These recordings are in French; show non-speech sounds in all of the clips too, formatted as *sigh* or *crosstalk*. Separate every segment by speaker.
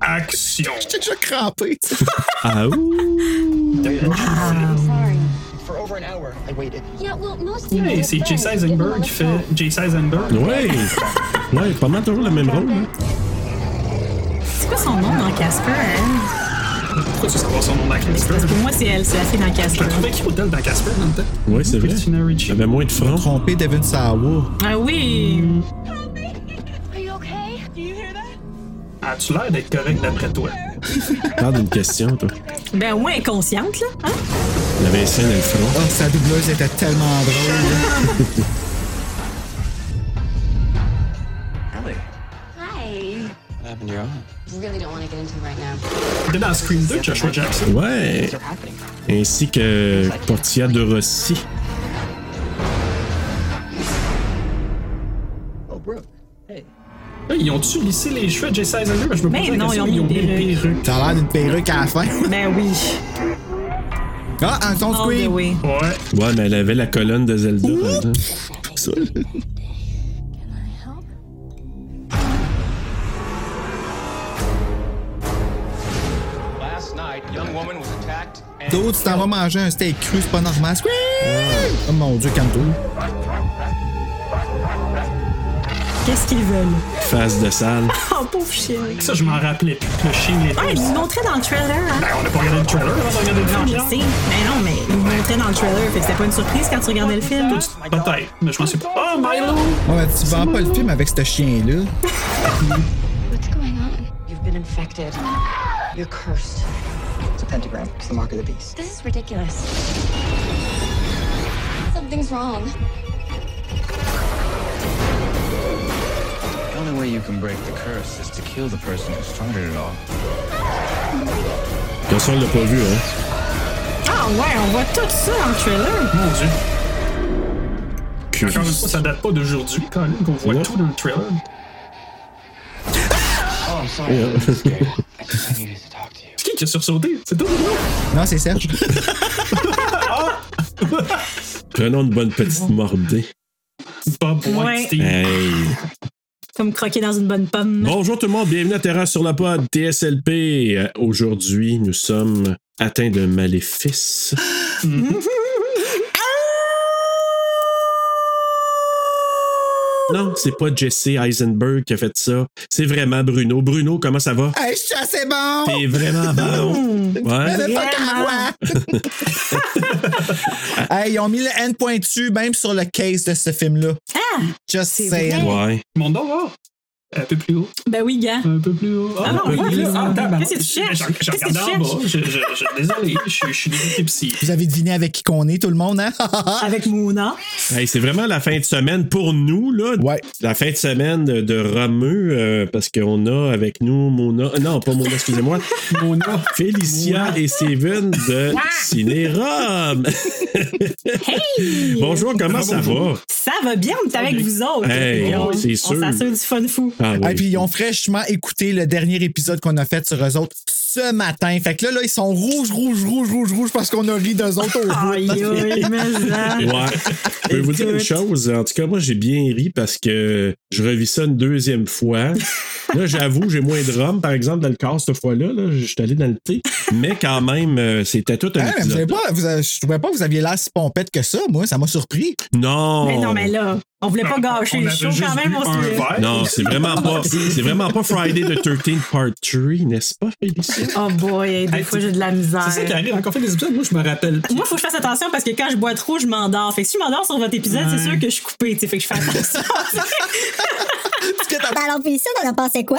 Speaker 1: Action!
Speaker 2: J'étais déjà crampé.
Speaker 3: Ah
Speaker 4: For over an hour, I waited.
Speaker 5: Yeah, well, most
Speaker 1: Hey,
Speaker 5: people
Speaker 1: c'est
Speaker 5: are afraid, give
Speaker 1: Jason
Speaker 5: them
Speaker 1: Eisenberg
Speaker 5: a
Speaker 1: qui fait
Speaker 5: shot.
Speaker 1: Jason Eisenberg.
Speaker 3: Ouais! Ouais, pas mal toujours le même rôle. hein.
Speaker 6: C'est quoi son nom dans Casper? hein?
Speaker 1: Pourquoi tu sais pas son nom dans Casper?
Speaker 6: Pour moi, c'est elle, c'est la fille dans
Speaker 1: Je
Speaker 6: Casper.
Speaker 1: le trouvais qui au dans Casper dans le temps?
Speaker 3: Ouais, c'est vrai.
Speaker 1: Christina Ricci.
Speaker 3: Il avait moins de front.
Speaker 2: Trompé Devin Sawa.
Speaker 6: Ah oui!
Speaker 5: Are you okay? Do you hear that?
Speaker 1: As-tu l'air d'être correct d'après toi?
Speaker 3: Parle d'une question, toi.
Speaker 6: Ben ouais, inconsciente, là. Hein?
Speaker 3: La Vincienne et le front.
Speaker 2: Oh, sa doubleuse était tellement drôle. hein.
Speaker 5: Hi.
Speaker 4: What happened to your eye?
Speaker 5: Really don't want to get into it right now.
Speaker 1: T'es dans Scream 2, Joshua Jackson.
Speaker 3: Ouais! Ainsi que Portia de Rossi.
Speaker 4: Oh, Brooke. Hey.
Speaker 1: Là, ils ont-tu lissé les cheveux à Jason Eisenberg? Je me
Speaker 6: Mais
Speaker 1: pose la
Speaker 6: non,
Speaker 1: question,
Speaker 6: ils ont mis
Speaker 1: une
Speaker 6: des
Speaker 1: perruque.
Speaker 2: T'as l'air d'une perruque à la fin.
Speaker 6: Ben oui.
Speaker 2: Ah, un son
Speaker 6: All the
Speaker 2: scream.
Speaker 6: way.
Speaker 1: Ouais.
Speaker 3: Ouais, mais elle avait la colonne de Zelda, par exemple. Ça, là.
Speaker 4: Last night, young woman was attacked and...
Speaker 2: D'autres, tu t'en vas manger un steak cru, c'est pas normal. Scream! Oh mon dieu, calme-toi.
Speaker 6: Qu'est-ce qu'ils veulent?
Speaker 3: Face de salle.
Speaker 6: *laughs* Oh, pauvre chien.
Speaker 1: Ça, je m'en rappelais plus. Le chien, il était
Speaker 6: Ah, ils
Speaker 1: aussi.
Speaker 6: nous montraient dans le trailer, hein?
Speaker 1: On a pas regardé le trailer avant de regarder Ben, le
Speaker 6: Non,
Speaker 1: film,
Speaker 6: je
Speaker 1: genre?
Speaker 6: sais. Mais non, mais ils nous montraient dans le trailer, fait que c'était pas une surprise quand tu regardais le film.
Speaker 1: Peut-être, mais je m'en suis pas. Oh, Milo!
Speaker 2: Ouais, mais tu vends pas le film avec ce chien-là.
Speaker 5: What's going on?
Speaker 7: You've been infected. You're cursed.
Speaker 4: It's a pentagram. It's the mark of the beast.
Speaker 5: This is ridiculous. Something's wrong.
Speaker 4: The only way you can break the curse is to kill the person who started it all.
Speaker 3: Comme ça, on l'a pas vu, hein.
Speaker 6: Ah ouais, on voit tout ça dans le trailer.
Speaker 1: Mon dieu.
Speaker 3: Puis,
Speaker 1: Encore une fois, ça date pas d'aujourd'hui, quand même, qu'on voit
Speaker 3: Ouais.
Speaker 1: tout dans le trailer.
Speaker 4: Oh, I'm sorry. I was scared. I just needed to talk to you.
Speaker 1: C'est qui qui a sursauté? C'est toi, Bruno?
Speaker 2: Non, c'est Serge. *laughs*
Speaker 3: prenons une bonne petite mordée.
Speaker 1: Bob White
Speaker 6: Ouais.
Speaker 1: Steve.
Speaker 3: Hey!
Speaker 6: Comme croquer dans une bonne pomme.
Speaker 3: Bonjour tout le monde, bienvenue à Terreur sur la pod, TSLP. Euh, Aujourd'hui, nous sommes atteints de maléfice. Non, c'est pas Jesse Eisenberg qui a fait ça. C'est vraiment Bruno. Bruno, comment ça va?
Speaker 2: hey, je suis assez bon!
Speaker 3: T'es vraiment
Speaker 2: *laughs*
Speaker 3: bon. Ouais.
Speaker 2: Mais pas comme moi. *laughs* hey, ils ont mis le N pointu même sur le case de ce film-là.
Speaker 6: Ah!
Speaker 2: Just
Speaker 6: C'est
Speaker 2: saying.
Speaker 3: Ouais.
Speaker 1: Mon dos, oh! Un peu plus haut.
Speaker 6: Ben oui, gars.
Speaker 1: Un peu plus haut.
Speaker 6: Ah non,
Speaker 1: un peu
Speaker 6: ouais,
Speaker 1: plus
Speaker 6: c'est
Speaker 1: haut.
Speaker 6: ça.
Speaker 1: tabarnak.
Speaker 6: Qu'est-ce que tu cherches?
Speaker 1: Je- Je
Speaker 6: Qu'est-ce que
Speaker 1: regarde
Speaker 6: tu
Speaker 1: en bas.
Speaker 6: cherches?
Speaker 1: Je, je, je, désolé, je, suis- je suis déséquipsé.
Speaker 2: Vous avez deviné avec qui qu'on est, tout le monde, hein? *laughs*
Speaker 6: Avec Mouna.
Speaker 3: Hey, c'est vraiment la fin de semaine pour nous, là.
Speaker 2: ouais.
Speaker 3: La fin de semaine de, de Romeu, euh, parce qu'on a avec nous Mona. euh, Non, pas Mona,
Speaker 2: *laughs*
Speaker 3: excusez-moi.
Speaker 1: Mona.
Speaker 3: Félicia et Steven de
Speaker 2: *laughs*
Speaker 3: Cinérum. Bonjour, comment ça va?
Speaker 6: Ça va bien, on est avec vous autres.
Speaker 3: Hey,
Speaker 6: Et on-
Speaker 3: c'est
Speaker 6: On
Speaker 3: sûr.
Speaker 6: s'assure du fun fou.
Speaker 3: Ah
Speaker 2: Et puis ils ont fraîchement écouté le dernier épisode qu'on a fait sur eux autres ce matin. Fait que là, là ils sont rouges, rouges, rouges, rouges, rouges parce qu'on a ri d'eux
Speaker 6: *laughs*
Speaker 2: autres au bout.
Speaker 6: Aïe, aïe, mais ça.
Speaker 3: Ouais. Je peux vous dire une
Speaker 6: Écoute.
Speaker 3: chose. En tout cas, moi, j'ai bien ri parce que je revis ça une deuxième fois.
Speaker 2: *laughs*
Speaker 3: Là, j'avoue, j'ai moins de rhum, par exemple, dans le corps cette fois-là. Là, je suis allé dans le thé. Mais quand même, euh, c'était tout un
Speaker 2: Hein, vous avez
Speaker 3: épisode.
Speaker 2: pas, vous avez- je trouvais pas que vous aviez l'air si pompette que ça, moi, ça m'a surpris.
Speaker 3: Non.
Speaker 6: Mais non, mais là, on voulait pas gâcher
Speaker 1: On
Speaker 6: le
Speaker 1: avait
Speaker 6: show
Speaker 1: juste
Speaker 6: quand même.
Speaker 1: bu
Speaker 6: On
Speaker 1: un
Speaker 6: se
Speaker 1: verre.
Speaker 3: Non, c'est vraiment pas. C'est vraiment pas Friday the 13 Part 3, n'est-ce pas, Félicia?
Speaker 6: Oh boy, hey, des
Speaker 1: Hey,
Speaker 6: fois
Speaker 1: c'est-
Speaker 6: j'ai de la misère.
Speaker 1: C'est ça qui arrive. Encore fait des épisodes, moi, je me rappelle.
Speaker 6: Moi, faut que je fasse attention parce que quand je bois trop, je m'endors. Fait que si je m'endors sur votre épisode, c'est sûr que je suis coupée. tu sais, Fait que je fais attention.
Speaker 1: *laughs*
Speaker 8: Eh, Ben alors, puis ça, on a pensé quoi?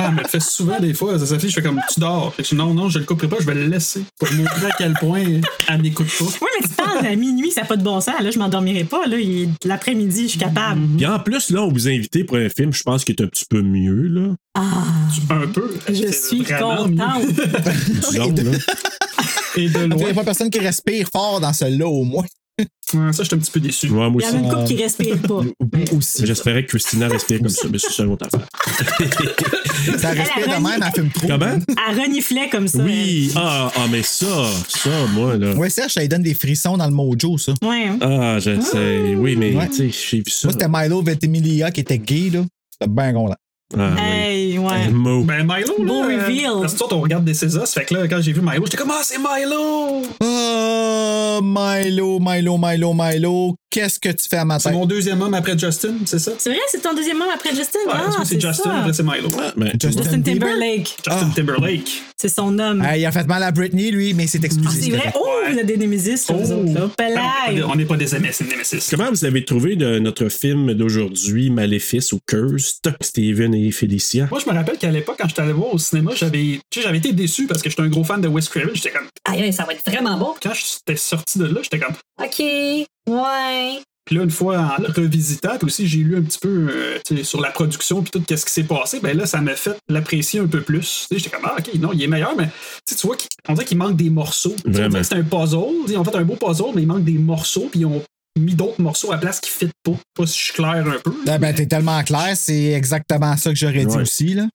Speaker 1: le fais souvent des fois. Ça s'affiche, je fais comme tu dors. Fait que je dis, non, non, je le couperai pas, je vais le laisser. Pour montrer à quel point elle n'écoute pas.
Speaker 6: Oui, mais tu parles à minuit, ça n'a pas de bon sens. Là, je m'endormirai pas. Là, Il- l'après-midi, je suis capable.
Speaker 1: Mm.
Speaker 3: Puis en plus, là, on vous a invité pour un film, je pense qu'il est un petit peu mieux, là.
Speaker 6: Ah,
Speaker 1: Un peu.
Speaker 6: je
Speaker 1: C'est
Speaker 6: suis
Speaker 1: vraiment
Speaker 6: contente.
Speaker 1: mieux.
Speaker 3: Disons, là.
Speaker 1: *laughs* Et de
Speaker 2: Il n'y a
Speaker 1: loin.
Speaker 2: pas personne qui respire fort dans celle-là, au moins.
Speaker 1: Ouais, Ça, je suis un petit peu déçu.
Speaker 3: Ouais, moi
Speaker 6: Il y en a
Speaker 3: aussi.
Speaker 6: une couple qui respire
Speaker 1: *laughs*
Speaker 6: pas.
Speaker 2: Aussi.
Speaker 3: J'espérais que Christina respirait comme ça, mais c'est une autre
Speaker 6: *laughs*
Speaker 3: affaire.
Speaker 2: Ça respire de même, elle fume trop.
Speaker 3: Comment?
Speaker 6: Elle reniflait comme ça.
Speaker 3: Oui, ah, ah, mais ça, ça, moi, là.
Speaker 2: Ouais, Serge, ça lui donne des frissons dans le mojo, ça.
Speaker 6: elle. Ouais, hein.
Speaker 3: Ah, je sais. Oui, mais
Speaker 2: Ouais.
Speaker 3: tu sais, j'ai vu ça.
Speaker 2: Moi, c'était Milo Ventimiglia qui était gay, là. C'était bien content.
Speaker 3: Ah, oui.
Speaker 6: Hey, Euh, ouais.
Speaker 3: Un mot.
Speaker 1: Ben Milo, là.
Speaker 6: Beau
Speaker 1: euh,
Speaker 6: reveal.
Speaker 1: Parce que toi, on regarde des Césars. Fait que là, quand j'ai vu Milo, j'étais comme Ah, c'est Milo!
Speaker 2: Oh, Milo, Milo, Milo, Milo. Qu'est-ce que tu fais à
Speaker 1: C'est
Speaker 2: matin?
Speaker 1: mon deuxième homme après Justin, c'est ça? Ouais,
Speaker 6: C'est vrai, c'est ton deuxième homme après Justin. Ah,
Speaker 1: parce que c'est
Speaker 6: c'est
Speaker 1: Justin,
Speaker 6: ça.
Speaker 1: après c'est Milo.
Speaker 3: Ben,
Speaker 2: Justin
Speaker 6: Justin
Speaker 2: Bieber?
Speaker 6: Timberlake.
Speaker 1: Justin
Speaker 2: Ah.
Speaker 1: Timberlake.
Speaker 6: C'est son homme.
Speaker 2: Ah, il a fait mal à Britney, lui, mais c'est excusé.
Speaker 6: c'est vrai.
Speaker 2: correct.
Speaker 6: Oh, vous avez des Oh. Ah, Némésis, là, vous autres. là. Pelaye.
Speaker 1: Ben, On n'est pas des MS, c'est des Nemesis.
Speaker 3: Comment vous avez trouvé de notre film d'aujourd'hui, Maléfice ou Cursed, Steven et Félicia?
Speaker 1: Moi, je me rappelle qu'à l'époque, quand j'étais allé voir au cinéma, j'avais tu sais, j'avais été déçu parce que j'étais un gros fan de Wes Craven. J'étais comme,
Speaker 7: Aïe, aïe, Ah, ça va être vraiment bon.
Speaker 1: quand j'étais sorti de là, j'étais comme.
Speaker 7: OK. Ouais.
Speaker 1: Puis là, une fois en le revisitant, puis aussi j'ai lu un petit peu euh, tu sais, sur la production, puis tout qu'est-ce qui s'est passé, ben là, ça m'a fait l'apprécier un peu plus. Tu sais, J'étais comme, ah, ok, non, il est meilleur, mais tu sais, tu vois qu'on dirait qu'il manque des morceaux. Tu sais, On
Speaker 3: Vraiment.
Speaker 1: dirait que c'est un puzzle. tu sais, Ils ont fait un beau puzzle, mais il manque des morceaux, puis ils ont mis d'autres morceaux à place qui ne fit pas. Je sais pas si je suis clair un peu.
Speaker 2: Ah, ben, t'es tellement clair, c'est exactement ça que j'aurais dit
Speaker 3: Ouais.
Speaker 2: aussi, là.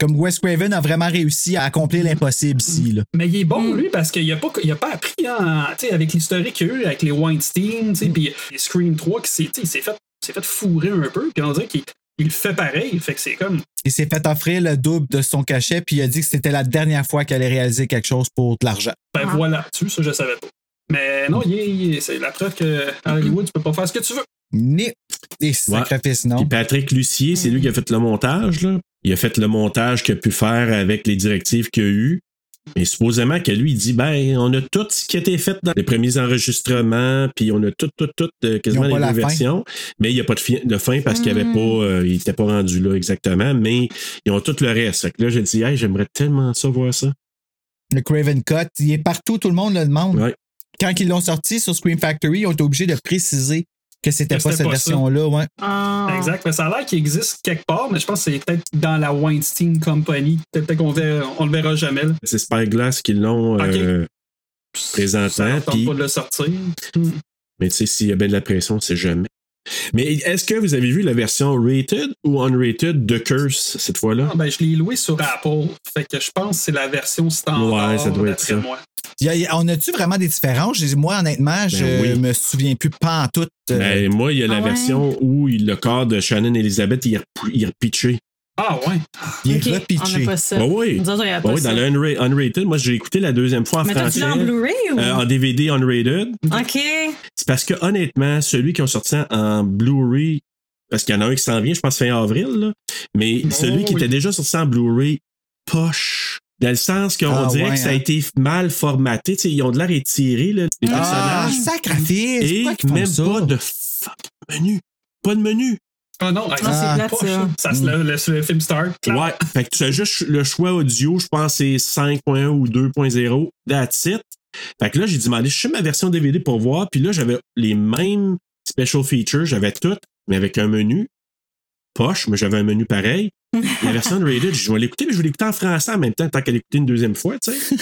Speaker 2: Comme Wes Craven a vraiment réussi à accomplir l'impossible ici, là.
Speaker 1: Mais il est bon, lui, parce qu'il n'a pas, il a pas appris, hein, tu sais, avec l'historique qu'il y a eu, avec les Weinstein, tu sais, puis les Scream 3, qui s'est, tu sais, il s'est fait, il s'est fait fourrer un peu, puis on dirait qu'il il le fait pareil. Fait que c'est comme,
Speaker 2: Il s'est fait offrir le double de son cachet, puis il a dit que c'était la dernière fois qu'elle allait réaliser quelque chose pour de l'argent.
Speaker 1: ben voilà, tu ça, je savais pas. Mais non, il est- il est- c'est la preuve que à Hollywood, tu peux pas faire ce que tu veux.
Speaker 2: Ni des sacrifices,
Speaker 3: Puis
Speaker 2: non.
Speaker 3: Patrick Lucier, c'est lui qui a fait le montage, là. Il a fait le montage qu'il a pu faire avec les directives qu'il a eues. Mais supposément que lui, il dit, ben, on a tout ce qui a été fait dans les premiers enregistrements, puis on a tout, tout, tout, euh, quasiment
Speaker 2: Ils ont
Speaker 3: les
Speaker 2: pas
Speaker 3: deux
Speaker 2: la fin.
Speaker 3: versions. Mais il n'y a pas de, fi- de fin parce qu'il avait pas,
Speaker 1: Hmm.
Speaker 3: euh, il était pas rendu là exactement, mais ils ont tout le reste. Fait que là, j'ai dit, hey, j'aimerais tellement ça voir ça.
Speaker 2: Le Craven Cut, il est partout, tout le monde le demande.
Speaker 3: Ouais.
Speaker 2: Quand ils l'ont sorti sur Scream Factory, ils ont été obligés de préciser que c'était
Speaker 1: Que
Speaker 2: pas
Speaker 1: c'était
Speaker 2: cette
Speaker 1: pas ça.
Speaker 2: version-là, ouais.
Speaker 6: Ah.
Speaker 1: Exact. Mais ça a l'air qu'il existe quelque part, mais je pense que c'est peut-être dans la Weinstein Company. Peut-être peut-être qu'on verra- on le verra jamais. là.
Speaker 3: C'est Spyglass qui l'ont
Speaker 1: Ok.
Speaker 3: euh,
Speaker 1: Ça
Speaker 3: présentant.
Speaker 1: leur tente
Speaker 3: puis-
Speaker 1: pas de le sortir.
Speaker 3: mais tu sais, s'il y a bien de la pression, c'est jamais. Mais est-ce que vous avez vu la version rated ou unrated de Curse cette fois-là?
Speaker 1: Ah, ben, je l'ai loué sur Apple. Fait que je pense que c'est la version standard.
Speaker 3: Ouais, ça doit être
Speaker 1: d'après
Speaker 3: ça.
Speaker 1: Moi.
Speaker 2: Il y a- il y a- on a-tu vraiment des différences? J'ai- Moi, honnêtement, je
Speaker 3: Ben oui.
Speaker 2: me souviens plus euh, pas en tout.
Speaker 3: Ben, moi, il y a la
Speaker 6: Ah ouais?
Speaker 3: version où il- le corps de Shannon Elizabeth il est repou- il est repitché.
Speaker 1: Ah ouais.
Speaker 2: il est
Speaker 6: Ok, On
Speaker 2: repitché.
Speaker 6: n'a pas ça.
Speaker 3: Ah oui.
Speaker 6: Nous autres, on n'a
Speaker 3: Ah
Speaker 6: pas
Speaker 3: oui,
Speaker 6: ça.
Speaker 3: dans le unra- unrated, moi j'ai écouté la deuxième fois en
Speaker 6: Mais t'as-tu
Speaker 3: français.
Speaker 6: l'en Blu-ray ou?
Speaker 3: euh, en DVD unrated.
Speaker 6: OK.
Speaker 3: C'est parce que honnêtement, celui qui ont sorti ça en Blu-ray, parce qu'il y en a un qui s'en vient, je pense fin avril, là, mais
Speaker 1: Oh,
Speaker 3: celui qui
Speaker 1: oui.
Speaker 3: était déjà sorti en Blu-ray, poche. Dans le sens qu'on
Speaker 2: Ah,
Speaker 3: dirait
Speaker 2: ouais,
Speaker 3: que ça a
Speaker 2: hein.
Speaker 3: été mal formaté. Tu sais, ils ont de l'air étirés, là, les
Speaker 2: Ah,
Speaker 3: personnages.
Speaker 2: sacrifice!
Speaker 3: Et
Speaker 2: Pourquoi qu'ils font
Speaker 3: même
Speaker 2: ça?
Speaker 3: pas de fucking menu. Pas de menu.
Speaker 1: Ah non,
Speaker 6: Non, c'est
Speaker 2: Ah,
Speaker 6: plate, ça.
Speaker 1: ça se lève, le, le film star.
Speaker 3: Ouais. Fait que tu as juste le choix audio, je pense c'est 5.1 ou 2.0. That's it. Fait que là, j'ai demandé, je fais ma version DVD pour voir. Puis là, j'avais les mêmes special features. J'avais tout, mais avec un menu. Poche, mais j'avais un menu
Speaker 2: *laughs*
Speaker 3: pareil. La version rated, je vais l'écouter, mais je vais l'écouter en français en même temps, tant qu'à l'écouter une deuxième fois, tu sais.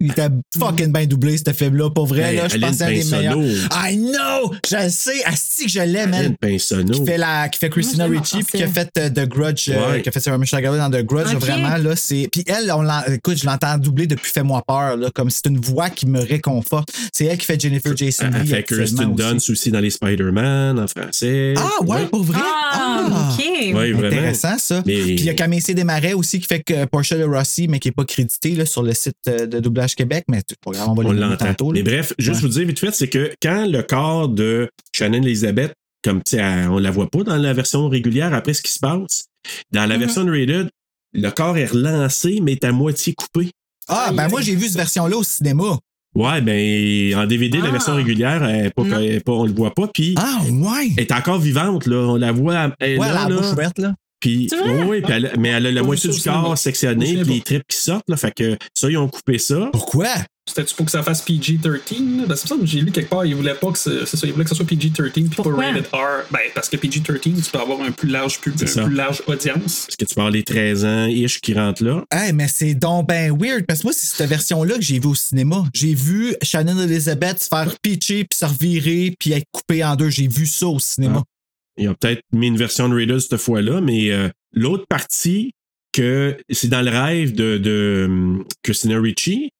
Speaker 2: Il était fucking bien doublé, ce film-là, pour vrai.
Speaker 3: Hey,
Speaker 2: là, je
Speaker 3: Ben, Aline
Speaker 2: pense que c'est un des
Speaker 3: Pinsonneau.
Speaker 2: meilleurs. I know! Je le sais! Asti que je l'aime, man.
Speaker 3: Hélène Pinsonneau.
Speaker 2: Qui fait, la, qui fait Christina
Speaker 6: Moi, je l'aime
Speaker 2: Ricci,
Speaker 6: en
Speaker 2: puis
Speaker 6: français.
Speaker 2: qui a fait euh, The Grudge, euh,
Speaker 3: Ouais.
Speaker 2: qui a fait Sarah Michelle Gellar dans The Grudge.
Speaker 6: Ok.
Speaker 2: Vraiment, là, c'est. Puis elle, on l'en- écoute, je l'entends doubler depuis Fais-moi peur, là, comme c'est une voix qui me réconforte. C'est elle qui fait Jennifer Jason
Speaker 3: Elle
Speaker 2: Leigh
Speaker 3: Ah, fait Kirsten
Speaker 2: actuellement aussi.
Speaker 3: Dunst aussi dans les Spider-Man en français.
Speaker 2: Ah, ouais, pour vrai?
Speaker 6: Ah,
Speaker 2: Ah!
Speaker 6: OK.
Speaker 3: Ouais, vraiment.
Speaker 2: Intéressant, ça.
Speaker 3: Mais-
Speaker 2: Puis il y a Camille C. Desmarais aussi qui fait que Portia de Rossi, mais qui n'est pas crédité là, sur le site euh, de Doublage Québec. Mais c'est pas grave, on va
Speaker 3: On
Speaker 2: le lire
Speaker 3: l'entend.
Speaker 2: tantôt. là.
Speaker 3: Mais ben- bref, juste
Speaker 2: Ouais.
Speaker 3: vous dire vite fait, c'est que quand le corps de Shannon Elizabeth, comme tu sais, elle- on la voit pas dans la version régulière après ce qui se passe, dans
Speaker 6: Mm-hmm.
Speaker 3: la version rated, le corps est relancé, mais est à moitié coupé.
Speaker 2: Ah, ben moi, j'ai vu cette version-là au cinéma.
Speaker 3: Ouais, ben en DVD, la
Speaker 6: Ah.
Speaker 3: version régulière, elle est pas,
Speaker 6: Non.
Speaker 3: elle est pas- on le voit pas, puis
Speaker 2: Ah, ouais!
Speaker 3: elle est encore vivante, là. On la voit. Elle est
Speaker 2: Ouais,
Speaker 3: là,
Speaker 2: la
Speaker 3: là.
Speaker 2: bouche ouverte, là.
Speaker 3: Puis,
Speaker 6: C'est vrai?
Speaker 3: ouais, ouais, puis elle- mais elle a la
Speaker 1: Pas
Speaker 3: moitié
Speaker 1: vu ça
Speaker 3: du
Speaker 1: au cinéma.
Speaker 3: corps
Speaker 1: Au
Speaker 3: sectionné, puis
Speaker 1: cinéma.
Speaker 3: les tripes qui sortent, là. Fait que ça, ils ont coupé ça.
Speaker 2: Pourquoi?
Speaker 1: C'était-tu pour que ça fasse PG-13? Ben, c'est ça, j'ai lu quelque part, ils voulaient pas que ce- c'est ça, ils voulaient que ça soit PG-13 puis pas
Speaker 6: Pourquoi?
Speaker 1: rated R. Ben, parce que PG-13, tu peux avoir un plus large public,
Speaker 3: C'est ça.
Speaker 1: une plus large audience.
Speaker 3: Parce que tu parles des 13 ans, ish, qui rentrent là.
Speaker 2: Hey, mais c'est donc ben weird parce que moi, c'est cette version-là que j'ai vue au cinéma. J'ai vu Shannon Elizabeth se faire pitcher puis se revirer puis être coupée en deux. J'ai vu ça au cinéma.
Speaker 3: Ah, Ils ont peut-être mis une version de Raiders cette fois-là, mais euh, l'autre partie, que c'est dans le rêve de, de hum, Christina Ricci,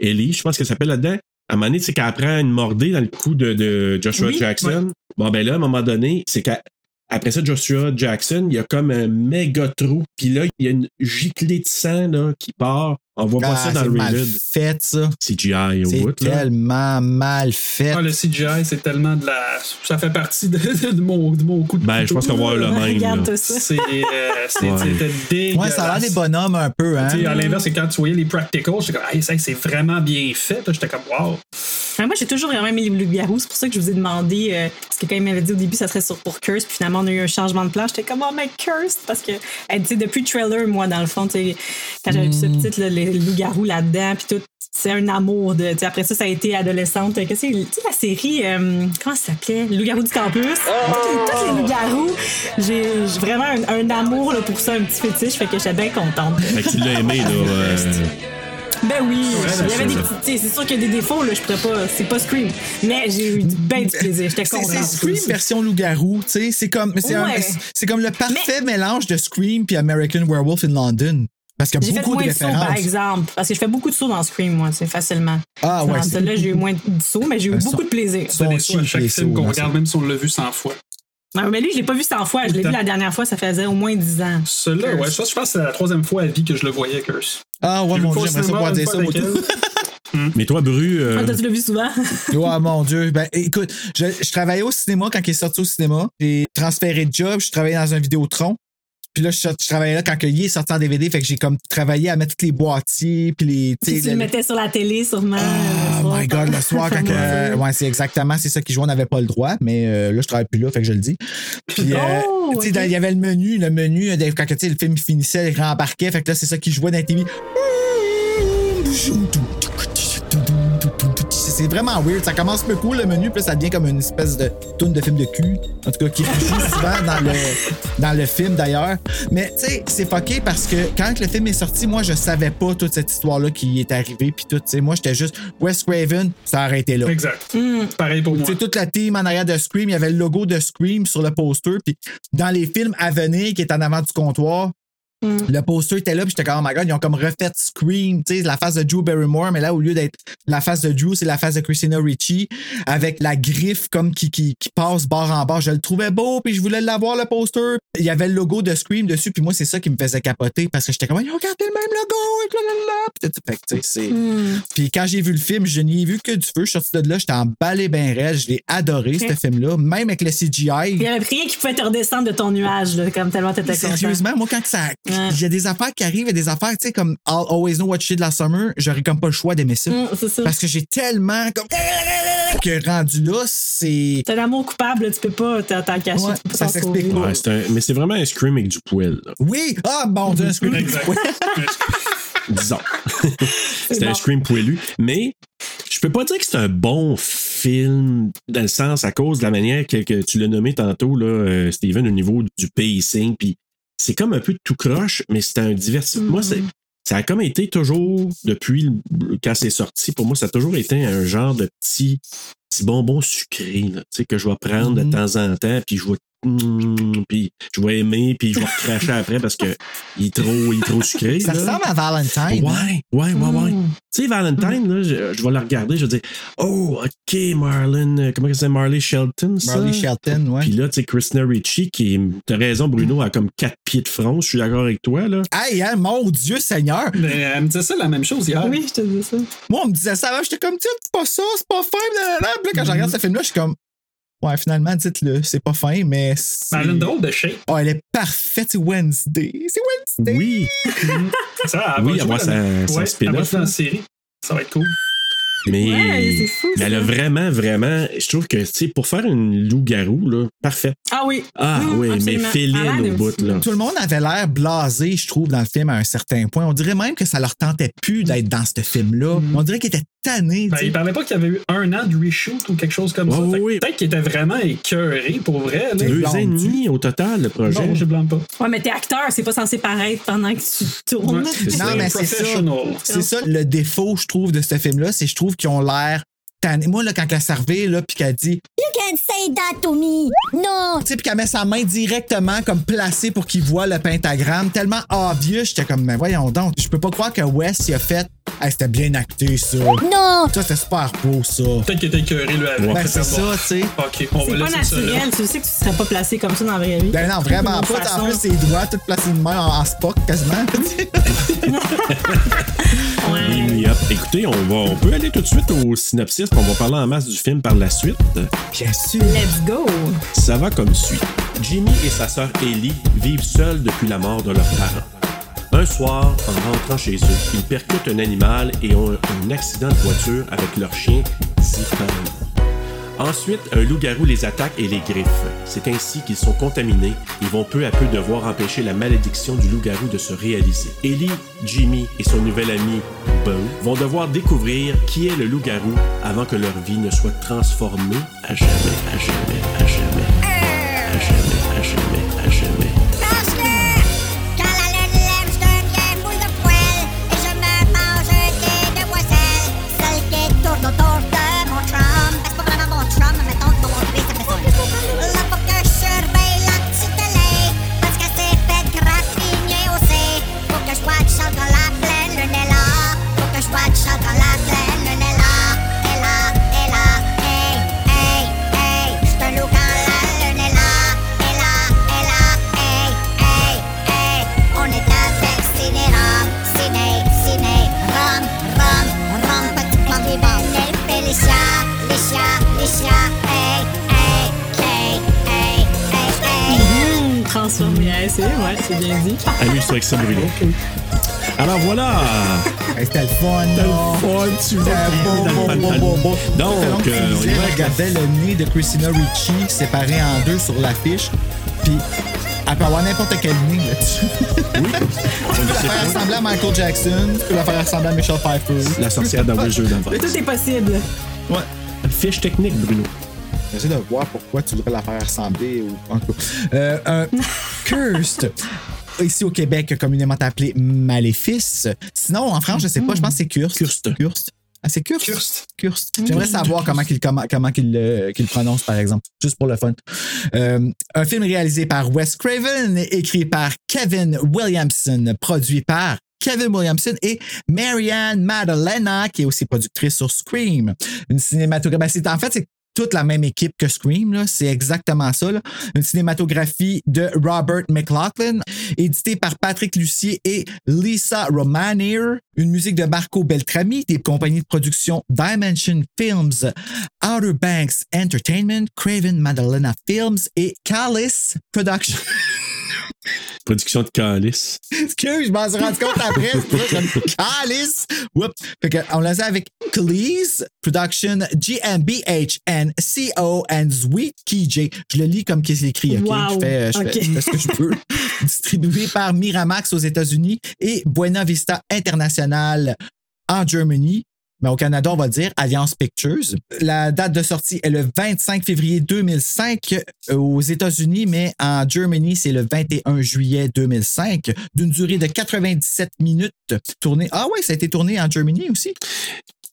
Speaker 3: Ellie, je pense qu'elle s'appelle là-dedans. À un moment donné, c'est qu'elle prend une mordée dans le cou de, de Joshua
Speaker 6: Oui,
Speaker 3: Jackson. Bon, ben là, à un moment donné, c'est qu'après ça, Joshua Jackson, il y a comme un méga trou, puis là, il y a une giclée de sang là, qui part. On voit pas
Speaker 2: Ah,
Speaker 3: ça
Speaker 2: c'est
Speaker 3: dans le
Speaker 2: mal
Speaker 3: Raiders.
Speaker 2: fait, ça.
Speaker 3: CGI au
Speaker 2: C'est
Speaker 3: bout, là.
Speaker 2: tellement mal fait.
Speaker 1: Ah, le CGI, c'est tellement de la. Ça fait partie de, de *laughs* mon, de mon coup de
Speaker 3: Ben, je pense qu'on va avoir le même.
Speaker 6: Regarde
Speaker 3: là.
Speaker 6: ça.
Speaker 1: C'est. euh, c'est-
Speaker 3: Ouais.
Speaker 1: C'était dégueulasse.
Speaker 2: Ouais, ça a l'air des bonhommes un peu, hein?
Speaker 1: Tu sais, à l'inverse, c'est quand tu voyais les practicals, j'étais comme, hey, ça, c'est vraiment bien fait. là. J'étais comme, wow.
Speaker 6: Ouais, moi, j'ai toujours vraiment aimé les loups-garous. C'est pour ça que je vous ai demandé. euh, parce que quand il m'avait dit au début, ça serait sur pour Curse. Puis finalement, on a eu un changement de plan. J'étais comme, oh, mais Curse. Parce que, euh, tu sais, depuis le trailer, moi, dans le fond, tu sais, quand j'avais vu ce petit, là, les loups-garous là-dedans. Puis tout, c'est un amour. de tu sais, Après ça, ça a été adolescente. Qu'est-ce que c'est? Tu sais, la série, euh, comment ça s'appelait? Loups-garous du campus. Tous les- Tous les loups-garous. J'ai j'ai vraiment un, un amour là, pour ça, un petit fétiche. Fait que j'étais bien contente.
Speaker 3: Fait que tu l'as aimé,
Speaker 2: *laughs*
Speaker 3: là. euh,
Speaker 6: Ben oui, il y
Speaker 3: c'est
Speaker 6: avait des
Speaker 3: ça.
Speaker 6: petits. t'sais, C'est sûr qu'il y a des défauts, là, je pourrais pas. C'est pas Scream. Mais j'ai eu du ben du plaisir. J'étais
Speaker 2: C'est-
Speaker 6: contente.
Speaker 2: C'est Scream version loup-garou, tu sais. C'est comme, c'est un-
Speaker 6: Ouais.
Speaker 2: c'est comme le parfait mélange de Scream puis American Werewolf in London. Parce qu'il
Speaker 6: J'ai
Speaker 2: y a
Speaker 6: fait
Speaker 2: beaucoup
Speaker 6: moins
Speaker 2: de
Speaker 6: de sauts, par
Speaker 2: références.
Speaker 6: exemple. Parce que je fais beaucoup de sauts dans Scream, moi, c'est facilement.
Speaker 2: Ah, ouais,
Speaker 6: Dans
Speaker 2: c'est-
Speaker 6: celle-là, j'ai eu moins de sauts, mais j'ai eu
Speaker 2: Elles
Speaker 6: beaucoup
Speaker 2: sont-
Speaker 6: de plaisir.
Speaker 2: sont
Speaker 1: C'est des choses à
Speaker 2: cheap,
Speaker 1: chaque
Speaker 2: les
Speaker 1: film
Speaker 2: sauts,
Speaker 1: qu'on
Speaker 2: dans
Speaker 1: regarde, même si on l'a vu 100 fois.
Speaker 6: Non, Ah, mais lui, je l'ai pas vu 100 fois. Je l'ai vu la dernière fois, ça faisait au moins 10 ans.
Speaker 1: Celui-là, ouais, je pense, je pense que c'est la troisième fois à vie que je le voyais, Curse.
Speaker 2: Ah, ouais,
Speaker 1: J'ai vu le
Speaker 2: mon Dieu,
Speaker 1: fois au
Speaker 2: j'aimerais ça
Speaker 1: cinéma,
Speaker 2: pouvoir
Speaker 1: une
Speaker 2: dire
Speaker 1: fois
Speaker 2: ça, moi,
Speaker 1: avec
Speaker 2: tout.
Speaker 1: elle.
Speaker 3: Mais toi, Bru, euh,
Speaker 6: Ah, toi, tu l'as vu souvent?
Speaker 2: Oh mon Dieu. Ben, écoute, je, je travaillais au cinéma quand il est sorti au cinéma. J'ai transféré de job, je travaillais dans un vidéotron. Puis là, je, suis sorti- je travaillais là quand il est sorti en DVD. Fait que j'ai comme travaillé à mettre tous les boîtiers, puis les. tu sais,
Speaker 6: Puis *laughs* tu le
Speaker 2: le-
Speaker 6: mettais sur la télé, sûrement. le
Speaker 2: Oh
Speaker 6: soir.
Speaker 2: my god, le soir, quand. que- euh, ouais, c'est exactement, c'est ça qui joue, on n'avait pas le droit, mais euh, là, je travaille plus là, fait que je le dis. Puis, euh,
Speaker 6: Oh,
Speaker 2: tu sais,
Speaker 6: ok.
Speaker 2: dans- il y avait le menu, le menu, euh, quand que, tu sais, le film finissait, il rembarquait, fait que là, c'est ça qui jouait dans la TV. C'est vraiment weird. Ça commence peu cool, le menu, puis là, ça devient comme une espèce de tourne de film de cul. En tout cas, qui joue souvent dans le, dans le film, d'ailleurs. Mais, tu sais, c'est fucké parce que quand le film est sorti, moi, je savais pas toute cette histoire-là qui est arrivée, puis tout, tu sais. Moi, j'étais juste, Wes Craven, ça a arrêté *laughs* là.
Speaker 1: Exact.
Speaker 2: Hmm.
Speaker 1: Pareil pour moi.
Speaker 2: Tu sais, toute la team en arrière de Scream, il y avait le logo de Scream sur le poster. Puis dans les films à venir qui est en avant du comptoir, le poster était là. Puis j'étais comme, oh my god, ils ont comme refait Scream, tu sais, la face de Drew Barrymore. Mais là, au lieu d'être la face de Drew, c'est la face de Christina Ricci avec la griffe comme qui, qui, qui passe bord en bord. Je le trouvais beau. Puis je voulais l'avoir, le poster. Il y avait le logo de Scream dessus. Puis moi, c'est ça qui me faisait capoter parce que j'étais comme, ils ont gardé le même logo. Et blablabla. Puis tout- fait que, tu sais, c'est.
Speaker 6: Hmm.
Speaker 2: Puis quand j'ai vu le film, je n'y ai vu que du feu. Je suis sorti de là, j'étais emballé ben raide. Je l'ai adoré, ce film-là, même avec le
Speaker 6: Il
Speaker 2: CGI.
Speaker 6: y avait rien qui pouvait te redescendre de ton nuage, là, comme tellement t'étais content.
Speaker 2: Sérieusement, moi, quand que ça.
Speaker 6: Ouais.
Speaker 2: J'ai des affaires qui arrivent et des affaires, tu sais, comme I'll Always Know What You Did Last Summer, j'aurais comme pas le choix d'aimer ça.
Speaker 6: Hum, c'est ça.
Speaker 2: Parce que j'ai tellement comme. que rendu là, c'est.
Speaker 6: T'as l'amour coupable, tu peux pas t'en t'en cacher.
Speaker 2: Ouais,
Speaker 6: tu peux pas
Speaker 2: ça
Speaker 6: t'en
Speaker 2: s'explique
Speaker 6: sauver.
Speaker 2: pas.
Speaker 3: ouais, c'est un- mais c'est vraiment un scream avec du poil, là,
Speaker 2: Oui! Ah, bon
Speaker 3: Mm.
Speaker 2: Dieu, c'est
Speaker 1: Exact.
Speaker 3: disons. c'est un
Speaker 6: bon.
Speaker 3: scream poilu. Mais je peux pas dire que c'est un bon film dans le sens à cause de la manière que, que tu l'as nommé tantôt, là, euh, Steven, au niveau du pacing. Puis c'est comme un peu tout croche, mais c'est un divertissement. Moi, c'est. Ça a comme été toujours, depuis le- quand c'est sorti, pour moi, ça a toujours été un genre de petit, petit bonbon sucré, là, tu sais, que je vais prendre de
Speaker 2: Mhm.
Speaker 3: temps en temps, puis je vais mm, puis je vais aimer, puis je vais recracher après parce que il est trop, il est trop sucré.
Speaker 2: *laughs* Ça
Speaker 3: là.
Speaker 2: ressemble à Valentine. hein?
Speaker 3: Ouais, ouais, ouais, ouais. Tu sais, Valentine, là, je, je vais la regarder, je vais dire Oh, OK, Marlon, euh, comment ça s'appelle Marley Shelton, ça?
Speaker 2: Marley Shelton, ouais.
Speaker 3: Puis là, tu sais, Christina Ricci, qui est. T'as raison, Bruno, a comme quatre pieds de front, je suis d'accord avec toi, là.
Speaker 2: Hey, hein, mon Dieu Seigneur!
Speaker 1: Mais elle me disait ça la même chose hier.
Speaker 6: Oui, je te dis ça.
Speaker 2: Moi, on me disait ça avant, j'étais comme, tu c'est pas ça, c'est pas fin. blablabla. Puis là, quand je regarde ce film-là, je suis comme, ouais, finalement, dites-le, c'est pas fin, mais. c'est-
Speaker 1: Mais Elle a une drôle de shape.
Speaker 2: Oh, elle est parfaite, c'est Wednesday. C'est Wednesday.
Speaker 3: Oui, Ah
Speaker 1: Ça, elle
Speaker 3: oui,
Speaker 1: va
Speaker 2: Ah.
Speaker 1: jouer
Speaker 3: avoir sa,
Speaker 1: dans-
Speaker 3: sa
Speaker 1: Ouais, elle va
Speaker 3: spin-off.
Speaker 1: jouer dans
Speaker 3: là.
Speaker 1: la série. Ça va être cool.
Speaker 3: Mais,
Speaker 6: Ouais, c'est fou,
Speaker 3: mais elle a
Speaker 6: ça.
Speaker 3: vraiment, vraiment. Je trouve que, tu sais, pour faire une loup-garou, là, parfait.
Speaker 6: Ah oui.
Speaker 3: Ah
Speaker 6: Mm,
Speaker 3: oui, mais
Speaker 6: absolument.
Speaker 3: féline
Speaker 6: Malade
Speaker 3: au bout,
Speaker 6: aussi.
Speaker 3: là.
Speaker 2: Tout le monde avait l'air blasé, je trouve, dans le film à un certain point. On dirait même que ça leur tentait plus d'être dans ce film-là. On dirait qu'ils étaient tannés.
Speaker 1: Ben,
Speaker 2: tu sais.
Speaker 1: il parlait pas qu'il y avait eu un an de reshoot ou quelque chose comme ça.
Speaker 3: Ouais,
Speaker 1: Fait que
Speaker 3: oui.
Speaker 1: Peut-être qu'il était vraiment écœuré pour vrai. Là.
Speaker 3: Deux
Speaker 2: blonde,
Speaker 3: ans et demi au total, le projet.
Speaker 1: Non, je blâme pas.
Speaker 6: Ouais, mais t'es acteur, c'est pas censé paraître pendant que tu tournes.
Speaker 1: Ouais,
Speaker 3: c'est
Speaker 2: Non,
Speaker 3: ça.
Speaker 2: mais c'est ça.
Speaker 1: professional.
Speaker 2: C'est ça le défaut, je trouve, de ce film-là, c'est que je trouve qu'ils ont l'air tannés. Moi, là, quand elle servait, là, puis qu'elle dit,
Speaker 8: You can't say that to me! No!
Speaker 2: tu sais, puis qu'elle met sa main directement comme placée pour qu'il voit le pentagramme, tellement obvious, j'étais comme, mais voyons donc, je peux pas croire que Wes il a fait, hey, c'était bien acté ça.
Speaker 8: No!
Speaker 2: Ça, c'était super beau ça.
Speaker 1: Peut-être qu'il était écœuré le avant.
Speaker 3: Ouais.
Speaker 2: Ben,
Speaker 1: Fait
Speaker 2: c'est
Speaker 1: que bon.
Speaker 2: ça, tu sais.
Speaker 1: Ok, on va
Speaker 6: C'est pas
Speaker 1: laisser ça là.
Speaker 6: naturel. Tu sais que tu serais pas placé comme ça dans la vraie vie.
Speaker 2: Ben non, vraiment
Speaker 6: De toute
Speaker 2: pas. En
Speaker 6: façon.
Speaker 2: plus, ses doigts, tout placés de main en, en Spock,
Speaker 3: *laughs*
Speaker 2: quasiment.
Speaker 6: Ouais.
Speaker 3: Et hop, écoutez, on, va, on peut aller tout de suite au synopsis, puis on va parler en masse du film par la suite.
Speaker 2: Bien sûr.
Speaker 6: Let's go.
Speaker 3: Ça va comme suit. Jimmy et sa sœur Ellie vivent seuls depuis la mort de leurs parents. Un soir, en rentrant chez eux, ils percutent un animal et ont un, un accident de voiture avec leur chien, Zipam. Ensuite, un loup-garou les attaque et les griffe. C'est ainsi qu'ils sont contaminés et vont peu à peu devoir empêcher la malédiction du loup-garou de se réaliser. Ellie, Jimmy et son nouvel ami, Bo, vont devoir découvrir qui est le loup-garou avant que leur vie ne soit transformée à jamais, à jamais, à jamais. À jamais, à jamais, à jamais.
Speaker 9: Quand la lune lève, je deviens boule de poêle et je me mange des demoiselles. Celle qui tourne autour de mon chum. Ben, C'est pas vraiment mon chum, mais mettons que mon cri, ça fait ça. Là, faut que je surveille la petite Ellie, parce qu'elle s'est fait graffiner aussi. Faut que je watch out dans la pleine lune est là. Faut que je watch out dans la pleine lune est là. Est là, est là, hey, hey, hey. J'te loue quand la lune est là. Est là, est là, hey, hey, hey. On est avec Ciné-Ram, Ciné, Ciné, Ram, Ram, Ram. Petit plan vivant, les Félicia, Licia, Licia, hey, hey, hey, hey, hey, hey.
Speaker 6: Hum, Transformé. Ouais, c'est ouais, c'est bien dit.
Speaker 3: Amuse-toi avec ça, Bruno. Alors
Speaker 2: *laughs*
Speaker 3: voilà!
Speaker 2: Hey, C'était le fun, là.
Speaker 3: tu
Speaker 2: C'était bon, bon, bon, bon, bon.
Speaker 3: Donc,
Speaker 2: Donc,
Speaker 3: euh, on y va avec la-
Speaker 2: regardait le nez de Christina Ricci séparé en deux sur l'affiche. Puis, elle peut avoir n'importe quel nez là-dessus.
Speaker 3: On
Speaker 2: Tu
Speaker 3: ne
Speaker 2: peux la
Speaker 3: sait
Speaker 2: faire
Speaker 3: pas.
Speaker 2: ressembler à Michael Jackson, tu peux la faire ressembler à Michelle Pfeiffer.
Speaker 3: La sorcière dans le jeu d'avant.
Speaker 6: Tout est possible.
Speaker 3: Fiche technique, Bruno.
Speaker 2: J'essaie de voir pourquoi tu voudrais la faire ressembler. Ou... En tout cas, euh, un cursed. Ici au Québec, communément appelé maléfice. Sinon, en France, je sais pas, je pense que c'est cursed.
Speaker 3: Cursed.
Speaker 2: Cursed. Ah, c'est cursed.
Speaker 1: Cursed.
Speaker 2: Cursed. J'aimerais savoir comment qu'il comment, comment qu'il le- qu'il le prononce, par exemple, juste pour le fun. Euh, un film réalisé par Wes Craven, écrit par Kevin Williamson, produit par Kevin Williamson et Marianne Madalena, qui est aussi productrice sur Scream. Une cinématographie. ben, c'est- en fait, c'est toute la même équipe que Scream, là. c'est exactement ça. là. Une cinématographie de Robert McLaughlin, édité par Patrick Lucier et Lisa Romanier. Une musique de Marco Beltrami, des compagnies de production Dimension Films, Outer Banks Entertainment, Craven Madalena Films et Calis Productions.
Speaker 3: Production de Calice.
Speaker 2: Excuse, je m'en suis rendu compte après. c'est pour ça que je- Calice! Oups. Fait que, on l'a fait avec Cleese, Production GmbH and CO and Zwiki J. Je le lis comme qu'il est écrit, OK?
Speaker 6: Wow.
Speaker 2: Je, fais, je, fais-
Speaker 6: OK.
Speaker 2: je fais ce que je
Speaker 6: *laughs*
Speaker 2: peux. Distribué par Miramax aux États-Unis et Buena Vista International en Germany. Mais au Canada, on va dire Alliance Pictures. La date de sortie est le 25 février 2005 euh, aux États-Unis, mais en Germany, c'est le 21 juillet 2005, d'une durée de 97 minutes tournée. Ah ouais, ça a été tourné en Germany aussi.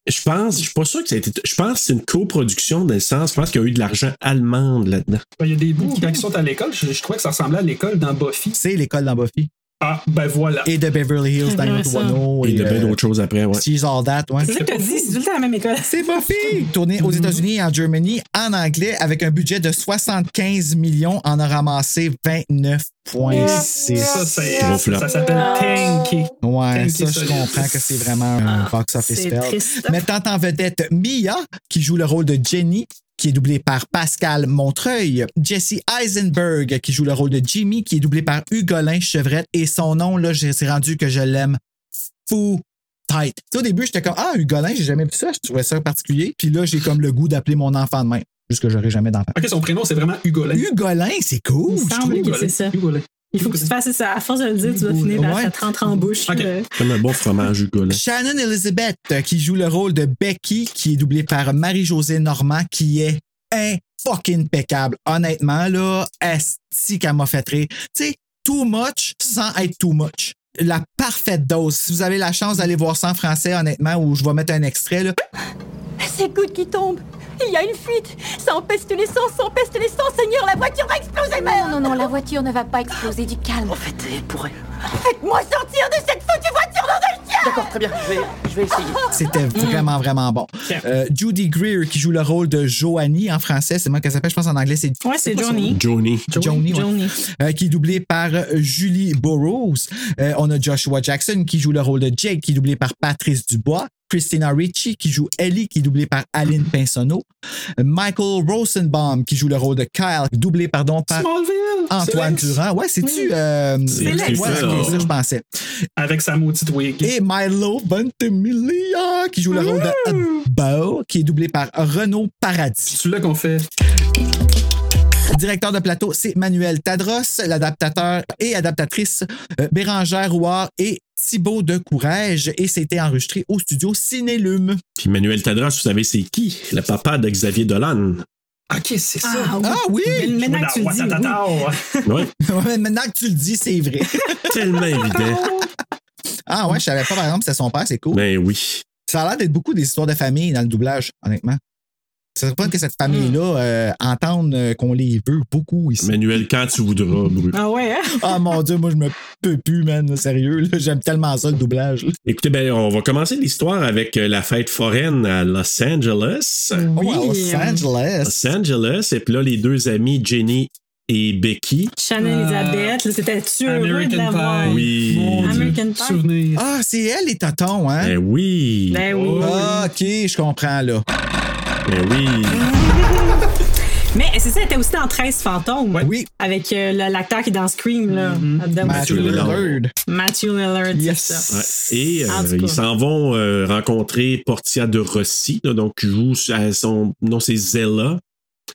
Speaker 3: Je pense, je suis pas sûr que ça a été. Je pense que c'est une coproduction dans le sens, je pense qu'il y a eu de l'argent allemande là-dedans.
Speaker 1: Ben, Il y a des bouts quand ils sont à l'école, je, je trouvais que ça ressemblait à l'école dans Buffy.
Speaker 2: C'est l'école dans Buffy.
Speaker 1: Ah, ben voilà.
Speaker 2: Et de Beverly Hills dans
Speaker 6: Ah, ouais,
Speaker 2: Otoano.
Speaker 3: Et il y a bien
Speaker 2: euh,
Speaker 3: d'autres choses après, ouais.
Speaker 2: She's All That, ouais.
Speaker 6: C'est ça que t'as dit, c'est tout le temps la même école.
Speaker 2: C'est Buffy! Tourné aux États-Unis et en Germany en anglais avec un budget de 75 millions, en a ramassé 29,6.
Speaker 1: Ça, c'est-
Speaker 3: Gros flop.
Speaker 1: ça s'appelle Tanky.
Speaker 2: Ouais, ça,
Speaker 1: Tanky
Speaker 2: je
Speaker 1: solide.
Speaker 2: comprends que c'est vraiment un box-office
Speaker 6: C'est
Speaker 2: fail.
Speaker 6: triste.
Speaker 2: Mettant en vedette Mia, qui joue le rôle de Jenny, qui est doublée par Pascal Montreuil, Jesse Eisenberg, qui joue le rôle de Jimmy, qui est doublé par Hugolin Chevrette, et son nom, là, j'ai- c'est rendu que je l'aime fou tête. Tu sais, au début, j'étais comme, ah, Hugolin, j'ai jamais vu ça, je trouvais ça particulier. Puis là, j'ai comme le goût d'appeler mon enfant de même, juste que j'aurai jamais d'enfant.
Speaker 1: Ok, son prénom, c'est vraiment Hugolin.
Speaker 2: Hugolin, c'est cool.
Speaker 6: Il me
Speaker 2: je
Speaker 6: semble
Speaker 2: trouve.
Speaker 6: que c'est ça.
Speaker 1: Hugolin.
Speaker 6: Il faut que tu fasses ça. À force de le dire, tu vas finir par
Speaker 2: Ouais.
Speaker 6: ça te rentre en bouche.
Speaker 1: Ok.
Speaker 6: euh,
Speaker 3: Comme un bon fromage Hugolin.
Speaker 2: Shannon Elizabeth, euh, qui joue le rôle de Becky, qui est doublée par Marie-Josée Normand, qui est un fucking impeccable. Honnêtement, là, esti qu'elle m'a fait rire. Tu sais, too much sans être too much. La parfaite dose. Si vous avez la chance d'aller voir ça en français, honnêtement, où je vais mettre un extrait, là.
Speaker 9: Ces gouttes qui tombent. Il y a une fuite. Ça empeste l'essence, ça empeste l'essence. Seigneur, la voiture va exploser.
Speaker 5: Non, non, non, la voiture ne va pas exploser, du calme.
Speaker 10: En fait, elle pourrait.
Speaker 9: Faites-moi sortir de cette foutue voiture dans le
Speaker 10: D'accord, très bien, je vais, je vais essayer.
Speaker 2: C'était vraiment, vraiment bon. Euh, Judy Greer, qui joue le rôle de Joanie en français, c'est moi qu'elle s'appelle, je pense en anglais, c'est
Speaker 6: Ouais, c'est Johnny.
Speaker 3: Johnny.
Speaker 2: Joanie. ouais.
Speaker 6: Johnny.
Speaker 2: Euh, qui est doublé par euh, Julie Burroughs. Euh, on a Joshua Jackson qui joue le rôle de Jake, qui est doublé par Patrice Dubois. Christina Ricci qui joue Ellie, qui est doublée par Aline Pinsonneau. Euh, Michael Rosenbaum qui joue le rôle de Kyle, doublé pardon par
Speaker 1: Smallville.
Speaker 2: Antoine
Speaker 1: c'est Lex,
Speaker 2: Durand. Ouais, c'est-tu... euh,
Speaker 3: C'est
Speaker 2: ouais,
Speaker 3: Lex.
Speaker 2: c'est
Speaker 3: Oh.
Speaker 2: ça, je pensais.
Speaker 1: Avec sa maudite wig.
Speaker 2: Et Milo Ventimiglia qui joue le rôle de Bao, qui est doublé par Renaud Paradis.
Speaker 1: Celui-là qu'on fait.
Speaker 2: Le directeur de plateau, c'est Manuel Tadros, l'adaptateur et adaptatrice euh, Bérangère Rouard et Thibaut de Courage. Et c'était enregistré au studio Cinélume.
Speaker 3: Puis Manuel Tadras, vous savez, c'est qui? Le papa de Xavier Dolan.
Speaker 1: Ok, c'est ça.
Speaker 6: Ah,
Speaker 2: Ah oui!
Speaker 6: oui. Mais Maintenant que tu le dis, oui.
Speaker 3: Ouais,
Speaker 2: *laughs* Ouais, Maintenant que tu le dis, c'est vrai.
Speaker 3: *laughs* tellement évident.
Speaker 2: Ah ouais, je savais pas, par exemple, c'est son père, c'est cool.
Speaker 3: Ben oui.
Speaker 2: Ça a l'air d'être beaucoup des histoires de famille dans le doublage, honnêtement. Ça serait pas que cette famille-là euh, entende euh, qu'on les veut beaucoup ici.
Speaker 3: Manuel, quand tu voudras, Bru.
Speaker 6: Ah ouais, hein?
Speaker 2: Ah mon dieu, moi je me peux plus, man, sérieux. là. J'aime tellement ça le doublage. là.
Speaker 3: Écoutez, ben, on va commencer l'histoire avec euh, la fête foraine à Los Angeles.
Speaker 2: Oh, à Los Angeles.
Speaker 3: Los Angeles, et puis là, les deux amis, Jenny et Becky.
Speaker 6: Shannon Elizabeth, là, c'était-tu heureux de
Speaker 1: American
Speaker 6: la voir?
Speaker 1: Pie.
Speaker 3: Oui.
Speaker 1: Mon Dieu.
Speaker 6: American Pie.
Speaker 1: Souvenir.
Speaker 2: Ah, c'est elle les tontons, hein?
Speaker 3: Ben oui.
Speaker 6: Ben oui.
Speaker 2: Ah, ok, je comprends là.
Speaker 3: Ben oui.
Speaker 6: Mais c'est ça, elle était aussi dans 13 fantômes.
Speaker 2: Oui.
Speaker 6: Avec euh, le- l'acteur qui est dans Scream, là. Adam
Speaker 2: Matthew Lillard.
Speaker 6: Matthew Lillard, c'est ça.
Speaker 2: Yes.
Speaker 3: Ouais. Et euh,
Speaker 6: En tout cas.
Speaker 3: ils s'en vont euh, rencontrer Portia de Rossi, là, donc qui joue à son nom, c'est Zella,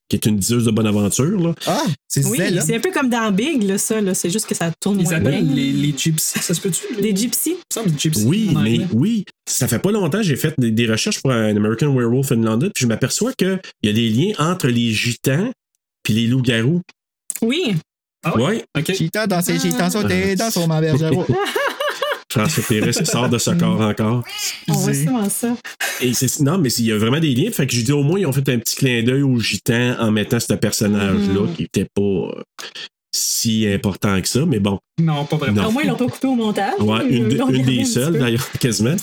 Speaker 3: qui est une diseuse de bonne aventure. Là.
Speaker 2: Ah, c'est
Speaker 6: Oui,
Speaker 2: elle, là.
Speaker 6: c'est un peu comme dans Big, là, ça. Là. C'est juste que ça tourne
Speaker 1: Ils
Speaker 6: moins bien.
Speaker 1: appellent les, les gypsies, ça se peut-tu?
Speaker 6: Des
Speaker 1: Il
Speaker 6: gypsies.
Speaker 1: me semble des gypsies.
Speaker 3: Oui,
Speaker 1: en
Speaker 3: mais
Speaker 1: anglais.
Speaker 3: oui, ça fait pas longtemps, j'ai fait des, des recherches pour euh, un American Werewolf in London, puis je m'aperçois qu'il y a des liens entre les gitans puis les loups-garous.
Speaker 6: Oui.
Speaker 1: Ah ouais?
Speaker 3: ouais.
Speaker 1: Ok.
Speaker 2: Cheetah dans ses cheetahs sautés dans son bergeron.
Speaker 3: François Pérez sort de ce corps encore.
Speaker 6: On voit souvent ça.
Speaker 3: Et c'est, non, mais il y a vraiment des liens. Fait que je dis au moins, ils ont fait un petit clin d'œil aux gitans en mettant ce personnage-là
Speaker 6: Mm-hmm.
Speaker 3: qui était pas euh, si important que ça, mais bon.
Speaker 1: Non, pas vraiment.
Speaker 3: Non.
Speaker 6: Au moins, ils l'ont pas coupé au montage.
Speaker 3: Ouais,
Speaker 6: Ils *laughs*
Speaker 3: une, de-
Speaker 6: l'ont
Speaker 3: une
Speaker 6: gardé un
Speaker 3: des
Speaker 6: petit
Speaker 3: seules,
Speaker 6: peu.
Speaker 3: d'ailleurs, quasiment.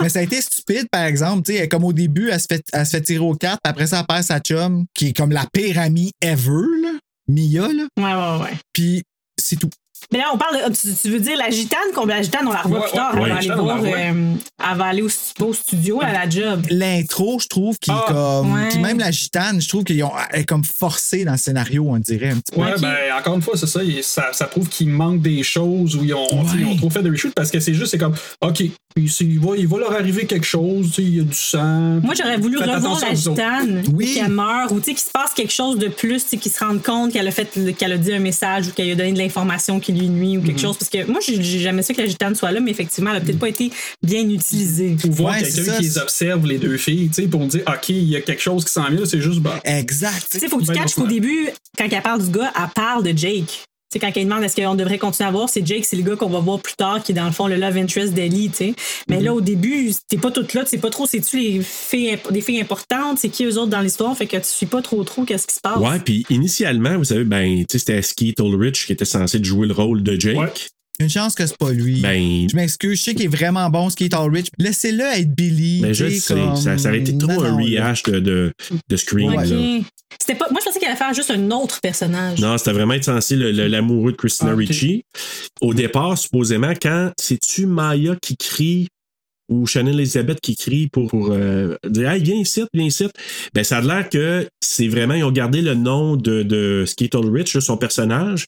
Speaker 2: Mais ça a été stupide, par exemple. tu sais, comme au début, elle se fait, elle se fait tirer aux cartes, puis après ça, elle perd sa chum, qui est comme la pire amie ever, là. Mia, là.
Speaker 6: Ouais, ouais, ouais.
Speaker 2: Puis c'est tout.
Speaker 6: Mais là, on parle. de- tu, tu veux dire la gitane? qu'on- La gitane, on la revoit
Speaker 1: Ouais,
Speaker 6: plus tard.
Speaker 1: ouais,
Speaker 6: elle,
Speaker 1: ouais,
Speaker 6: va
Speaker 1: la
Speaker 6: aller
Speaker 1: gitane, on la
Speaker 6: voir,
Speaker 1: revoit.
Speaker 6: euh, elle va aller au, au studio, à la job.
Speaker 2: L'intro, je trouve, qui est
Speaker 1: Ah,
Speaker 2: comme.
Speaker 6: ouais.
Speaker 2: Puis même la gitane, je trouve qu'ils ont elle est comme forcé dans le scénario, on dirait, un petit peu.
Speaker 1: Ouais,
Speaker 6: Ok.
Speaker 1: ben, encore une fois, c'est ça, il- ça. Ça prouve qu'il manque des choses où ils ont, tu sais, ils ont trop fait de reshoot parce que c'est juste, c'est comme, OK, il, c'est- il va, il va leur arriver quelque chose, tu sais, il y a du sang.
Speaker 6: Moi, j'aurais voulu
Speaker 1: Faites
Speaker 6: revoir
Speaker 1: attention
Speaker 6: la
Speaker 1: aux autres.
Speaker 6: gitane,
Speaker 2: Oui.
Speaker 6: qu'elle meurt, ou tu sais, qu'il se passe quelque chose de plus, tu sais, qu'il se rende compte qu'elle a fait, qu'elle a dit un message ou qu'elle a donné de l'information qui lui nuit ou quelque chose. Parce que moi, j'ai j'ai jamais ça que la gitane soit là, mais effectivement, elle a peut-être pas été bien utilisée.
Speaker 1: Ou voir
Speaker 2: Ouais, c'est
Speaker 1: quelqu'un
Speaker 2: ça,
Speaker 1: qui
Speaker 2: c'est-
Speaker 1: les observe, les deux filles, tu sais, pour dire, OK, il y a quelque chose qui s'en vient, là, c'est juste, bah.
Speaker 2: Exact.
Speaker 6: Tu sais, faut que tu
Speaker 1: Ben,
Speaker 6: catches
Speaker 1: bon
Speaker 6: qu'au début, quand elle parle du gars, elle parle de Jake. Tu sais, quand elle demande est-ce qu'on devrait continuer à voir, c'est Jake, c'est le gars qu'on va voir plus tard, qui est dans le fond le love interest d'Ellie, tu sais. Mais là, au début, t'es pas toute là, tu sais pas trop, c'est-tu les filles, imp- des filles importantes, c'est qui eux autres dans l'histoire, fait que tu suis pas trop trop qu'est-ce qui se passe.
Speaker 3: Ouais, puis initialement, vous savez, ben, tu sais, c'était Skeet Ulrich qui était censé jouer le rôle de Jake.
Speaker 1: Ouais.
Speaker 2: Une chance que c'est pas lui.
Speaker 3: Ben,
Speaker 2: Je m'excuse, je sais qu'il est vraiment bon, ce qui est Rich. Laissez-le être Billy.
Speaker 3: ben, je
Speaker 2: tu
Speaker 3: le
Speaker 2: sais,
Speaker 3: sais,
Speaker 2: comme-
Speaker 3: ça, ça aurait été trop
Speaker 2: Non,
Speaker 3: un
Speaker 2: non,
Speaker 3: rehash de, de, de Scream.
Speaker 6: Ok.
Speaker 3: là.
Speaker 6: C'était pas. Moi, je pensais qu'elle allait faire juste un autre personnage.
Speaker 3: Non, c'était vraiment être censé le- le- l'amoureux de Christina
Speaker 1: Ah, ok.
Speaker 3: Ricci. Au départ, supposément, quand c'est-tu Maya qui crie ou Shannon Elizabeth qui crie pour, pour, euh, dire Hey, viens ici, viens ici. Ben, ça a l'air que c'est vraiment, ils ont gardé le nom de, de Skeet Ulrich, son personnage,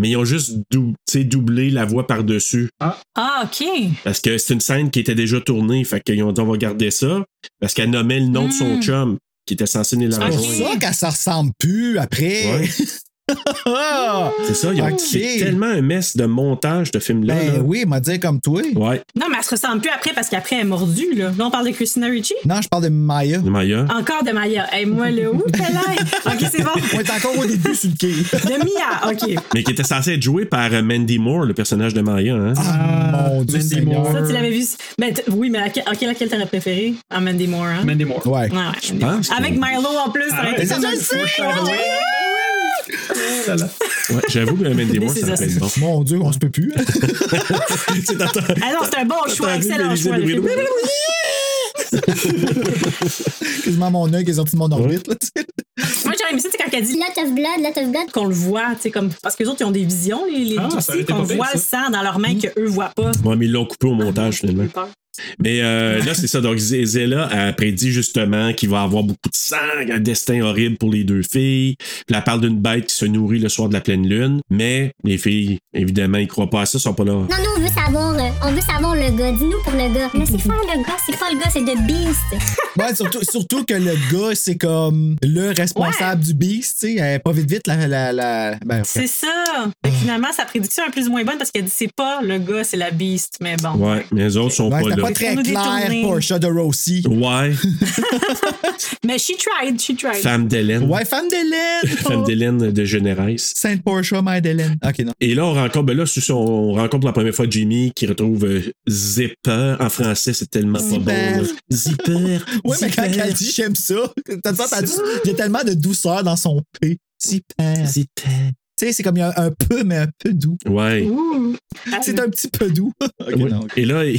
Speaker 3: mais ils ont juste dou- tu sais, doublé la voix par-dessus.
Speaker 1: Ah.
Speaker 6: Ah, OK.
Speaker 3: Parce que c'est une scène qui était déjà tournée, fait qu'ils ont dit on va garder ça, parce qu'elle nommait le nom de son
Speaker 1: Hmm.
Speaker 6: Mm.
Speaker 3: chum, qui était censé venir la
Speaker 6: Ok.
Speaker 2: pour
Speaker 3: rejoindre.
Speaker 2: ça qu'elle se ressemble plus après. *laughs* Ah!
Speaker 3: Ouais. C'est ça, ils ont
Speaker 2: Ok.
Speaker 3: c'est tellement un mess de montage de film-là.
Speaker 2: ben
Speaker 3: là.
Speaker 2: oui, m'a dit comme toi.
Speaker 3: Ouais,
Speaker 6: Non, mais elle se ressemble plus après parce qu'après, elle est mordue. Là, Là, on parle de Christina Ricci.
Speaker 2: Non, je parle de Maya.
Speaker 3: Maya.
Speaker 6: Encore de Maya. Et moi, le où, OK, c'est bon.
Speaker 2: On est encore au début sur le
Speaker 3: *laughs*
Speaker 2: quai.
Speaker 6: De Mia. OK.
Speaker 3: Mais qui était censé être joué par euh, Mandy Moore, le personnage de Maya. Hein?
Speaker 2: Ah, mon Dieu,
Speaker 1: Mandy
Speaker 2: Seigneur.
Speaker 1: Moore.
Speaker 6: Ça, tu l'avais vu. Mais t- oui, mais laquelle, ok, laquelle t'aurais préféré? Ah, Mandy Moore, hein?
Speaker 1: Mandy Moore.
Speaker 2: Ouais.
Speaker 6: Ouais, ouais, Mandy
Speaker 3: pense
Speaker 6: Moore. Avec
Speaker 3: que-
Speaker 6: Milo en plus, ça aurait été
Speaker 1: Arrête,
Speaker 6: ça.
Speaker 2: je
Speaker 1: c'est
Speaker 2: le sais,
Speaker 1: foreshadowing. Oh là là.
Speaker 3: Ouais, J'avoue que Mandy Moore,
Speaker 6: This
Speaker 3: ça
Speaker 6: is
Speaker 3: rappelle
Speaker 6: us.
Speaker 3: bon.
Speaker 2: Mon Dieu, on se peut plus. hein.
Speaker 3: *laughs* C'est
Speaker 6: Ah non, c'est un bon choix, excellent choix. le film.
Speaker 2: Quasiment mon œil qui est sorti de mon orbite. Là, tu sais.
Speaker 6: Moi, j'aurais aimé ça, c'est quand elle dit
Speaker 8: Lot of blood, lot of blood.
Speaker 6: qu'on le voit, tu sais, comme. Parce que les autres, ils ont des visions, les, les
Speaker 1: Ah, ça aurait
Speaker 6: gypsies,
Speaker 1: été
Speaker 6: qu'on
Speaker 1: pas pire,
Speaker 6: voit le sang dans leurs mains qu'eux voient pas.
Speaker 3: Ouais, mais ils l'ont coupé au montage, finalement.
Speaker 6: J'ai peur.
Speaker 3: Mais euh, là, c'est ça. Donc, Z- Zella a prédit justement qu'il va avoir beaucoup de sang, un destin horrible pour les deux filles. Puis, elle parle d'une bête qui se nourrit le soir de la pleine lune. Mais les filles, évidemment, ils croient pas à ça, sont pas là.
Speaker 8: Non, non, on veut savoir, euh, on veut savoir le gars. Dis-nous pour le gars. Mais c'est pas le gars, c'est pas le gars, c'est de Beast.
Speaker 2: Ouais, surtout, surtout que le gars, c'est comme le responsable du beast. tu sais. Elle est Pas vite, vite, la. la, la- ben,
Speaker 6: C'est ça. Fait que finalement, sa prédiction est plus ou moins bonne parce qu'elle dit c'est pas le gars, c'est la beast. Mais bon.
Speaker 3: Ouais, mais les autres sont
Speaker 2: ouais,
Speaker 3: pas
Speaker 2: c'était
Speaker 3: là.
Speaker 2: pas très
Speaker 6: Pour nous
Speaker 2: clair,
Speaker 6: détourner.
Speaker 2: Porsche de Rossi.
Speaker 3: Ouais,
Speaker 6: Mais she tried, she tried.
Speaker 3: femme d'Hélène.
Speaker 2: Ouais, femme d'Hélène!
Speaker 3: Mm. *laughs*
Speaker 2: oh.
Speaker 3: Femme d'Hélène de Généresse.
Speaker 2: Sainte Porsche, mère d'Hélène. Ok, non.
Speaker 3: Et là, on rencontre, ben là, c'est ça, on rencontre la première fois Jimmy qui retrouve euh, Zipper. En français, c'est tellement pas bon.
Speaker 2: Zipper.
Speaker 3: là. Zipper.
Speaker 2: *laughs* Ouais, mais quand
Speaker 3: Zipper.
Speaker 2: elle dit j'aime ça, t'as dit, t'as dit- il y a tellement de douceur dans son P. Super. Tu
Speaker 3: Zipper.
Speaker 2: sais, c'est comme il y a un peu, mais un peu doux.
Speaker 3: Ouais.
Speaker 6: Ouh.
Speaker 2: C'est un petit peu doux. *laughs* Ok,
Speaker 3: Oui.
Speaker 2: non, ok.
Speaker 3: Et là, *laughs* il-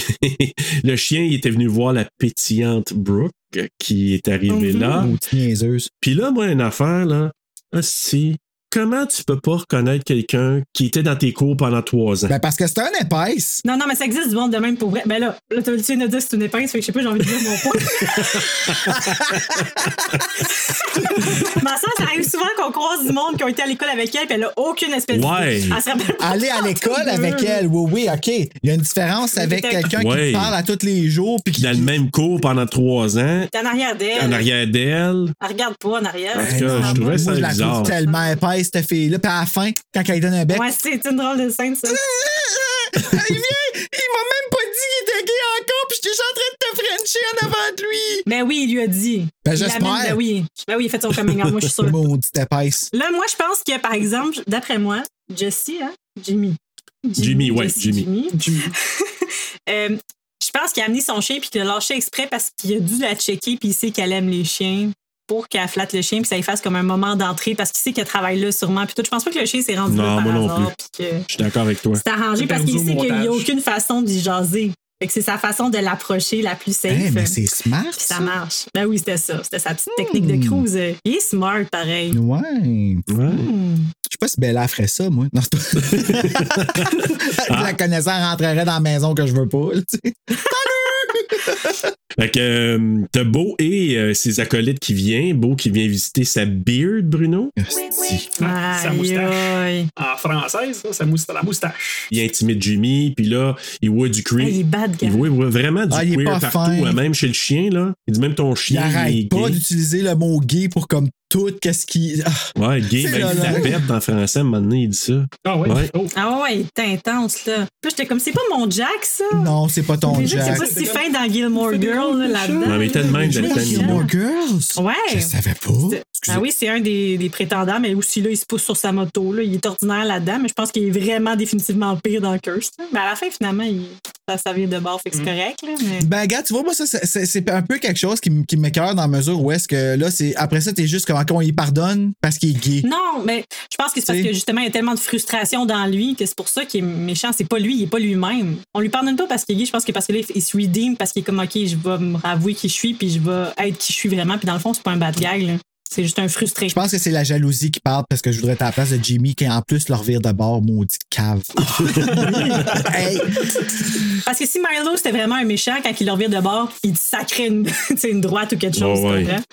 Speaker 3: le chien, il était venu voir la pétillante Brooke qui est arrivée
Speaker 6: Mhm.
Speaker 3: là.
Speaker 2: Oh, petite niaiseuse.
Speaker 3: Puis là, moi, une affaire, là, Ah, si, comment tu peux pas reconnaître quelqu'un qui était dans tes cours pendant trois ans?
Speaker 2: Ben, parce que c'est un épaisse.
Speaker 6: Non, non, mais ça existe du monde de même pour vrai. Ben là, là t'as- tu viens de dire que c'est une épingle, fait que je sais pas, j'ai envie de dire
Speaker 3: *laughs*
Speaker 6: mon point. mais ça, ça arrive souvent qu'on croise du monde qui ont été à l'école avec elle, puis elle a aucune espèce
Speaker 3: Ouais.
Speaker 6: d'idée. Elle se rappelle pas.
Speaker 2: Aller à l'école avec elle, oui, oui, ok. Il y a une différence avec quelqu'un
Speaker 3: Ouais.
Speaker 2: qui te parle à tous les jours. Puis qui...
Speaker 3: Dans le même cours pendant trois ans,
Speaker 6: T'es en arrière d'elle.
Speaker 2: Eh.
Speaker 3: en arrière d'elle.
Speaker 6: Elle regarde pas en arrière.
Speaker 3: En tout cas, je trouvais ça
Speaker 2: Ben, Moi, je la
Speaker 3: bizarre.
Speaker 2: trouve tellement épaisse, cette fille-là. Puis à la fin, quand elle donne un bec.
Speaker 6: Ouais, c'est une drôle de scène,
Speaker 2: Euh,
Speaker 6: ça.
Speaker 2: il vient, euh. il m'a même pas dit qu'il était gay encore, puis j'étais déjà en train de te frencher en avant de lui.
Speaker 6: Ben oui, il lui a dit.
Speaker 2: Ben,
Speaker 6: Il
Speaker 2: j'espère.
Speaker 6: l'amène, Ben oui. Ben oui, il fait son coming out, moi, je suis sûre.
Speaker 2: Maudite épaisse.
Speaker 6: Là, moi, je pense que, par exemple, d'après moi, Jessie, hein, Jimmy.
Speaker 3: Jimmy, ouais,
Speaker 6: Jessie,
Speaker 3: Jimmy.
Speaker 6: Euh, je pense qu'il a amené son chien puis qu'il l'a lâché exprès parce qu'il a dû la checker puis il sait qu'elle aime les chiens pour qu'elle flatte le chien puis ça lui fasse comme un moment d'entrée parce qu'il sait qu'elle travaille là sûrement puis tout. Je pense pas que le chien s'est rendu
Speaker 3: Non,
Speaker 6: là par
Speaker 3: moi non
Speaker 6: hasard
Speaker 3: plus.
Speaker 6: puis que
Speaker 3: Je suis d'accord avec toi.
Speaker 6: c'est arrangé
Speaker 1: C'est
Speaker 6: parce
Speaker 1: perdu
Speaker 6: qu'il
Speaker 1: au
Speaker 6: sait qu'il n'y a
Speaker 1: montage.
Speaker 6: aucune façon d'y jaser. Fait que c'est sa façon de l'approcher la plus safe.
Speaker 3: Eh,
Speaker 6: euh, hein.
Speaker 2: Hey, mais
Speaker 6: Puis
Speaker 2: c'est smart.
Speaker 6: ça
Speaker 2: Ça.
Speaker 6: marche. Ben oui, c'était ça. C'était sa petite
Speaker 3: Hmm.
Speaker 6: technique de cruise. Euh, Il est smart, pareil.
Speaker 2: Ouais.
Speaker 3: Ouais.
Speaker 6: Hmm.
Speaker 2: Je sais pas si Bella ferait ça, moi. Non, c'est *laughs* pas.
Speaker 3: Ah.
Speaker 2: La connaissant rentrerait dans la maison que je veux pas. là, tu sais.
Speaker 3: Fait que euh, t'as Beau et euh, ses acolytes qui viennent. Beau qui vient visiter sa beard, Bruno.
Speaker 2: Hostie.
Speaker 1: Ah, Sa
Speaker 6: Aïe,
Speaker 1: moustache.
Speaker 6: aïe.
Speaker 1: En française, ça, sa moustache, la moustache.
Speaker 3: Il intimide Jimmy. Puis là, il voit du creep.
Speaker 6: Hey, Ah, il est bad, gars.
Speaker 3: Il voit, il voit vraiment du
Speaker 2: Ah, il est
Speaker 3: queer
Speaker 2: pas
Speaker 3: partout,
Speaker 2: fin.
Speaker 3: hein, même chez le chien, là. Il dit même ton
Speaker 2: Il
Speaker 3: chien, il est
Speaker 2: arrête
Speaker 3: gay.
Speaker 2: pas d'utiliser le mot gay pour comme tout, qu'est-ce qui. Ah,
Speaker 3: Ouais, gay,
Speaker 2: C'est
Speaker 3: même
Speaker 2: là,
Speaker 3: la
Speaker 2: là.
Speaker 3: perte en français, à un moment donné, il dit ça.
Speaker 1: Ah ouais?
Speaker 3: Ouais.
Speaker 1: Oh.
Speaker 6: Ah ouais, il était intense, là. Puis j'étais comme, c'est pas mon Jack, ça.
Speaker 2: non, c'est pas ton
Speaker 6: Déjà que c'est
Speaker 2: Jack.
Speaker 6: pas si fin dans Gilmore Girl, là, là-dedans.
Speaker 3: Non, mais tellement
Speaker 2: Il
Speaker 3: de
Speaker 2: jouait dans
Speaker 3: tellement.
Speaker 2: Gilmore Girls.
Speaker 6: Ouais.
Speaker 2: Je savais pas.
Speaker 6: Ah oui, c'est un des, des prétendants, mais aussi là, il se pousse sur sa moto. Là. Il est ordinaire là-dedans, mais je pense qu'il est vraiment définitivement pire dans Curse. là. Mais à la fin, finalement, il... ça, ça vient de bord, fait que c'est
Speaker 2: Mm.
Speaker 6: correct. Là, mais...
Speaker 2: Ben, gars, tu vois, moi, ça, c'est- c'est c'est un peu quelque chose qui, m- qui m'écœure dans la mesure où est-ce que là, c'est après ça, t'es juste comme quand on y pardonne parce qu'il est gay.
Speaker 6: Non, mais je pense que c'est parce
Speaker 2: Tu sais.
Speaker 6: que justement, il y a tellement de frustration dans lui que c'est pour ça qu'il est méchant. C'est pas lui, il est pas lui-même. On lui pardonne pas parce qu'il est gay, je pense que parce que là, il se redeem, parce qu'il est comme, OK, je vais me ravouer qui je suis, puis je vais être qui je suis vraiment. Puis dans le fond, c'est pas un bad guy, là. C'est juste un frustré.
Speaker 2: Je pense que c'est la jalousie qui parle parce que je voudrais être à la place de Jimmy qui, en plus, leur vire de bord, maudit cave. Hey,
Speaker 6: Parce que si Milo, c'était vraiment un méchant, quand il le revient de bord, il dit sacré une, *laughs* tu sais, une droite ou quelque chose.
Speaker 3: Ouais, ouais.
Speaker 6: tu comprends?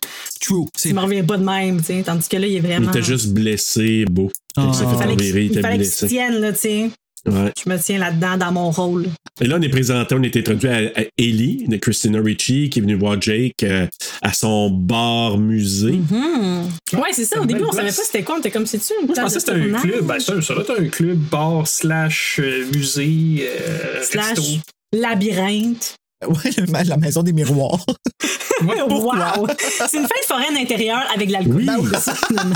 Speaker 2: true. C'est
Speaker 6: Il me revient pas de même, tu sais. Tandis que là, il est
Speaker 3: Il
Speaker 6: vraiment.
Speaker 3: était juste blessé, beau.
Speaker 2: Ah.
Speaker 3: Fait que ça fait
Speaker 6: Il Ah. fallait
Speaker 3: revirer,
Speaker 6: qu'il- il
Speaker 3: t'as
Speaker 6: fallait
Speaker 3: vu
Speaker 6: qu'il
Speaker 3: ça.
Speaker 6: se tienne, là, tu sais.
Speaker 3: Ouais.
Speaker 6: Je me tiens là-dedans, dans mon rôle.
Speaker 3: Et là, on est présenté, on est introduit à, à Ellie de Christina Ricci qui est venue voir Jake euh, à son bar musée.
Speaker 6: Hmm. Ouais, c'est ça. Au
Speaker 1: une
Speaker 6: début,
Speaker 1: belle
Speaker 6: on savait
Speaker 1: place.
Speaker 6: pas c'était quoi. On était comme, c'est-tu une
Speaker 1: Moi, je
Speaker 6: place
Speaker 1: pensais que
Speaker 6: de
Speaker 1: c'était Ah, un
Speaker 6: tournage?
Speaker 1: club. Ben, ça, ça doit être un club bar slash euh, musée. euh,
Speaker 6: Slash
Speaker 1: resto.
Speaker 6: labyrinthe.
Speaker 2: Ouais, le ma- la maison des miroirs. *laughs*
Speaker 6: *laughs*
Speaker 2: Pourquoi?
Speaker 6: Wow! C'est une fête foraine intérieure avec l'alcool.
Speaker 3: Oui.
Speaker 6: Ben ça, finalement.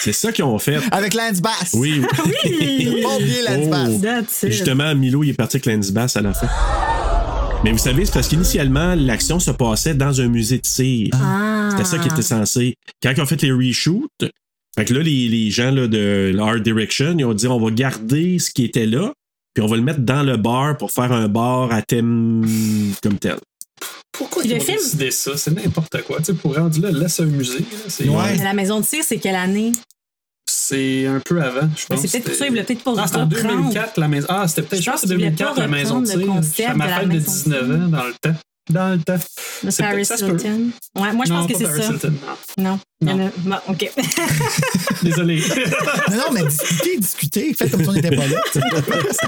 Speaker 3: C'est ça qu'ils ont fait.
Speaker 2: Avec Lance Bass.
Speaker 3: Oui.
Speaker 6: Ah.
Speaker 3: *laughs*
Speaker 6: Oui.
Speaker 2: Bon bien Lance
Speaker 3: Oh.
Speaker 2: Bass.
Speaker 6: That's
Speaker 3: Et
Speaker 6: it.
Speaker 3: Justement, Milo il est parti avec Lance Bass à la fin. Mais vous savez, c'est parce qu'initialement, l'action se passait dans un musée de cire.
Speaker 6: Ah.
Speaker 3: C'était ça qui était censé. Quand ils ont fait les reshoots, fait que là, les, les gens là, de Art Direction, ils ont dit on va garder ce qui était là, puis on va le mettre dans le bar pour faire un bar à thème comme tel.
Speaker 1: Pourquoi
Speaker 6: Puis
Speaker 1: ils
Speaker 6: le
Speaker 1: ont
Speaker 6: film-
Speaker 1: décidé ça? C'est n'importe quoi. Tu sais, pour rendre là, laisse un musée. là, C'est
Speaker 2: Ouais.
Speaker 6: Mais La maison de cire, c'est quelle année?
Speaker 1: c'est un peu avant, je
Speaker 6: Mais
Speaker 1: pense.
Speaker 6: Ben, c'est peut-être pour ça,
Speaker 1: C'était-
Speaker 6: il voulait peut-être pas
Speaker 1: Non, c'était en
Speaker 6: reprendre.
Speaker 1: 2004, la maison. Ah, c'était peut-être,
Speaker 6: Je
Speaker 1: je pense
Speaker 6: pense
Speaker 1: que c'est
Speaker 6: qu'il voulait
Speaker 1: 2004,
Speaker 6: pas
Speaker 1: la maison de
Speaker 6: reprendre le
Speaker 1: cire.
Speaker 6: concept
Speaker 1: C'était à ma
Speaker 6: de la
Speaker 1: fête de
Speaker 6: maison de
Speaker 1: 19
Speaker 6: cire.
Speaker 1: ans, dans le temps. Dans le temps.
Speaker 6: Le
Speaker 1: C'est
Speaker 6: Paris
Speaker 1: peut-être- ça se peut.
Speaker 6: Hilton. Ouais, moi, je
Speaker 1: Non,
Speaker 6: pense que
Speaker 1: pas
Speaker 6: c'est
Speaker 1: Paris
Speaker 6: ça.
Speaker 1: Hilton, non.
Speaker 6: *laughs*
Speaker 1: Non.
Speaker 6: Non. Il y en a- bon, OK. *laughs*
Speaker 1: Désolé.
Speaker 2: Non, non, mais discutez, discutez. Faites comme si on n'était pas là. tu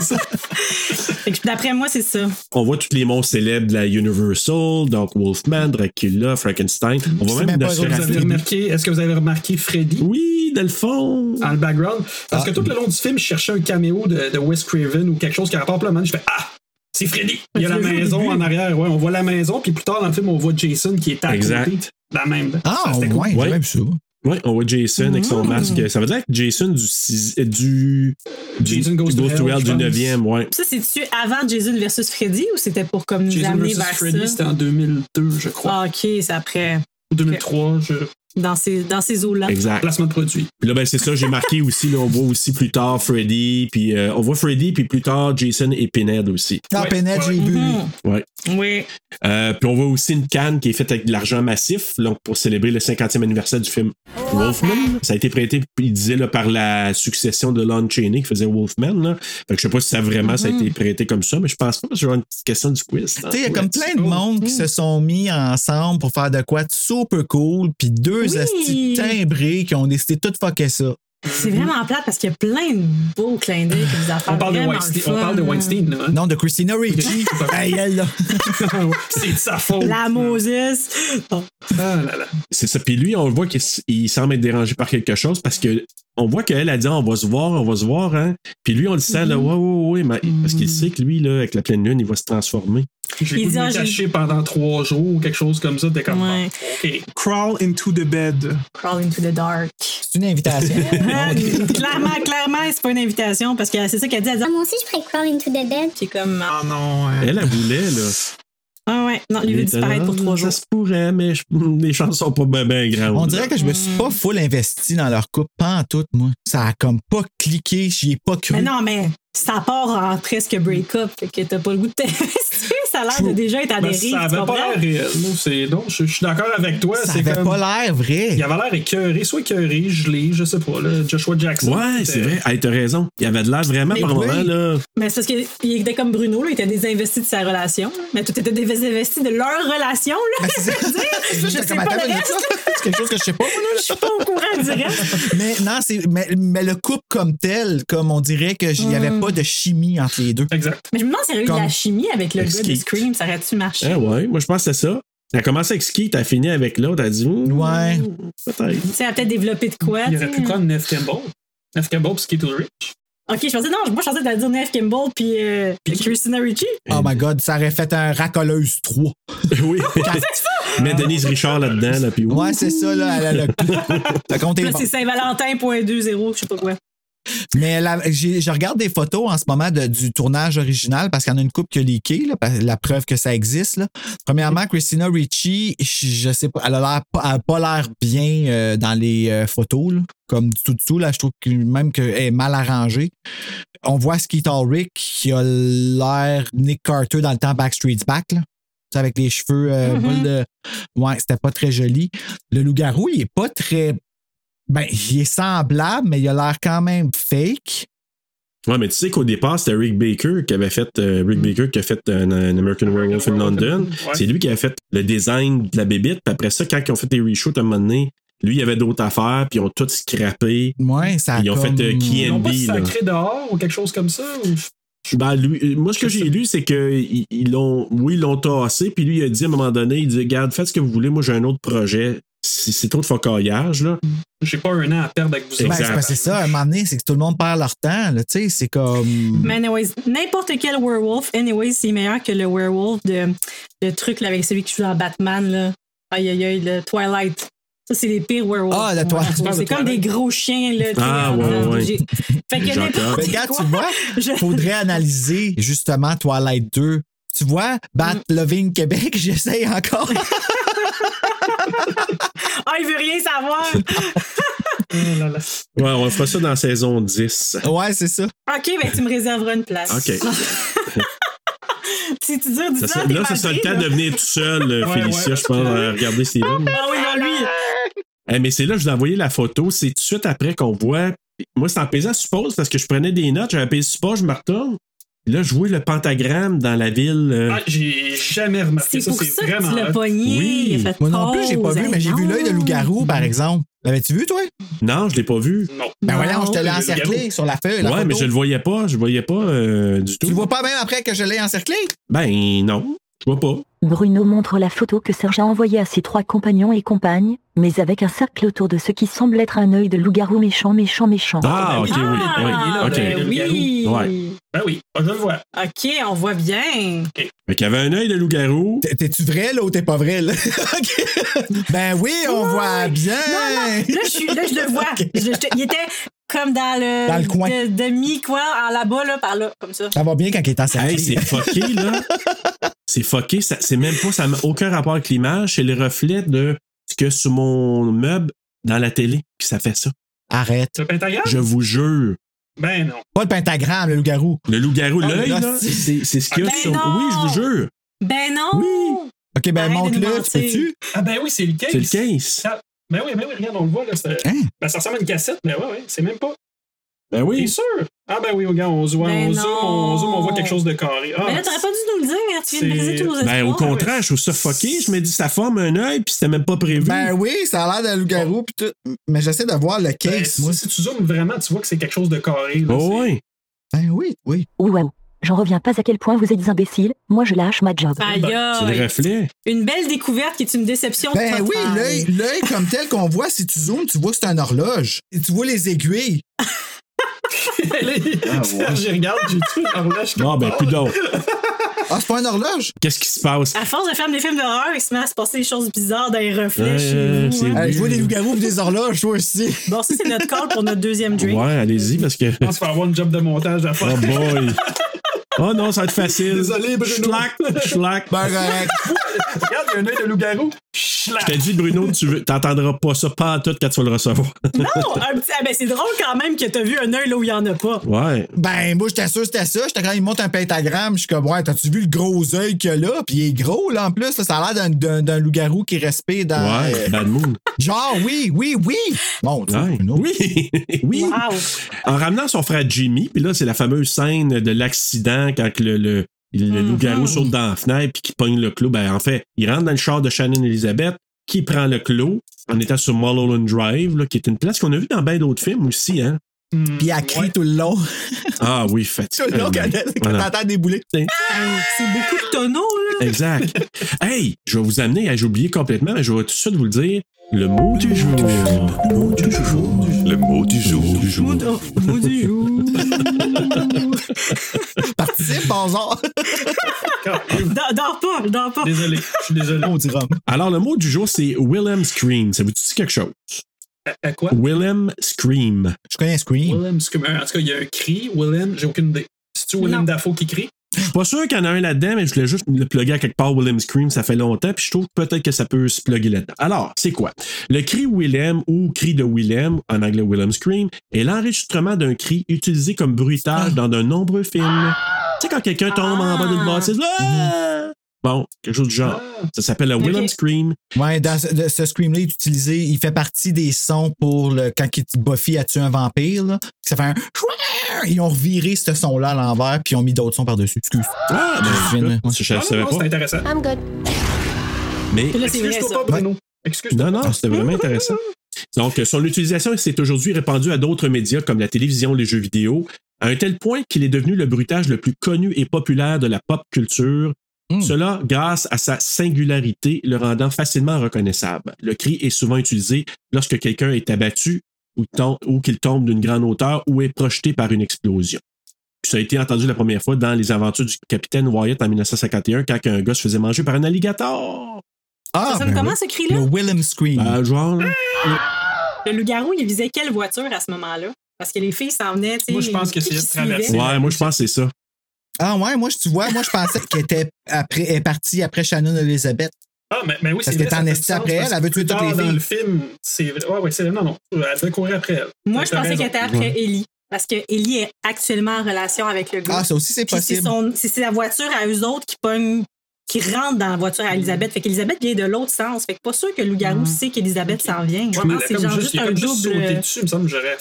Speaker 2: sais.
Speaker 6: Fait que D'après moi, c'est ça.
Speaker 3: On voit tous les monstres célèbres de la Universal, donc Wolfman, Dracula, Frankenstein. On
Speaker 2: C'est
Speaker 3: voit même
Speaker 2: même pas
Speaker 3: Nosferatu.
Speaker 1: Vous avez remarqué, est-ce que vous avez remarqué Freddy?
Speaker 3: Oui, dans le
Speaker 6: Ah.
Speaker 3: fond.
Speaker 1: dans le background. Parce
Speaker 2: Ah.
Speaker 1: que tout le long du film, je cherchais un caméo de, de Wes Craven ou quelque chose qui a rapport à Je fais Ah! C'est Freddy! Il y a la
Speaker 6: Tu l'as vu au
Speaker 1: maison
Speaker 6: début.
Speaker 1: en arrière. Ouais, on voit la maison, puis plus tard dans le film, on voit Jason qui est à côté.
Speaker 3: Exact.
Speaker 1: Dans la même.
Speaker 2: Ah,
Speaker 1: Ça, c'était
Speaker 2: ouais,
Speaker 1: cool.
Speaker 2: j'ai
Speaker 3: Ouais.
Speaker 2: même ça.
Speaker 3: Oui, on voit Jason avec son
Speaker 6: Mm.
Speaker 3: masque. Ça veut dire que Jason du, six- euh, du, du
Speaker 1: Jason Goes to Hell, je
Speaker 3: du
Speaker 1: pense.
Speaker 3: 9e, ouais.
Speaker 6: Ça, c'est-tu avant Jason versus Freddy ou c'était pour comme nous
Speaker 1: Jason
Speaker 6: amener
Speaker 1: vs.
Speaker 6: vers
Speaker 1: Freddy, c'était
Speaker 6: ça?
Speaker 1: en 2002, je crois.
Speaker 6: Ah, OK, c'est après.
Speaker 1: Ou 2003, je...
Speaker 6: Dans ces, dans ces eaux-là.
Speaker 3: Exact.
Speaker 1: placement de produit.
Speaker 3: Puis là, ben, c'est ça, j'ai marqué aussi, là, on voit aussi plus tard Freddy, puis euh, on voit Freddy, puis plus tard Jason et Pinhead aussi.
Speaker 2: Dans
Speaker 1: Ouais,
Speaker 2: Penet,
Speaker 1: ouais,
Speaker 2: j'ai
Speaker 1: ouais.
Speaker 2: bu.
Speaker 6: Mhm.
Speaker 3: Ouais.
Speaker 6: Oui.
Speaker 3: Euh, puis on voit aussi une canne qui est faite avec de l'argent massif donc pour célébrer le 50e anniversaire du film Wolfman. Ça a été prêté, il disait, là, par la succession de Lon Chaney qui faisait Wolfman. Là. Fait que je sais pas si ça vraiment ça a été prêté comme ça, mais je pense pas, parce que j'aurais une petite question du quiz.
Speaker 1: Ah,
Speaker 2: Tu sais, il y a comme plein
Speaker 1: oh.
Speaker 2: de monde qui se sont mis ensemble pour faire de quoi de super cool, puis deux
Speaker 6: Oui.
Speaker 2: astis timbrés qui ont décidé de tout fucker ça.
Speaker 6: C'est vraiment plate parce qu'il y a plein de beaux clins d'œil que vous affaires.
Speaker 1: On parle, de
Speaker 6: vraiment
Speaker 1: Weinstein,
Speaker 6: le
Speaker 1: on
Speaker 6: fun.
Speaker 1: parle de Weinstein, là.
Speaker 6: *laughs*
Speaker 1: hein?
Speaker 2: Non, de Christina
Speaker 1: *laughs*
Speaker 2: Ricci. *laughs* hey, elle, là.
Speaker 1: C'est de sa faute.
Speaker 6: Ah, La Moses. Bon.
Speaker 1: Ah là là.
Speaker 3: C'est ça. Puis lui, on le voit qu'il s- il semble être dérangé par quelque chose parce que on voit qu'elle a dit Ah, on va se voir, on va se voir, hein. Puis lui, on le sent là,
Speaker 2: Mm-hmm.
Speaker 3: ouais, ouais, ouais, mais parce qu'il sait que lui, là, avec la pleine lune, il va se transformer.
Speaker 1: J'ai
Speaker 6: Il
Speaker 1: voulu
Speaker 6: dit, ah,
Speaker 1: me
Speaker 6: j'ai-
Speaker 1: cacher pendant trois jours ou quelque chose comme ça. T'es comme,
Speaker 6: Ouais.
Speaker 1: bon, OK.
Speaker 11: Crawl into the bed.
Speaker 6: Crawl into the dark.
Speaker 2: C'est
Speaker 1: *laughs*
Speaker 2: une invitation.
Speaker 6: Ah, *laughs* clairement, clairement, c'est pas une invitation parce que c'est ça qu'elle dit. Elle dit
Speaker 8: Ah, moi aussi, je ferais Crawl into the Dead.
Speaker 6: qui est comme.
Speaker 11: Ah non. hein.
Speaker 3: Elle, elle voulait, là.
Speaker 2: *laughs*
Speaker 6: Ah ouais, non, lui veut
Speaker 3: Mais
Speaker 6: disparaître pour
Speaker 3: là, Ah,
Speaker 6: trois jours.
Speaker 3: Ça se pourrait, mais je- *laughs* les chances sont pas bien grandes.
Speaker 2: On dirait que je me suis pas full investi dans leur couple, pas en tout, moi. Ça a comme pas cliqué, j'y ai pas cru.
Speaker 6: Mais non, mais ça part en presque break-up, fait que t'as pas le goût de *laughs* t'investir. Ça a l'air de déjà être à
Speaker 1: Ben,
Speaker 6: dérive.
Speaker 1: ça avait pas l'air réel. Non, c'est- non, je, je suis d'accord avec toi.
Speaker 2: ça
Speaker 1: c'est
Speaker 2: avait
Speaker 1: comme-
Speaker 2: pas l'air vrai.
Speaker 1: Il avait l'air écœuré, soit écœuré, gelé, je sais pas, là, Joshua Jackson.
Speaker 3: Ouais, c'est vrai. Hey, t'as raison. Il avait de l'air vraiment
Speaker 2: Mais
Speaker 3: par
Speaker 2: oui.
Speaker 3: moment, là.
Speaker 6: Mais c'est parce qu'il était comme Bruno, là, il était désinvesti de sa relation, là. mais tout était désinvesti de leur relation. Là.
Speaker 2: *laughs* C'est ça.
Speaker 6: *laughs* Je
Speaker 2: J'étais
Speaker 6: sais
Speaker 2: comme,
Speaker 6: pas
Speaker 2: attends,
Speaker 6: le
Speaker 2: mais
Speaker 6: reste.
Speaker 2: ça, *laughs* c'est quelque chose que je sais pas, moi, là.
Speaker 6: Je suis pas au courant du reste.
Speaker 2: Mais non, c'est. Mais, mais le couple comme tel, comme on dirait qu'il n'y
Speaker 6: Mm.
Speaker 2: avait pas de chimie entre les deux.
Speaker 1: Exact.
Speaker 6: Mais je me demande s'il y aurait eu de
Speaker 2: Comme-
Speaker 6: la chimie avec le gars
Speaker 3: Escape.
Speaker 6: de Scream, ça aurait-tu marché?
Speaker 3: Ah ouais, moi je pense que c'est ça. T'as commencé avec ski, t'as fini avec l'autre, t'as dit Hmm,
Speaker 2: Ouais.
Speaker 3: peut-être. *laughs*
Speaker 6: Tu sais, elle a peut-être développé de quoi?
Speaker 1: Il
Speaker 6: tu
Speaker 1: aurait
Speaker 6: sais.
Speaker 1: pu prendre Neff Campbell. Neff Campbell pis Skittle Rich.
Speaker 6: Ok, je pensais, non, moi je pensais que t'allais dire Neve Kimball puis euh, Christina Ricci.
Speaker 2: Oh my god, ça aurait fait un racoleuse 3.
Speaker 3: oui. Mais Denise Richard là-dedans, là, puis
Speaker 2: Ouais, c'est ça, là. Elle a le *laughs* T'as compté
Speaker 6: Là,
Speaker 2: bon.
Speaker 6: c'est Saint-Valentin.20, je sais pas quoi.
Speaker 2: Mais la- j'ai- je regarde des photos en ce moment de- du tournage original parce qu'il y en a une coupe qui a leaké, là, parce- la preuve que ça existe. là. Premièrement, Christina Ricci, je je sais pas, elle a l'air pas- elle a pas l'air bien euh, dans les euh, photos, là, comme du tout dessous. Là, je trouve que même qu'elle est mal arrangée. On voit Skeeter Rick qui a l'air Nick Carter dans le temps Backstreet's Back, là. Tu sais, avec les cheveux euh,
Speaker 6: Mhm.
Speaker 2: boule de- Ouais, c'était pas très joli. Le loup-garou, il est pas très ben, il est semblable, mais il a l'air quand même fake.
Speaker 3: Ouais, mais tu sais qu'au départ, c'était Rick Baker qui avait fait euh, Rick Baker qui a fait un, un American Werewolf in London.
Speaker 1: Ouais.
Speaker 3: C'est lui qui a fait le design de la bébite. Puis après ça, quand ils ont fait des reshoots à un moment donné, Lui, il avait d'autres affaires, puis ils ont tout scrappé.
Speaker 2: Ouais, ça a
Speaker 3: Ils ont
Speaker 2: comme-
Speaker 3: fait euh, Key
Speaker 1: Ils
Speaker 3: and
Speaker 1: n'ont pas
Speaker 3: Dale, là.
Speaker 1: sacré dehors ou quelque chose comme ça? ou-
Speaker 3: Ben, lui, euh, moi, ce que j'ai lu, c'est que ils ils l'ont, oui, ils l'ont tassé, puis lui, il a dit à un moment donné, il dit, regarde, faites ce que vous voulez, moi, j'ai un autre projet. C'est, c'est trop de focaillage, là.
Speaker 1: J'ai pas un an à perdre avec vous
Speaker 2: Ben,
Speaker 3: Exact.
Speaker 2: c'est parce que c'est ça, à un moment donné, c'est que tout le monde perd leur temps, là, tu sais, c'est comme.
Speaker 6: Mais anyways, n'importe quel werewolf, anyways, c'est meilleur que le werewolf de le truc là, avec celui qui joue dans Batman là. Aïe aïe aïe, le Twilight. Ça c'est les pires werewolves.
Speaker 2: Ah, le Twilight.
Speaker 6: Ouais, C'est comme des gros chiens là. tu sais,
Speaker 3: Ah, ouais,
Speaker 6: euh,
Speaker 3: ouais.
Speaker 6: j'ai- Fait que
Speaker 3: J'entends.
Speaker 6: n'importe
Speaker 2: Ben, regarde,
Speaker 6: quoi.
Speaker 2: tu vois,
Speaker 6: Je-
Speaker 2: faudrait analyser justement Twilight 2. Tu vois,
Speaker 6: Mm.
Speaker 2: Bat Loving Québec, *laughs* j'essaye encore.
Speaker 6: Ah, il veut rien savoir.
Speaker 1: Oh là là.
Speaker 3: Ouais, on fera ça dans saison 10.
Speaker 2: ouais, c'est ça.
Speaker 6: ok, ben tu me réserveras une place. *laughs*
Speaker 3: OK.
Speaker 6: Si tu dis, dis
Speaker 3: Ça,
Speaker 6: ça,
Speaker 3: ça-
Speaker 6: t'es
Speaker 3: là, ça
Speaker 6: mal
Speaker 3: serait le
Speaker 6: pris,
Speaker 3: temps
Speaker 6: là.
Speaker 3: de venir tout seul, euh,
Speaker 1: Ouais,
Speaker 3: Félicia,
Speaker 1: ouais.
Speaker 3: je pense, à regarder Steven.
Speaker 6: Ah oui, non, lui.
Speaker 3: Eh, mais c'est là que je vous ai envoyé la photo. C'est tout de suite après qu'on voit. Moi, c'est en pesant suppose parce que je prenais des notes. J'avais pesé suppose, je me retourne. Là, je vois le pentagramme dans la ville. euh,
Speaker 1: Ah, j'ai jamais remarqué
Speaker 6: C'est
Speaker 1: ça.
Speaker 6: pour
Speaker 1: C'est
Speaker 6: ça que
Speaker 1: vraiment.
Speaker 6: tu l'as
Speaker 1: hot.
Speaker 6: pogné.
Speaker 3: Oui.
Speaker 6: Il a fait
Speaker 2: Moi non plus, j'ai pas
Speaker 6: pause.
Speaker 2: vu,
Speaker 6: Eh
Speaker 2: mais j'ai vu
Speaker 6: non.
Speaker 2: l'œil de loup-garou,
Speaker 3: Mm.
Speaker 2: par exemple. L'avais-tu vu, toi?
Speaker 3: Non, je l'ai pas vu.
Speaker 1: Non.
Speaker 2: Ben
Speaker 6: Non.
Speaker 2: voyons, je te l'ai
Speaker 1: Le
Speaker 2: encerclé
Speaker 1: loup-garou.
Speaker 2: sur la feuille. la
Speaker 3: ouais, mais
Speaker 2: photo.
Speaker 3: je le voyais pas. Je le voyais pas euh, du
Speaker 2: Tu
Speaker 3: tout.
Speaker 2: le vois pas même après que je l'ai encerclé?
Speaker 3: Ben non, je vois pas.
Speaker 12: Bruno montre la photo que Serge a envoyée à ses trois compagnons et compagnes, mais avec un cercle autour de ce qui semble être un œil de loup-garou méchant, méchant, méchant.
Speaker 3: Ah, ok,
Speaker 6: Ah,
Speaker 3: oui. oui,
Speaker 6: ben
Speaker 3: ok.
Speaker 6: oui.
Speaker 3: Ouais.
Speaker 1: Ben oui, ah, je le vois.
Speaker 6: OK, on voit bien.
Speaker 3: Fait qu'il y avait un œil de loup-garou.
Speaker 2: T'es- T'es-tu vrai, là, ou t'es pas vrai, là? *laughs* OK. Ben oui, on
Speaker 6: Ouais.
Speaker 2: voit bien.
Speaker 6: Non, non, là, je, suis, là, je le vois. Je- je- il était comme dans le,
Speaker 2: Dans le coin.
Speaker 6: de- demi coin en là-bas, là, par là, comme ça.
Speaker 2: Ça va bien quand il est encerclé.
Speaker 3: Hey, c'est fucké, là. C'est fucké. Ça- C'est même pas, ça n'a aucun rapport avec l'image. C'est le reflet de ce que sur mon meuble dans la télé. Puis ça fait ça.
Speaker 2: Arrête.
Speaker 1: Le pentagramme?
Speaker 3: Je vous jure.
Speaker 1: Ben non.
Speaker 2: Pas le pentagramme, le loup-garou.
Speaker 3: Le loup-garou,
Speaker 2: Ah,
Speaker 3: l'œil,
Speaker 2: là,
Speaker 3: là,
Speaker 2: c'est-
Speaker 3: c'est c'est ce qu'il y a
Speaker 6: Ben
Speaker 3: sur.
Speaker 6: non!
Speaker 3: Oui, je vous jure.
Speaker 6: Ben non!
Speaker 3: Oui.
Speaker 2: OK, ben
Speaker 6: Arrête de nous
Speaker 2: montre-le, tu
Speaker 6: mentir.
Speaker 2: peux-tu?
Speaker 1: Ah, ben oui, c'est le case.
Speaker 3: C'est le case.
Speaker 1: Ah, Ben oui, ben oui, regarde, on le voit. Là, c'est-
Speaker 2: Hein?
Speaker 1: ben, ça ressemble à une cassette, mais ouais, ouais, c'est même pas.
Speaker 3: Ben
Speaker 1: T'es
Speaker 3: oui.
Speaker 1: sûr? Ah, ben oui, regarde, on zoome,
Speaker 6: Ben
Speaker 1: on zoome, on zoome, on voit
Speaker 6: non.
Speaker 1: quelque chose de carré. Ah,
Speaker 6: Mais Ben là, t'aurais pas dû nous le dire, hein, tu viens de
Speaker 1: C'est-
Speaker 6: briser tous nos espoirs.
Speaker 3: Ben au contraire, je trouve ça fucké. Je me dis, ça forme un œil, puis c'était même pas prévu.
Speaker 2: Ben oui, ça a l'air d'un loup-garou, pis tout. Mais j'essaie de voir le
Speaker 1: ben,
Speaker 2: case,
Speaker 1: si,
Speaker 2: moi.
Speaker 1: si tu zoomes vraiment, tu vois que c'est quelque chose de carré. Là,
Speaker 3: Oh,
Speaker 1: c'est-
Speaker 3: ouais.
Speaker 2: Ben oui, oui.
Speaker 12: Waouh, j'en reviens pas à quel point vous êtes imbéciles, moi je lâche ma job.
Speaker 6: Aïe,
Speaker 3: C'est Ben, le
Speaker 6: aïe.
Speaker 3: reflet.
Speaker 6: Une belle découverte qui est une déception
Speaker 2: Ben
Speaker 6: totale.
Speaker 2: oui, l'œil- l'œil comme tel qu'on voit, si tu zoomes, tu vois que c'est un horloge. Et tu vois les aiguilles.
Speaker 1: *laughs* Là, il- Serge, il regarde, j'ai tué un horloge
Speaker 3: Ah, Non, ben, plus d'autre.
Speaker 2: Ah, c'est pas un horloge?
Speaker 3: Qu'est-ce qui se passe?
Speaker 6: À force de faire des films d'horreur, il se met à se passer des choses bizarres dans les reflets
Speaker 3: Ouais,
Speaker 6: chez vous.
Speaker 3: c'est
Speaker 6: hein.
Speaker 3: vrai.
Speaker 2: Hey, Euh, je vois des loups-garous pis des horloges, toi aussi.
Speaker 6: Bon, ça, c'est notre call pour notre deuxième drink.
Speaker 3: Ouais, allez-y, parce que.
Speaker 1: Je pense qu'il va avoir une job de montage à
Speaker 3: Oh
Speaker 1: faire.
Speaker 3: boy! Oh non, ça va être facile.
Speaker 1: Désolé, Bruno.
Speaker 3: Schlac, schlac.
Speaker 2: Ben correct.
Speaker 1: *laughs* regarde, il y a un œil de loup-garou. Schlac.
Speaker 3: Je t'ai dit, Bruno, tu veux- t'entendras pas ça pas tout quand tu vas le recevoir.
Speaker 6: Non! Un petit... Ah, ben, c'est drôle quand même que t'as vu un œil là où il y en a pas.
Speaker 3: Ouais.
Speaker 2: Ben, moi, j'étais sûr que c'était ça. J'étais quand il monte un pentagramme, je suis comme, ouais, t'as-tu vu le gros œil qu'il y a là? Puis il est gros, là, en plus. là. ça a l'air d'un- d'un, d'un loup-garou qui respire dans. euh,
Speaker 3: Ouais. Bad mood.
Speaker 2: Genre, oui, oui, oui. Bon, tu
Speaker 3: Ouais.
Speaker 2: Bruno.
Speaker 3: Oui. oui.
Speaker 6: Wow!
Speaker 3: En ramenant son frère Jimmy, puis là, c'est la fameuse scène de l'accident quand que le, le, le
Speaker 13: Mhm.
Speaker 3: loup-garou saute dans la fenêtre puis qui pogne le clou. Ben, en fait, il rentre dans le char de Shannon Elizabeth, qui prend le clou en étant sur Mulholland Drive, là, qui est une place qu'on a vue dans bien d'autres films aussi, hein.
Speaker 2: Puis elle crie tout le long.
Speaker 3: Ah oui,
Speaker 2: *laughs* Tout le long,
Speaker 3: fatigué.
Speaker 2: quand, quand
Speaker 3: Voilà.
Speaker 2: t'entends débouler.
Speaker 6: Ah, C'est beaucoup de tonneaux, là.
Speaker 3: Exact. hey, je vais vous amener, à- j'ai oublié complètement, mais je vais tout de suite vous le dire. Le mot du jour. Le mot du jour.
Speaker 13: Le mot du jour.
Speaker 6: Mot de- mot du jour.
Speaker 2: *laughs* Participe, bonjour.
Speaker 6: Dors- Dors pas, dors pas.
Speaker 1: Ah, Désolé, je suis désolé.
Speaker 2: *laughs* On dira.
Speaker 3: Alors, le mot du jour, c'est Willem Scream. Ça vous dit quelque chose?
Speaker 1: À, à quoi?
Speaker 3: Willem Scream.
Speaker 2: Je connais Scream.
Speaker 1: Willem, Scream. en tout cas, il y a un cri. Willem, j'ai aucune idée. C'est-tu Willem
Speaker 6: Non.
Speaker 1: Dafoe qui crie?
Speaker 3: Je suis pas sûr qu'il y en a un là-dedans, mais je voulais juste le plugger à quelque part Willem Scream. Ça fait longtemps, puis je trouve que peut-être que ça peut se plugger là-dedans. Alors, c'est quoi? Le cri Willem ou cri de Willem, en anglais Willem Scream, est l'enregistrement d'un cri utilisé comme bruitage dans de nombreux films. Tu sais, quand quelqu'un tombe en bas d'une bâtisse, Ah! bon, quelque chose du genre. Ça s'appelle le Willem Scream.
Speaker 2: Ouais, dans ce, de- ce Scream-là, il est utilisé, il fait partie des sons pour le, quand il- Buffy a tué un vampire, là. Ça fait un. *laughs* Ils ont reviré ce son-là à l'envers, puis ils ont mis d'autres sons par-dessus. Excuse.
Speaker 3: Ah,
Speaker 2: Je viens de-
Speaker 3: ben, je, je
Speaker 1: Ah,
Speaker 3: savais
Speaker 1: non, non, c'est
Speaker 3: pas.
Speaker 1: intéressant.
Speaker 7: I'm good.
Speaker 3: Mais
Speaker 6: Puis là, c'est vrai,
Speaker 1: Excuse-toi
Speaker 6: ça.
Speaker 1: pas, Bruno. Excuse-toi.
Speaker 3: non, non, c'était vraiment intéressant. Donc, euh, son utilisation s'est aujourd'hui répandue à d'autres médias comme la télévision, les jeux vidéo, à un tel point qu'il est devenu le bruitage le plus connu et populaire de la pop culture. Mm. Cela grâce à sa singularité, le rendant facilement reconnaissable. Le cri est souvent utilisé lorsque quelqu'un est abattu ou, tom- ou qu'il tombe d'une grande hauteur ou est projeté par une explosion. Puis ça a été entendu la première fois dans les aventures du capitaine Wyatt en 1951 quand un gars se faisait manger par un alligator.
Speaker 6: Ah, ça sonne
Speaker 2: ben
Speaker 6: comment
Speaker 2: oui.
Speaker 6: ce cri-là?
Speaker 2: Le Willem Scream.
Speaker 3: Ben, genre, là,
Speaker 6: Le loup-garou, il visait quelle voiture à ce moment-là? Parce que les filles s'en venaient, tu sais.
Speaker 1: Moi, je pense
Speaker 6: qui-
Speaker 1: que c'est
Speaker 6: qui
Speaker 1: de
Speaker 6: suivaient.
Speaker 1: traverser.
Speaker 3: ouais, moi je pense que c'est ça.
Speaker 2: Ah ouais, moi, je- tu vois, moi, je pensais *laughs* qu'elle était après, elle est partie après Shannon Elizabeth.
Speaker 1: Ah, mais, mais oui,
Speaker 2: Parce
Speaker 1: c'est vrai,
Speaker 2: qu'elle est en
Speaker 1: ça fait
Speaker 2: esti
Speaker 1: du sens,
Speaker 2: après elle,
Speaker 1: parce
Speaker 2: elle veut
Speaker 1: que
Speaker 2: tuer
Speaker 1: plus
Speaker 2: toutes les
Speaker 1: tard dans
Speaker 2: filles.
Speaker 1: le film, c'est vrai. Ouais, ouais, c'est non, non. Elle devait courir après elle.
Speaker 6: Moi,
Speaker 1: T'as-
Speaker 6: je
Speaker 1: t'as
Speaker 6: pensais
Speaker 1: raison.
Speaker 6: qu'elle était après Ellie. Parce que Ellie est actuellement en relation avec le gars.
Speaker 2: Ah, ça aussi, c'est
Speaker 6: Puis c'est
Speaker 2: possible.
Speaker 6: son- c'est c'est la voiture à eux autres qui pogne, qui rentre dans la voiture à Elisabeth. Fait qu'Elisabeth vient de l'autre sens. Fait que pas sûr que loup-garou sait qu'Elisabeth s'en vient. Je
Speaker 1: Ouais, mais elle
Speaker 6: pense que
Speaker 1: a
Speaker 6: c'est
Speaker 1: comme
Speaker 6: genre
Speaker 1: juste,
Speaker 6: juste
Speaker 1: il a
Speaker 6: un
Speaker 1: comme juste sauté
Speaker 6: double. euh,
Speaker 1: dessus. Il me semble que j'aurais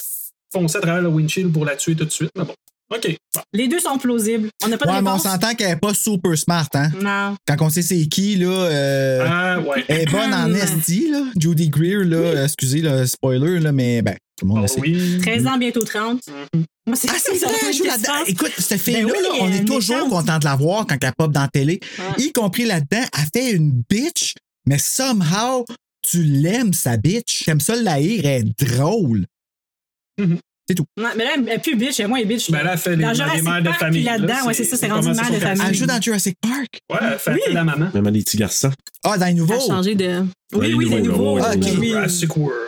Speaker 1: foncé à travers le windshield pour la tuer tout de suite. Mais bon. OK.
Speaker 2: Euh,
Speaker 1: Bon.
Speaker 6: Les deux sont plausibles. On n'a pas de
Speaker 2: Ouais, mais on
Speaker 6: réponse.
Speaker 2: s'entend qu'elle n'est pas super smart, hein.
Speaker 6: Non.
Speaker 2: Quand on sait c'est qui, là. euh,
Speaker 1: Ah, ouais.
Speaker 2: Elle est bonne en esti, là. Judy Greer, là. euh, Excusez le spoiler, là, mais ben, tout le monde
Speaker 1: Ah
Speaker 2: le sait.
Speaker 1: oui.
Speaker 6: 13 ans, bientôt 30. Moi, c'est
Speaker 2: Ah, c'est
Speaker 6: ça
Speaker 2: vrai,
Speaker 6: qui
Speaker 2: elle joue
Speaker 6: se
Speaker 2: là-dedans.
Speaker 6: passe.
Speaker 2: Écoute, cette fille-là,
Speaker 6: Ben oui,
Speaker 2: là, on
Speaker 6: euh,
Speaker 2: est
Speaker 6: une
Speaker 2: toujours
Speaker 6: méchante.
Speaker 2: content de la voir quand elle pop dans la télé,
Speaker 6: Ouais.
Speaker 2: y compris là-dedans. Elle fait une bitch, mais somehow, tu l'aimes, sa bitch. T'aimes ça l'haïr, elle est drôle.
Speaker 6: Ouais, mais là, elle est plus bitch. Moi, elle est bitch.
Speaker 1: Ben là, elle fait les-
Speaker 6: Dans
Speaker 1: les
Speaker 6: Jurassic
Speaker 1: mères de
Speaker 6: Park, puis
Speaker 1: famille, là,
Speaker 6: là-dedans, ouais,
Speaker 1: c'est-
Speaker 6: c'est ça,
Speaker 1: c'est
Speaker 6: c'est rendu
Speaker 1: comment ça
Speaker 6: mère de
Speaker 1: sont
Speaker 6: famille.
Speaker 2: Elle joue dans Jurassic Park.
Speaker 1: Ouais, elle fait appeler la maman.
Speaker 3: Même les petits garçons.
Speaker 2: Ah, dans les nouveaux.
Speaker 6: Elle a changé de.
Speaker 3: Ouais,
Speaker 6: Oui, oui,
Speaker 3: nouveau,
Speaker 6: les nouveaux.
Speaker 3: nouveau,
Speaker 6: euh,
Speaker 2: nouveau.
Speaker 6: oui.
Speaker 1: Jurassic World.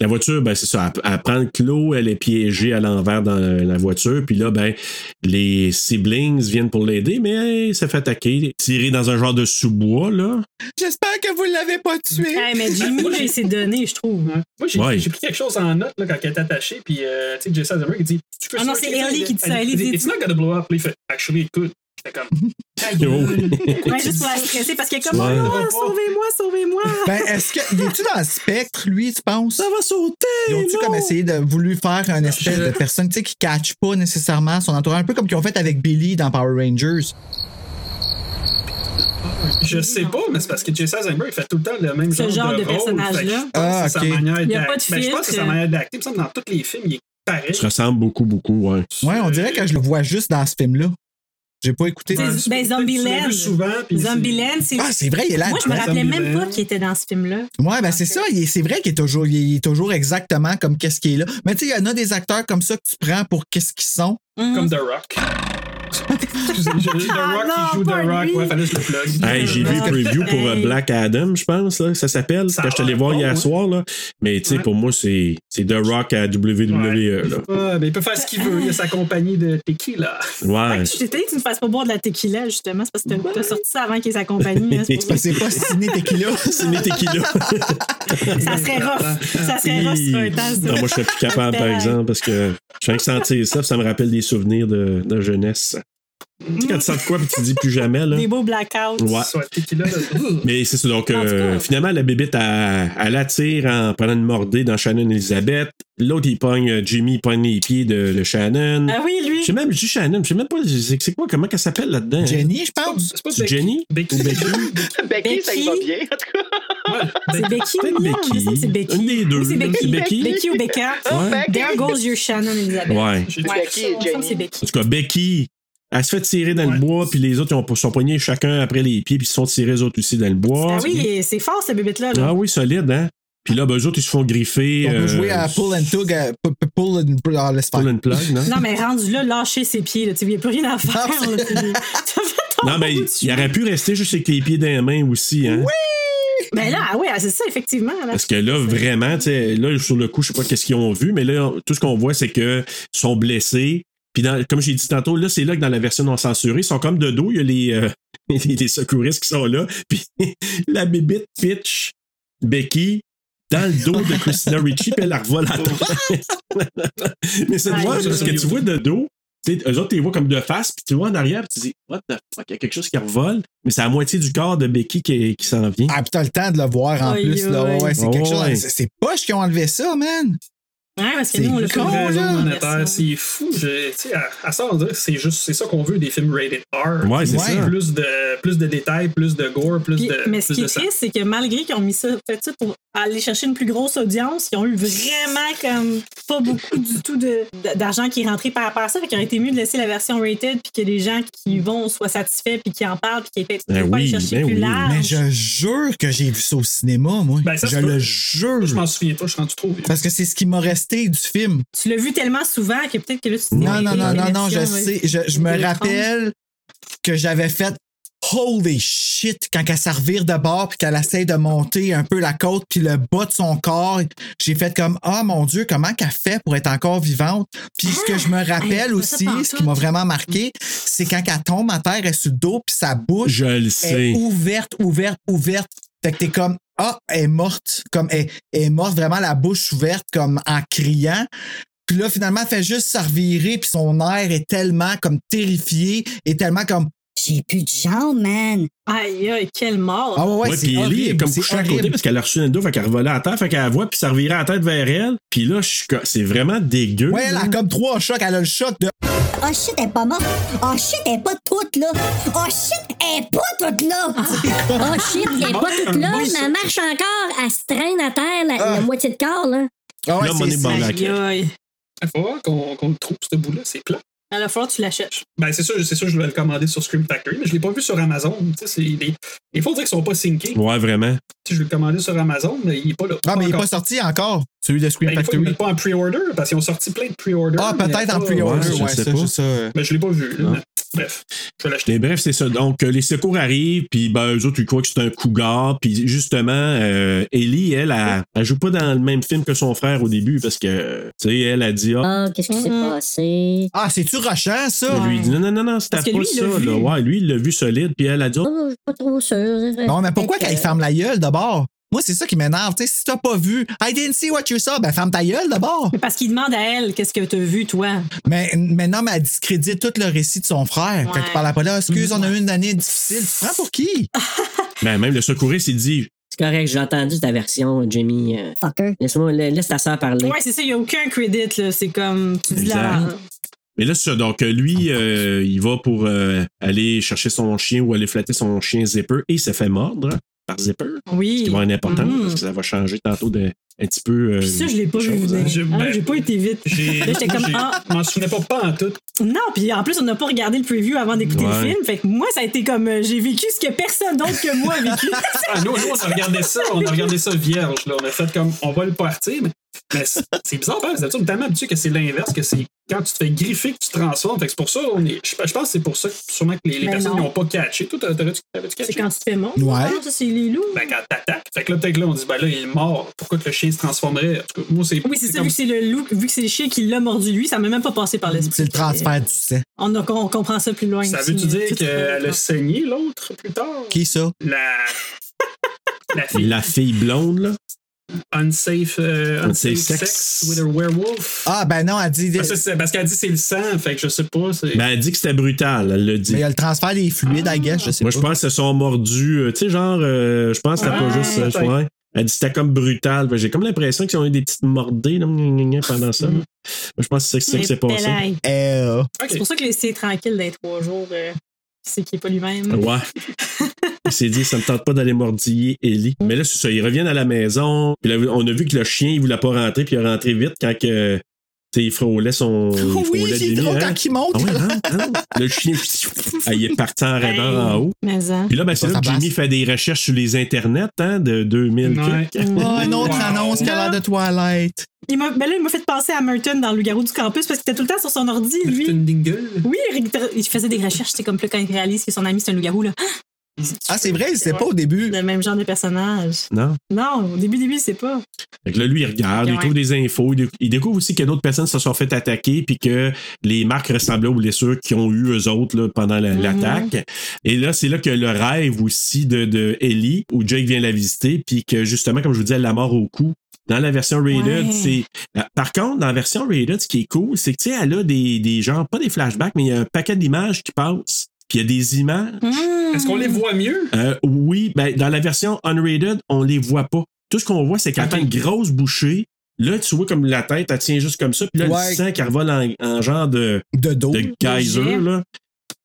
Speaker 3: La voiture, ben, c'est ça. Elle, elle prend le clos, elle est piégée à l'envers dans la voiture. Puis là, ben, les siblings viennent pour l'aider, mais elle s'est fait attaquer, tirer dans un genre de sous-bois, là.
Speaker 2: J'espère que vous ne l'avez pas tué.
Speaker 6: Hey, mais Jimmy, il s'est donné, je trouve.
Speaker 1: hein. Moi, j'ai
Speaker 3: Ouais.
Speaker 1: j'ai pris quelque chose en note là, quand elle est attachée, puis euh, tu sais, Jason Eisenberg, il dit Tu peux
Speaker 6: Ah non,
Speaker 1: sûr
Speaker 6: c'est
Speaker 1: qu'il-
Speaker 6: Ellie qui dit ça,
Speaker 1: Elle
Speaker 6: Ellie dit-
Speaker 1: It's not gonna blow up. Là, il fait Actually, it could. J'étais
Speaker 2: *laughs*
Speaker 1: comme
Speaker 3: Oh.
Speaker 6: Ouais, juste pour la stresser parce qu'elle est comme
Speaker 3: Ouais.
Speaker 6: Oh non, sauvez-moi, sauvez-moi.
Speaker 2: Ben, est-ce que. il Est-tu dans le spectre, lui, tu penses?
Speaker 3: va sauter!
Speaker 2: Ils ont-tu comme essayé de voulu faire un espèce de personne, tu sais, qui catch pas nécessairement son entourage, un peu comme qu'ils ont fait avec Billy dans Power Rangers.
Speaker 1: Je sais pas, mais c'est parce que Jason Eisenberg, il fait tout le temps le même
Speaker 6: Ce
Speaker 1: genre,
Speaker 6: genre de
Speaker 1: rôle.
Speaker 6: personnage-là.
Speaker 1: Fait que je pense
Speaker 2: Ah,
Speaker 1: que c'est
Speaker 2: ok.
Speaker 1: sa manière
Speaker 6: Il y a
Speaker 1: d'ac-
Speaker 6: pas de
Speaker 1: ben, Je pense que c'est sa
Speaker 6: filtre.
Speaker 1: manière d'acter. Il me semble que dans tous les films, il est pareil.
Speaker 3: Ça se ressemble beaucoup, beaucoup, ouais.
Speaker 2: Ouais, on dirait que je le vois juste dans ce film-là. J'ai pas écouté.
Speaker 6: C'est-
Speaker 1: c'est-
Speaker 6: Ben,
Speaker 1: Euh, tu l'as
Speaker 6: Zombieland.
Speaker 1: vu souvent, puis c'est-
Speaker 6: Zombieland, c'est.
Speaker 2: Ah, c'est vrai, il est là.
Speaker 6: Moi, je me rappelais même
Speaker 1: Zombieland.
Speaker 6: pas qu'il était dans ce film-là.
Speaker 2: Ouais, ben c'est ça, il est- c'est vrai qu'il est toujours, il est toujours exactement comme qu'est-ce qu'il est là. Mais tu sais, il y en a des acteurs comme ça que tu prends pour qu'est-ce qu'ils sont.
Speaker 6: Hum.
Speaker 1: Comme The
Speaker 6: *laughs*
Speaker 1: Rock. Excusez, j'ai- The
Speaker 6: Ah
Speaker 1: Rock
Speaker 6: non,
Speaker 1: qui joue The
Speaker 6: pas
Speaker 1: Rock.
Speaker 6: lui.
Speaker 1: Ouais, fallait que je le plug.
Speaker 3: Hey, j'ai vu
Speaker 6: Ouais.
Speaker 3: le preview pour
Speaker 1: *laughs*
Speaker 3: euh,
Speaker 6: Hey.
Speaker 3: Black Adam, je pense, là, que ça s'appelle.
Speaker 1: Ça
Speaker 3: Quand je suis
Speaker 1: a
Speaker 3: allé
Speaker 1: l'air
Speaker 3: voir
Speaker 1: bon,
Speaker 3: hier
Speaker 1: ouais.
Speaker 3: soir, là. Mais tu sais,
Speaker 1: Ouais.
Speaker 3: pour moi, c'est c'est The Rock à WWE, là.
Speaker 1: Ouais, mais ben, il peut faire ce qu'il veut. Il a sa compagnie de tequila. *laughs*
Speaker 3: Ouais.
Speaker 6: Je t'ai dit que tu ne fasses pas boire de la tequila, justement. C'est parce que t'as- t'as sorti ça avant qu'il ait sa compagnie. hein, c'est pour ça.
Speaker 2: Ben, *laughs* C'est pas ciné tequila.
Speaker 3: C'est mes tequila.
Speaker 6: *laughs* Ça serait rough. Ça serait rough sur un temps. ça.
Speaker 3: Non, moi, je serais plus capable, par
Speaker 6: Ben.
Speaker 3: exemple, parce que je viens de sentir ça, puis ça me rappelle des souvenirs de, de jeunesse. Tu sais, quand tu sens de quoi, puis tu dis plus jamais, là.
Speaker 6: Des beaux blackouts.
Speaker 3: Ouais.
Speaker 1: Soit
Speaker 2: *laughs*
Speaker 1: tequila. là.
Speaker 3: Mais c'est ça. Donc,
Speaker 6: En tout
Speaker 3: euh,
Speaker 6: cas.
Speaker 3: finalement, la bébite, elle, elle attire en prenant une mordée dans Shannon Elizabeth. L'autre, il pogne, euh, Jimmy, il pogne les pieds de, de Shannon.
Speaker 6: Ah oui, lui.
Speaker 3: Je sais même, je dis Shannon, je sais même pas, c'est c'est quoi, comment qu'elle s'appelle là-dedans? hein?
Speaker 2: Jenny, je pense.
Speaker 1: C'est pas
Speaker 3: C'est Jenny?
Speaker 1: Becky.
Speaker 3: Ou Becky?
Speaker 1: *laughs*
Speaker 10: Becky, ça y va
Speaker 6: Becky.
Speaker 10: bien, en tout cas.
Speaker 6: C'est Becky.
Speaker 3: Peut-être
Speaker 6: Non, il me semble que
Speaker 3: Becky.
Speaker 6: C'est Becky.
Speaker 3: Une des deux.
Speaker 6: Oui, c'est
Speaker 3: là.
Speaker 6: Becky.
Speaker 3: C'est Becky?
Speaker 6: Becky ou Becca.
Speaker 10: Oh,
Speaker 3: Ouais.
Speaker 10: Becky.
Speaker 6: There goes your Shannon Elizabeth.
Speaker 3: Ouais.
Speaker 1: J'ai-
Speaker 10: Ouais. Becky et
Speaker 6: ça, il me semble que c'est
Speaker 10: Jenny.
Speaker 6: Becky.
Speaker 3: En tout cas, Becky, elle se fait tirer dans le
Speaker 1: Ouais.
Speaker 3: bois, puis les autres ils ont, sont poignés chacun après les pieds, puis ils se sont tirés les autres aussi dans le bois.
Speaker 6: Ah oui, c'est fort, ce bébête-là. là.
Speaker 3: Ah oui, solide, hein? Puis là, ben, eux autres, ils se font griffer.
Speaker 2: On peut
Speaker 3: euh,
Speaker 2: jouer à Pull and Tug, à P- P- Pull and ah, Pull and
Speaker 3: pull and plug, non?
Speaker 6: Non, mais rendu là, lâcher ses pieds. là, tu sais, Il n'y a plus rien à faire.
Speaker 2: Non,
Speaker 6: là, tu- tu fais ton
Speaker 3: Non, mais
Speaker 6: bout
Speaker 3: il,
Speaker 6: dessus.
Speaker 3: il aurait pu rester juste avec les pieds dans les mains aussi, hein?
Speaker 6: *laughs* Ben là, ah oui, ah, c'est ça, effectivement. là.
Speaker 3: Parce que là, vraiment, tu sais, là, sur le coup, je sais pas qu'est-ce qu'ils ont vu, mais là, on- tout ce qu'on voit, c'est que ils sont blessés. Puis, dans- comme j'ai dit tantôt, là, c'est là que dans la version non censurée, ils sont comme de dos. Il y a les, euh, *laughs* les, les secouristes qui sont là. *laughs* Puis, la bébite pitch Becky dans le dos de Christina Ricci, puis elle la revole à terre. *laughs* Mais c'est
Speaker 6: Ouais,
Speaker 3: drôle,
Speaker 6: c'est
Speaker 3: parce que
Speaker 1: ça.
Speaker 3: tu vois de dos, tu sais, eux autres, tu les vois comme de face, puis tu vois en arrière, puis tu dis, what the fuck, il y a quelque chose qui revole, mais c'est la moitié du corps de Becky qui, qui s'en vient.
Speaker 2: Ah, puis t'as le temps de le voir en
Speaker 6: Aïe,
Speaker 2: plus, là. Ouais,
Speaker 6: aïe.
Speaker 2: ouais, c'est quelque
Speaker 3: Ouais.
Speaker 2: chose. C'est c'est poche qu'ils ont enlevé ça, man.
Speaker 6: Ouais, parce que nous, on le
Speaker 1: C'est une raison monétaire, c'est fou. Je, tu sais, à, à ça, on dirait que c'est juste c'est ça qu'on veut des films rated R.
Speaker 3: Ouais, c'est ça.
Speaker 1: Plus de, plus de détails, plus de gore, plus
Speaker 6: Puis-
Speaker 1: de.
Speaker 6: mais ce
Speaker 1: plus
Speaker 6: qui
Speaker 1: de
Speaker 6: est
Speaker 1: sang.
Speaker 6: triste, c'est que malgré qu'ils ont mis ça, fait ça pour aller chercher une plus grosse audience, ils ont eu vraiment comme pas beaucoup du tout de- d'argent qui est rentré par rapport à ça. Fait qu'il aurait été mieux de laisser la version rated puis que les gens qui y vont soient satisfaits puis qui en parlent puis qu'ils puissent
Speaker 3: Ben
Speaker 6: pas aller
Speaker 3: oui,
Speaker 6: chercher
Speaker 3: ben
Speaker 6: plus
Speaker 3: oui.
Speaker 6: large.
Speaker 2: Mais je jure que j'ai vu ça au cinéma, moi.
Speaker 1: Ben, ça,
Speaker 2: je
Speaker 1: c'est pas-
Speaker 2: le jure.
Speaker 1: Je m'en souviens pas, je suis rendu trop vieux.
Speaker 2: Parce que c'est ce qui m'a resté du film.
Speaker 6: Tu l'as vu tellement souvent que peut-être que là, tu te dis,
Speaker 2: Non, non,
Speaker 6: hey,
Speaker 2: non,
Speaker 6: les
Speaker 2: non, non, je
Speaker 6: versions, ouais.
Speaker 2: sais. Je, je me
Speaker 6: Deux, trente.
Speaker 2: rappelle que j'avais fait Holy shit quand elle s'en revire de bord puis qu'elle essaie de monter un peu la côte puis le bas de son corps. J'ai fait comme Ah mon Dieu, comment qu'elle fait pour être encore vivante? Puis ce que je
Speaker 6: Ah!
Speaker 2: me rappelle
Speaker 6: elle fait
Speaker 2: aussi,
Speaker 6: ça
Speaker 2: ce
Speaker 6: pantoute.
Speaker 2: qui m'a vraiment marqué, c'est quand elle tombe à terre, elle est sur le dos puis sa bouche
Speaker 3: Je le
Speaker 2: est
Speaker 3: sais.
Speaker 2: ouverte, ouverte, ouverte. Fait que t'es comme Ah, elle est morte. Comme elle, elle est morte vraiment la bouche ouverte, comme en criant. Puis là, finalement, elle fait juste se revirer, puis son air est tellement comme terrifié et tellement comme
Speaker 8: J'ai plus de jambes, man.
Speaker 6: Aïe, aïe, quelle mort!
Speaker 2: Ah ouais, ouais,
Speaker 3: Ouais,
Speaker 2: c'est
Speaker 3: puis Ellie est
Speaker 2: horrible,
Speaker 3: comme
Speaker 2: c'est
Speaker 3: couchée à
Speaker 2: horrible.
Speaker 3: côté parce qu'elle a reçu une dos, fait qu'elle revolait à terre, fait qu'elle la voit, puis ça revirait la tête vers elle. Puis là, je suis co- c'est vraiment dégueu.
Speaker 2: Ouais, elle a comme trois chocs, elle a le choc de
Speaker 8: Oh shit, elle est pas morte. Oh shit, elle est pas toute là. Oh shit, elle est pas toute là. oh shit, elle est pas toute là, mais elle marche encore. Elle se traîne à terre la, la moitié de corps, là.
Speaker 2: Ah ouais,
Speaker 3: Là,
Speaker 2: c'est
Speaker 3: Money
Speaker 2: ça.
Speaker 3: Bank.
Speaker 6: Aïe, aïe.
Speaker 1: Il va falloir qu'on qu'on le trouve, ce bout-là, c'est plat.
Speaker 6: Il va falloir que tu l'achètes.
Speaker 1: Ben, c'est sûr, c'est sûr, je vais le commander sur Scream Factory, mais je l'ai pas vu sur Amazon. Tu sais, c'est des- Il faut dire qu'ils sont pas syncés.
Speaker 3: Ouais, vraiment.
Speaker 1: Tu sais, Je l'ai commandé sur Amazon, mais il est pas là.
Speaker 2: Ah, mais il est
Speaker 1: encore.
Speaker 2: pas sorti encore, celui de Scream
Speaker 1: Ben, des fois, ils
Speaker 2: Factory.
Speaker 1: mettent pas en pre-order parce qu'ils ont sorti plein de pre-order.
Speaker 2: Ah,
Speaker 1: mais
Speaker 2: peut-être en
Speaker 1: pas-
Speaker 2: pre-order,
Speaker 3: Ouais,
Speaker 2: ouais,
Speaker 3: je sais
Speaker 2: ça,
Speaker 3: pas.
Speaker 2: juste ça. euh,
Speaker 1: Ben, je l'ai pas vu. là,
Speaker 3: Non.
Speaker 1: mais- Bref, je vais l'acheter.
Speaker 3: Mais bref, c'est ça. Donc, euh, les secours arrivent, puis ben, eux autres, ils croient que c'est un cougar. Puis justement, euh, Ellie, elle, elle, elle joue pas dans le même film que son frère au début parce que, tu sais, elle a dit, ah,
Speaker 8: Oh, qu'est-ce qui s'est
Speaker 6: Mhm.
Speaker 8: passé?
Speaker 2: Ah, c'est-tu rochant, ça?
Speaker 3: lui, il dit, non, non, non, non, c'était
Speaker 6: Parce que
Speaker 3: pas
Speaker 6: lui, il
Speaker 3: ça.
Speaker 6: l'a vu.
Speaker 3: Là. Ouais, lui, il l'a vu solide, puis elle a dit,
Speaker 8: Oh,
Speaker 3: oh,
Speaker 8: je suis pas trop sûre.
Speaker 2: Non, mais pourquoi
Speaker 8: Peut-être
Speaker 2: qu'elle
Speaker 8: que-
Speaker 2: ferme la gueule d'abord? Moi, c'est ça qui m'énerve. Tu sais, si t'as pas vu, I didn't see what you saw, ben ferme ta gueule d'abord.
Speaker 6: Mais parce qu'il demande à elle, qu'est-ce que t'as vu, toi?
Speaker 2: Mais, mais non, mais elle discrédite tout le récit de son frère. Quand
Speaker 6: Ouais.
Speaker 2: il parle après là, excuse, on a eu une année difficile. Tu te prends pour qui?
Speaker 3: ben, même le secouriste, il dit,
Speaker 10: C'est correct, j'ai entendu ta version, Jimmy. Euh,
Speaker 8: Fucker.
Speaker 10: Laisse-moi, la- laisse ta sœur parler.
Speaker 6: Ouais, c'est ça, il n'y a aucun credit, là. C'est comme. Tu dis la
Speaker 3: Exact. Mais là, c'est ça. Donc, euh, lui,
Speaker 6: Ah,
Speaker 3: euh, il va pour euh, aller chercher son chien ou aller flatter son chien Zipper et il se fait mordre par Zipper. Ce
Speaker 6: Oui.
Speaker 3: qui va être important
Speaker 6: Mhm.
Speaker 3: parce que ça va changer tantôt de, un petit peu. euh,
Speaker 6: Puis ça, je l'ai pas vu
Speaker 3: chose,
Speaker 6: venir.
Speaker 3: hein.
Speaker 1: Je-
Speaker 6: Ah,
Speaker 1: ben,
Speaker 6: J'ai pas été vite.
Speaker 1: J'ai-
Speaker 6: Là, j'étais comme,
Speaker 1: j'ai-
Speaker 6: ah.
Speaker 1: Je m'en souvenais pas, pas en tout.
Speaker 6: Non, puis en plus, on n'a pas regardé le preview avant d'écouter
Speaker 3: Ouais.
Speaker 6: le film. Fait que moi, ça a été comme. euh, J'ai vécu ce que personne d'autre que moi a vécu.
Speaker 1: Ah, nous, nous, on a regardé ça, on a regardé ça vierge. Là. On a fait comme, on va le partir, mais, mais c'est c'est bizarre, hein. parce que t'es tellement habitué que c'est l'inverse, que c'est quand tu te fais griffer que tu te transformes. Fait que c'est pour ça, on est, je, je pense que c'est pour ça que sûrement que les, les
Speaker 6: Mais
Speaker 1: personnes
Speaker 6: non.
Speaker 1: n'ont pas catché. Toi, t'aurais- t'aurais-tu t'avais-tu
Speaker 6: c'est
Speaker 1: catché?
Speaker 6: quand tu te fais mordre.
Speaker 2: Ouais.
Speaker 6: non? Ça, c'est les loups.
Speaker 1: Ben, quand t'attaques. Fait que là, peut-être que là, on dit, ben là, il est mort. Pourquoi que le chien se transformerait? En tout cas, moi, c'est.
Speaker 6: Oui, c'est ça,
Speaker 1: comme-
Speaker 6: vu que c'est le loup, vu que c'est le chien qui l'a mordu lui, ça m'a même pas passé par l'esprit. euh,
Speaker 2: C'est le transfert du sang.
Speaker 6: On, a- on comprend ça plus loin.
Speaker 1: Ça
Speaker 6: aussi,
Speaker 1: veut-tu
Speaker 6: mais
Speaker 1: dire
Speaker 6: tout est
Speaker 1: qu'elle a
Speaker 6: dans-
Speaker 1: saigné l'autre plus tard?
Speaker 2: Qui ça?
Speaker 1: La. La fille.
Speaker 3: La fille blonde, là.
Speaker 1: Unsafe, euh,
Speaker 3: Unsafe
Speaker 1: unsafe
Speaker 3: sex.
Speaker 1: sex. with a werewolf.
Speaker 2: Ah, ben non, elle dit.
Speaker 1: Parce, que c'est- parce qu'elle dit c'est le sang, fait que je sais pas. c'est-
Speaker 3: Ben, elle dit que c'était brutal, elle le dit.
Speaker 2: Mais il y a le transfert des fluides, I guess, je sais
Speaker 3: Moi, je
Speaker 2: pas.
Speaker 3: pense que se sont mordus. euh, tu sais, genre, euh, je pense que c'était pas
Speaker 6: Ouais,
Speaker 3: juste. euh,
Speaker 1: peut-être.
Speaker 3: ouais. Elle dit que c'était comme brutal. Fait que J'ai comme l'impression qu'ils ont eu des petites mordées là, gna, gna, gna, pendant ça.
Speaker 6: Mm.
Speaker 3: Moi, je pense que c'est ça qui s'est passé.
Speaker 6: Pelaille.
Speaker 2: Euh,
Speaker 3: Oh,
Speaker 1: Ok.
Speaker 6: C'est pour ça que c'est tranquille d'être trois jours. euh, c'est qu'il est pas lui-même.
Speaker 3: Ouais. Il s'est dit, ça me tente pas d'aller mordiller Ellie. Mais là, c'est ça. Ils reviennent à la maison. Puis là, on a vu que le chien, il voulait pas rentrer. Puis il est rentré vite quand que, tu sais, il frôlait son. il
Speaker 2: oui,
Speaker 3: frôlait
Speaker 2: c'est
Speaker 3: Jimmy,
Speaker 2: drôle
Speaker 3: hein.
Speaker 2: quand il monte.
Speaker 3: Ah oui, rentre, rentre. Le
Speaker 2: *laughs*
Speaker 3: chien, ah, il est parti en raideur en haut.
Speaker 6: Mais hein.
Speaker 3: Puis là, ben, c'est
Speaker 2: Pas
Speaker 3: là que
Speaker 2: sa
Speaker 3: Jimmy fait des recherches sur les internets hein, de 2000.
Speaker 1: Ouais.
Speaker 2: Ah, une autre
Speaker 1: Wow.
Speaker 2: annonce qu'elle a l'air de toilette.
Speaker 6: Il m'a, ben là, il m'a fait penser à Merton dans le loup-garou du campus parce qu'il était tout le temps sur son ordi,
Speaker 1: C'est
Speaker 6: lui.
Speaker 1: une dingle.
Speaker 6: Oui, il re- il faisait des recherches, c'est comme plus quand il réalise que son ami c'est un loup-garou, là.
Speaker 2: Ah, c'est vrai, il sait
Speaker 6: Ouais.
Speaker 2: pas au début.
Speaker 6: Le même genre de personnage.
Speaker 3: Non?
Speaker 6: Non, au début, début, c'est pas.
Speaker 3: Fait que là, lui, il regarde,
Speaker 6: Ouais.
Speaker 3: il trouve des infos. Il, déc- il découvre aussi que d'autres personnes se sont fait attaquer puis que les marques ressemblaient aux blessures qu'ils ont eues eux autres là, pendant la-
Speaker 6: Mhm.
Speaker 3: l'attaque. Et là, c'est là que le rêve aussi de, de Ellie, où Jake vient la visiter, puis que justement, comme je vous disais, la mort au cou. Dans la version rated,
Speaker 6: Ouais.
Speaker 3: c'est. Ah, Par contre, dans la version rated, ce qui est cool, c'est que tu sais, elle a des, des genres, pas des flashbacks, mais il y a un paquet d'images qui passent. Puis il y a des images.
Speaker 2: Hmm.
Speaker 1: Est-ce qu'on les voit mieux?
Speaker 3: Euh, oui, ben, dans la version unrated, on les voit pas. Tout ce qu'on voit, c'est qu'elle
Speaker 1: Ok.
Speaker 3: fait une grosse bouchée, Là, tu vois comme la tête, elle tient juste comme ça, puis là,
Speaker 2: Ouais.
Speaker 3: le sang qui revole en, en genre de,
Speaker 2: de dos.
Speaker 3: de geyser,
Speaker 2: jet.
Speaker 3: là.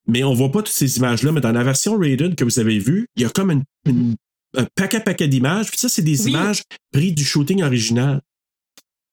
Speaker 3: Mais on voit pas toutes ces images-là, mais dans la version Raiden que vous avez vue, il y a comme une, une- un paquet-paquet d'images, puis ça, c'est des
Speaker 6: Oui.
Speaker 3: images prises du shooting original.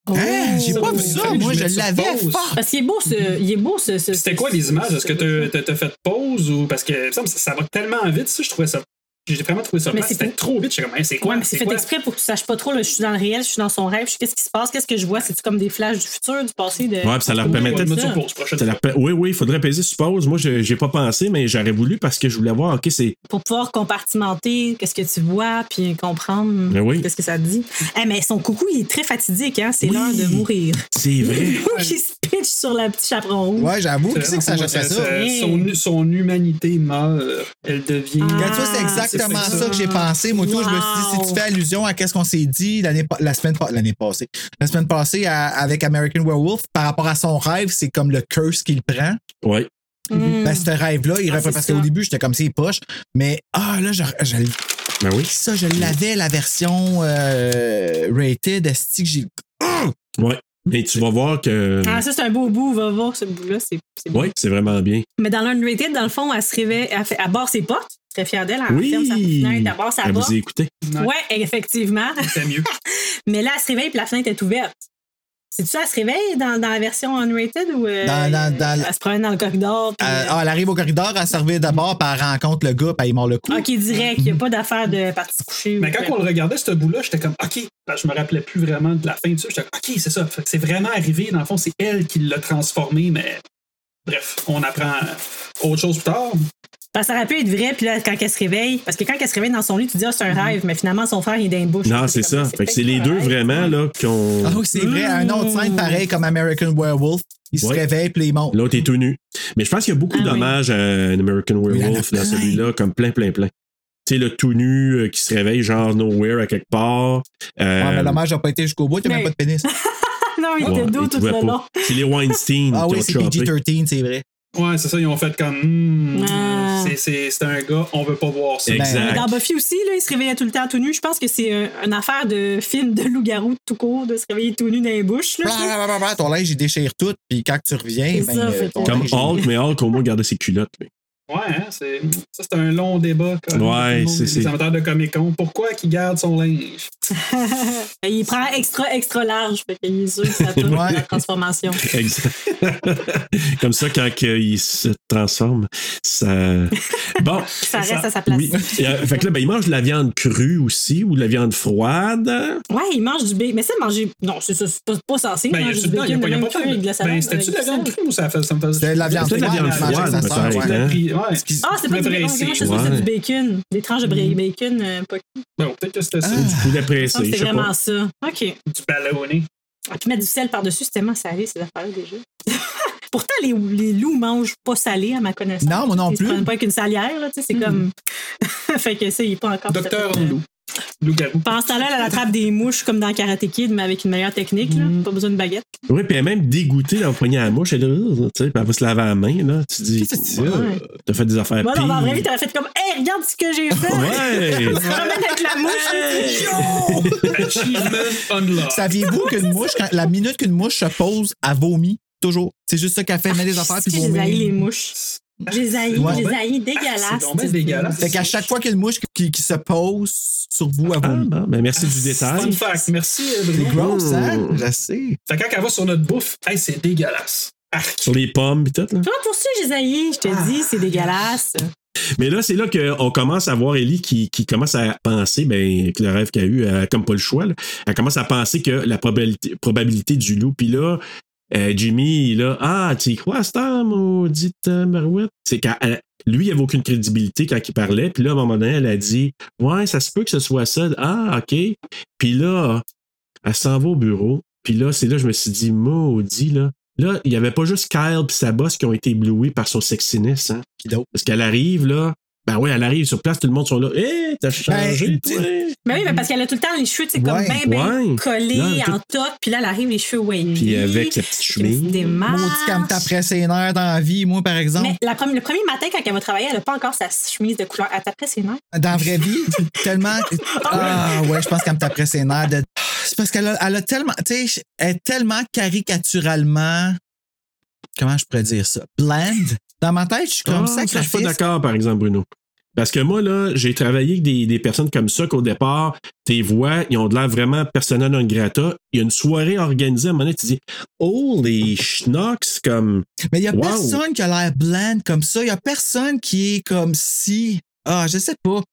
Speaker 2: Hein, j'ai pas
Speaker 1: Oh,
Speaker 2: vu ça.
Speaker 1: fallait que
Speaker 2: Moi,
Speaker 1: je
Speaker 2: je
Speaker 1: mette ça
Speaker 2: l'avais.
Speaker 1: pause.
Speaker 2: fuck.
Speaker 6: Parce qu'il est beau, ce. Il est beau, ce. ce-
Speaker 1: C'était quoi les images? Est-ce que t'as- t'as- t'as fait pause ou. Parce que il me semble que ça, ça va tellement vite, ça, je trouvais ça. J'ai vraiment trouvé ça.
Speaker 6: Mais
Speaker 1: plate.
Speaker 6: c'est
Speaker 1: C'était
Speaker 6: fait-
Speaker 1: trop vite. J'étais comme, Hein, c'est quoi?
Speaker 6: Ouais, mais c'est fait
Speaker 1: quoi?
Speaker 6: exprès pour que tu saches pas trop. là, je suis dans le réel, je suis dans son rêve, je sais qu'est-ce qui se passe, qu'est-ce que je vois. C'est-tu comme des flashs du futur, du passé? De...
Speaker 3: Ouais, puis ça leur
Speaker 1: Ouais,
Speaker 3: permettait
Speaker 1: je vais mettre
Speaker 3: de.
Speaker 1: ça pause, prochaine
Speaker 3: ça leur per- Oui, oui, il faudrait peser, suppose. Moi, je- j'ai pas pensé, mais j'aurais voulu parce que je voulais voir, OK, c'est.
Speaker 6: Pour pouvoir compartimenter qu'est-ce que tu vois, puis comprendre
Speaker 3: Mais oui.
Speaker 6: qu'est-ce que ça te dit. Eh, mais son coucou, il est très fatidique, hein? C'est
Speaker 3: Oui.
Speaker 6: l'heure de mourir.
Speaker 3: C'est vrai.
Speaker 6: qui se pitch sur la petite chaperon rouge.
Speaker 2: Ouais, j'avoue. Qui c'est que ça
Speaker 1: fois.
Speaker 2: jetait ça?
Speaker 6: Hey.
Speaker 1: euh, Son, son humanité meurt. Elle devient.
Speaker 2: Regarde, tu vois, Ah, c'est exactement ça, que j'ai pensé. Moi, tout, je me suis dit, si tu fais allusion à qu'est-ce qu'on s'est dit l'année pa- la semaine, pa- l'année passée, la semaine passée à- avec American Werewolf, par rapport à son rêve, c'est comme le curse qu'il prend.
Speaker 3: Ouais.
Speaker 6: Mm.
Speaker 2: Ben, ce rêve-là, il
Speaker 6: Ah,
Speaker 2: répète
Speaker 6: c'est
Speaker 2: parce
Speaker 6: ça.
Speaker 2: qu'au début, j'étais comme c'est poche. Mais ah, là, je, je,
Speaker 3: Ben oui.
Speaker 2: ça, je l'avais, la version euh, rated. Esti que j'ai. Ah!
Speaker 3: Ouais. Mais tu vas voir que.
Speaker 6: Ah, ça, c'est un beau bout. Va voir ce bout-là. C'est c'est beau.
Speaker 3: Oui, c'est vraiment bien.
Speaker 6: Mais dans l'Unrated, dans le fond, elle se réveille, elle, fait, elle barre ses portes. Très fière d'elle. Elle
Speaker 3: oui.
Speaker 6: ferme sa fenêtre, elle barre sa
Speaker 3: Elle
Speaker 6: porte.
Speaker 3: vous a écouté.
Speaker 6: Ouais, effectivement. *laughs*
Speaker 1: C'est mieux.
Speaker 6: Mais là, elle se réveille et la fenêtre est ouverte. C'est-tu ça, elle se réveille dans, dans la version Unrated ou. euh,
Speaker 2: Dans- dans- dans-
Speaker 6: Elle se promène dans le corridor. puis,
Speaker 2: Euh, ah, elle arrive au corridord, elle servait d'abord, puis elle rencontre le gars, puis elle mord le cou.
Speaker 3: ah.
Speaker 6: euh, Ok, direct. Il n'y a pas d'affaire de partie se coucher.
Speaker 1: Mais quand on le regardait, ce bout-là, j'étais comme, OK, Là, je me rappelais plus vraiment de la fin de ça. J'étais comme, OK, c'est ça. Fait que c'est vraiment arrivé. Dans le fond, c'est elle qui l'a transformé, mais bref, on apprend autre chose plus tard.
Speaker 6: Parce que ça aurait pu être vrai, puis là, quand elle se réveille, parce que quand elle se réveille dans son lit, tu dis, ah, c'est un rêve, mais finalement, son frère, il est dans une bouche.
Speaker 3: Mm-hmm. Non, c'est ça. Fait que c'est les deux vraiment, là, qu'on.
Speaker 2: Ah oui, c'est vrai, un autre scène pareil comme American Werewolf. Il se
Speaker 3: Ouais.
Speaker 2: réveille, puis il monte.
Speaker 3: L'autre est tout nu. Mais je pense qu'il y a beaucoup
Speaker 6: Ah oui.
Speaker 3: d'hommages à un American Werewolf
Speaker 2: Il y en a
Speaker 3: dans celui-là, comme plein, plein, plein. Tu sais, le tout nu euh, qui se réveille, genre nowhere à quelque part. Euh,
Speaker 2: Ouais, mais l'hommage n'a pas été jusqu'au bout, il n'y a
Speaker 6: mais-
Speaker 2: même pas de
Speaker 3: *laughs*
Speaker 2: pénis.
Speaker 6: *laughs* non, il
Speaker 3: ouais,
Speaker 6: était
Speaker 3: il
Speaker 6: doux tout
Speaker 3: trouvait
Speaker 6: le
Speaker 3: pas.
Speaker 6: long.
Speaker 3: C'est les Weinstein.
Speaker 2: Ah
Speaker 3: qui
Speaker 2: oui,
Speaker 3: ont
Speaker 2: c'est
Speaker 3: chopé.
Speaker 2: PG-13, c'est
Speaker 6: *laughs*
Speaker 2: vrai.
Speaker 1: Ouais, c'est ça. Ils ont fait comme, Hmm,
Speaker 6: Ah.
Speaker 1: c'est- c'est c'est un gars, on veut pas voir ça.
Speaker 6: Mais
Speaker 3: Exact.
Speaker 6: dans Buffy aussi, là, il se réveillait tout le temps tout nu. Je pense que c'est euh, une affaire de film de loup-garou tout court, de se réveiller tout nu dans les bouches. Là,
Speaker 2: Blah, blah, blah, blah, ton linge, il déchire tout, puis quand tu reviens,
Speaker 6: C'est
Speaker 2: ben,
Speaker 6: ça,
Speaker 2: euh,
Speaker 6: fait que-
Speaker 2: ton
Speaker 3: Comme
Speaker 2: linge, il-
Speaker 3: Hulk, mais Hulk au moins gardait ses culottes.
Speaker 2: *laughs*
Speaker 3: lui.
Speaker 1: Ouais, hein, c'est ça, c'est un long débat. comme
Speaker 3: Ouais,
Speaker 1: tout le monde,
Speaker 3: c'est-
Speaker 1: Les
Speaker 3: c'est-
Speaker 1: amateurs de Comic-Con, pourquoi qu'ils gardent son linge?
Speaker 6: il prend extra, extra large. Fait qu'il est sûr que ça tourne
Speaker 2: Ouais.
Speaker 6: la transformation.
Speaker 3: Exact. Comme ça, quand euh, il se transforme, *laughs* ça. Bon.
Speaker 6: Ça reste à sa place.
Speaker 3: Oui. Et, euh, fait que là, ben, il mange de la viande crue aussi ou de la viande froide.
Speaker 6: Ouais, il mange du bacon. Mais ça, manger. Non, c'est ça, c'est pas, pas censé.
Speaker 1: Ben, il y a
Speaker 6: manger
Speaker 1: tout dedans, il y a pas- il y a pas tant
Speaker 6: avec de la
Speaker 1: de-
Speaker 6: salade,
Speaker 1: Ben, c'était-tu de la
Speaker 6: avec du
Speaker 1: viande
Speaker 6: sel.
Speaker 1: crue ou ça fait- ça me faisait.
Speaker 2: C'était de la viande
Speaker 3: C'était de la
Speaker 2: froide,
Speaker 3: viande
Speaker 2: elle mangeait
Speaker 3: froide,
Speaker 2: avec sa sœur,
Speaker 3: peut-être,
Speaker 2: ouais.
Speaker 3: hein?
Speaker 1: Ouais.
Speaker 2: Excuse-
Speaker 6: Ah, c'est pas du bacon.
Speaker 1: Précis,
Speaker 6: Je sais pas, c'est
Speaker 3: ouais.
Speaker 6: du bacon. Des tranches de bra- bacon. euh, pas-
Speaker 1: Bon, Ben, peut-être que c'était ça.
Speaker 3: Ou du poulet
Speaker 6: Je pense que
Speaker 3: pressé.
Speaker 6: c'est
Speaker 3: Je sais
Speaker 6: vraiment
Speaker 3: pas.
Speaker 6: ça. OK.
Speaker 1: Du ballonné.
Speaker 6: Ah, Puis mettre du sel par-dessus, c'est tellement salé, ces affaires-là, déjà. *laughs* Pourtant, les, les loups mangent pas salé, à ma connaissance.
Speaker 2: Non, moi non
Speaker 6: Ils se
Speaker 2: plus. Mm-hmm.
Speaker 6: prennent pas avec une salière, là, tu sais, c'est comme. *laughs* fait que ça, il est pas encore.
Speaker 1: Docteur
Speaker 6: tout à fait-
Speaker 1: Loup.
Speaker 6: *laughs*
Speaker 1: Loup-garou.
Speaker 6: Pendant ce temps-là, elle attrape des mouches comme dans Karate Kid, mais avec une meilleure technique, là.
Speaker 2: Mm-hmm.
Speaker 6: Pas besoin de baguette.
Speaker 3: Oui, puis elle est même dégoûtée d'avoir poigné à la mouche. Elle, est là, tu sais, puis elle va se laver la main. Là. Tu dis, euh,
Speaker 6: Ouais.
Speaker 3: t'as fait des affaires
Speaker 6: Moi, dans la vraie vie,
Speaker 3: pires.
Speaker 6: t'aurais fait comme, hey, regarde ce que j'ai fait!
Speaker 3: Ouais!
Speaker 6: *laughs* Tu te ramènes avec la
Speaker 2: Ah,
Speaker 6: mouche,
Speaker 1: Achievement Unlocked.
Speaker 2: Saviez-vous
Speaker 6: *laughs*
Speaker 2: qu'une mouche, quand- la minute qu'une mouche se pose, elle vomit? Toujours. C'est juste ça qu'elle fait, met des affaires, puis
Speaker 6: J'ai haï Ah, les
Speaker 2: vomit.
Speaker 6: mouches. J'ai haï,
Speaker 2: Ouais.
Speaker 6: j'ai haï,
Speaker 1: Ah,
Speaker 6: dégueulasse.
Speaker 1: c'est donc bien dégueulasse.
Speaker 2: Fait qu'à chaque fois qu'une mouche qui, qui se pose sur vous, elle
Speaker 3: Ah,
Speaker 2: vomit.
Speaker 3: bon, ben, merci du
Speaker 1: Fun
Speaker 3: détail.
Speaker 1: fact. Merci, euh,
Speaker 2: C'est
Speaker 1: Bruno.
Speaker 2: gross, hein? Je sais.
Speaker 1: Fait que quand elle va sur notre bouffe, hey, c'est dégueulasse. Arc.
Speaker 3: Sur les pommes pis tout. Là.
Speaker 6: Toi, pour ça, j'ai haï, je
Speaker 2: Ah.
Speaker 6: te dis, c'est dégueulasse.
Speaker 3: Mais là, c'est là qu'on commence à voir Ellie qui, qui commence à penser, ben, que le rêve qu'elle a eu, elle a comme pas le choix, là. elle commence à penser que la probabilité, probabilité du loup. Puis là, euh, Jimmy, là, ah, tu y crois, cette maudite euh, marouette? C'est qu'elle, elle- lui, il avait aucune crédibilité quand il parlait. Puis là, à un moment donné, elle a dit, ouais, ça se peut que ce soit ça. Ah, OK. Puis là, elle s'en va au bureau. Puis là, c'est là que je me suis dit, maudit, là. Là, il n'y avait pas juste Kyle et sa boss qui ont été éblouis par son sexiness. Hein?
Speaker 2: Kido.
Speaker 3: Parce qu'elle arrive, là. Ben oui, elle arrive sur place, tout le monde sont là. Hé, t'as changé,
Speaker 2: Ben,
Speaker 3: toi!
Speaker 6: Mais oui, mais parce qu'elle a tout le temps les cheveux, tu sais,
Speaker 2: Ouais.
Speaker 6: comme bien, bien
Speaker 3: Ouais.
Speaker 6: collés,
Speaker 3: Là, tout-
Speaker 6: en toque, puis là, elle arrive les cheveux wavy.
Speaker 3: Puis avec sa petite chemise.
Speaker 6: Des marches.
Speaker 2: Maudit qu'elle me taperait ses nerfs dans la vie, moi, par exemple.
Speaker 6: Mais la prom- le premier matin, quand elle va travailler, elle n'a pas encore sa chemise de couleur. Elle taperait ses mains.
Speaker 2: Dans la vraie vie, tellement. Ah ouais, je pense qu'elle me taperait ses nerfs de. c'est parce qu'elle a, elle a tellement, tu sais, elle est tellement caricaturalement, comment je pourrais dire ça, blend. Dans ma tête, je suis comme
Speaker 3: Ah,
Speaker 2: ça.
Speaker 3: ça, je suis pas d'accord, par exemple, Bruno. Parce que moi, là, j'ai travaillé avec des, des personnes comme ça qu'au départ, tes voix, ils ont de l'air vraiment persona non grata. Il y a une soirée organisée à un moment donné, tu dis Oh, les schnocks, comme. *laughs*
Speaker 2: Mais il n'y a
Speaker 3: Wow.
Speaker 2: personne qui a l'air bland comme ça. Il n'y a personne qui est comme si. Ah, je sais pas.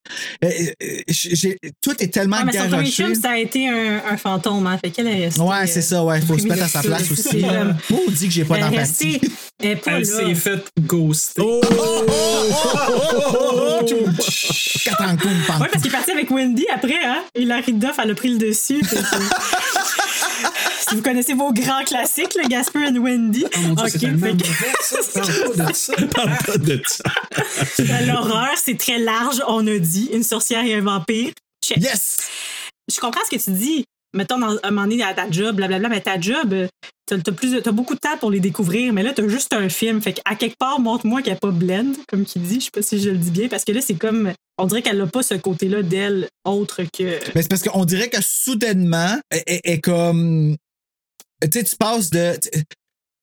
Speaker 2: Euh, euh, j'ai- tout est tellement
Speaker 6: Ouais, Ah, mais son premier
Speaker 2: garoché.
Speaker 6: chum, ça a été un, un fantôme. Hein. Fait qu'elle est restée,
Speaker 2: Ouais, c'est ça, ouais. Faut se mettre à sa
Speaker 6: privilégiée.
Speaker 2: place aussi.
Speaker 6: C'est, euh,
Speaker 2: Moi, on dit que j'ai pas
Speaker 6: elle est
Speaker 2: d'empathie.
Speaker 6: restée. Elle est pas
Speaker 1: Elle
Speaker 6: là.
Speaker 1: s'est faite ghoster.
Speaker 2: Katankoum,
Speaker 6: Ouais, parce qu'il est parti avec Wendy après, hein. Et Larry Duff, elle a pris le dessus. Fait que- *laughs* si vous connaissez vos grands classiques, le Gasper and
Speaker 2: *laughs*
Speaker 6: Wendy.
Speaker 1: Oh Mon Dieu,
Speaker 6: ok,
Speaker 1: c'est tellement
Speaker 6: fait
Speaker 1: mauvais,
Speaker 6: que-
Speaker 1: ça. Parle pas de ça.
Speaker 3: Parle pas de ça.
Speaker 6: L'horreur, c'est très large, on a dit. Une sorcière et un vampire. Check.
Speaker 2: Yes!
Speaker 6: Je comprends ce que tu dis. Mettons, dans, à un moment donné, à ta job, blablabla, mais ta job, euh, t'as t'as plus de- t'as beaucoup de temps pour les découvrir, mais là, t'as juste un film. Fait qu'à quelque part, montre-moi qu'elle n'est pas blend, comme qui dit. Je sais pas si je le dis bien, parce que là, c'est comme. On dirait qu'elle n'a pas ce côté-là d'elle autre que.
Speaker 2: Mais c'est parce qu'on dirait que soudainement, elle- elle elle est comme. Tu sais, tu passes de.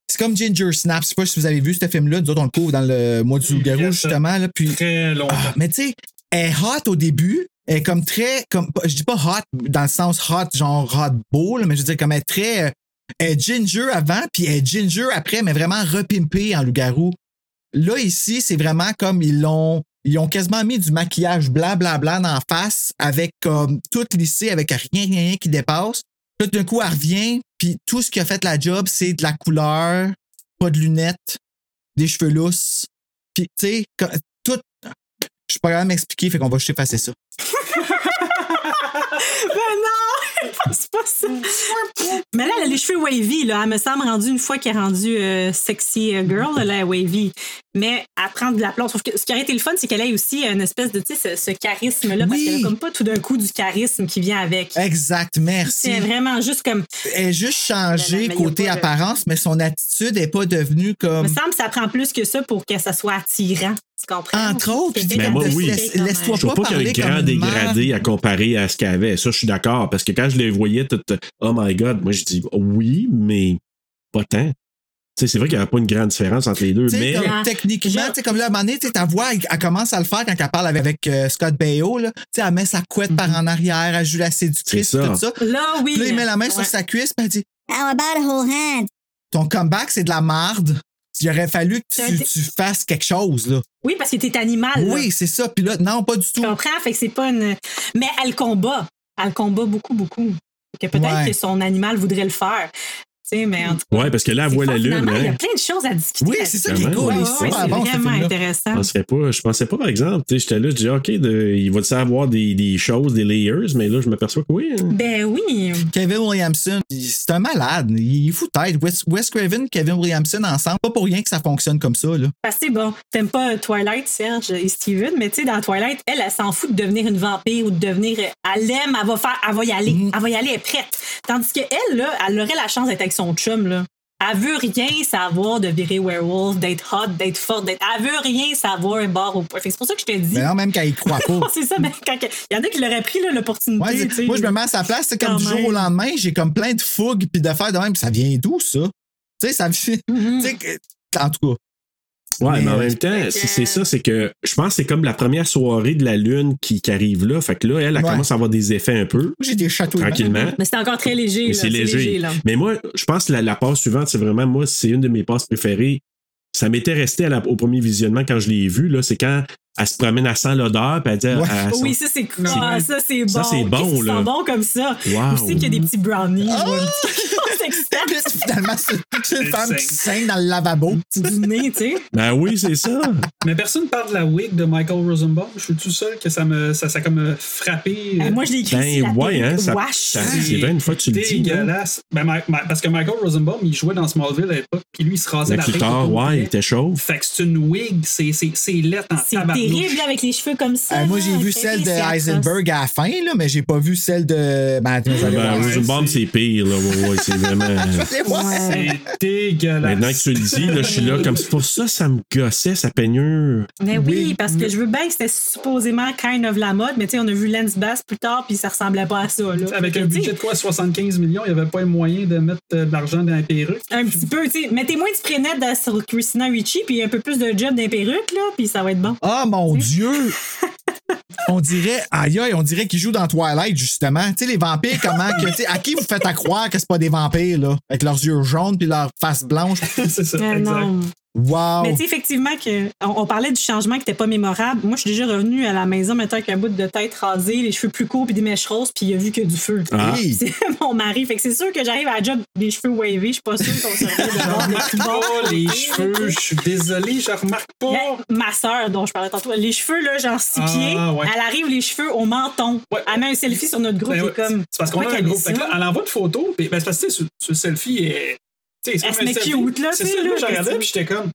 Speaker 2: C'est comme Ginger Snap. Je sais pas si vous avez vu ce film-là. Nous autres, on le couvre dans le mois du loup-garou, justement. Là, puis...
Speaker 1: Très longtemps.
Speaker 2: Ah, mais tu sais, elle est hot au début. Elle est comme très. Comme, je dis pas hot dans le sens hot, genre hot beau, là, mais je veux dire, comme elle est très. euh, Elle est ginger avant, puis elle est ginger après, mais vraiment repimpée en loup-garou. Là, ici, c'est vraiment comme ils l'ont. Ils ont quasiment mis du maquillage blanc, blanc, blanc en face, avec comme tout lissé, avec rien, rien, rien qui dépasse. Là, d'un coup, elle revient, puis tout ce qui a fait la job, c'est de la couleur, pas de lunettes, des cheveux lousses. Puis, tu sais, quand- tout. Je suis pas capable de m'expliquer, fait qu'on va juste effacer ça.
Speaker 6: Ben non! *laughs* C'est pas ça! Mais là, elle a les cheveux wavy, là. Elle me semble rendue une fois qu'elle est rendue euh, sexy euh, girl, là, elle est wavy. Mais elle prend de la place. Sauf que ce qui aurait été le fun, c'est qu'elle ait aussi une espèce de, tu sais, ce, ce charisme-là. Parce
Speaker 2: Oui.
Speaker 6: qu'elle a comme pas tout d'un coup du charisme qui vient avec.
Speaker 2: Exact, merci.
Speaker 6: *laughs* C'est vraiment juste comme.
Speaker 2: Elle est juste changée
Speaker 6: Mais non, mais y a
Speaker 2: côté
Speaker 6: pas de-
Speaker 2: apparence, mais son attitude n'est pas devenue
Speaker 6: Il me
Speaker 2: comme.
Speaker 6: semble que ça prend plus que ça pour que ça soit attirant. Tu comprends?
Speaker 2: Entre autres,
Speaker 6: Quelqu'un
Speaker 3: Mais
Speaker 6: qui
Speaker 3: moi,
Speaker 6: a
Speaker 3: oui.
Speaker 6: laisse-
Speaker 2: laisse-toi
Speaker 6: laisse-toi
Speaker 3: Je trouve
Speaker 2: pas
Speaker 3: pas qu'il y a un
Speaker 2: parler comme
Speaker 3: grand
Speaker 2: une mère.
Speaker 3: dégradé à comparer à ce qu'il y avait. Ça, je suis d'accord. Parce que quand je les voyais toutes, oh my god, moi, je dis oui, mais pas tant. Tu sais, c'est vrai qu'il n'y avait pas une grande différence entre les deux,
Speaker 2: Tu sais,
Speaker 3: mais.
Speaker 2: comme techniquement, tu sais, comme là, à un moment donné, tu sais, ta voix, elle, elle commence à le faire quand elle parle avec, avec, euh, Scott Baio, là. Tu sais, elle met sa couette
Speaker 6: Mhm.
Speaker 2: par en arrière, elle joue la séductrice,
Speaker 3: C'est ça.
Speaker 2: tout ça.
Speaker 6: euh, Là, oui.
Speaker 2: Puis là, il met la main
Speaker 6: Ouais.
Speaker 2: sur sa cuisse, puis elle dit
Speaker 8: How about a whole hand?
Speaker 2: Ton comeback, c'est de la marde. Il aurait fallu
Speaker 6: C'est
Speaker 2: que
Speaker 6: un
Speaker 2: tu,
Speaker 6: dé-
Speaker 2: tu fasses quelque chose, là.
Speaker 6: Oui, parce que t'es animal. là.
Speaker 2: Oui, c'est ça. Puis là, non, pas du tout.
Speaker 6: Tu comprends? Fait que c'est pas une. Mais elle combat. Elle combat beaucoup, beaucoup. Que peut-être
Speaker 2: Ouais.
Speaker 6: que son animal voudrait le faire. Tu sais, mais en tout cas.
Speaker 3: Ouais, parce
Speaker 2: Ah,
Speaker 3: que là, elle voit la
Speaker 6: fort,
Speaker 3: lune.
Speaker 6: finalement, Il y a
Speaker 3: Hein.
Speaker 6: plein de choses à discuter.
Speaker 2: Oui, c'est ça qui est
Speaker 3: Vraiment.
Speaker 2: cool.
Speaker 6: Ouais,
Speaker 2: il est
Speaker 6: ouais,
Speaker 2: super
Speaker 6: ouais, c'est
Speaker 2: bon, ce
Speaker 6: vraiment
Speaker 2: film-là.
Speaker 3: Je
Speaker 6: intéressant.
Speaker 3: pensais pas, je pensais pas, par exemple. Tu sais, J'étais là, je disais, OK, de- il va-tu avoir des, des choses, des layers, mais là, je m'aperçois que oui. hein.
Speaker 6: Ben oui.
Speaker 2: Kevin Williamson, il- c'est un malade. Il il fout tête. Wes, Wes Craven, Kevin Williamson ensemble, pas pour rien que ça fonctionne comme ça, là.
Speaker 6: Parce que bon, t'aimes pas euh, Twilight, Serge et Steven, mais tu sais, dans Twilight, elle, elle s'en fout de devenir une vampire ou de devenir. euh, Elle aime, elle va faire, elle va y aller.
Speaker 2: Mm.
Speaker 6: Elle va y aller, elle est prête. Tandis que elle, là, elle aurait la chance d'être avec son chum, là. Elle veut rien savoir de virer werewolf, d'être hot, d'être forte, d'être. Elle veut rien savoir un bar au Fait que C'est pour ça que je te dis.
Speaker 2: Mais non, même quand il croit pas.
Speaker 6: *laughs* c'est ça, mais quand. Il y en a qui l'auraient pris, là, l'opportunité.
Speaker 2: Ouais,
Speaker 6: tu sais.
Speaker 2: c'est- moi, je me mets à sa place, c'est comme
Speaker 6: Quand
Speaker 2: du jour
Speaker 6: même.
Speaker 2: au lendemain, j'ai comme plein de fougue puis d'affaires de même. Ça vient d'où, ça? Tu sais, ça me fait.
Speaker 6: Mm-hmm.
Speaker 2: Tu sais, que- en tout cas.
Speaker 3: Ouais, mais, en
Speaker 2: Mais-
Speaker 3: même temps, Euh, c'est c'est ça, c'est que je pense que c'est comme la première soirée de la lune qui, qui arrive là. Fait que là, elle, elle
Speaker 2: Ouais.
Speaker 3: commence à avoir des effets un peu,
Speaker 2: J'ai des châteaux. de
Speaker 3: tranquillement.
Speaker 6: Mais c'est encore très léger.
Speaker 3: Mais
Speaker 6: là,
Speaker 3: c'est léger. Mais moi, je pense que la, la passe suivante, c'est vraiment, moi, c'est une de mes passes préférées. Ça m'était resté à la- au premier visionnement quand je l'ai vu, là, c'est quand elle se promène à 100 l'odeur, puis elle dit à-
Speaker 2: Ouais.
Speaker 3: à son-
Speaker 6: Oui, ça c'est cool. Ah, ça c'est bon.
Speaker 3: Ça, c'est bon,
Speaker 6: Qu'est-ce qui
Speaker 3: là.
Speaker 6: sent bon comme ça.
Speaker 3: Wow.
Speaker 6: Ou c'est qu'il y a des petits brownies. ou un petit-
Speaker 2: Puis là, finalement, c'est- c'est une
Speaker 1: Elle
Speaker 2: femme qui
Speaker 1: saigne.
Speaker 2: saigne dans le lavabo. Euh,
Speaker 6: petit dîner, tu sais.
Speaker 3: Ben oui, c'est ça.
Speaker 6: *laughs*
Speaker 1: Mais personne parle de la wig de Michael Rosenbaum. Je suis tout seul que ça me ça, ça a comme euh, frappé. euh,
Speaker 6: Eh, moi, je l'ai écrit. sur la
Speaker 3: ben ouais,
Speaker 6: tête.
Speaker 3: hein, ça,
Speaker 6: Wesh.
Speaker 3: ça- c'est bien une fois que tu le dis. là.
Speaker 1: Dégueulasse. Ben, Ma- Ma- parce que Michael Rosenbaum, il jouait dans Smallville à l'époque, puis lui, il se rasait
Speaker 3: Le
Speaker 1: la tête.
Speaker 3: clitor,
Speaker 1: tout le
Speaker 3: ouais, il
Speaker 1: temps.
Speaker 3: était chaud.
Speaker 1: Fait que c'est une wig, c'est c'est- c'est laid en
Speaker 6: C'est
Speaker 1: Ah, tabarnouche.
Speaker 6: terrible là, avec les cheveux comme ça.
Speaker 2: Euh, moi, j'ai
Speaker 6: là.
Speaker 2: vu
Speaker 6: C'est-
Speaker 2: celle de
Speaker 6: c'est atroce.
Speaker 2: Heisenberg à la fin, là, mais j'ai pas vu celle de. Ben, attends, je vais aller
Speaker 3: Ben,
Speaker 2: voir.
Speaker 3: Rosenbaum, c'est pire, là. Ouais, ouais, c'est vrai. vraiment.
Speaker 1: C'est dégueulasse.
Speaker 3: Maintenant que tu le dis, là, je suis là comme pour ça, ça me gossait, sa peignure.
Speaker 6: Mais oui, parce que je veux bien que c'était supposément kind of la mode, mais tu sais, on a vu Lens Bass plus tard, puis ça ressemblait pas à ça. Là.
Speaker 1: Avec
Speaker 6: Fait
Speaker 1: un
Speaker 6: que, tu sais,
Speaker 1: budget de quoi, 75 millions, il n'y avait pas moyen de mettre euh, de l'argent dans la perruque. *laughs*
Speaker 6: Un petit peu, tu sais. Mettez moins de prénet dans- sur Christina Ricci, puis un peu plus de job dans les perruques, là, puis ça va être bon.
Speaker 2: Ah mon
Speaker 6: *laughs*
Speaker 2: Dieu! On dirait, aïe aïe, on dirait qu'ils jouent dans Twilight, justement. Tu sais, les vampires, comment que, tu sais, à qui vous faites à croire que c'est pas des vampires, là? Avec leurs yeux jaunes puis leur face blanche.
Speaker 1: c'est ça,
Speaker 6: Ah, non.
Speaker 2: Wow!
Speaker 6: Mais tu sais, effectivement, que, on, on parlait du changement qui n'était pas mémorable. Moi, je suis déjà revenue à la maison, maintenant avec un bout de tête rasée, les cheveux plus courts, puis des mèches roses, puis il a vu que du feu.
Speaker 3: Ah.
Speaker 6: Puis C'est *laughs* mon mari. Fait que c'est sûr que j'arrive à la job les cheveux wavés. Je suis pas sûre qu'on se regarde de voir.
Speaker 1: remarque *laughs* pas les cheveux, je suis désolé, je remarque pas. Ben
Speaker 6: Mais Ma soeur, dont je parlais tantôt, les cheveux, là, genre six
Speaker 1: Ah,
Speaker 6: pieds,
Speaker 1: ouais.
Speaker 6: elle arrive les cheveux au menton. Elle met un selfie sur notre groupe,
Speaker 1: Ben
Speaker 6: j'ai
Speaker 1: ouais,
Speaker 6: comme.
Speaker 1: C'est parce qu'on
Speaker 6: pourquoi
Speaker 1: a un
Speaker 6: qu'elle
Speaker 1: groupe.
Speaker 6: met
Speaker 1: Fait que
Speaker 6: ça?
Speaker 1: là, elle envoie une photo, puis ben, c'est parce que tu sais, sur- sur le selfie, elle, tu sais, c'est
Speaker 6: Elle
Speaker 1: comme
Speaker 6: se
Speaker 1: un
Speaker 6: met
Speaker 1: selfie.
Speaker 6: cute, là,
Speaker 1: C'est
Speaker 6: tu sais,
Speaker 1: ça,
Speaker 6: là,
Speaker 1: moi, j'ai
Speaker 6: parce
Speaker 1: regardé,
Speaker 6: que-
Speaker 1: puis j'étais comme.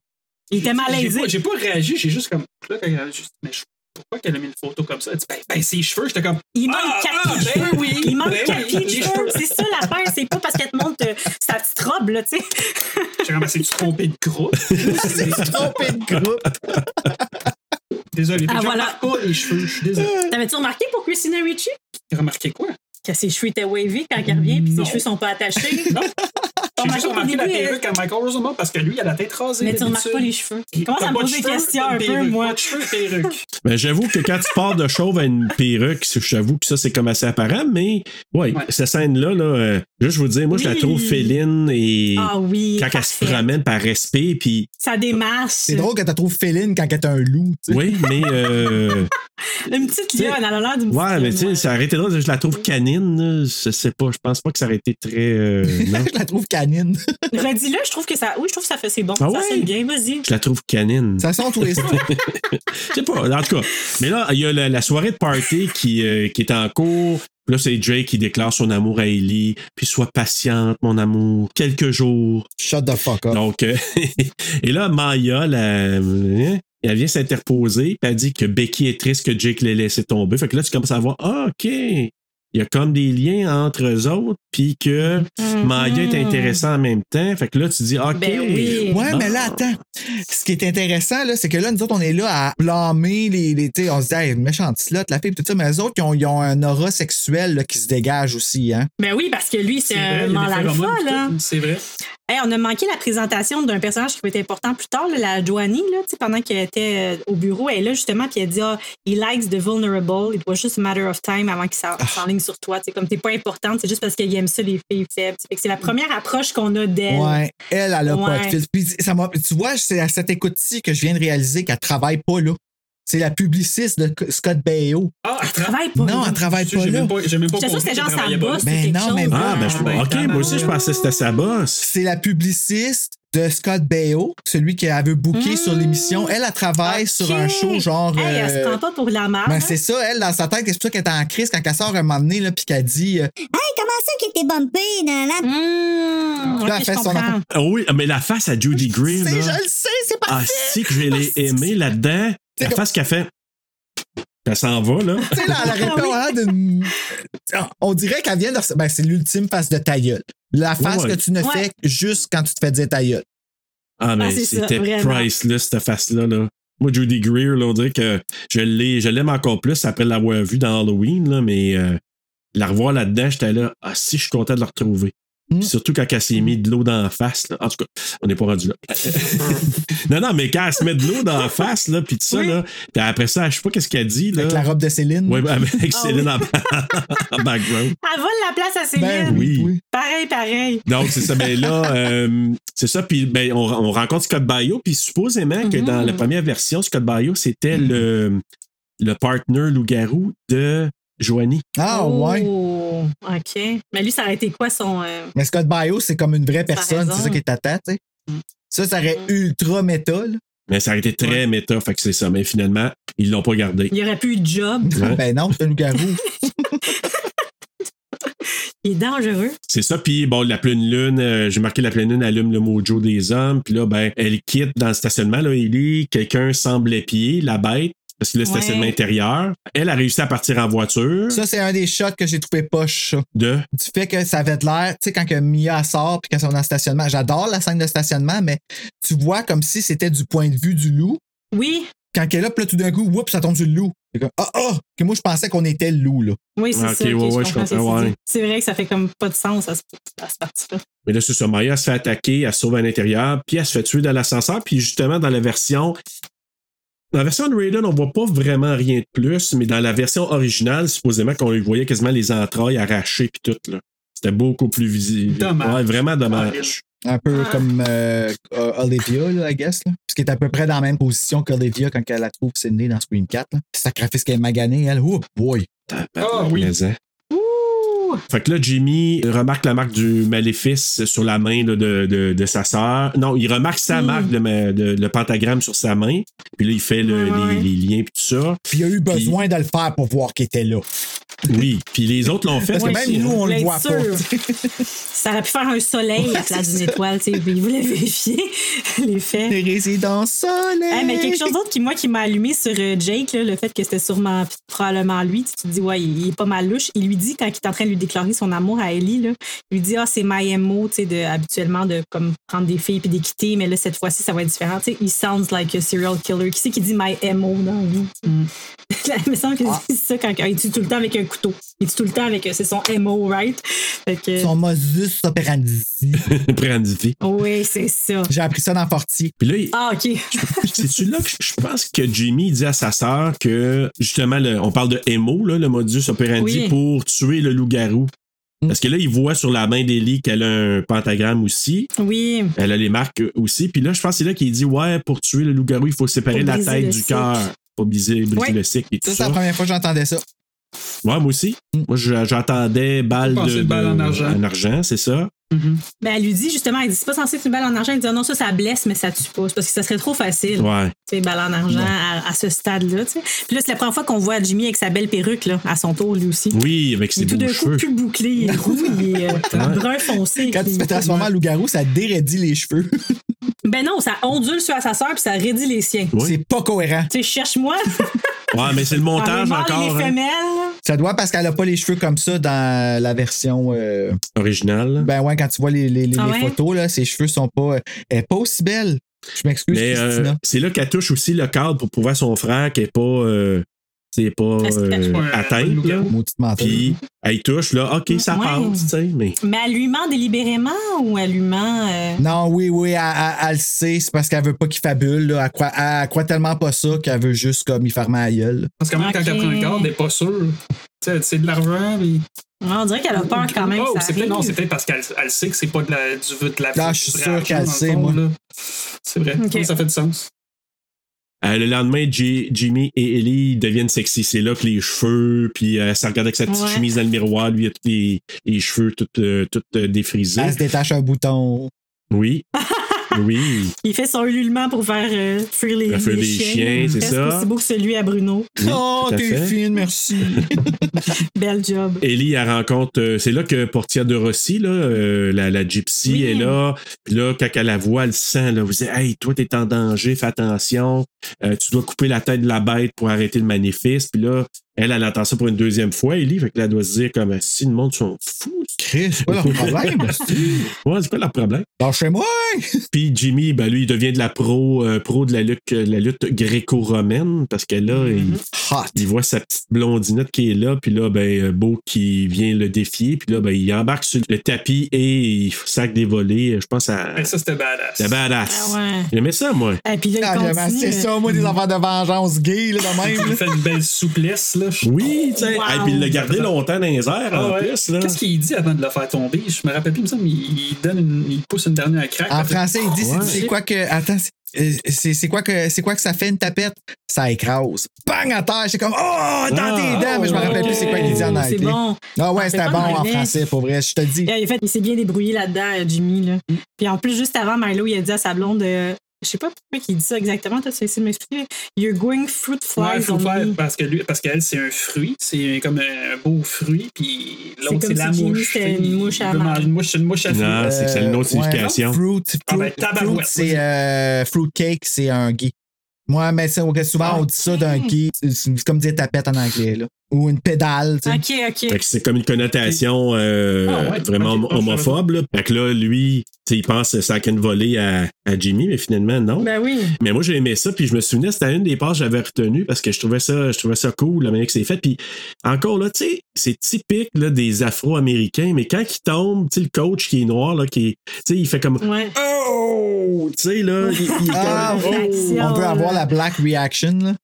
Speaker 6: Il était
Speaker 1: j'ai-
Speaker 6: malaisé.
Speaker 1: j'ai pas- J'ai pas réagi, j'ai juste comme. Là, quand elle a juste, mais je- pourquoi qu'elle a mis une photo comme ça? Elle dit, ben, ben, ses cheveux, j'étais comme.
Speaker 6: Il manque
Speaker 1: Ah,
Speaker 6: quatre
Speaker 1: ah,
Speaker 6: pieds de
Speaker 1: ben
Speaker 6: cheveux.
Speaker 1: oui,
Speaker 6: Il manque
Speaker 1: ben
Speaker 6: quatre
Speaker 1: oui,
Speaker 6: pieds de
Speaker 1: les
Speaker 6: cheveux. C'est ça l'affaire. C'est pas parce qu'elle te montre euh, sa petite robe, là, tu sais. *laughs*
Speaker 1: J'ai ramassé du ben, trompé de groupe.
Speaker 2: C'est trompé de
Speaker 6: *laughs*
Speaker 2: groupe.
Speaker 1: Désolé, mais
Speaker 6: Ah,
Speaker 1: je
Speaker 6: voilà. Euh.
Speaker 1: remarque pas les cheveux, je suis désolé.
Speaker 6: T'avais-tu remarqué pour Christina Ricci?
Speaker 1: T'as remarqué quoi?
Speaker 6: Que ses cheveux étaient wavy quand elle revient, puis
Speaker 1: Non.
Speaker 6: ses cheveux sont pas attachés. T'as
Speaker 1: J'ai juste
Speaker 6: remarqué qu'au
Speaker 1: remarqué la
Speaker 6: début, elle-
Speaker 1: perruque à Michael Rosenbaum parce que lui, il a la tête rasée.
Speaker 6: euh, Mais tu remarques
Speaker 1: d'habitude.
Speaker 6: pas les cheveux.
Speaker 1: Il-
Speaker 6: Comment
Speaker 1: t'as
Speaker 6: ça me
Speaker 1: pas de
Speaker 6: pose des
Speaker 1: cheveux,
Speaker 6: questions
Speaker 1: t'as
Speaker 6: un
Speaker 1: une
Speaker 6: peu,
Speaker 1: perruque,
Speaker 6: moi?
Speaker 1: Pas de cheveux, perruque.
Speaker 3: Ben, j'avoue que quand tu pars de chauve à une perruque, j'avoue que ça, c'est comme assez apparent, mais ouais,
Speaker 1: Ouais.
Speaker 3: cette scène-là, là, euh, juste vous dire, moi, je la
Speaker 6: Oui.
Speaker 3: trouve féline et
Speaker 6: Ah oui.
Speaker 3: quand elle se
Speaker 6: parfait.
Speaker 3: promène par respect, puis
Speaker 6: Ça démarche.
Speaker 2: C'est drôle que tu trouves féline quand t'es un loup. tu sais.
Speaker 3: oui, mais euh,
Speaker 6: Une petite lionne, elle a l'air d'une
Speaker 3: ouais,
Speaker 6: petite
Speaker 3: mais tu sais,
Speaker 6: lionne,
Speaker 3: ça aurait été drôle, je la trouve canine, là, je sais pas, je pense pas que ça aurait été très euh,
Speaker 2: *laughs*
Speaker 3: non.
Speaker 2: Je la trouve canine.
Speaker 6: ouais. Redis-le, je trouve que ça. Oui, je trouve que ça fait c'est bon.
Speaker 3: Ah
Speaker 6: ça
Speaker 3: ouais?
Speaker 6: sonne bien, vas-y.
Speaker 3: Je la trouve canine.
Speaker 2: Ça sent tous les styles.
Speaker 3: Je sais pas, en tout cas. Mais là, il y a la, la soirée de party qui, euh, qui est en cours. Puis Là, c'est Jay qui déclare son amour à Ellie. Puis sois patiente, mon amour. Quelques jours.
Speaker 2: *laughs* Shut the fuck up.
Speaker 3: Donc, euh, *laughs* et là, Maya, la- hein, elle vient s'interposer. Puis elle dit que Becky est triste que Jake l'ait laissé tomber. Fait que là, tu commences à voir, ah, OK. Il y a comme des liens entre eux autres. Puis que Maya est intéressant en même temps. Fait que là, tu dis, OK. Ah.
Speaker 6: Mm-hmm. Ben oui.
Speaker 2: Ouais,
Speaker 3: Bon.
Speaker 2: mais là, attends. Ce qui est intéressant, là, c'est que là, nous autres, on est là à blâmer les. les tu sais, on se dit, hey, méchante slot, la fille, pis tout ça, mais eux autres, ils ont, ils ont un aura sexuel là, qui se dégage aussi, hein.
Speaker 6: Ben oui, parce que lui, c'est
Speaker 1: C'est euh, vrai,
Speaker 6: un
Speaker 1: il y a des
Speaker 6: mâle alpha,
Speaker 1: phéromones,
Speaker 6: là.
Speaker 1: tout. C'est vrai.
Speaker 6: Hey, on a manqué la présentation d'un personnage qui peut être important plus tard, là, la Joanie, là, tu sais, pendant qu'elle était euh, au bureau. Elle est là, justement, puis elle dit ah, He likes the vulnerable. It was just a matter of time avant qu'il s'en-
Speaker 2: Ah.
Speaker 6: s'enligne sur toi. C'est comme t'es pas importante, c'est juste parce qu'il aime ça, les filles faibles. Fait que C'est la première approche qu'on a d'elle.
Speaker 2: Ouais, elle, elle a pas de
Speaker 6: Ouais.
Speaker 2: filtre. Puis ça m'a- tu vois, c'est à cette écoute-ci que je viens de réaliser qu'elle travaille pas là. C'est la publiciste de Scott Baio.
Speaker 1: Ah,
Speaker 6: Elle travaille pas.
Speaker 2: non, elle travaille
Speaker 1: Tu sais,
Speaker 2: pas
Speaker 1: j'ai
Speaker 2: là.
Speaker 1: même pas, j'ai même pas
Speaker 6: J'étais sûre que c'était genre
Speaker 1: compris
Speaker 6: sa
Speaker 1: qu'elle travaillait
Speaker 6: bosse
Speaker 1: pas là.
Speaker 2: Ben
Speaker 6: ou quelque
Speaker 2: non, mais
Speaker 6: chose. hein.
Speaker 3: Ah, ben, je-
Speaker 1: Ben,
Speaker 3: OK, moi aussi, je pensais que c'était sa bosse.
Speaker 2: C'est la publiciste de Scott Baio, celui qu'elle avait booké
Speaker 6: Mmh.
Speaker 2: sur l'émission. Elle, elle travaille
Speaker 6: Ok.
Speaker 2: sur un show genre.
Speaker 6: Hey, elle se
Speaker 2: euh,
Speaker 6: prend pas pour la marde.
Speaker 2: ben,
Speaker 6: hein.
Speaker 2: c'est ça, elle, dans sa tête, c'est pour ça qu'elle est en crise quand elle sort un moment donné, là, puis qu'elle dit euh,
Speaker 8: Hey, comment ça qu'il était bumpé? Nan,
Speaker 2: Là,
Speaker 8: nan.
Speaker 6: Mmh, Hmm, ok,
Speaker 2: elle
Speaker 6: je
Speaker 2: fait son
Speaker 6: comprends.
Speaker 2: enfant.
Speaker 3: Ah oui, mais la face à Judy Greer.
Speaker 2: C'est-
Speaker 3: là.
Speaker 2: Je le sais, c'est
Speaker 3: Ah,
Speaker 2: parfait.
Speaker 3: si que je vais les aimer là-dedans. La
Speaker 2: comme-
Speaker 3: face qu'elle fait. Elle s'en va, là.
Speaker 2: Tu sais, là,
Speaker 6: Ah
Speaker 2: elle aurait pas l'air d'une- On dirait qu'elle vient de. rece- Ben, c'est l'ultime face de ta gueule. La face
Speaker 3: Ouais, ouais.
Speaker 2: que tu ne
Speaker 6: Ouais.
Speaker 2: fais juste quand tu te fais dire ta gueule.
Speaker 3: Ah, mais
Speaker 6: Ah, c'est ça,
Speaker 3: c'était
Speaker 6: vraiment.
Speaker 3: priceless, cette face-là, là. Moi, Judy Greer, là, on dirait que je l'ai- je l'aime encore plus après l'avoir vue dans Halloween, là, mais euh, la revoir là-dedans, j'étais là, ah, si, je suis content de la retrouver.
Speaker 2: Mm.
Speaker 3: Puis Surtout quand elle s'est mis de l'eau dans la face, là. En tout cas, on n'est pas rendu là. *laughs* non, non, mais quand elle se met de l'eau dans la face, là, puis tout ça,
Speaker 6: Oui.
Speaker 3: là, puis après ça, je sais pas qu'est-ce qu'elle dit, là.
Speaker 2: Avec la robe de Céline.
Speaker 3: Ouais, avec
Speaker 6: Ah
Speaker 3: Céline en- *laughs* en background.
Speaker 6: Elle vole la place à Céline.
Speaker 2: Ben
Speaker 3: oui.
Speaker 6: Pareil, pareil.
Speaker 3: Donc, c'est ça. Mais là, euh, c'est ça. Puis, ben, on, on rencontre Scott Baio. Puis, supposément que
Speaker 6: Mhm.
Speaker 3: dans la première version, Scott Baio, c'était le, le partner loup-garou de Joanie.
Speaker 2: Ah ouais.
Speaker 6: Oh, OK. Mais lui, ça aurait été quoi son. euh,
Speaker 2: Mais Scott Bio, c'est comme une vraie
Speaker 6: T'as
Speaker 2: personne, c'est
Speaker 6: raison.
Speaker 2: ça qui est ta tête, tu sais.
Speaker 6: Mm.
Speaker 2: Ça, ça aurait ultra méta, là.
Speaker 3: Mais ça a été très méta. Fait que c'est ça. Mais finalement, ils l'ont pas gardé.
Speaker 6: Il aurait pu eu de job.
Speaker 3: Ouais.
Speaker 2: *laughs* Ben non, c'est un
Speaker 6: *laughs*
Speaker 2: loup-garou.
Speaker 6: Il est dangereux.
Speaker 3: C'est ça. Puis, bon, la pleine lune, euh, j'ai marqué la pleine lune allume le mojo des hommes. Puis là, ben, elle quitte dans le stationnement. Là, il dit quelqu'un semble épier la bête. Parce que là, c'était celle de l'intérieur. Elle a réussi à partir en voiture.
Speaker 2: Ça, c'est un des shots que j'ai trouvé poche. ça.
Speaker 3: De.
Speaker 2: Du fait que ça avait de l'air, tu sais, quand que Mia sort puis qu'elle sont dans le stationnement, j'adore la scène de stationnement, mais tu vois comme si c'était du point de vue du loup.
Speaker 6: Oui.
Speaker 2: Quand elle est là, puis là, tout d'un coup, oups, ça tombe sur le loup. C'est comme, ah, ah, que moi, je pensais qu'on était le loup, là.
Speaker 6: Oui, c'est
Speaker 3: Ah,
Speaker 6: ça.
Speaker 3: ok,
Speaker 6: ok,
Speaker 3: ouais, ouais, je
Speaker 6: comprends ce que
Speaker 3: comprends,
Speaker 6: tu
Speaker 3: ouais.
Speaker 6: dis. C'est vrai que ça fait comme pas de sens à, ce- à cette partie-là.
Speaker 3: Mais là, c'est ça. Maya se fait attaquer, elle se sauve à l'intérieur, puis elle se fait tuer dans l'ascenseur. Puis justement, dans la version. Dans la version de Raiden, on voit pas vraiment rien de plus, mais dans la version originale, supposément qu'on lui voyait quasiment les entrailles arrachées puis tout. là. C'était beaucoup plus visible.
Speaker 1: Dommage.
Speaker 3: Ouais, vraiment dommage.
Speaker 2: Un peu
Speaker 6: Ah.
Speaker 2: comme euh, euh, Olivia, là, I guess. Là. Parce qu'elle est à peu près dans la même position qu'Olivia quand elle la trouve Sydney dans Scream 4. Là. Sacrifice qu'elle est maganée, elle. Oh boy!
Speaker 1: Ah oui.
Speaker 3: Mais, hein. Fait que là, Jimmy remarque la marque du maléfice sur la main là, de, de- de sa sœur. Non, il remarque sa marque, de ma- de- le pentagramme sur sa main. Puis là, il fait le-
Speaker 6: Ouais, ouais,
Speaker 3: les,
Speaker 6: ouais.
Speaker 3: les liens puis tout ça.
Speaker 2: Puis il a eu besoin de le faire pour voir qu'il était là.
Speaker 3: Oui, puis les autres l'ont fait.
Speaker 2: Parce que
Speaker 3: aussi,
Speaker 2: même nous,
Speaker 3: hein.
Speaker 2: on le
Speaker 6: Être
Speaker 2: voit
Speaker 6: sûr. Ça aurait pu faire un soleil à la place d'une étoile, tu sais. mais Il voulait vérifier
Speaker 2: pas.
Speaker 6: *laughs* l'effet.
Speaker 2: *laughs* Les résidences soleil.
Speaker 6: Hey, mais quelque chose d'autre qui, moi, qui m'a allumé sur euh, Jake, là, le fait que c'était sûrement probablement lui, tu te dis, ouais, il, il est pas mal louche. Il lui dit, quand il est en train de lui déclarer son amour à Ellie, là, il lui dit, ah, c'est my MO, tu sais, de- habituellement, de comme prendre des filles puis des quitter, mais là, cette fois-ci, ça va être différent. Tu sais, he sounds like a serial killer. Qui c'est qui dit my MO dans la vie? *laughs* il me semble que c'est ça quand il tue tout le temps avec un couteau. Il tue tout le temps avec, euh, c'est son MO, right? Fait que,
Speaker 2: Son modus operandi.
Speaker 3: Brandy.
Speaker 6: oui, c'est ça.
Speaker 2: J'ai appris ça dans Forti.
Speaker 3: Puis là, il-
Speaker 6: Ah, OK.
Speaker 3: C'est-tu là que je pense que Jimmy dit à sa sœur que, justement, le- on parle de Emo, là, le modus operandi,
Speaker 6: Oui. Mm.
Speaker 3: pour tuer le loup-garou. Parce que là, il voit sur la main d'Ellie qu'elle a un pentagramme aussi.
Speaker 6: Oui.
Speaker 3: Elle a les marques aussi. Puis là, je pense que c'est là qu'il dit Ouais, pour tuer le loup-garou, il faut séparer
Speaker 6: Faut
Speaker 3: la
Speaker 6: briser
Speaker 3: tête
Speaker 6: le
Speaker 3: du
Speaker 6: cycle.
Speaker 3: cœur. Pour briser, briser
Speaker 6: Ouais.
Speaker 3: le cycle et tout
Speaker 2: Ça,
Speaker 3: ça.
Speaker 2: c'est la première fois que j'entendais ça.
Speaker 3: Ouais, moi aussi.
Speaker 6: Mm.
Speaker 3: Moi, je- j'entendais balle
Speaker 1: Je pensais
Speaker 3: de,
Speaker 1: balle en
Speaker 3: de-
Speaker 1: argent.
Speaker 3: En argent, c'est ça.
Speaker 6: Ben, elle lui dit justement, elle dit c'est pas censé être une balle en argent. Elle dit Ah non, ça, ça blesse, mais ça tue pas. C'est Parce que ça serait trop facile.
Speaker 3: Ouais.
Speaker 6: Tu sais, balle en argent à, à ce stade-là. tu sais. Puis là, c'est la première fois qu'on voit Jimmy avec sa belle perruque, là, à son tour, lui aussi.
Speaker 3: Oui, avec
Speaker 6: Il
Speaker 3: ses
Speaker 6: est tout
Speaker 3: beaux
Speaker 6: d'un coup
Speaker 3: cheveux.
Speaker 6: plus bouclé, il est roux,
Speaker 3: *laughs*
Speaker 6: il est euh, brun foncé.
Speaker 2: Quand tu te fais transformer en loup-garou, ça déraidit les cheveux.
Speaker 6: Ben non, ça ondule sur à sa sœur puis ça raidit les siens.
Speaker 3: Ouais.
Speaker 2: C'est pas cohérent.
Speaker 6: Tu sais, cherche-moi.
Speaker 3: Ouais, mais
Speaker 6: Ah,
Speaker 3: c'est le montage
Speaker 6: Enlève-moi
Speaker 3: encore
Speaker 6: les
Speaker 3: hein,
Speaker 6: femelles.
Speaker 2: Ça doit parce qu'elle a pas les cheveux comme ça dans la version. euh,
Speaker 3: original.
Speaker 2: Ben ouais, quand tu vois les, les- les-
Speaker 6: Ah
Speaker 2: les
Speaker 6: ouais?
Speaker 2: photos, là, ses cheveux sont pas. Elle est pas aussi belle. Je m'excuse,
Speaker 3: Mais euh,
Speaker 2: Christina.
Speaker 3: c'est là qu'elle touche aussi le cadre pour prouver à son frère qu'elle n'est pas, euh, c'est pas euh,
Speaker 1: Ouais,
Speaker 3: atteinte.
Speaker 1: ouais,
Speaker 3: là.
Speaker 2: Maudite menteuse.
Speaker 3: Puis elle touche, là, OK, ça
Speaker 6: Ah, Ouais.
Speaker 3: passe, tu sais, mais
Speaker 6: Mais elle lui ment délibérément ou elle lui ment. euh,
Speaker 2: Non, oui, oui, elle, elle- elle le sait, c'est parce qu'elle veut pas qu'il fabule. Là. Elle, croit, elle- elle croit tellement pas ça qu'elle veut juste comme y fermer la gueule.
Speaker 1: Parce que même quand
Speaker 6: Ok.
Speaker 1: elle prend un garde, elle n'est pas sûre. Tu sais, C'est de l'argent. mais-
Speaker 6: On dirait qu'elle a peur quand même.
Speaker 1: Oh,
Speaker 6: que ça
Speaker 1: c'est peut-être- non,
Speaker 6: arrive.
Speaker 1: c'est peut-être parce qu'elle elle sait que c'est pas de la, du vœu de la
Speaker 2: Ah, je suis
Speaker 1: du
Speaker 2: sûr
Speaker 1: vrai
Speaker 2: qu'elle
Speaker 1: argent, dans
Speaker 2: sait,
Speaker 1: le fond,
Speaker 2: moi.
Speaker 1: là. C'est vrai.
Speaker 6: Ok.
Speaker 1: Oui, Ça fait du sens.
Speaker 3: Euh, le lendemain, J- Jimmy et Ellie deviennent sexy. C'est là que les cheveux, puis euh, ça regarde avec sa petite
Speaker 6: Ouais.
Speaker 3: chemise dans le miroir, lui, il a tous les, les cheveux tout, euh, tout, euh, défrisés.
Speaker 2: Elle se détache un bouton.
Speaker 6: *laughs*
Speaker 3: Oui. oui.
Speaker 6: Il fait son ululement pour faire euh, fuir les,
Speaker 3: Faire fuir
Speaker 6: les
Speaker 3: les chiens, c'est
Speaker 6: Presque
Speaker 3: ça.
Speaker 6: aussi beau que celui à Bruno.
Speaker 3: Oui,
Speaker 2: oh,
Speaker 3: tout à
Speaker 2: t'es
Speaker 3: fait.
Speaker 2: fine, merci.
Speaker 6: Bel job.
Speaker 3: Ellie, elle rencontre, euh, c'est là que Portia de Rossi, là, euh, la, la gypsy,
Speaker 6: Oui.
Speaker 3: est là. Puis là, quand elle la voit, elle sent, là, vous dites, hey, toi, t'es en danger, fais attention. Euh, tu dois couper la tête de la bête pour arrêter le maléfice. Puis là, elle, elle entend ça pour une deuxième fois, Ellie. Fait que là, elle doit se dire, comme, si le monde sont fous.
Speaker 2: Chris, c'est pas leur problème.
Speaker 3: *laughs* Ouais, c'est pas leur problème.
Speaker 2: Dans chez moi.
Speaker 3: Puis Jimmy, ben lui, il devient de la pro, euh, pro de la lutte, la lutte gréco-romaine parce que là, il-
Speaker 2: Hot.
Speaker 3: il, voit sa petite blondinette qui est là, puis là, ben euh, Beau qui vient le défier, puis là, ben il embarque sur le tapis et il sac des volets, euh, je pense à
Speaker 1: Fait que Ça, c'était badass.
Speaker 3: la badass.
Speaker 6: Ah
Speaker 3: J'aimais ça, moi.
Speaker 6: ouais. Et puis là,
Speaker 2: Ah,
Speaker 6: il
Speaker 2: vraiment,
Speaker 6: continue.
Speaker 2: c'est ça, moi, des affaires de vengeance gay, là, de même. là.
Speaker 1: Il fait une belle souplesse. là. Je-
Speaker 3: Oui, tu sais.
Speaker 6: Wow.
Speaker 3: Hey, puis il l'a gardé longtemps dans les airs,
Speaker 1: Ah
Speaker 3: en
Speaker 1: ouais.
Speaker 3: plus, là.
Speaker 1: Qu'est-ce qu'il dit avant de le faire tomber? Je me rappelle plus, il me semble, il, il donne une- il pousse une dernière craque.
Speaker 2: En
Speaker 1: Après-
Speaker 2: français, il dit c'est-
Speaker 3: Ouais.
Speaker 2: c'est quoi que. Attends, c'est- euh, c'est c'est quoi que c'est quoi que ça fait une tapette? Ça écrase. Bang à terre, c'est comme Oh, dans
Speaker 3: Ah,
Speaker 2: tes dents, mais je me rappelle plus c'est quoi qu'il dit en
Speaker 6: Oh,
Speaker 2: anglais.
Speaker 6: C'est bon.
Speaker 2: Ah ouais,
Speaker 6: Ah,
Speaker 2: c'était
Speaker 6: c'est
Speaker 2: bon
Speaker 6: pas en
Speaker 2: en
Speaker 6: anglais.
Speaker 2: français, pour vrai, je te le dis.
Speaker 6: Et en fait, il s'est bien débrouillé là-dedans, euh, Jimmy. Là. Puis en plus, juste avant, Milo, il a dit à sa blonde, euh, je sais pas pourquoi il dit ça exactement, toi, tu as essayé de m'expliquer. You're going fruit
Speaker 1: Ouais,
Speaker 6: flies
Speaker 1: faut
Speaker 6: on
Speaker 1: faire
Speaker 6: me.
Speaker 1: parce que lui, parce qu'elle c'est un fruit, c'est comme un beau fruit, puis
Speaker 6: C'est
Speaker 1: l'autre
Speaker 6: comme
Speaker 1: c'est la
Speaker 6: si Jimmy,
Speaker 1: mouche.
Speaker 6: c'était
Speaker 1: tu sais,
Speaker 6: une mouche
Speaker 1: il
Speaker 6: à
Speaker 1: veut
Speaker 6: manger.
Speaker 1: manger Une mouche, une mouche à fruit.
Speaker 3: Non, Ah, c'est que c'est une autre
Speaker 2: Euh, ouais.
Speaker 3: signification.
Speaker 2: Fruit,
Speaker 1: Ah ben,
Speaker 2: fruit, fruit,
Speaker 1: tabarouette.
Speaker 2: c'est euh, fruit cake, c'est un gay. Moi, mais c'est- souvent, on dit ça d'un key. C'est- C'est comme dire tapette en anglais, là. Ou une pédale, tu sais.
Speaker 6: Ok, ok.
Speaker 3: Fait que c'est comme une connotation euh,
Speaker 2: Ah ouais,
Speaker 3: vraiment
Speaker 2: ok, je
Speaker 3: homophobe. Là. Fait que là, lui, tu sais, il pense que ça qu'une volée à, à Jimmy, mais finalement, non.
Speaker 6: Ben oui.
Speaker 3: Mais moi, j'ai aimé ça, puis je me souvenais, c'était une des passes que j'avais retenues parce que je trouvais ça, je trouvais ça cool, la manière que c'est fait. Puis encore là, tu sais, c'est typique là, des Afro-Américains, mais quand il tombe, tu sais, le coach qui est noir, là, qui est- tu sais, il fait comme Oh! Tu sais, là, il, il est
Speaker 2: Ah,
Speaker 3: comme, Oh!
Speaker 2: on peut avoir la black reaction, là.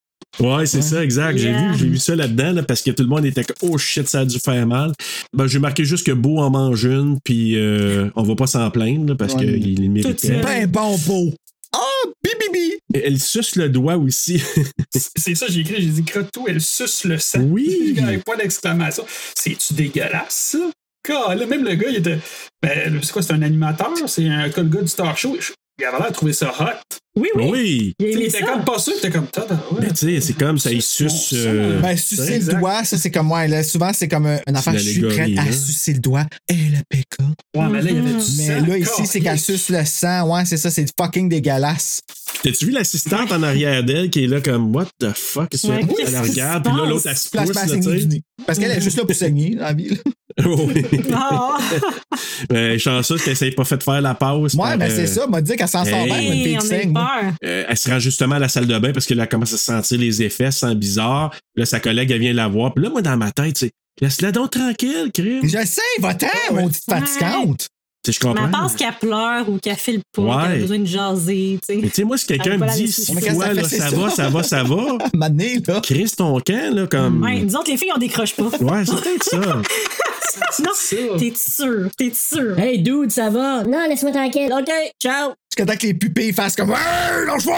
Speaker 3: Ouais, c'est ça, exact. J'ai
Speaker 2: Yeah.
Speaker 3: vu, j'ai vu ça là-dedans, là, parce que tout le monde était comme Oh shit, ça a dû faire mal. Ben, j'ai marqué juste que Beau en mange une, puis euh, on va pas s'en plaindre, là, parce
Speaker 2: Ouais.
Speaker 3: qu'il le méritait.
Speaker 2: Ben bon beau. Ah, bibibi!
Speaker 3: Et Elle suce le doigt aussi.
Speaker 1: C'est ça, j'ai écrit, j'ai dit Crotou, elle suce le sang.
Speaker 3: Oui.
Speaker 1: Le gars avec point d'exclamation. C'est-tu dégueulasse, ça? Car, là, même le gars, il était. Ben, c'est quoi, c'est un animateur? C'est un comme le gars du Star Show. Il avait l'air de trouver ça hot.
Speaker 6: Oui, oui.
Speaker 3: *laughs* oui.
Speaker 1: Tu
Speaker 6: Il a
Speaker 1: sais, Il
Speaker 6: aimé
Speaker 1: était
Speaker 6: ça.
Speaker 1: comme pas sûr, il était comme ça.
Speaker 3: Ben, tu sais, c'est comme ça, il suce. euh,
Speaker 2: Ben, sucer le
Speaker 1: exact.
Speaker 2: doigt, ça, c'est comme moi. Là, souvent, c'est hein. comme euh, un enfant,
Speaker 3: une
Speaker 2: je suis prête
Speaker 3: allégorie,
Speaker 2: à
Speaker 3: là.
Speaker 2: sucer le doigt et le péca.
Speaker 1: Ouais, mais là, il y avait du
Speaker 2: Mais
Speaker 1: sang.
Speaker 2: là, ici, c'est qu'elle suce le sang. Ouais, c'est ça, c'est fucking dégueulasse.
Speaker 3: T'as-tu vu l'assistante en arrière d'elle qui est là comme What the fuck? Qu'est-ce que
Speaker 6: Ouais,
Speaker 3: tu fais?
Speaker 6: qu'est-ce
Speaker 3: Elle la
Speaker 6: qui se
Speaker 3: regarde, puis là, l'autre, elle se pousse,
Speaker 2: Place pas à
Speaker 3: là, tu
Speaker 2: saigner
Speaker 3: sais.
Speaker 2: du nez. Parce qu'elle est juste *laughs* là pour saigner, dans la vie. là.
Speaker 3: *laughs* Oui.
Speaker 6: Ah.
Speaker 3: Ben, chanceux qu'elle s'est pas fait faire la pause.
Speaker 2: Ouais,
Speaker 3: par,
Speaker 2: ben,
Speaker 3: euh,
Speaker 2: c'est ça. M'a dit qu'elle s'en sort
Speaker 3: hey.
Speaker 2: bien, une fille
Speaker 6: Hey,
Speaker 2: qui
Speaker 6: on a eu
Speaker 2: saigne. là.
Speaker 6: peur.
Speaker 3: Euh, elle se rend justement à la salle de bain parce que là, elle commence à sentir les effets, elle sent bizarre. Là, sa collègue, elle vient la voir. Puis là, moi, dans ma tête, c'est laisse-la donc tranquille, Chris.
Speaker 2: Je sais, va-t'en, mon petite fatigante.
Speaker 3: Tu sais, je
Speaker 6: Mais
Speaker 3: comprends.
Speaker 6: elle pense qu'elle pleure ou qu'elle fait le
Speaker 3: Ouais.
Speaker 6: pas, qu'elle a besoin de jaser, tu
Speaker 3: Mais
Speaker 6: sais.
Speaker 3: tu sais, moi, si quelqu'un
Speaker 6: Elle va
Speaker 3: me
Speaker 6: pas la
Speaker 3: dit
Speaker 6: laisser
Speaker 3: six
Speaker 2: Mais quand
Speaker 3: fois,
Speaker 2: ça fait,
Speaker 3: là,
Speaker 2: c'est
Speaker 3: ça
Speaker 2: ça.
Speaker 3: va, ça va, ça va,
Speaker 2: Mané, là.
Speaker 3: Chris ton camp, là, comme.
Speaker 6: Ouais, nous autres, les filles, on décroche pas.
Speaker 3: Ouais, c'est peut-être ça.
Speaker 6: *laughs* non, t'es sûr, t'es sûr.
Speaker 8: Hey, dude, ça va? Non, laisse-moi tranquille. OK, ciao.
Speaker 2: Jusqu'à temps que les pupilles fassent comme Hey, *laughs* lâche-moi!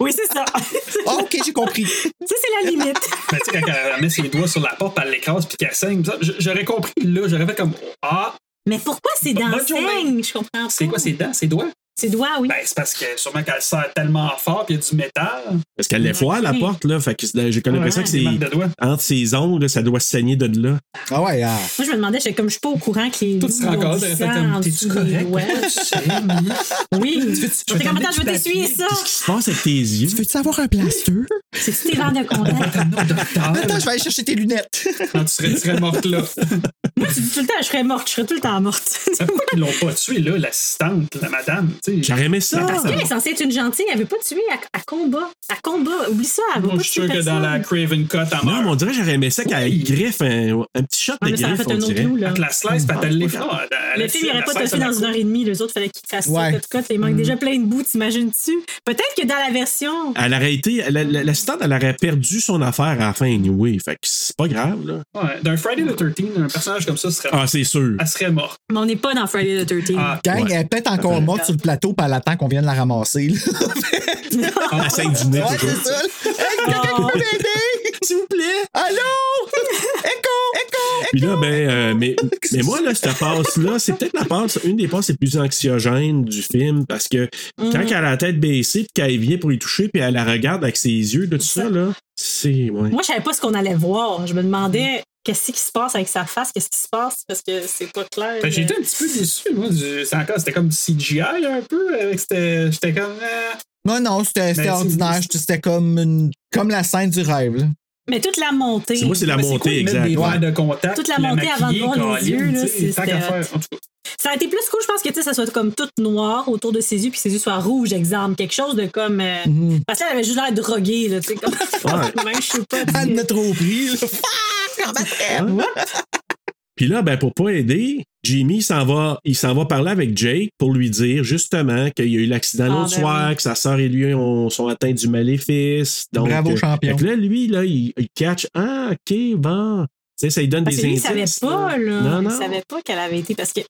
Speaker 6: Oui, c'est ça. *laughs* ça,
Speaker 2: Ah, ok, j'ai compris.
Speaker 6: c'est la limite.
Speaker 1: Mais tu sais, quand elle met ses doigts sur la porte, elle l'écrase, puis qu'elle saigne. ça, j- J'aurais compris, là, j'aurais fait comme Ah,
Speaker 6: Mais pourquoi c'est dans
Speaker 1: Bonne journée.
Speaker 6: saigne? Je comprends pas.
Speaker 1: c'est quoi ses dents, ses doigts?
Speaker 6: Ses doigts, oui.
Speaker 1: Ben, c'est parce que sûrement qu'elle serre tellement fort, puis il y a du métal.
Speaker 3: Parce qu'elle les foire, la
Speaker 6: Ouais.
Speaker 3: porte, là. Fait que c'est- j'ai comme l'impression que
Speaker 1: Des
Speaker 3: c'est.
Speaker 1: marques de
Speaker 3: *laughs*
Speaker 1: doigts.
Speaker 3: Entre ses ongles, ça doit saigner de là.
Speaker 2: Ah ouais, ah.
Speaker 6: Moi, je me demandais, j'étais comme je suis pas au courant que les
Speaker 1: Tout
Speaker 6: loups
Speaker 1: se encore
Speaker 6: ont
Speaker 1: là,
Speaker 6: du
Speaker 1: t'aurais fait
Speaker 6: sang en
Speaker 1: comme
Speaker 6: dessous
Speaker 1: T'es-tu
Speaker 6: des
Speaker 1: correct?
Speaker 6: doigts.
Speaker 1: Pourquoi *laughs* tu saignes?
Speaker 6: Oui.
Speaker 2: fais-tu-
Speaker 6: J'étais comme,
Speaker 2: je vais
Speaker 6: attends, je vais
Speaker 2: donner
Speaker 6: t'essuyer ça.
Speaker 3: Qu'est-ce qui se passe avec tes yeux?
Speaker 2: Veux-tu avoir un plaster?
Speaker 6: C'est-tu tes verres
Speaker 1: *laughs*
Speaker 6: de contact?
Speaker 1: Non, docteur.
Speaker 2: Attends, je vais aller chercher tes lunettes.
Speaker 1: Non, tu serais, tu serais morte là.
Speaker 6: Moi, tu dis tout le temps, je serais morte. Je serais tout le
Speaker 1: *laughs*
Speaker 6: temps morte.
Speaker 1: C'est pourquoi qu'ils l'ont pas tué, là, l'assistante, la madame. tu sais.
Speaker 3: J'aurais aimé ça.
Speaker 6: Parce qu'elle est censée être une gentille, elle veut pas tuer à, à combat. À combat, oublie ça, elle veut
Speaker 1: Moi,
Speaker 6: pas
Speaker 1: je suis
Speaker 6: tuer
Speaker 1: sûr que dans
Speaker 6: personne.
Speaker 1: la Craven Cut, elle
Speaker 3: Non, mais
Speaker 1: meurt.
Speaker 3: on dirait que j'aurais aimé ça qu'elle griffe un, un petit shot
Speaker 6: Ouais,
Speaker 3: de
Speaker 6: Ah, mais ça aurait
Speaker 3: griffe,
Speaker 6: fait
Speaker 3: on
Speaker 6: un autre
Speaker 3: dirait.
Speaker 6: clou, là.
Speaker 1: Fait que la slice,
Speaker 3: Mm.
Speaker 1: puis elle te l'effleure. Elle-
Speaker 6: Le
Speaker 1: elle-
Speaker 6: film il
Speaker 1: elle-
Speaker 6: aurait pas
Speaker 1: elle-
Speaker 6: été fait
Speaker 1: elle-
Speaker 6: dans une heure et demie, les autres, fallait qu'ils fassent
Speaker 2: Ouais.
Speaker 6: ça, cut, cut. Il
Speaker 1: Mm.
Speaker 6: manque déjà plein de bouts, t'imagines-tu? Peut-être que dans la version.
Speaker 3: Elle aurait été. la- la- L'assistante, elle aurait perdu son affaire à la fin, anyway. Fait que c'est pas grave, là.
Speaker 1: Ouais, D'un Friday the 13, un personnage comme ça serait.
Speaker 3: Ah, c'est sûr.
Speaker 1: Elle serait morte.
Speaker 6: Mais on n'est pas dans Friday the 13.
Speaker 1: Ah,
Speaker 2: Gang,
Speaker 3: Ouais.
Speaker 2: elle pète encore morte sur le plateau, puis elle attend qu'on vienne la ramasser. là.
Speaker 6: Ah,
Speaker 3: À 5 du nez,
Speaker 2: Ouais,
Speaker 3: toujours.
Speaker 2: c'est ça. Hey, quelqu'un qui peut m'aider? S'il vous plaît. Allô? *laughs* Écho, écho.
Speaker 3: Puis là, ben, euh, mais, mais moi, là, cette passe-là, c'est peut-être la passe, une des passes les plus anxiogènes du film, parce que
Speaker 6: Mhm.
Speaker 3: quand elle a la tête baissée, puis qu'elle vient pour y toucher, puis elle la regarde avec ses yeux, là, tout ça, là, c'est. Ouais.
Speaker 6: Moi, je savais pas ce qu'on allait voir. Je me demandais qu'est-ce qui se passe avec sa face, qu'est-ce qui se passe, parce que c'est pas clair.
Speaker 1: Fait que J'étais Ben, un petit peu déçu, moi. du- c'est encore- C'était comme du CGI un peu. avec c'était- J'étais comme. euh,
Speaker 2: Non, non, c'était c'était
Speaker 1: Ben, c'est-
Speaker 2: ordinaire. C'était comme, une, comme la scène du rêve. là.
Speaker 6: Mais toute la montée.
Speaker 3: C'est moi, c'est la
Speaker 1: mais ben, c'est cool
Speaker 3: montée,
Speaker 1: de mettre
Speaker 3: exact.
Speaker 1: Des verres
Speaker 3: Ouais.
Speaker 1: de contact.
Speaker 6: Toute la montée avant de voir les
Speaker 1: câline,
Speaker 6: yeux, là,
Speaker 1: tu sais,
Speaker 6: c'est-
Speaker 1: tant qu'à
Speaker 6: c'était
Speaker 1: faire. En tout cas,
Speaker 6: Ça a été plus cool, je pense que tu sais, ça soit comme tout noir autour de ses yeux, puis que ses yeux soient rouges, exemple. Quelque chose de comme. euh,
Speaker 2: Mhm.
Speaker 6: Parce qu'elle avait juste l'air droguée, là, tu sais, comme. *laughs* Même, je sais pas. tu sais.
Speaker 2: Ah, Elle m'a trop pris. là. Fuck! en bataille.
Speaker 3: Puis là, ben, pour pas aider, Jimmy il s'en va, il s'en va parler avec Jake pour lui dire justement qu'il y a eu l'accident
Speaker 6: Ah,
Speaker 3: l'autre
Speaker 6: ben
Speaker 3: soir, que sa sœur et lui ont, sont atteints du maléfice. Donc,
Speaker 2: Bravo,
Speaker 3: euh,
Speaker 2: champion.
Speaker 3: Fait que là, lui, là, il, il catch. Ah, ok, bon. Tu sais, ça lui donne
Speaker 6: Parce
Speaker 3: des
Speaker 6: que Ah, lui, il
Speaker 3: indices.
Speaker 6: savait pas, là.
Speaker 3: Non, non.
Speaker 6: Il savait pas qu'elle avait été. Parce que,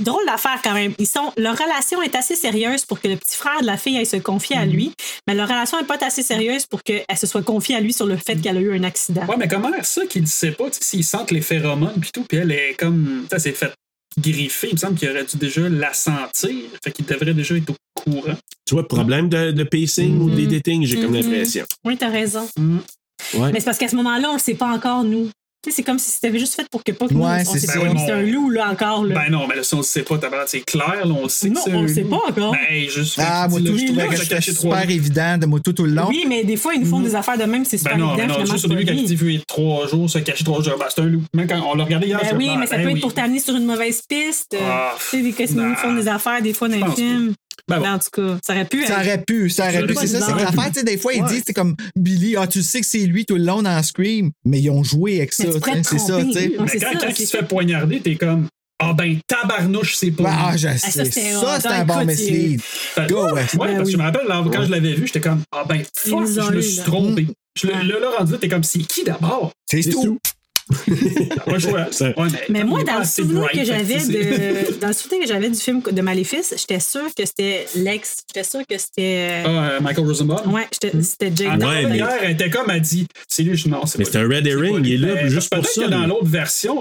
Speaker 6: drôle d'affaire quand même. Ils sont, leur relation est assez sérieuse pour que le petit frère de la fille aille se confier
Speaker 1: Mhm.
Speaker 6: à lui, mais leur relation est pas assez sérieuse pour qu'elle se soit confiée à lui sur le fait qu'elle a eu un accident.
Speaker 1: Mhm. Ouais, mais comment ça qu'il ne sait pas, tu sais, s'il sent les phéromones puis tout, puis elle est comme. Ça s'est fait griffer. Il me semble qu'il aurait dû déjà la sentir. Fait qu'il devrait déjà être au courant.
Speaker 3: Tu vois, problème de, de pacing ou
Speaker 6: Mhm.
Speaker 3: des dating, j'ai comme
Speaker 6: Mhm.
Speaker 3: l'impression.
Speaker 6: Oui, t'as raison.
Speaker 1: Mm.
Speaker 3: Ouais.
Speaker 6: Mais c'est parce qu'à ce moment-là, on le sait pas encore, nous. Tu sais, c'est comme si c'était juste fait pour que pas que nous,
Speaker 2: Ouais,
Speaker 6: on
Speaker 2: c'est
Speaker 6: sait
Speaker 2: ça.
Speaker 6: pas
Speaker 2: Ben oui,
Speaker 6: si
Speaker 2: mon-
Speaker 6: c'est un loup, là, encore. Là.
Speaker 1: Ben non, mais là, si on le sait pas, tabarnak, c'est clair, là, on le sait.
Speaker 6: Non, on le sait pas encore.
Speaker 1: Ben, hey, juste.
Speaker 2: Ah, moi, tout, je trouvais que c'était super évident de moi tout, tout le long.
Speaker 6: oui, mais des fois, ils nous font des affaires de même, c'est super
Speaker 1: Ben non, ben
Speaker 6: évident,
Speaker 1: non,
Speaker 6: finalement,
Speaker 1: juste au
Speaker 6: c'est
Speaker 1: début,
Speaker 6: pas
Speaker 1: quand il
Speaker 6: lié.
Speaker 1: dit fuir trois jours, se cacher trois jours, ben, c'est un loup. Même quand on l'a regardé hier,
Speaker 6: Ben
Speaker 1: je
Speaker 6: oui,
Speaker 1: me
Speaker 6: mais ça
Speaker 1: ben
Speaker 6: peut être
Speaker 1: oui.
Speaker 6: pour t'amener sur une mauvaise piste.
Speaker 1: Ah,
Speaker 6: euh, tu sais, des que
Speaker 1: non.
Speaker 6: nous font des affaires des fois dans les
Speaker 1: pense
Speaker 6: films.
Speaker 1: Ben bon.
Speaker 6: Mais en tout cas, ça aurait pu.
Speaker 2: Ça
Speaker 6: être-
Speaker 2: aurait pu, ça aurait pu. C'est ça, c'est que l'affaire, tu sais, des fois, ils
Speaker 6: Ouais.
Speaker 2: disent, c'est comme Billy, ah, tu sais que c'est lui tout le long dans Scream, mais ils ont joué avec ça,
Speaker 6: Mais tu
Speaker 2: tu
Speaker 6: pourrais
Speaker 2: sais,
Speaker 6: te
Speaker 2: c'est ça, tu
Speaker 6: tromper,
Speaker 2: sais.
Speaker 6: oui.
Speaker 1: Mais
Speaker 6: c'est
Speaker 1: Ben, quand,
Speaker 6: ça,
Speaker 1: quand
Speaker 6: c'est
Speaker 1: il se
Speaker 6: ça.
Speaker 1: fait poignarder, t'es comme Ah ben tabarnouche, c'est
Speaker 3: Ben,
Speaker 1: pas.
Speaker 2: Ah, je
Speaker 6: ça,
Speaker 2: sais.
Speaker 6: c'était
Speaker 2: Ça,
Speaker 6: hot.
Speaker 2: c'est un
Speaker 6: Écoute,
Speaker 2: bon
Speaker 6: il-
Speaker 2: mislead.
Speaker 1: Fait-
Speaker 2: Go,
Speaker 1: Ouais,
Speaker 2: ouais.
Speaker 6: Ben
Speaker 1: parce que je
Speaker 6: oui.
Speaker 1: me rappelle, là, quand
Speaker 14: Ouais.
Speaker 1: je l'avais vu, j'étais comme Ah ben fuck,
Speaker 6: nous ont
Speaker 1: je me
Speaker 6: eu,
Speaker 1: suis
Speaker 6: là.
Speaker 1: trompé. Je le- là, là, rendu, t'es comme C'est
Speaker 3: *laughs*
Speaker 1: qui d'abord
Speaker 2: C'est tout.
Speaker 1: Pas le choix.
Speaker 3: Ça-
Speaker 1: Ouais,
Speaker 6: Mais moi,
Speaker 1: il est pas
Speaker 6: dans le
Speaker 1: assez
Speaker 6: souvenir
Speaker 1: bright,
Speaker 6: que
Speaker 1: fait
Speaker 3: *laughs*
Speaker 6: j'avais
Speaker 1: c'est-
Speaker 6: de, *laughs* dans le souvenir que j'avais du film de Maléfice, j'étais sûre que c'était Lex. J'étais sûre que c'était.
Speaker 1: Ah, euh, Michael Rosenbaum.
Speaker 6: Ouais, j'étais- c'était Jake.
Speaker 1: Ah, non,
Speaker 3: Ouais,
Speaker 1: mais
Speaker 3: mais-
Speaker 1: hier, elle était comme, elle dit, c'est lui, je non, c'est
Speaker 3: Mais
Speaker 1: pas
Speaker 3: c'est un
Speaker 1: lui.
Speaker 3: red
Speaker 1: C'est
Speaker 3: herring,
Speaker 1: pas lui.
Speaker 3: il est là
Speaker 1: Ben,
Speaker 3: juste pour
Speaker 1: peut-être
Speaker 3: ça,
Speaker 1: que dans
Speaker 3: lui.
Speaker 1: l'autre version,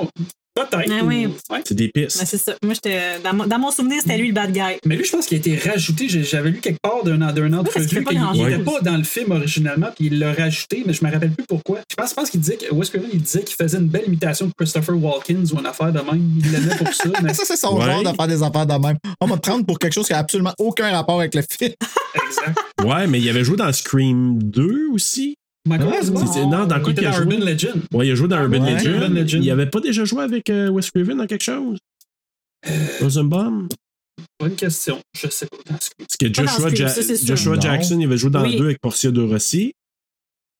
Speaker 1: peut-être.
Speaker 6: Ah oui.
Speaker 1: ou- ouais.
Speaker 3: C'est des
Speaker 6: Ben,
Speaker 3: pistes.
Speaker 6: c'est ça. Moi, j'étais. Dans, mon- dans mon souvenir, c'était lui le bad guy.
Speaker 1: Mais lui, je pense qu'il a été rajouté. J'ai- J'avais lu quelque part d'un d'un
Speaker 6: parce qu'il fait
Speaker 1: entrevue
Speaker 6: pas
Speaker 1: qu'il
Speaker 6: grand-chose.
Speaker 1: n'était pas dans le film originalement, puis il l'a rajouté, mais je me rappelle plus pourquoi. Je pense, je pense qu'il disait que, où est-ce que là, il disait qu'il faisait une belle imitation de Christopher Walken ou une affaire de même. Il l'aimait pour ça. mais-
Speaker 2: Ça, c'est son
Speaker 3: Ouais.
Speaker 2: genre de faire des affaires de même. On va te prendre pour quelque chose qui a absolument aucun rapport avec le film.
Speaker 3: *laughs*
Speaker 1: exact.
Speaker 3: Ouais, mais il avait joué dans Scream 2 aussi.
Speaker 1: Michael
Speaker 3: Ouais,
Speaker 1: Rosenbaum,
Speaker 3: c'est- non, dans
Speaker 1: il
Speaker 3: quoi
Speaker 1: était
Speaker 3: qu'il a
Speaker 1: dans
Speaker 3: joué?
Speaker 1: Urban Legend.
Speaker 3: Ouais, il a joué dans Urban,
Speaker 2: ouais.
Speaker 3: Legend.
Speaker 1: Urban Legend.
Speaker 3: Il avait pas déjà joué avec euh, Wes Craven dans quelque chose? Rosenbaum?
Speaker 1: Bonne question. Je sais pas. Dans ce-
Speaker 3: Parce que
Speaker 6: Pas dans
Speaker 3: Joshua,
Speaker 6: Scream,
Speaker 3: Ja-
Speaker 6: ça, c'est sûr.
Speaker 3: Joshua
Speaker 2: Non.
Speaker 3: Jackson, il avait joué dans
Speaker 6: Oui.
Speaker 3: deux avec Portia de Rossi.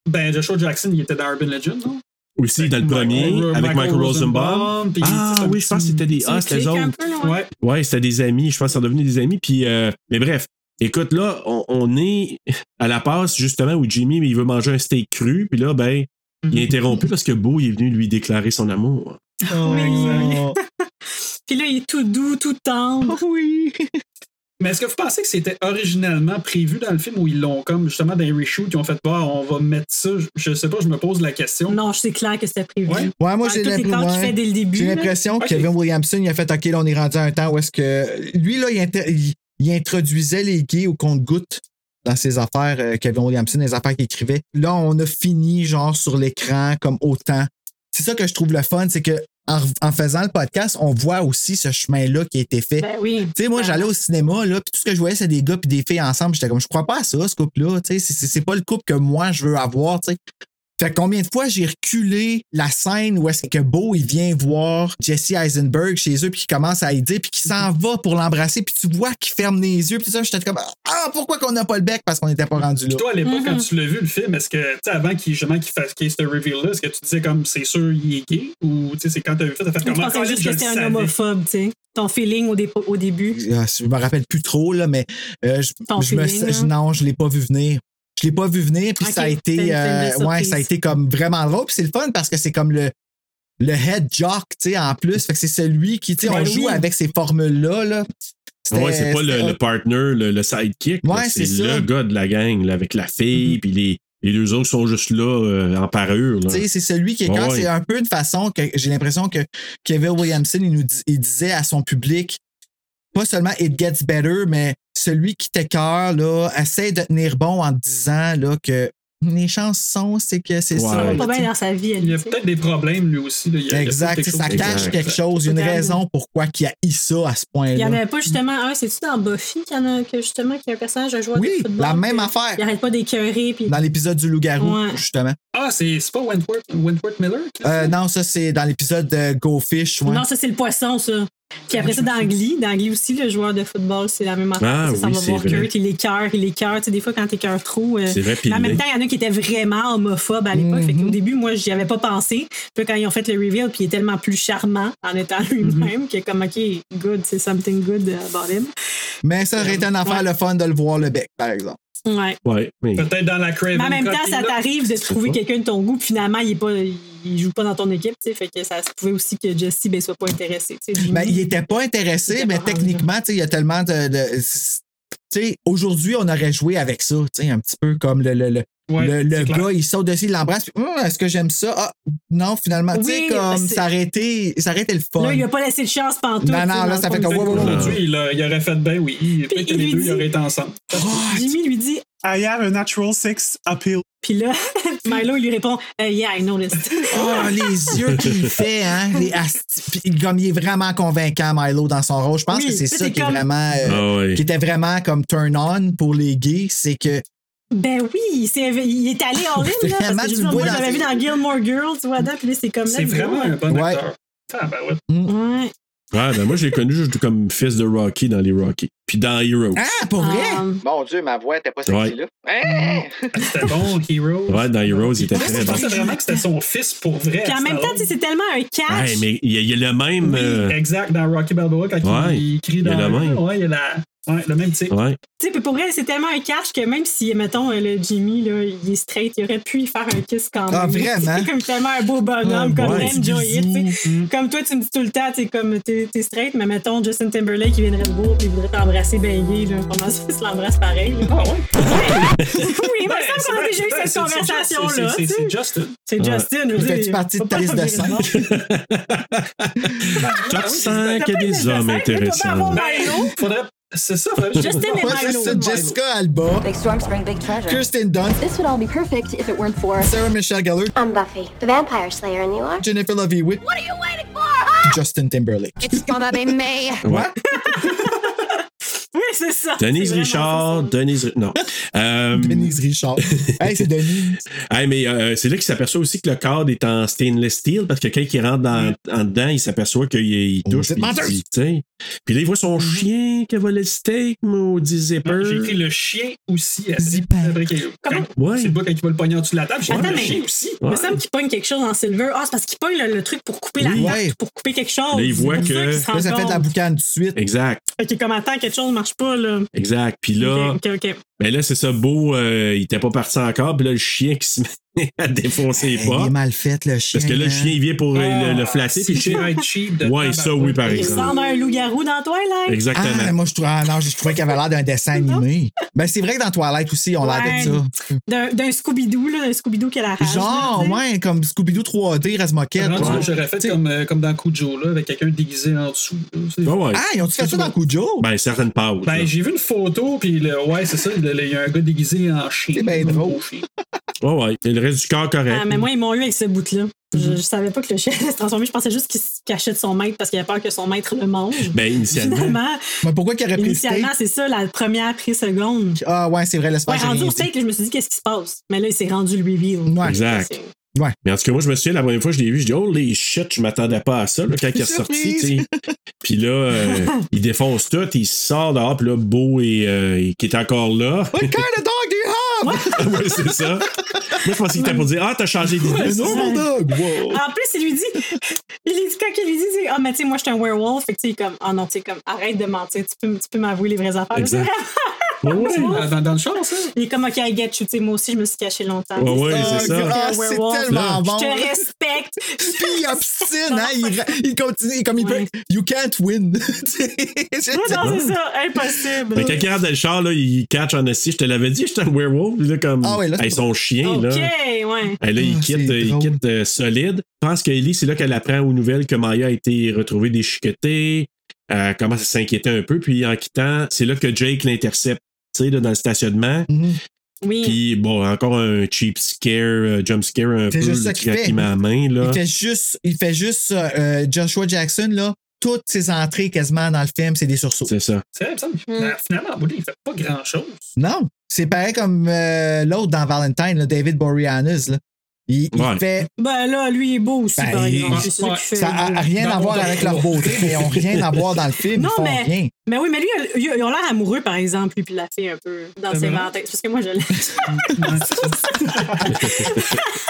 Speaker 1: Ben, Joshua Jackson, il était dans Urban Legend, non?
Speaker 3: Aussi dans le premier, avec Michael Rosenbaum.
Speaker 1: puis c'est
Speaker 3: Ah
Speaker 1: un
Speaker 3: oui, je pense que
Speaker 1: petit-
Speaker 3: c'était des. Ah,
Speaker 6: C'est
Speaker 3: c'était eux
Speaker 6: clique un
Speaker 3: autres.
Speaker 6: peu, là, ouais.
Speaker 1: *laughs* Ouais.
Speaker 3: Ouais, c'était des amis. Je pense qu'ils sont devenus des amis. Puis, euh, mais bref, écoute, là, on, on est à la passe, justement, où Jimmy, il veut manger un steak cru. Puis là, ben, il est interrompu parce que Beau, il est venu lui déclarer son amour.
Speaker 2: Oh.
Speaker 6: Puis là, il est tout doux, tout tendre.
Speaker 1: Oh.
Speaker 2: oui.
Speaker 1: Mais est-ce que vous pensez que c'était originalement prévu dans le film ou ils l'ont comme justement dans les reshoots, ils ont fait bah on va mettre ça, je- je sais pas, je me pose la question.
Speaker 6: Non, c'est clair que c'était prévu.
Speaker 1: Ouais.
Speaker 2: Ouais, moi, j'ai
Speaker 6: toutes les
Speaker 2: l'impression-
Speaker 6: cordes qu'il fait dès le début.
Speaker 2: J'ai
Speaker 6: là.
Speaker 2: l'impression que
Speaker 1: Ok.
Speaker 2: Kevin Williamson, il a fait OK, là, on est rendu à un temps où est-ce que. Lui, là, il, inter- il- il introduisait les gays au compte-gouttes dans ses affaires, euh, Kevin Williamson, les affaires qu'il écrivait. Là, on a fini, genre, sur l'écran, comme autant. C'est ça que je trouve le fun, c'est que en, en faisant le podcast, on voit aussi ce chemin-là qui a été fait.
Speaker 6: Ben oui.
Speaker 2: Tu sais, moi,
Speaker 6: Ben,
Speaker 2: j'allais au cinéma, là, puis tout ce que je voyais, c'est des gars puis des filles ensemble. J'étais comme, je crois pas à ça, ce couple-là. Tu sais, c'est- c'est c'est pas le couple que moi, je veux avoir, tu sais. Fait que combien de fois j'ai reculé la scène où est-ce que Beau, il vient voir Jesse Eisenberg chez eux, puis qu'il commence à aider, puis qu'il s'en va pour l'embrasser, puis tu vois qu'il ferme les yeux, puis tout ça. J'étais comme, ah, pourquoi qu'on n'a pas le bec? Parce qu'on n'était pas rendu là.
Speaker 1: Puis toi à l'époque quand
Speaker 6: Mm-hmm.
Speaker 1: tu l'as vu le film, est-ce que tu sais avant qu'il justement qu'il fasse qu'il y ait ce reveal là, est-ce que tu disais comme c'est sûr il est gay ou tu sais c'est quand t'as vu ça t'as fait
Speaker 6: Je
Speaker 1: comment
Speaker 6: pensais juste que c'était un homophobe, tu sais. Ton feeling au, dé- au début.
Speaker 2: Ah, Je me rappelle plus trop, là, mais euh, je,
Speaker 6: Ton
Speaker 2: je me,
Speaker 6: feeling,
Speaker 2: je-
Speaker 6: là.
Speaker 2: non, je l'ai pas vu venir. Je l'ai pas vu venir, puis
Speaker 6: Ok,
Speaker 2: ça a
Speaker 6: t'as
Speaker 2: été,
Speaker 6: une- t'as une
Speaker 2: euh,
Speaker 6: belle
Speaker 2: ouais,
Speaker 6: surprise.
Speaker 2: ça a été comme vraiment drôle. Puis c'est le fun parce que c'est comme le le head jock, tu sais, en plus. Fait que c'est celui qui, tu sais,
Speaker 6: Ben
Speaker 2: on
Speaker 6: oui.
Speaker 2: joue avec ces formules-là, là. C'était-
Speaker 3: Ouais, c'est pas le,
Speaker 2: c'était-
Speaker 3: le partner, le, le sidekick. là.
Speaker 2: Ouais,
Speaker 3: c'est
Speaker 2: c'est ça.
Speaker 3: le gars de la gang, là, avec la fille, puis les, les deux autres sont juste là, euh, en parure. là.
Speaker 2: Tu sais, c'est celui qui est quand
Speaker 3: Ouais.
Speaker 2: c'est un peu de façon que j'ai l'impression que Kevin Williamson, il nous dis- il disait à son public, pas seulement it gets better, mais celui qui t'écœure, là, essaie de tenir bon en te disant, là, que les chances sont, c'est que c'est
Speaker 3: Ouais.
Speaker 2: ça.
Speaker 6: Ça va
Speaker 2: là,
Speaker 6: pas
Speaker 2: tu sais.
Speaker 6: bien dans sa vie, elle,
Speaker 1: Il y a
Speaker 6: tu sais.
Speaker 1: peut-être des problèmes lui aussi là. Il y a- il y a
Speaker 2: Exact,
Speaker 1: peut-être
Speaker 2: tu sais,
Speaker 1: quelque
Speaker 2: ça
Speaker 1: chose-
Speaker 2: cache
Speaker 3: Exact.
Speaker 2: quelque chose. Il y a une
Speaker 6: Totalement.
Speaker 2: raison pourquoi qu'il a eu ça à ce
Speaker 6: Il y en
Speaker 2: point-là.
Speaker 6: avait pas justement un, c'est-tu dans Buffy qu'il y en a que justement qu'il y a un personnage, un joueur
Speaker 2: Oui,
Speaker 6: de football?
Speaker 2: la même
Speaker 6: que-
Speaker 2: affaire
Speaker 6: Il arrête pas d'écœurer, puis
Speaker 2: dans l'épisode du loup-garou,
Speaker 6: Ouais.
Speaker 2: justement.
Speaker 1: Ah c'est c'est pas Wentworth, Wentworth Miller qui l'a
Speaker 2: Euh,
Speaker 1: fait?
Speaker 2: non, ça, c'est dans l'épisode de Go Fish. ouais.
Speaker 6: Non, ça, c'est le poisson, ça. Puis après ça, dans Glee, dans Glee aussi, le joueur de football, c'est la même affaire.
Speaker 3: Ah
Speaker 6: ça, ça
Speaker 3: oui,
Speaker 6: va
Speaker 3: c'est
Speaker 6: voir
Speaker 3: vrai.
Speaker 6: Kurt, il écoeure, il écoeure. Tu sais, des fois, quand t'écoeures trop. euh,
Speaker 3: C'est vrai, puis
Speaker 6: mais en
Speaker 3: il
Speaker 6: même
Speaker 3: l'est.
Speaker 6: temps, il y en a qui étaient vraiment homophobes à l'époque. Fait
Speaker 2: Mm-hmm.
Speaker 6: qu'au début, moi, j'y avais pas pensé. Puis quand ils ont fait le reveal, puis il est tellement plus charmant en étant *laughs*
Speaker 2: Mm-hmm.
Speaker 6: lui-même que comme, OK, good, c'est something good about him.
Speaker 2: Mais ça aurait été une affaire
Speaker 6: Ouais.
Speaker 2: le fun de le voir le bec, par exemple.
Speaker 6: Ouais.
Speaker 3: Ouais, mais
Speaker 1: Peut-être dans la Craven
Speaker 6: Mais en même temps,
Speaker 1: Cottage,
Speaker 6: ça
Speaker 1: là.
Speaker 6: t'arrive de trouver
Speaker 3: pas.
Speaker 6: quelqu'un de ton goût, puis finalement, il, est pas, il joue pas dans ton équipe. tu sais. Fait que ça se pouvait aussi que Jesse ben, soit pas intéressé. tu sais, Jimmy.
Speaker 2: Ben, il était pas
Speaker 6: Il
Speaker 2: intéressé,
Speaker 6: était
Speaker 2: mais
Speaker 6: pas rendu
Speaker 2: techniquement, tu sais, il y a tellement de. de- c'est- tu sais, aujourd'hui, on aurait joué avec ça, tu sais, un petit peu comme le, le, le,
Speaker 1: Ouais,
Speaker 2: le- le
Speaker 1: c'est clair.
Speaker 2: gars, il saute dessus, il l'embrasse, puis, Hum, est-ce que j'aime ça? Ah, non, finalement, tu sais,
Speaker 6: Oui,
Speaker 2: comme
Speaker 6: c'est-
Speaker 2: ça aurait, été, ça aurait été le fun.
Speaker 6: Là, il a pas laissé de chance pantoute.
Speaker 2: Non, non,
Speaker 6: tu sais,
Speaker 2: là,
Speaker 6: dans
Speaker 2: ça
Speaker 6: le
Speaker 2: fait
Speaker 6: fond,
Speaker 2: comme,
Speaker 6: il-
Speaker 2: wow, wow, wow.
Speaker 1: Aujourd'hui, il, a- il aurait fait ben oui, peut-être que
Speaker 6: il
Speaker 1: les
Speaker 6: lui
Speaker 1: deux
Speaker 6: dit-
Speaker 1: ils auraient été ensemble.
Speaker 6: Jimmy lui dit,
Speaker 11: I have a natural sex appeal.
Speaker 6: puis là, *laughs* Milo, il lui répond euh, Yeah, I noticed.
Speaker 2: Oh,
Speaker 6: *laughs*
Speaker 2: les yeux qu'il fait, hein? Les asti- puis comme il est vraiment convaincant, Milo, dans son rôle. Je pense
Speaker 6: Oui,
Speaker 2: que c'est
Speaker 6: c'est
Speaker 2: ça qui, est
Speaker 6: comme-
Speaker 2: vraiment, euh,
Speaker 3: Ah oui.
Speaker 2: qui était vraiment comme turn-on pour les gays. C'est que
Speaker 6: Ben oui, c'est- il est allé
Speaker 2: *laughs*
Speaker 6: en ligne, là.
Speaker 2: Vraiment,
Speaker 6: Parce que
Speaker 2: tu le
Speaker 6: je veux dire,
Speaker 2: vois
Speaker 6: moi,
Speaker 2: dans-
Speaker 6: j'avais vu dans Gilmore Girls, tu vois, là, puis là, c'est comme là.
Speaker 1: C'est vraiment un bon
Speaker 2: Ouais.
Speaker 1: acteur. Ah, ben ouais.
Speaker 6: Ouais.
Speaker 3: Ouais, ben moi, je l'ai connu juste comme fils de Rocky dans les Rocky. Puis dans Heroes.
Speaker 2: Ah, pour vrai?
Speaker 6: Euh,
Speaker 13: Mon Dieu, ma voix était pas
Speaker 3: Ouais.
Speaker 13: celle-là. Hein?
Speaker 1: C'était bon, Heroes.
Speaker 3: Ouais, dans Heroes, il était
Speaker 1: Ouais,
Speaker 3: très
Speaker 1: je
Speaker 3: bon.
Speaker 1: pensais vraiment que c'était son fils pour vrai.
Speaker 6: Puis en même temps, tu sais, c'est tellement un catch.
Speaker 3: Ouais, mais il y, a- il y a le même.
Speaker 1: Oui,
Speaker 3: euh,
Speaker 1: exact, dans Rocky Balboa, quand
Speaker 3: Ouais,
Speaker 1: il, il crie
Speaker 3: il y a
Speaker 1: dans
Speaker 3: la même.
Speaker 1: Ouais, il y a la... ouais, le même type.
Speaker 3: ouais.
Speaker 6: Tu sais, puis pour vrai, c'est tellement un catch que même si, mettons, euh, le Jimmy, là, il est straight, il aurait pu y faire un kiss quand même.
Speaker 2: Ah, vraiment?
Speaker 6: C'est comme tellement un beau bonhomme,
Speaker 2: Ah,
Speaker 6: comme
Speaker 2: ouais. Mm-hmm.
Speaker 6: même Joey, tu sais.
Speaker 1: Mm.
Speaker 6: Comme toi, tu me dis tout le temps, t'es comme, t'es t'es straight, mais mettons Justin Timberlake, il viendrait te voir puis il voudrait t'embrasser baigner, là. Comment *laughs* ça, il se l'embrasse pareil, là?
Speaker 1: Ah ouais?
Speaker 6: *laughs* Oui,
Speaker 1: Ben,
Speaker 6: mais ça,
Speaker 1: c'est
Speaker 6: qu'on a
Speaker 1: vrai,
Speaker 6: déjà eu
Speaker 1: c'est-
Speaker 6: cette
Speaker 1: c'est- c'est-
Speaker 6: conversation-là,
Speaker 1: c'est- ah
Speaker 6: tu
Speaker 1: c'est-
Speaker 6: sais.
Speaker 1: C'est Justin.
Speaker 6: C'est Justin, je veux
Speaker 2: Fais-tu
Speaker 6: dire,
Speaker 2: partie de
Speaker 6: faut pas
Speaker 2: ta liste de
Speaker 6: faire
Speaker 2: cinq?
Speaker 6: des remarques.
Speaker 3: *laughs* Top 5 il y a des hommes intéressants.
Speaker 1: Ben, faudrait... C'est ça, faudrait
Speaker 6: Justin et
Speaker 2: Ouais, c'est
Speaker 6: Milo.
Speaker 2: ça, Jessica Alba,
Speaker 5: Big storms bring big treasure.
Speaker 2: Kirsten Dunst,
Speaker 15: This would all be perfect if it weren't for.
Speaker 2: Sarah Michelle Gellar,
Speaker 15: I'm Buffy, the vampire slayer, and you are?
Speaker 2: Jennifer Love Hewitt,
Speaker 15: What are you waiting for? Ah!
Speaker 2: Justin Timberlake.
Speaker 15: It's gonna be me.
Speaker 3: Ouais.
Speaker 6: *laughs* Oui, c'est ça.
Speaker 3: Denise
Speaker 6: c'est vraiment
Speaker 3: Richard, Denise. Ri- Non. Euh,
Speaker 2: Denise Richard.
Speaker 3: *laughs*
Speaker 2: hey, c'est Denise.
Speaker 3: hey, mais euh, c'est là qu'il s'aperçoit aussi que le cadre est en stainless steel parce que quand il rentre dans, en dedans, il s'aperçoit qu'il il
Speaker 2: Oh,
Speaker 3: touche.
Speaker 2: vous êtes
Speaker 3: Puis, il
Speaker 2: menteuse!
Speaker 3: dit, tu sais. Puis là, il voit son chien qui a volé le steak, maudit
Speaker 1: Non, J'ai
Speaker 3: zipper.
Speaker 1: écrit le chien aussi.
Speaker 2: Zipper.
Speaker 6: Comment?
Speaker 3: Ouais.
Speaker 1: Ouais. C'est le bout quand il va le pogner en dessous de la table. J'ai
Speaker 6: Attends,
Speaker 1: écrit le
Speaker 6: mais-
Speaker 1: chien aussi.
Speaker 6: Il
Speaker 3: Ouais.
Speaker 6: me semble qu'il pogne quelque chose en silver. Ah, c'est parce qu'il pogne le, le truc pour couper
Speaker 2: Oui.
Speaker 6: la tarte,
Speaker 2: Ouais.
Speaker 6: pour couper quelque chose.
Speaker 3: Là, il voit
Speaker 6: C'est pour
Speaker 3: que-
Speaker 6: ça qu'il se
Speaker 2: Là, ça
Speaker 6: rend
Speaker 2: fait de la
Speaker 6: compte.
Speaker 2: boucane tout de suite.
Speaker 3: Exact,
Speaker 6: Fait que comme attends, quelque chose marche pas, là.
Speaker 3: exact. Puis là,
Speaker 6: Ok, ok, ok.
Speaker 3: ben là c'est ça, Beau, euh, il était pas parti encore. Puis là, le chien qui se *laughs* met à défoncer
Speaker 2: Hey,
Speaker 3: les
Speaker 2: Il est
Speaker 3: portes.
Speaker 2: mal fait, le chien.
Speaker 3: Parce que là, le
Speaker 2: hein.
Speaker 3: chien, il vient pour euh,
Speaker 1: Ah,
Speaker 3: le, le flatter. Puis le
Speaker 1: si
Speaker 3: chien-
Speaker 1: j'ai un cheat de
Speaker 3: Ouais,
Speaker 1: tabac.
Speaker 3: ça, oui, par
Speaker 6: Il
Speaker 3: exemple.
Speaker 6: ressemble à un loup-garou dans Twilight.
Speaker 3: Exactement.
Speaker 2: Ah, moi, je trouvais, ah non, je trouvais qu'il avait l'air d'un dessin animé. Ben, c'est vrai que dans Twilight aussi, on l'avait
Speaker 6: Ouais.
Speaker 15: Ah,
Speaker 2: ça.
Speaker 6: D'un- D'un Scooby-Doo, là, d'un Scooby-Doo qui a la rage. là,
Speaker 2: Genre,
Speaker 6: tu sais.
Speaker 2: ouais, comme Scooby-Doo 3D, Razmoquette.
Speaker 1: Rendu là,
Speaker 2: Ouais.
Speaker 1: J'aurais fait comme, euh, comme dans Cujo, là, avec quelqu'un déguisé en dessous. là, tu sais.
Speaker 3: Ben ouais.
Speaker 2: Ah, ils ont-tu fait ça dans Cujo?
Speaker 3: Ben, certaines pauses. là.
Speaker 1: Ben, j'ai vu une photo, puis le- ouais, c'est ça, le- le- il y a un gars déguisé en chien.
Speaker 2: C'est ben
Speaker 1: Un
Speaker 2: drôle.
Speaker 1: beau chien.
Speaker 3: Ouais, ouais. Et le reste du corps correct.
Speaker 6: Ah, mais moi, ils m'ont eu avec ce bout-là.
Speaker 3: Mhm.
Speaker 6: Je, je savais pas que le chien allait se transformer. Je pensais juste qu'il se cachait de son maître parce qu'il avait peur que son maître le mange.
Speaker 3: Ben, initialement.
Speaker 6: Finalement,
Speaker 2: Mais pourquoi qu'il aurait pris le steak?
Speaker 6: initialement, c'est ça, la première prise seconde.
Speaker 2: Ah, ouais, c'est vrai,
Speaker 6: Ouais,
Speaker 2: l'espace.
Speaker 6: rendu au steak, je me suis dit, qu'est-ce qui se passe? Mais là, il s'est rendu le reveal.
Speaker 2: Ouais.
Speaker 3: Exact.
Speaker 6: C'est-
Speaker 3: Mais en tout cas, moi, je me souviens, la première fois que je l'ai vu, je dis, oh les shit, je m'attendais pas à ça, là, quand il est ressorti,
Speaker 2: Surprise!
Speaker 3: tu sais.
Speaker 2: *laughs*
Speaker 3: Puis là, euh, il défonce tout, il sort dehors, puis là, Beau et, euh, et qui est encore là. *laughs*
Speaker 2: What kind of dog do you have?
Speaker 3: ouais, c'est ça. Moi, je pensais qu'il était pour dire, ah, t'as changé d'idée.
Speaker 2: A normal dog.
Speaker 6: *laughs*
Speaker 2: Wow.
Speaker 6: En plus, il lui dit, *laughs* il lui dit quand il lui dit, il dit, ah, mais tu sais, moi, je suis un werewolf. Fait que, tu sais, il est comme, ah non, tu sais, comme, arrête de mentir, tu peux, m- tu peux m'avouer les vraies affaires.
Speaker 3: Exact. Ouais, ouais,
Speaker 1: Ah, Dans, dans le char, ça?
Speaker 6: *laughs* Il est comme, ok, I get you, tu sais, moi aussi, je me suis caché longtemps.
Speaker 3: Ouais, ouais,
Speaker 2: Ah,
Speaker 3: c'est ça.
Speaker 2: ah,
Speaker 6: Un
Speaker 2: c'est
Speaker 6: werewolf,
Speaker 2: tellement
Speaker 3: là.
Speaker 2: bon.
Speaker 6: Je te respecte.
Speaker 2: *laughs* Puis il obstine, hein, il, il continue, comme il peut. You can't win. *laughs*
Speaker 6: Moi, non, c'est ça, impossible.
Speaker 3: Mais quand il rentre dans le char, là, il catch en assis. Je te l'avais dit, j'étais un werewolf. Puis Là, comme,
Speaker 2: Ah ouais, là, c'est
Speaker 3: hey,
Speaker 2: pas-
Speaker 3: son chien,
Speaker 6: ok,
Speaker 3: là.
Speaker 6: ouais.
Speaker 3: Hey, là, il
Speaker 2: Ah,
Speaker 3: quitte,
Speaker 2: c'est
Speaker 3: euh, il
Speaker 2: drôle.
Speaker 3: quitte euh, solide. Je pense qu'Ellie, c'est là qu'elle apprend aux nouvelles que Maya a été retrouvée déchiquetée. Elle commence à s'inquiéter un peu. Puis en quittant, c'est là que Jake l'intercepte. tu sais, là, dans le stationnement.
Speaker 2: Mhm.
Speaker 6: Oui.
Speaker 3: Puis bon, encore un cheap scare, euh, jump scare un
Speaker 2: C'est
Speaker 3: peu
Speaker 2: juste
Speaker 3: là,
Speaker 2: ça
Speaker 3: qui
Speaker 2: qu'il fait.
Speaker 3: qui met la main. Là.
Speaker 2: Il fait juste, il fait juste euh, euh, Joshua Jackson, là, toutes ses entrées quasiment dans le film, c'est des sursauts.
Speaker 3: C'est
Speaker 2: *laughs*
Speaker 3: ça.
Speaker 1: C'est vrai, il me semble. Ben, Finalement, en bout de ligne, il fait pas grand-chose.
Speaker 2: Non, c'est pareil comme euh, l'autre dans Valentine, là, David Boreanaz. Là. Il, il
Speaker 3: Ouais.
Speaker 2: fait.
Speaker 6: Ben là, lui, il est beau aussi,
Speaker 2: Ben,
Speaker 6: par exemple.
Speaker 2: il-
Speaker 6: C'est ça
Speaker 1: ouais,
Speaker 6: qui fait.
Speaker 2: Ça n'a rien
Speaker 1: Dans
Speaker 2: à
Speaker 1: mon
Speaker 2: voir
Speaker 1: top
Speaker 2: avec
Speaker 1: trois.
Speaker 2: leur beauté, mais ils n'ont rien à voir dans le film.
Speaker 6: Non,
Speaker 2: ils font
Speaker 6: mais- ah,
Speaker 2: rien.
Speaker 6: Mais oui, mais lui, il a- il a- ils ont l'air amoureux, par exemple, lui, puis la fille un peu dans
Speaker 1: C'est
Speaker 6: ses
Speaker 1: vrai?
Speaker 6: Valentins. Parce que moi, je l'ai.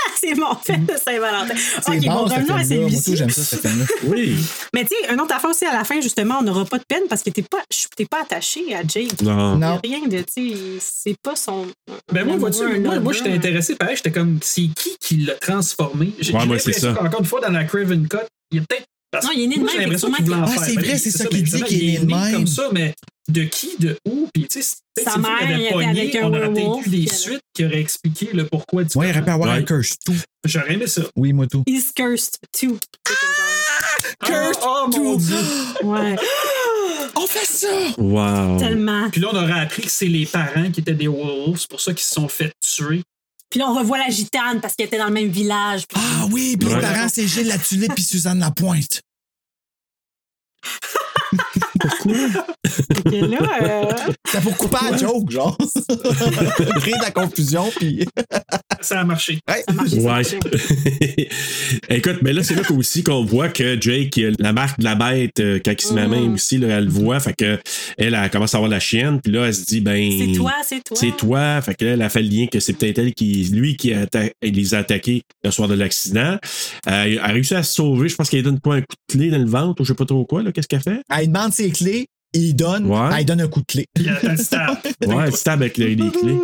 Speaker 6: *laughs* c'est mon fête de Saint-Valentin.
Speaker 2: C'est
Speaker 6: Ok, bon,
Speaker 2: bon, ce
Speaker 6: revenons
Speaker 2: film-là.
Speaker 6: à
Speaker 2: Moi,
Speaker 6: celui-ci.
Speaker 2: tout, j'aime ça, ce film-là.
Speaker 3: Oui.
Speaker 6: Mais tu sais, une autre affaire aussi à la fin, justement, on n'aura pas de peine parce que t'es pas, je- t'es pas attaché à Jake.
Speaker 3: Non.
Speaker 6: Il y a
Speaker 2: Non.
Speaker 6: Rien de, tu sais, c'est pas son.
Speaker 1: Ben moi,
Speaker 6: un
Speaker 1: vois-tu,
Speaker 6: amoureux, un
Speaker 1: moi, moi
Speaker 6: lover.
Speaker 1: j'étais intéressé pareil, j'étais comme c'est qui qui l'a transformé? J'ai
Speaker 3: Ouais,
Speaker 1: j'ai
Speaker 3: moi, c'est
Speaker 1: l'impression
Speaker 3: ça.
Speaker 1: Encore une fois, dans la Craven Cut, il y a peut-être. parce
Speaker 6: Non, il est né de
Speaker 1: moi,
Speaker 6: même,
Speaker 1: J'ai l'impression
Speaker 6: effectivement,
Speaker 1: qu'il voulait en
Speaker 2: Ah,
Speaker 1: faire.
Speaker 2: c'est
Speaker 1: Ben,
Speaker 2: vrai, c'est ça
Speaker 1: mais
Speaker 2: qu'il dit
Speaker 1: évidemment,
Speaker 2: qu'il est né de même.
Speaker 1: comme ça, mais de qui, de où, puis tu sais, c'est- peut-être
Speaker 6: Sa
Speaker 1: si le film
Speaker 6: mère,
Speaker 1: avait
Speaker 6: il était
Speaker 1: pogné,
Speaker 6: avec un
Speaker 1: on aurait peut-être
Speaker 6: werewolf,
Speaker 1: eu des
Speaker 6: puis elle-
Speaker 1: suites qui auraient expliqué le pourquoi du
Speaker 2: Ouais, il aurait pu avoir
Speaker 3: Ouais.
Speaker 2: un curse, tout.
Speaker 1: J'aurais aimé ça.
Speaker 2: Oui, moi, tout.
Speaker 6: He's cursed too. C'est comme
Speaker 2: Curse
Speaker 1: Ah, oh, mon
Speaker 2: tout.
Speaker 1: Dieu.
Speaker 6: genre- Ouais,
Speaker 2: On fait ça!
Speaker 3: Wow.
Speaker 6: tellement.
Speaker 1: Puis là, on aurait appris que c'est les parents qui étaient des werewolves, c'est pour ça qu'ils se sont fait tuer.
Speaker 6: Puis là, on revoit la gitane parce qu'elle était dans le même village. puis-
Speaker 2: Ah oui, puis
Speaker 6: Ouais.
Speaker 2: les parents, c'est Gilles Latulippe puis Suzanne Lapointe.
Speaker 6: Fait que là,
Speaker 2: *laughs*
Speaker 6: euh,
Speaker 2: C'est pour couper la
Speaker 3: *laughs*
Speaker 2: joke, genre. Créer de la confusion, puis.
Speaker 1: Ça a marché.
Speaker 2: Ouais.
Speaker 3: Ouais. *laughs* Écoute, mais là, c'est là qu'aussi qu'on voit que Jake, il a la marque de la bête, euh, quand il se met à
Speaker 6: Mm.
Speaker 3: même aussi, là, elle le voit. Fait que elle, elle commence à avoir la chienne. Puis là, elle se dit, ben.
Speaker 6: c'est toi, c'est toi.
Speaker 3: C'est toi. Fait que là, elle a fait le lien que c'est peut-être elle qui, lui qui a atta- les a attaqués le soir de l'accident. Euh, elle a réussi à se sauver. Je pense qu'elle donne pas un coup de clé dans le ventre ou je sais pas trop quoi. là. Qu'est-ce qu'elle fait?
Speaker 2: Elle demande ses clés, il donne,
Speaker 3: Ouais.
Speaker 2: elle donne un coup de clé.
Speaker 3: *laughs* Ouais, elle se tape avec les, les
Speaker 1: *laughs*
Speaker 3: clés.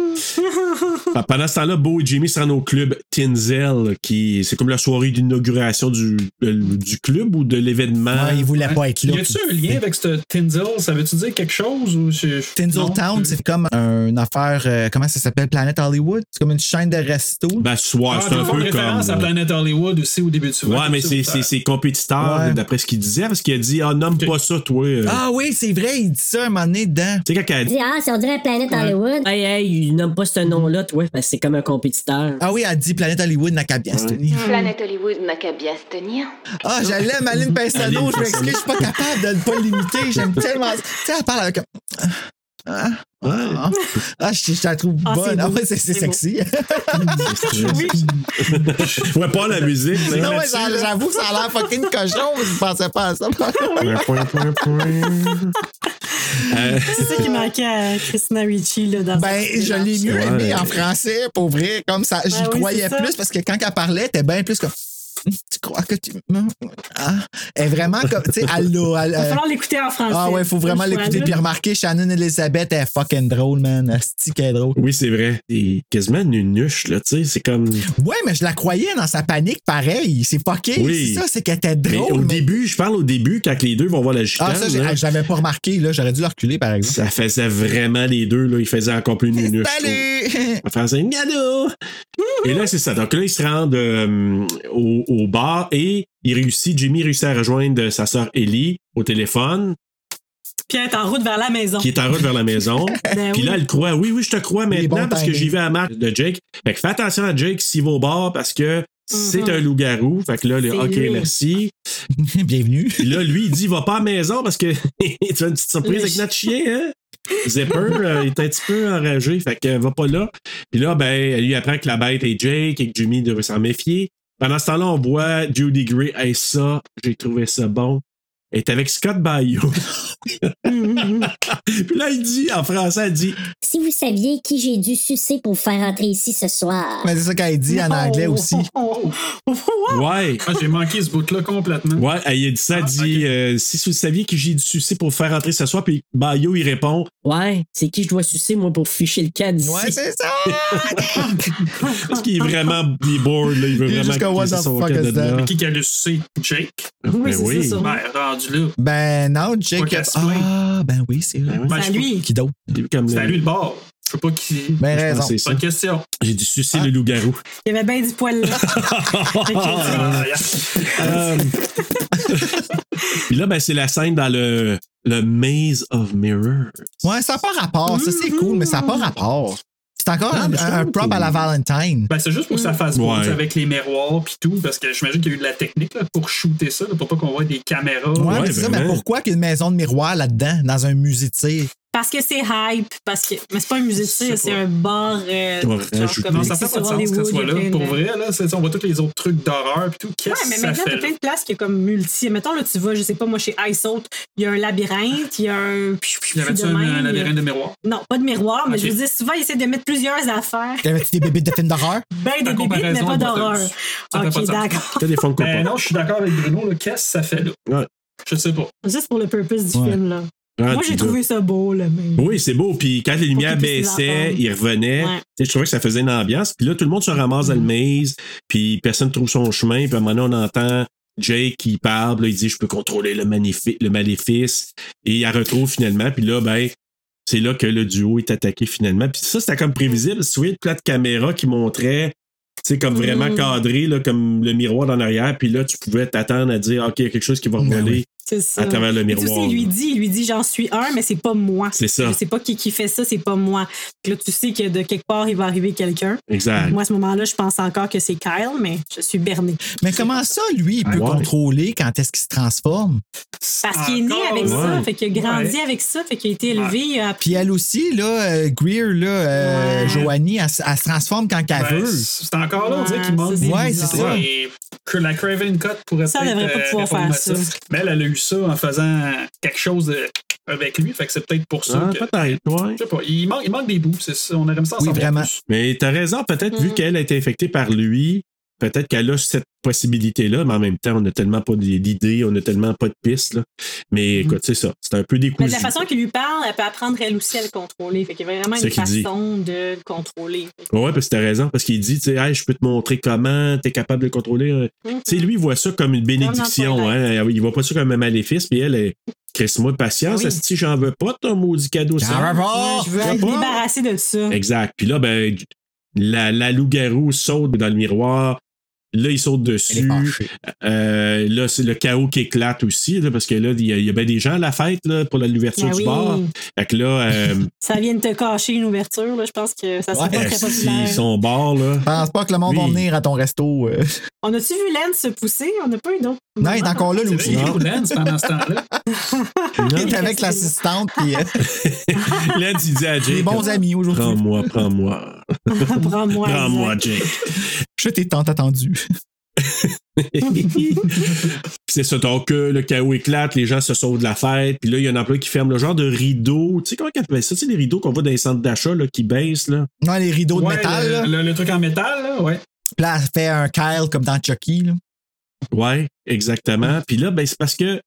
Speaker 3: Ah, Pendant ce temps-là, Beau et Jimmy se rendent au club Tinzel, qui c'est comme la soirée d'inauguration du, euh, du club ou de l'événement.
Speaker 2: Ouais, il voulait pas être là.
Speaker 1: Y a-tu un lien avec ce Tinzel Ça veut-tu dire quelque chose ou c'est-
Speaker 2: Tinseltown,
Speaker 1: Non. euh,
Speaker 2: Town, c'est comme une affaire, euh, comment ça s'appelle, Planet Hollywood? C'est comme une chaîne de resto.
Speaker 3: Ben, soir,
Speaker 1: Ah,
Speaker 3: c'est
Speaker 1: ils
Speaker 3: un
Speaker 1: font
Speaker 3: peu
Speaker 1: référence à
Speaker 3: comme. euh,
Speaker 1: Planète Hollywood aussi au début du film.
Speaker 3: Ouais, mais c'est c'est- c'est compétiteur,
Speaker 2: Ouais.
Speaker 3: d'après ce qu'il disait, parce qu'il a dit Ah, nomme pas ça, toi. Euh,
Speaker 2: Ah oui, c'est vrai, il dit ça un moment donné dedans.
Speaker 3: Tu sais, quand elle
Speaker 2: *laughs*
Speaker 8: dit, ah, si on dirait Planète Hollywood.
Speaker 10: Hey, hey, il nomme pas ce nom-là, toi, parce que c'est comme un compétiteur.
Speaker 2: Ah oui, elle dit Planète Hollywood n'a qu'à
Speaker 3: Ah
Speaker 2: bien se tenir.
Speaker 5: Planète Hollywood n'a qu'à bien se tenir.
Speaker 2: Ah, j'allais à Maline Pinsano, je m'excuse, je suis pas capable de ne pas l'imiter. J'aime tellement. ça. Tu sais, elle parle avec. un- Ah, ah, ah, je, je la trouve
Speaker 6: Ah, c'est
Speaker 2: bonne. Ah,
Speaker 6: beau,
Speaker 2: ouais, c'est c'est
Speaker 6: c'est beau.
Speaker 2: sexy.
Speaker 6: Oui.
Speaker 3: *laughs* ouais, pas la musique. mais
Speaker 2: non, ouais,
Speaker 3: là-dessus,
Speaker 2: ça-
Speaker 3: là.
Speaker 2: j'avoue que ça a l'air fucking cochon, mais je pensais pas
Speaker 3: *laughs*
Speaker 2: à ça.
Speaker 3: Point, point, point, point.
Speaker 1: *laughs*
Speaker 3: Euh,
Speaker 6: C'est ça qui manquait à Christina Ricci là, dans
Speaker 2: Ben,
Speaker 6: cette
Speaker 2: je l'ai mieux
Speaker 3: Ouais.
Speaker 2: aimé en français, pour vrai. Comme ça, j'y
Speaker 6: Ben oui,
Speaker 2: croyais
Speaker 6: c'est ça.
Speaker 2: plus parce que quand elle parlait, t'es bien plus comme. Tu crois que tu. me- Ah. Elle est vraiment comme. Tu sais, elle l'a- elle-
Speaker 6: Il va
Speaker 2: elle-
Speaker 6: falloir l'écouter en français.
Speaker 2: euh, Ah ouais, faut vraiment
Speaker 6: Cette
Speaker 2: l'écouter. Puis
Speaker 6: fois-là.
Speaker 2: remarquer, Shannon Elizabeth elle est fucking drôle, man. Asti qu'elle est drôle.
Speaker 3: oui, c'est vrai. C'est quasiment une nuche, là, tu sais. C'est comme.
Speaker 2: Ouais, mais je la croyais dans sa panique, pareil. C'est fucké.
Speaker 3: Oui.
Speaker 2: C'est ça, c'est qu'elle était
Speaker 3: Mais
Speaker 2: drôle.
Speaker 3: au
Speaker 2: mais-
Speaker 3: début, je parle au début, quand les deux vont voir la gitane.
Speaker 2: Ah, ça, j'ai-
Speaker 3: là,
Speaker 2: ah, j'avais pas remarqué, là. J'aurais dû la reculer, par
Speaker 3: *laughs* ça
Speaker 2: exemple.
Speaker 3: faisait vraiment les deux, là. Ils faisaient encore plus une nuche. je trouve.
Speaker 2: Salut! *laughs*
Speaker 3: En français, Miano! Et là, c'est ça. Donc là, ils se rendent euh, au, au bar et il réussit, Jimmy réussit à rejoindre sa sœur Ellie au téléphone,
Speaker 6: Puis elle est en route vers la maison.
Speaker 3: qui est en route vers la
Speaker 2: *laughs*
Speaker 3: maison.
Speaker 2: Ah
Speaker 6: Ben
Speaker 3: Puis
Speaker 6: oui.
Speaker 3: là, elle croit, oui, oui, je te crois
Speaker 2: est
Speaker 3: maintenant
Speaker 2: bon
Speaker 3: parce que
Speaker 2: timing.
Speaker 3: j'y vais à la marque de Jake. Fait que fais attention à Jake s'il va au bar parce que
Speaker 2: Mm-hmm.
Speaker 3: c'est
Speaker 6: Mhm.
Speaker 3: un loup-garou. Fait que là, le,
Speaker 6: C'est
Speaker 3: OK,
Speaker 6: lui.
Speaker 3: merci.
Speaker 2: Bienvenue. *laughs*
Speaker 3: Puis là, lui, il dit, va pas à la maison parce que *laughs* tu as une petite surprise
Speaker 6: Le
Speaker 3: avec
Speaker 6: chien.
Speaker 3: notre chien, hein? Zipper euh, il est un petit peu enragé, fait que euh, va pas là. Puis là, ben, elle lui apprend que la bête est Jake et que Jimmy devrait s'en méfier. Pendant ce temps-là, on voit Judy Gray, hey, ça, j'ai trouvé ça bon. Elle est avec Scott *laughs* Bayou. Puis là, il dit, en français, elle dit,
Speaker 8: Si vous saviez qui j'ai dû sucer pour vous faire entrer ici ce soir.
Speaker 2: Mais c'est ça qu'elle dit en anglais aussi.
Speaker 6: Oh,
Speaker 3: ouais,
Speaker 1: Ah, j'ai manqué ce bout-là complètement.
Speaker 3: ouais, elle il a dit ça, elle
Speaker 1: Ah,
Speaker 3: dit,
Speaker 1: ok.
Speaker 3: euh, si vous saviez que j'ai du succès pour vous faire entrer ce soir, puis Bayou, il répond,
Speaker 10: Ouais, c'est qui je dois sucer, moi, pour ficher le cadre ici?
Speaker 2: *laughs* Ouais, c'est ça!
Speaker 3: parce qu'il est vraiment il est bored, là, il veut
Speaker 2: Il est
Speaker 3: vraiment
Speaker 2: juste comme, What
Speaker 3: qu'il
Speaker 2: the
Speaker 3: sorte
Speaker 2: fuck
Speaker 3: de
Speaker 2: is that?
Speaker 3: là.
Speaker 1: Qui qui a le sucé? Jake.
Speaker 3: Ben
Speaker 6: Oui, c'est ça, sûrement.
Speaker 1: Ben, rendu là.
Speaker 2: Ben non, Jake.
Speaker 1: Pas qu'elle se plaigne.
Speaker 2: Ah, ben oui, c'est vrai.
Speaker 1: Ben,
Speaker 6: C'est
Speaker 1: je
Speaker 6: à
Speaker 1: sais
Speaker 6: lui.
Speaker 2: Qui d'autre?
Speaker 3: Comme
Speaker 1: pas- C'est à
Speaker 3: le-
Speaker 1: lui le bar. Je sais pas qui.
Speaker 2: Ben
Speaker 3: Je pense que
Speaker 2: raison.
Speaker 3: c'est ça.
Speaker 1: Bonne question.
Speaker 3: J'ai dû sucer le loup-garou.
Speaker 6: Il y avait bien du poil là. *laughs*
Speaker 1: Ah, yeah.
Speaker 3: Euh, *laughs* Puis là, ben, c'est la scène dans le, le Maze of Mirrors.
Speaker 2: Ouais, ça n'a pas rapport. Ça, c'est cool, mais ça n'a pas rapport. C'est encore
Speaker 3: Non,
Speaker 2: un,
Speaker 3: mais je
Speaker 2: un- un
Speaker 3: trouve
Speaker 2: prop
Speaker 3: cool.
Speaker 2: à la Valentine.
Speaker 1: Ben, c'est juste pour que ça fasse
Speaker 3: Ouais.
Speaker 1: bronze avec les miroirs pis tout, parce que j'imagine qu'il y a eu de la technique là, pour shooter ça, là, pour pas qu'on voit des caméras.
Speaker 2: Ouais,
Speaker 3: Ouais,
Speaker 2: mais c'est ça,
Speaker 3: vraiment.
Speaker 2: mais pourquoi qu'il y a une maison de miroir là-dedans, dans un musée de tir?
Speaker 6: Parce que c'est hype. Parce que... Mais c'est pas un musée de
Speaker 1: Je sais
Speaker 6: tir, c'est
Speaker 1: pas.
Speaker 6: un bar. euh,
Speaker 3: On va
Speaker 6: genre
Speaker 3: rajouter.
Speaker 6: comme
Speaker 1: Non,
Speaker 6: ici
Speaker 1: ça fait
Speaker 6: sur
Speaker 1: pas de sens que ça
Speaker 6: Hollywood,
Speaker 1: soit là.
Speaker 6: il y a plein de-
Speaker 1: Pour vrai, là, c'est- on voit tous les autres trucs d'horreur pis tout.
Speaker 6: Ouais,
Speaker 1: Qu'est-ce que
Speaker 6: mais
Speaker 1: ça
Speaker 6: maintenant,
Speaker 1: fait
Speaker 6: t'as
Speaker 1: là?
Speaker 6: plein de places qui est comme multi. Mettons, là, tu vas, je sais pas, moi, chez Isolt, il y a un labyrinthe, il y a un.
Speaker 1: Il y avait-tu un, un labyrinthe de euh, miroir?
Speaker 6: Non, pas de miroir, mais
Speaker 1: Ok.
Speaker 6: je veux dire, souvent, ils essaient de mettre plusieurs affaires.
Speaker 2: T'avais-tu des bébites de films d'horreur?
Speaker 6: Ben,
Speaker 1: Ta
Speaker 6: des bébites, mais
Speaker 1: comparaison
Speaker 6: pas
Speaker 1: est
Speaker 6: d'horreur.
Speaker 1: boiteuse. Ça fait pas
Speaker 6: Ok,
Speaker 1: de sens.
Speaker 6: d'accord.
Speaker 3: T'as des Funko
Speaker 1: Ben
Speaker 3: Pop.
Speaker 1: non, je suis d'accord avec Bruno, là. qu'est-ce que ça fait là?
Speaker 3: Ouais.
Speaker 1: Je sais pas.
Speaker 6: Juste pour le purpose du
Speaker 2: Ouais.
Speaker 6: film, là.
Speaker 3: Ah,
Speaker 6: Moi,
Speaker 3: tu
Speaker 6: j'ai
Speaker 3: vois.
Speaker 6: trouvé ça beau, là. Mais...
Speaker 3: Oui, c'est beau. Puis quand les lumières
Speaker 6: qu'il puisse
Speaker 3: baissaient,
Speaker 6: l'entendre.
Speaker 3: ils revenaient.
Speaker 6: Ouais.
Speaker 3: Tu sais, Je trouvais que ça faisait une ambiance. Puis là, tout le monde se ramasse dans le maze. Puis personne trouve son chemin. Puis à un moment donné, on entend Jake qui parle. puis là, il dit Je peux contrôler le, magnifi- le maléfice. Et il la retrouve finalement. Puis là, ben. C'est là que le duo est attaqué finalement. Puis ça, c'était comme prévisible. Tu te souviens de plat de caméra qui montrait, tu sais, comme vraiment
Speaker 6: Mm.
Speaker 3: cadré, là, comme le miroir en arrière. Puis là, tu pouvais t'attendre à dire, ah, OK, il y a quelque chose qui va
Speaker 2: Ben
Speaker 3: voler
Speaker 2: oui.
Speaker 6: C'est ça.
Speaker 3: à travers le
Speaker 6: Puis
Speaker 3: miroir.
Speaker 6: Tu sais, il lui dit, il lui dit, j'en suis un, mais c'est pas moi.
Speaker 3: C'est ça.
Speaker 6: C'est pas qui, qui fait ça, c'est pas moi. Puis là, tu sais que de quelque part, il va arriver quelqu'un.
Speaker 3: Exact.
Speaker 6: Moi, à ce moment-là, je pense encore que c'est Kyle, mais je suis berné.
Speaker 2: Mais comment ça, lui, il peut
Speaker 3: Ouais.
Speaker 2: contrôler quand est-ce qu'il se transforme?
Speaker 6: Parce qu'il est né
Speaker 1: Encore,
Speaker 6: avec ça,
Speaker 3: ouais.
Speaker 6: fait qu'il a grandi
Speaker 1: Ouais.
Speaker 6: avec ça, fait qu'il a été élevé euh, à
Speaker 2: Puis elle aussi, là, euh, Greer, là, euh,
Speaker 6: Ouais.
Speaker 2: Joanie, elle, s- elle se transforme quand qu'elle
Speaker 1: Ben,
Speaker 2: veut.
Speaker 1: c'est encore là, on dirait
Speaker 6: Ouais,
Speaker 1: qu'il manque
Speaker 6: ça, c'est
Speaker 2: Ouais,
Speaker 6: bizarre.
Speaker 2: c'est ça.
Speaker 1: Et que la Craven Cut pourrait
Speaker 6: Ça, elle
Speaker 1: peut-être,
Speaker 6: devrait pas
Speaker 1: euh,
Speaker 6: pouvoir
Speaker 1: répondre
Speaker 6: faire
Speaker 1: à
Speaker 6: ça.
Speaker 1: Mais elle, elle a eu ça en faisant quelque chose de- avec lui, fait que c'est peut-être pour
Speaker 6: Mm-hmm.
Speaker 1: ça.
Speaker 3: Ah,
Speaker 1: que-
Speaker 3: peut-être, ouais.
Speaker 1: je sais pas, il manque, il manque des bouts, c'est ça. On aimerait ça en
Speaker 2: Oui,
Speaker 1: savoir
Speaker 2: vraiment.
Speaker 1: plus.
Speaker 3: Mais t'as raison, peut-être
Speaker 6: Mm.
Speaker 3: vu qu'elle a été infectée par lui, peut-être qu'elle a cette possibilité-là, mais en même temps, on n'a tellement pas d'idées, on n'a tellement pas de pistes. là. Mais écoute, c'est ça. C'est un peu
Speaker 6: Mm. Mais
Speaker 3: décousu.
Speaker 6: de la façon qu'il lui parle, elle peut apprendre elle aussi à le contrôler. Fait qu'il y a vraiment
Speaker 3: C'est
Speaker 6: une
Speaker 3: qu'il dit.
Speaker 6: façon de le contrôler.
Speaker 3: Ouais, parce que t'as raison, parce qu'il dit, tu sais, Hey, je peux te montrer comment t'es capable de le contrôler. hein.
Speaker 6: Mhm.
Speaker 3: Tu sais, lui, il voit ça comme une
Speaker 6: Comme
Speaker 3: bénédiction.
Speaker 6: dans
Speaker 3: Hein. Il voit pas ça comme un maléfice, puis elle, elle Crisse-moi patience,
Speaker 6: Oui.
Speaker 3: si j'en veux pas ton maudit cadeau.
Speaker 2: Ça
Speaker 3: sale.
Speaker 2: va pas.
Speaker 6: Ouais, je veux être
Speaker 3: pas.
Speaker 6: débarrassée de ça.
Speaker 3: Exact. Puis là, ben, la, la loup-garou saute dans le miroir. Là, il saute
Speaker 2: Elle est
Speaker 3: dessus.
Speaker 2: fâchée.
Speaker 3: Euh, là, c'est le chaos qui éclate aussi, là, parce que là, il y, a- il y a bien des gens à la fête là, pour la- l'ouverture
Speaker 6: Ben
Speaker 3: du
Speaker 6: oui.
Speaker 3: bar. Fait que là, euh,
Speaker 6: Ça vient de te cacher une ouverture, là. Je pense que ça serait
Speaker 2: Ouais,
Speaker 6: *laughs* pas très
Speaker 3: si
Speaker 6: populaire.
Speaker 3: son bar,
Speaker 6: *laughs*
Speaker 3: là.
Speaker 2: Je pense pas que le monde va
Speaker 3: Lui.
Speaker 2: venir à ton resto. euh.
Speaker 6: On a-tu vu Len se pousser? On n'a pas eu d'autres.
Speaker 2: Non, il est encore là, lui
Speaker 1: C'est vrai,
Speaker 2: aussi.
Speaker 1: il est
Speaker 3: Non.
Speaker 1: au lens pendant ce
Speaker 2: *laughs*
Speaker 1: temps-là.
Speaker 2: Il
Speaker 3: Non.
Speaker 2: est *laughs* avec l'assistante, puis euh,
Speaker 3: là, tu dis à
Speaker 2: les
Speaker 3: Jake,
Speaker 2: bons amis aujourd'hui.
Speaker 3: prends-moi, prends-moi,
Speaker 6: Prends-moi.
Speaker 3: prends-moi,
Speaker 6: Isaac.
Speaker 3: Jake. *laughs*
Speaker 2: Je t'ai tant attendu. *laughs*
Speaker 3: Puis c'est ça, donc euh, le chaos éclate, les gens se sauvent de la fête, puis là, il y a un employé qui ferme le genre de rideau. Tu sais comment on appelle ça? Tu sais, les rideaux qu'on voit dans les centres d'achat là, qui baissent, là.
Speaker 2: Non, les rideaux
Speaker 1: Ouais,
Speaker 2: de métal,
Speaker 1: le,
Speaker 2: là.
Speaker 1: le- le truc en métal, là, ouais.
Speaker 2: Puis là, elle fait un Kyle comme dans Chucky, là.
Speaker 3: Ouais, exactement. Puis là, ben, c'est parce que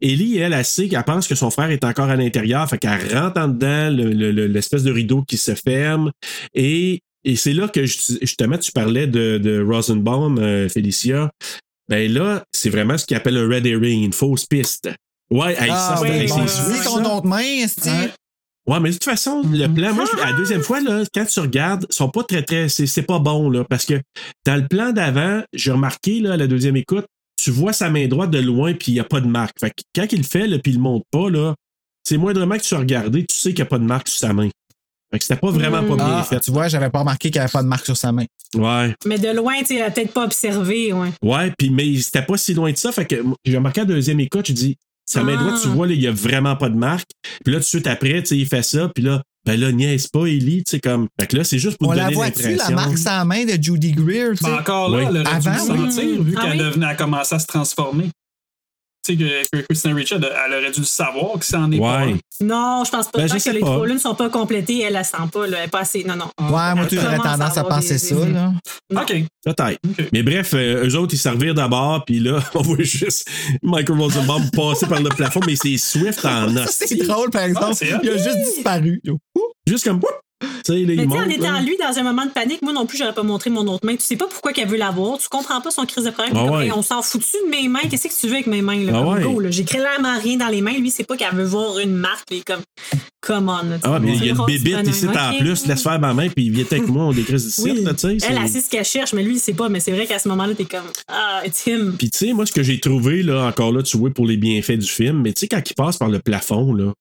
Speaker 3: Ellie, elle, elle sait qu'elle pense que son frère est encore à l'intérieur, fait qu'elle rentre en dedans, le- le- le- l'espèce de rideau qui se ferme. Et, et c'est là que, ju- justement, tu parlais de, de Rosenbaum, euh, Félicia. Ben là, c'est vraiment ce qu'il appelle un red herring, une fausse piste. Ouais, elle
Speaker 2: Ah,
Speaker 3: ça,
Speaker 2: oui,
Speaker 3: c'est-
Speaker 2: ouais,
Speaker 3: c'est
Speaker 2: ouais,
Speaker 3: sûr,
Speaker 2: c'est
Speaker 3: ça.
Speaker 2: ton nom de main, c'est
Speaker 1: Ouais.
Speaker 3: Ouais, mais de toute façon, le plan, moi, je- à la deuxième fois, là, quand tu regardes, ils sont pas très, très. C'est, c'est pas bon, là. Parce que dans le plan d'avant, j'ai remarqué, là, à la deuxième écoute, tu vois sa main droite de loin, puis il n'y a pas de marque. Fait que quand il le fait, là, puis il le monte pas, là, c'est moindrement que tu as regardé, tu sais qu'il n'y a pas de marque sur sa main. Fait que c'était pas vraiment pas bien
Speaker 2: Ah,
Speaker 3: fait.
Speaker 2: tu vois, j'avais pas remarqué qu'il n'y avait pas de marque sur sa main.
Speaker 3: Ouais.
Speaker 6: Mais de loin, tu sais, elle a peut-être pas observé, ouais.
Speaker 3: Ouais, puis mais c'était pas si loin de ça. Fait que moi, j'ai remarqué à la deuxième écoute, j'ai dit, sa main
Speaker 6: Ah.
Speaker 3: droite, tu vois, là, il y a vraiment pas de marque. Puis là, tout de suite après, tu sais, il fait ça, puis là, ben là, niaise pas, Ellie, tu sais, comme. Fait que là, c'est juste pour
Speaker 2: On
Speaker 3: te
Speaker 2: la
Speaker 3: donner
Speaker 2: voit-tu, la
Speaker 3: l'impression.
Speaker 2: marque sur la main de Judy Greer, tu sais?
Speaker 1: Mais encore là,
Speaker 3: Oui.
Speaker 1: elle aurait dû
Speaker 2: Avant,
Speaker 1: le
Speaker 6: oui.
Speaker 1: sentir, vu
Speaker 6: Ah
Speaker 1: qu'elle
Speaker 6: oui.
Speaker 1: devenait, elle commençait à se transformer. Tu sais, que, que Christina Richard, elle aurait dû le savoir que ça en est pas
Speaker 3: Ouais.
Speaker 1: un.
Speaker 6: Non, je pense pas.
Speaker 3: Ben,
Speaker 6: Tant
Speaker 3: je
Speaker 6: que
Speaker 3: sais
Speaker 6: les
Speaker 3: pas.
Speaker 6: trois lunes sont pas complétées, elle la sent pas, là. Elle est pas assez. Non, non.
Speaker 2: Ouais, moi,
Speaker 6: Elle
Speaker 2: tu j'aurais
Speaker 6: commence à
Speaker 2: tendance à
Speaker 6: avoir
Speaker 2: penser
Speaker 6: des-
Speaker 2: ça,
Speaker 1: *laughs*
Speaker 6: des-
Speaker 2: là.
Speaker 1: OK.
Speaker 3: Peut-être.
Speaker 1: OK.
Speaker 3: Mais bref, euh, eux autres, ils servirent d'abord, puis là, *laughs* on voit juste Michael
Speaker 6: *laughs*
Speaker 3: Rosenbaum passer par le plafond, mais c'est Swift en
Speaker 2: Ça,
Speaker 3: os.
Speaker 2: c'est drôle, par exemple.
Speaker 1: Ah, c'est hot.
Speaker 2: Il a juste disparu.
Speaker 3: Juste comme, whoop! Tu sais, là,
Speaker 6: Mais
Speaker 3: il
Speaker 6: tu sais, en
Speaker 3: monte.
Speaker 6: étant
Speaker 3: là.
Speaker 6: lui dans un moment de panique, moi non plus, j'aurais pas montré mon autre main. Tu sais pas pourquoi qu'elle veut l'avoir. Tu comprends pas son crise de problème.
Speaker 3: Ah
Speaker 6: Comme,
Speaker 3: ouais.
Speaker 6: hey, on s'en fout de mes mains. Qu'est-ce que tu veux avec mes mains? Là?
Speaker 3: Ah
Speaker 6: Comme,
Speaker 3: ouais.
Speaker 6: go, là. J'ai clairement rien dans les mains. Lui, c'est pas qu'elle veut voir une marque. puis comme, come on. là, tu
Speaker 3: Ah, ouais,
Speaker 6: sais,
Speaker 3: mais il y a
Speaker 6: c'est
Speaker 3: une
Speaker 6: drôle,
Speaker 3: bébite
Speaker 6: tu
Speaker 3: ici,
Speaker 6: donnes un-
Speaker 3: en
Speaker 6: Ok.
Speaker 3: plus, laisse faire ma main, puis il vient avec moi, on décrit du cirque,
Speaker 6: Oui.
Speaker 3: là, tu sais.
Speaker 6: Elle,
Speaker 3: c'est-
Speaker 6: elle sait ce qu'elle cherche, mais lui, il sait pas. Mais c'est vrai qu'à ce moment-là, t'es comme, ah, it's him.
Speaker 3: Puis tu sais, moi, ce que j'ai trouvé, là, encore là, tu vois, pour les bienfaits du film, mais tu sais, quand il passe par le plafond, là,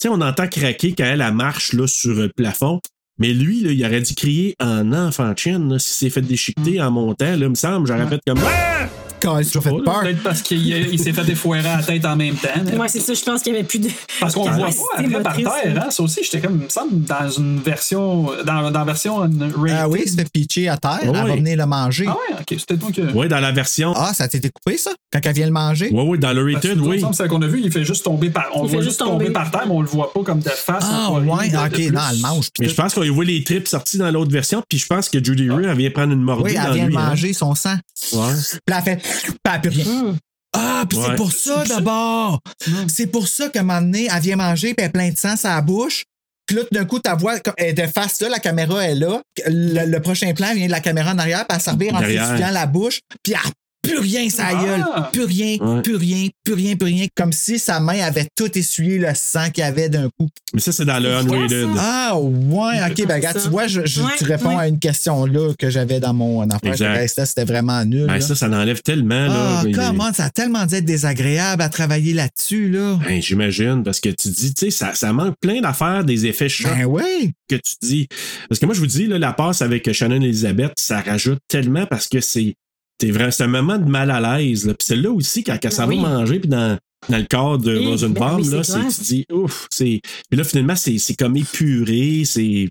Speaker 3: tu sais, on entend craquer quand elle, elle marche, là, sur le plafond. Mais lui, là, il aurait dû crier en enfant de chienne, là, s'il s'est fait déchiqueter en montant, là, me semble, j'aurais fait comme, ah!
Speaker 2: Quand ils se fait
Speaker 3: pas, là,
Speaker 2: peur.
Speaker 1: Peut-être parce qu'il il s'est fait défouerer à la tête en même temps. là.
Speaker 6: Moi, c'est ça. Je pense qu'il y avait plus de.
Speaker 1: Parce qu'on voit
Speaker 6: capacité
Speaker 1: pas après par
Speaker 6: motrice,
Speaker 1: terre, hein? Ça aussi, j'étais comme, il me semble, dans une version. Dans, dans la version rated.
Speaker 2: Ah oui, il se fait pitcher à terre. Elle va
Speaker 3: Ouais.
Speaker 2: venir le manger.
Speaker 1: Ah ouais, ok, c'est peut-être moi que.
Speaker 3: Ouais, dans la version.
Speaker 2: Ah, ça a été coupé, ça? Quand elle vient le manger?
Speaker 3: Ouais, ouais, dans le
Speaker 1: Parce que
Speaker 3: rated,
Speaker 1: nous autres,
Speaker 3: oui.
Speaker 1: il me semble, celle qu'on a vu, il fait juste tomber par. On
Speaker 6: Il
Speaker 1: le
Speaker 6: fait
Speaker 1: voit
Speaker 6: juste
Speaker 1: juste tomber
Speaker 6: tomber.
Speaker 1: par terre, mais on le voit pas comme de face.
Speaker 2: Ah,
Speaker 1: on le voit
Speaker 2: ouais,
Speaker 1: de- de
Speaker 2: ok, non,
Speaker 1: plus.
Speaker 2: elle mange.
Speaker 3: Mais
Speaker 2: puis
Speaker 3: je pense qu'on y voit les tripes sorties dans l'autre version, puis je pense que Judy Rue, elle vient prendre une
Speaker 2: tout.
Speaker 3: mordée
Speaker 2: Oui,
Speaker 3: dans
Speaker 2: elle vient
Speaker 3: lui.
Speaker 2: de
Speaker 3: hein.
Speaker 2: manger son sang.
Speaker 3: Ouais.
Speaker 2: Puis elle fait. Puis elle plus rien.
Speaker 6: Hmm.
Speaker 2: Ah, puis
Speaker 3: Ouais.
Speaker 2: c'est pour ça d'abord. C'est pour ça qu'à un moment donné, elle vient manger, puis elle a plein de sang sur la bouche. Puis là, tout d'un coup, ta voix comme- elle est de face là, la caméra est là. Le, le prochain plan vient de la caméra en arrière, puis elle servir en
Speaker 3: Derrière.
Speaker 2: s'essuyant la bouche, puis elle plus rien, sa gueule. Plus rien,
Speaker 3: Ouais.
Speaker 2: plus rien, plus rien, plus rien. Comme si sa main avait tout essuyé le sang qu'il y avait d'un coup.
Speaker 3: Mais ça, c'est dans le Unrated.
Speaker 2: Ah, ouais, ok, ben, regarde, tu vois, je, je- tu réponds à une question là que j'avais dans mon affaire.
Speaker 3: Exact.
Speaker 2: Le reste, là, C'était vraiment nul.
Speaker 3: Ben,
Speaker 2: là.
Speaker 3: ça, ça l'enlève tellement. là.
Speaker 2: Ah,
Speaker 3: Il-
Speaker 2: comment ça a tellement dû être désagréable à travailler là-dessus, là.
Speaker 3: Ben, J'imagine, parce que tu dis, tu sais, ça, ça manque plein d'affaires, des effets chocs
Speaker 2: Ben
Speaker 14: Ben
Speaker 3: que tu dis. Parce que moi, je vous dis, là, la passe avec Shannon Elizabeth, ça rajoute tellement parce que c'est t'es vraiment c'est un moment de mal à l'aise. là. Puis celle-là aussi, quand elle s'en
Speaker 14: Ben Oui.
Speaker 3: va manger, puis dans, dans le corps de
Speaker 14: Eh, ben
Speaker 3: Rosenbaum,
Speaker 14: oui,
Speaker 3: là,
Speaker 14: c'est
Speaker 3: c'est-
Speaker 14: clair.
Speaker 3: tu dis, ouf, c'est. Puis là, finalement, c'est c'est comme épuré, c'est.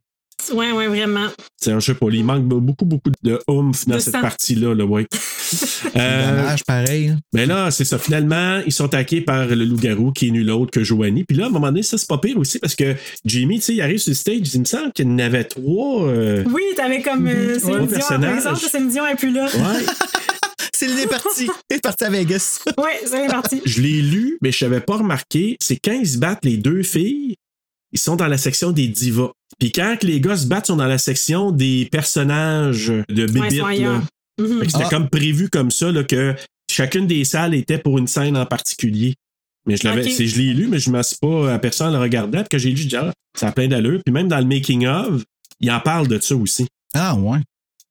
Speaker 6: Ouais, ouais, vraiment.
Speaker 3: c'est- Je sais pas, il manque beaucoup, beaucoup de oomph dans
Speaker 6: De
Speaker 3: cette
Speaker 6: sang.
Speaker 3: partie-là, là,
Speaker 14: *laughs*
Speaker 3: ouais. Euh,
Speaker 2: Dommage, pareil. hein.
Speaker 3: mais là, c'est ça. Finalement, ils sont attaqués par le loup-garou qui est nul autre que Joanie. Puis là, à un moment donné, ça, c'est pas pire aussi parce que Jimmy, tu sais, il arrive sur le stage, il dit, il me semble qu'il y en avait trois.
Speaker 6: *laughs*
Speaker 3: euh,
Speaker 6: Oui, t'avais comme euh,
Speaker 3: Ouais,
Speaker 6: Céline Dion, par
Speaker 3: personnage.
Speaker 6: exemple, Céline Dion est plus là.
Speaker 3: Ouais.
Speaker 2: Céline est *laughs* partie. Elle est partie à Vegas.
Speaker 6: Ouais, Céline
Speaker 3: *laughs*
Speaker 6: est partie.
Speaker 3: Je l'ai lu, mais je n'avais pas remarqué. C'est quand ils se battent, les deux filles, ils sont dans la section des divas. Puis quand les gars se battent, ils sont dans la section des personnages de
Speaker 6: Ouais,
Speaker 3: bébites.
Speaker 6: ils sont
Speaker 3: là.
Speaker 6: ailleurs. Mhm.
Speaker 3: Fait que C'était
Speaker 6: Ah.
Speaker 3: comme prévu comme ça, là, que chacune des salles était pour une scène en particulier. Mais je l'avais,
Speaker 6: Ok.
Speaker 3: c'est- je l'ai lu, mais je ne m'en suis pas aperçu en le regardant. Puis que j'ai lu, je dis, ah, ça a plein d'allure. Puis même dans le making of, il en parle de ça aussi.
Speaker 2: Ah, ouais.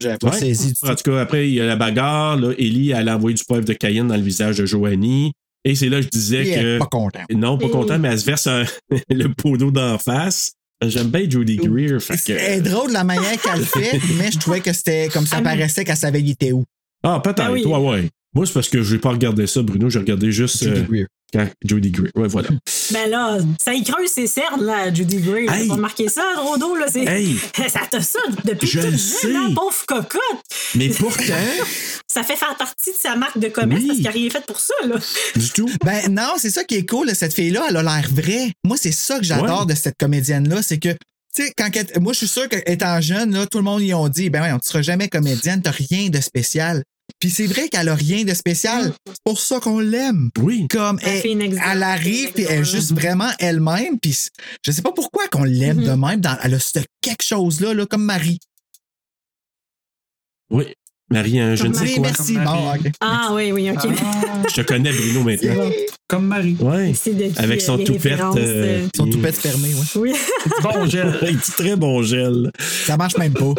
Speaker 2: J'avais pas
Speaker 3: Ouais.
Speaker 2: saisi du
Speaker 3: En tout cas, après, il y a la bagarre. Là, Ellie, elle a envoyé du poivre de Cayenne dans le visage de Joanie. Et c'est là que je disais
Speaker 2: Elle est
Speaker 3: que.
Speaker 2: pas content.
Speaker 3: Non, pas
Speaker 2: Mm.
Speaker 3: content, mais elle se verse un- *laughs* le pot d'eau d'en face. J'aime bien Judy Greer. fait que-
Speaker 2: Elle est drôle la manière qu'elle le fait, mais je trouvais que c'était comme ça paraissait qu'elle savait il était où.
Speaker 3: Ah, peut-être.
Speaker 2: Ben oui.
Speaker 3: Ouais, ouais. Moi, c'est parce que je n'ai pas regardé ça, Bruno. J'ai regardé juste. euh,
Speaker 2: Judy Greer.
Speaker 3: Quand... Judy Greer. Ouais, voilà.
Speaker 6: Ben là, ça y creuse ses cernes, là, Judy Gray.
Speaker 3: Hey.
Speaker 6: T'as pas remarqué ça, Rodo, là? c'est-
Speaker 3: Hey.
Speaker 6: *laughs* Ça te ça depuis
Speaker 3: Je
Speaker 6: tout
Speaker 3: le
Speaker 6: le
Speaker 3: sais.
Speaker 6: jeune, hein, pauvre cocotte!
Speaker 3: mais pourtant,
Speaker 6: Ça fait faire partie de sa marque de commerce parce qu'il n'y a rien fait pour ça, là.
Speaker 3: du tout.
Speaker 2: Ben non, c'est ça qui est cool, cette fille-là, elle a l'air vraie. Moi, c'est ça que j'adore
Speaker 3: Ouais.
Speaker 2: de cette comédienne-là, c'est que, tu sais, quand elle- moi, je suis sûr qu'étant jeune, là, tout le monde y ont dit, ben voyons, tu seras jamais comédienne, t'as rien de spécial. Puis c'est vrai qu'elle a rien de spécial. C'est pour ça qu'on l'aime.
Speaker 3: Oui.
Speaker 2: Comme *laughs* elle, elle arrive, puis elle est juste vraiment elle-même. Puis c- je sais pas pourquoi qu'on l'aime de même. dans- elle a ce quelque chose-là, là, comme Marie.
Speaker 3: Oui. Marie, hein, je ne sais
Speaker 2: Oui,
Speaker 3: quoi.
Speaker 2: merci. Bon, ok.
Speaker 6: Ah oui, oui, OK.
Speaker 3: Je te connais, Bruno, maintenant.
Speaker 1: Ah, Comme Marie.
Speaker 3: Ouais. Avec son toupette. euh,
Speaker 2: Son
Speaker 3: puis-
Speaker 2: *laughs* toupette fermée, ouais.
Speaker 6: Oui.
Speaker 1: Bon gel.
Speaker 3: Un petit très bon gel.
Speaker 2: Ça marche même pas.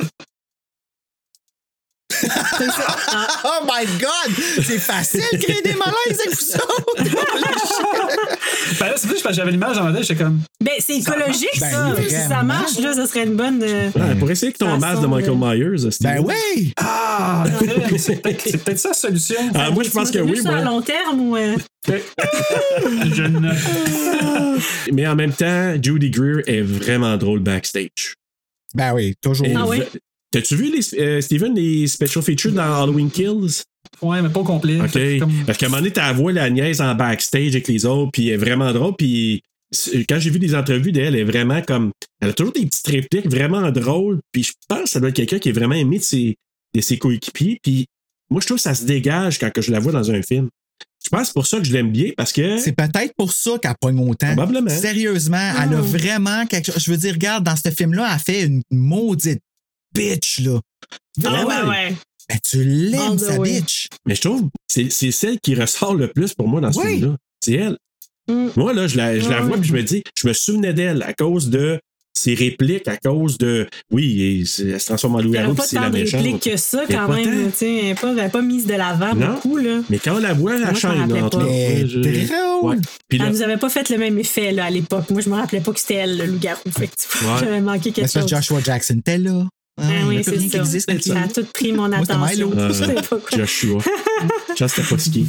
Speaker 2: *laughs* oh my God! C'est facile de créer des malaises avec vous autres!
Speaker 1: *laughs* Ben là, c'est plus parce que j'avais l'image dans ma tête, j'étais comme.
Speaker 6: Ben, c'est écologique,
Speaker 1: marche.
Speaker 6: ça.
Speaker 1: Ben,
Speaker 6: si ça marche, là, ça serait une bonne. euh,
Speaker 3: Ouais, Ah, pour essayer que ton
Speaker 6: Façon
Speaker 3: masque de
Speaker 6: de-
Speaker 3: Michael Myers. c'était-
Speaker 2: *laughs* ben oui!
Speaker 1: Ah, crème, c'est peut-être c'est peut-être ça la solution.
Speaker 3: Ah, moi, je pense que
Speaker 6: Plus
Speaker 3: oui.
Speaker 6: ça à
Speaker 3: Moi.
Speaker 6: long terme ou. euh,
Speaker 1: Je ne.
Speaker 3: *laughs* Mais en même temps, Judy Greer est vraiment drôle backstage.
Speaker 2: Ben oui, toujours.
Speaker 3: Elle- T'as-tu vu, les, euh, Steven, les special features dans Halloween Kills?
Speaker 1: Ouais, mais pas au complet.
Speaker 3: OK.
Speaker 1: Fait que comme-
Speaker 3: Parce qu'à un moment donné, t'as la voix la niaise en backstage avec les autres, puis elle est vraiment drôle. Puis c'est- quand j'ai vu des entrevues d'elle, elle est vraiment comme. Elle a toujours des petites répliques vraiment drôles, puis je pense que ça doit être quelqu'un qui est vraiment aimé de ses, de ses coéquipiers. Puis moi, je trouve que ça se dégage quand que je la vois dans un film. Je pense que c'est pour ça que je l'aime bien, parce que.
Speaker 2: C'est peut-être pour ça qu'elle pogne autant.
Speaker 3: Probablement.
Speaker 2: Sérieusement, elle a vraiment quelque chose. Je veux dire, regarde, dans ce film-là, elle fait une maudite bitch, là.
Speaker 6: Ah ouais,
Speaker 3: Vraiment.
Speaker 6: ouais.
Speaker 2: Ben, tu l'aimes,
Speaker 6: All the
Speaker 2: sa
Speaker 6: way.
Speaker 2: bitch.
Speaker 3: Mais je trouve que c'est c'est celle qui ressort le plus pour moi dans ce
Speaker 2: Oui.
Speaker 3: film-là. C'est elle.
Speaker 6: Mm.
Speaker 3: Moi, là, je la, je la
Speaker 6: Ouais,
Speaker 3: vois
Speaker 6: ouais.
Speaker 3: puis je me dis, je me souvenais d'elle à cause de ses répliques, à cause de. Oui, et c'est- elle se transforme en
Speaker 6: Il n'y
Speaker 3: loup-garou puis
Speaker 6: pas
Speaker 3: c'est la
Speaker 6: tant de répliques
Speaker 3: méchante.
Speaker 6: que ça,
Speaker 3: Mais
Speaker 6: quand
Speaker 3: pas
Speaker 6: même.
Speaker 3: tant.
Speaker 6: Tu sais, elle n'est pas, elle est pas mise de l'avant
Speaker 3: Non.
Speaker 6: beaucoup, là.
Speaker 3: Mais quand on la voit,
Speaker 6: Moi,
Speaker 3: la
Speaker 6: je m'en
Speaker 3: chaîne,
Speaker 6: rappelais
Speaker 3: là, entre
Speaker 6: pas.
Speaker 3: autres.
Speaker 2: Mais
Speaker 3: je-
Speaker 2: drôle.
Speaker 3: Ah Ouais. Puis là,
Speaker 6: Elle nous avait pas fait le même effet là, à l'époque. Moi, je me rappelais pas que c'était elle, le loup-garou. Fait que tu vois,
Speaker 3: Ouais.
Speaker 6: j'avais manqué quelque
Speaker 2: Parce que
Speaker 6: chose.
Speaker 2: Joshua Jackson, t'es là.
Speaker 6: Ah
Speaker 2: il y a
Speaker 6: oui,
Speaker 2: plus rien
Speaker 6: c'est
Speaker 2: qui
Speaker 6: ça.
Speaker 2: existe comme
Speaker 6: Ça a tout pris mon
Speaker 2: Moi, c'était
Speaker 6: attention.
Speaker 2: Milo.
Speaker 3: Euh,
Speaker 6: Je sais pas quoi. *laughs*
Speaker 3: Joshua. Just Apotski.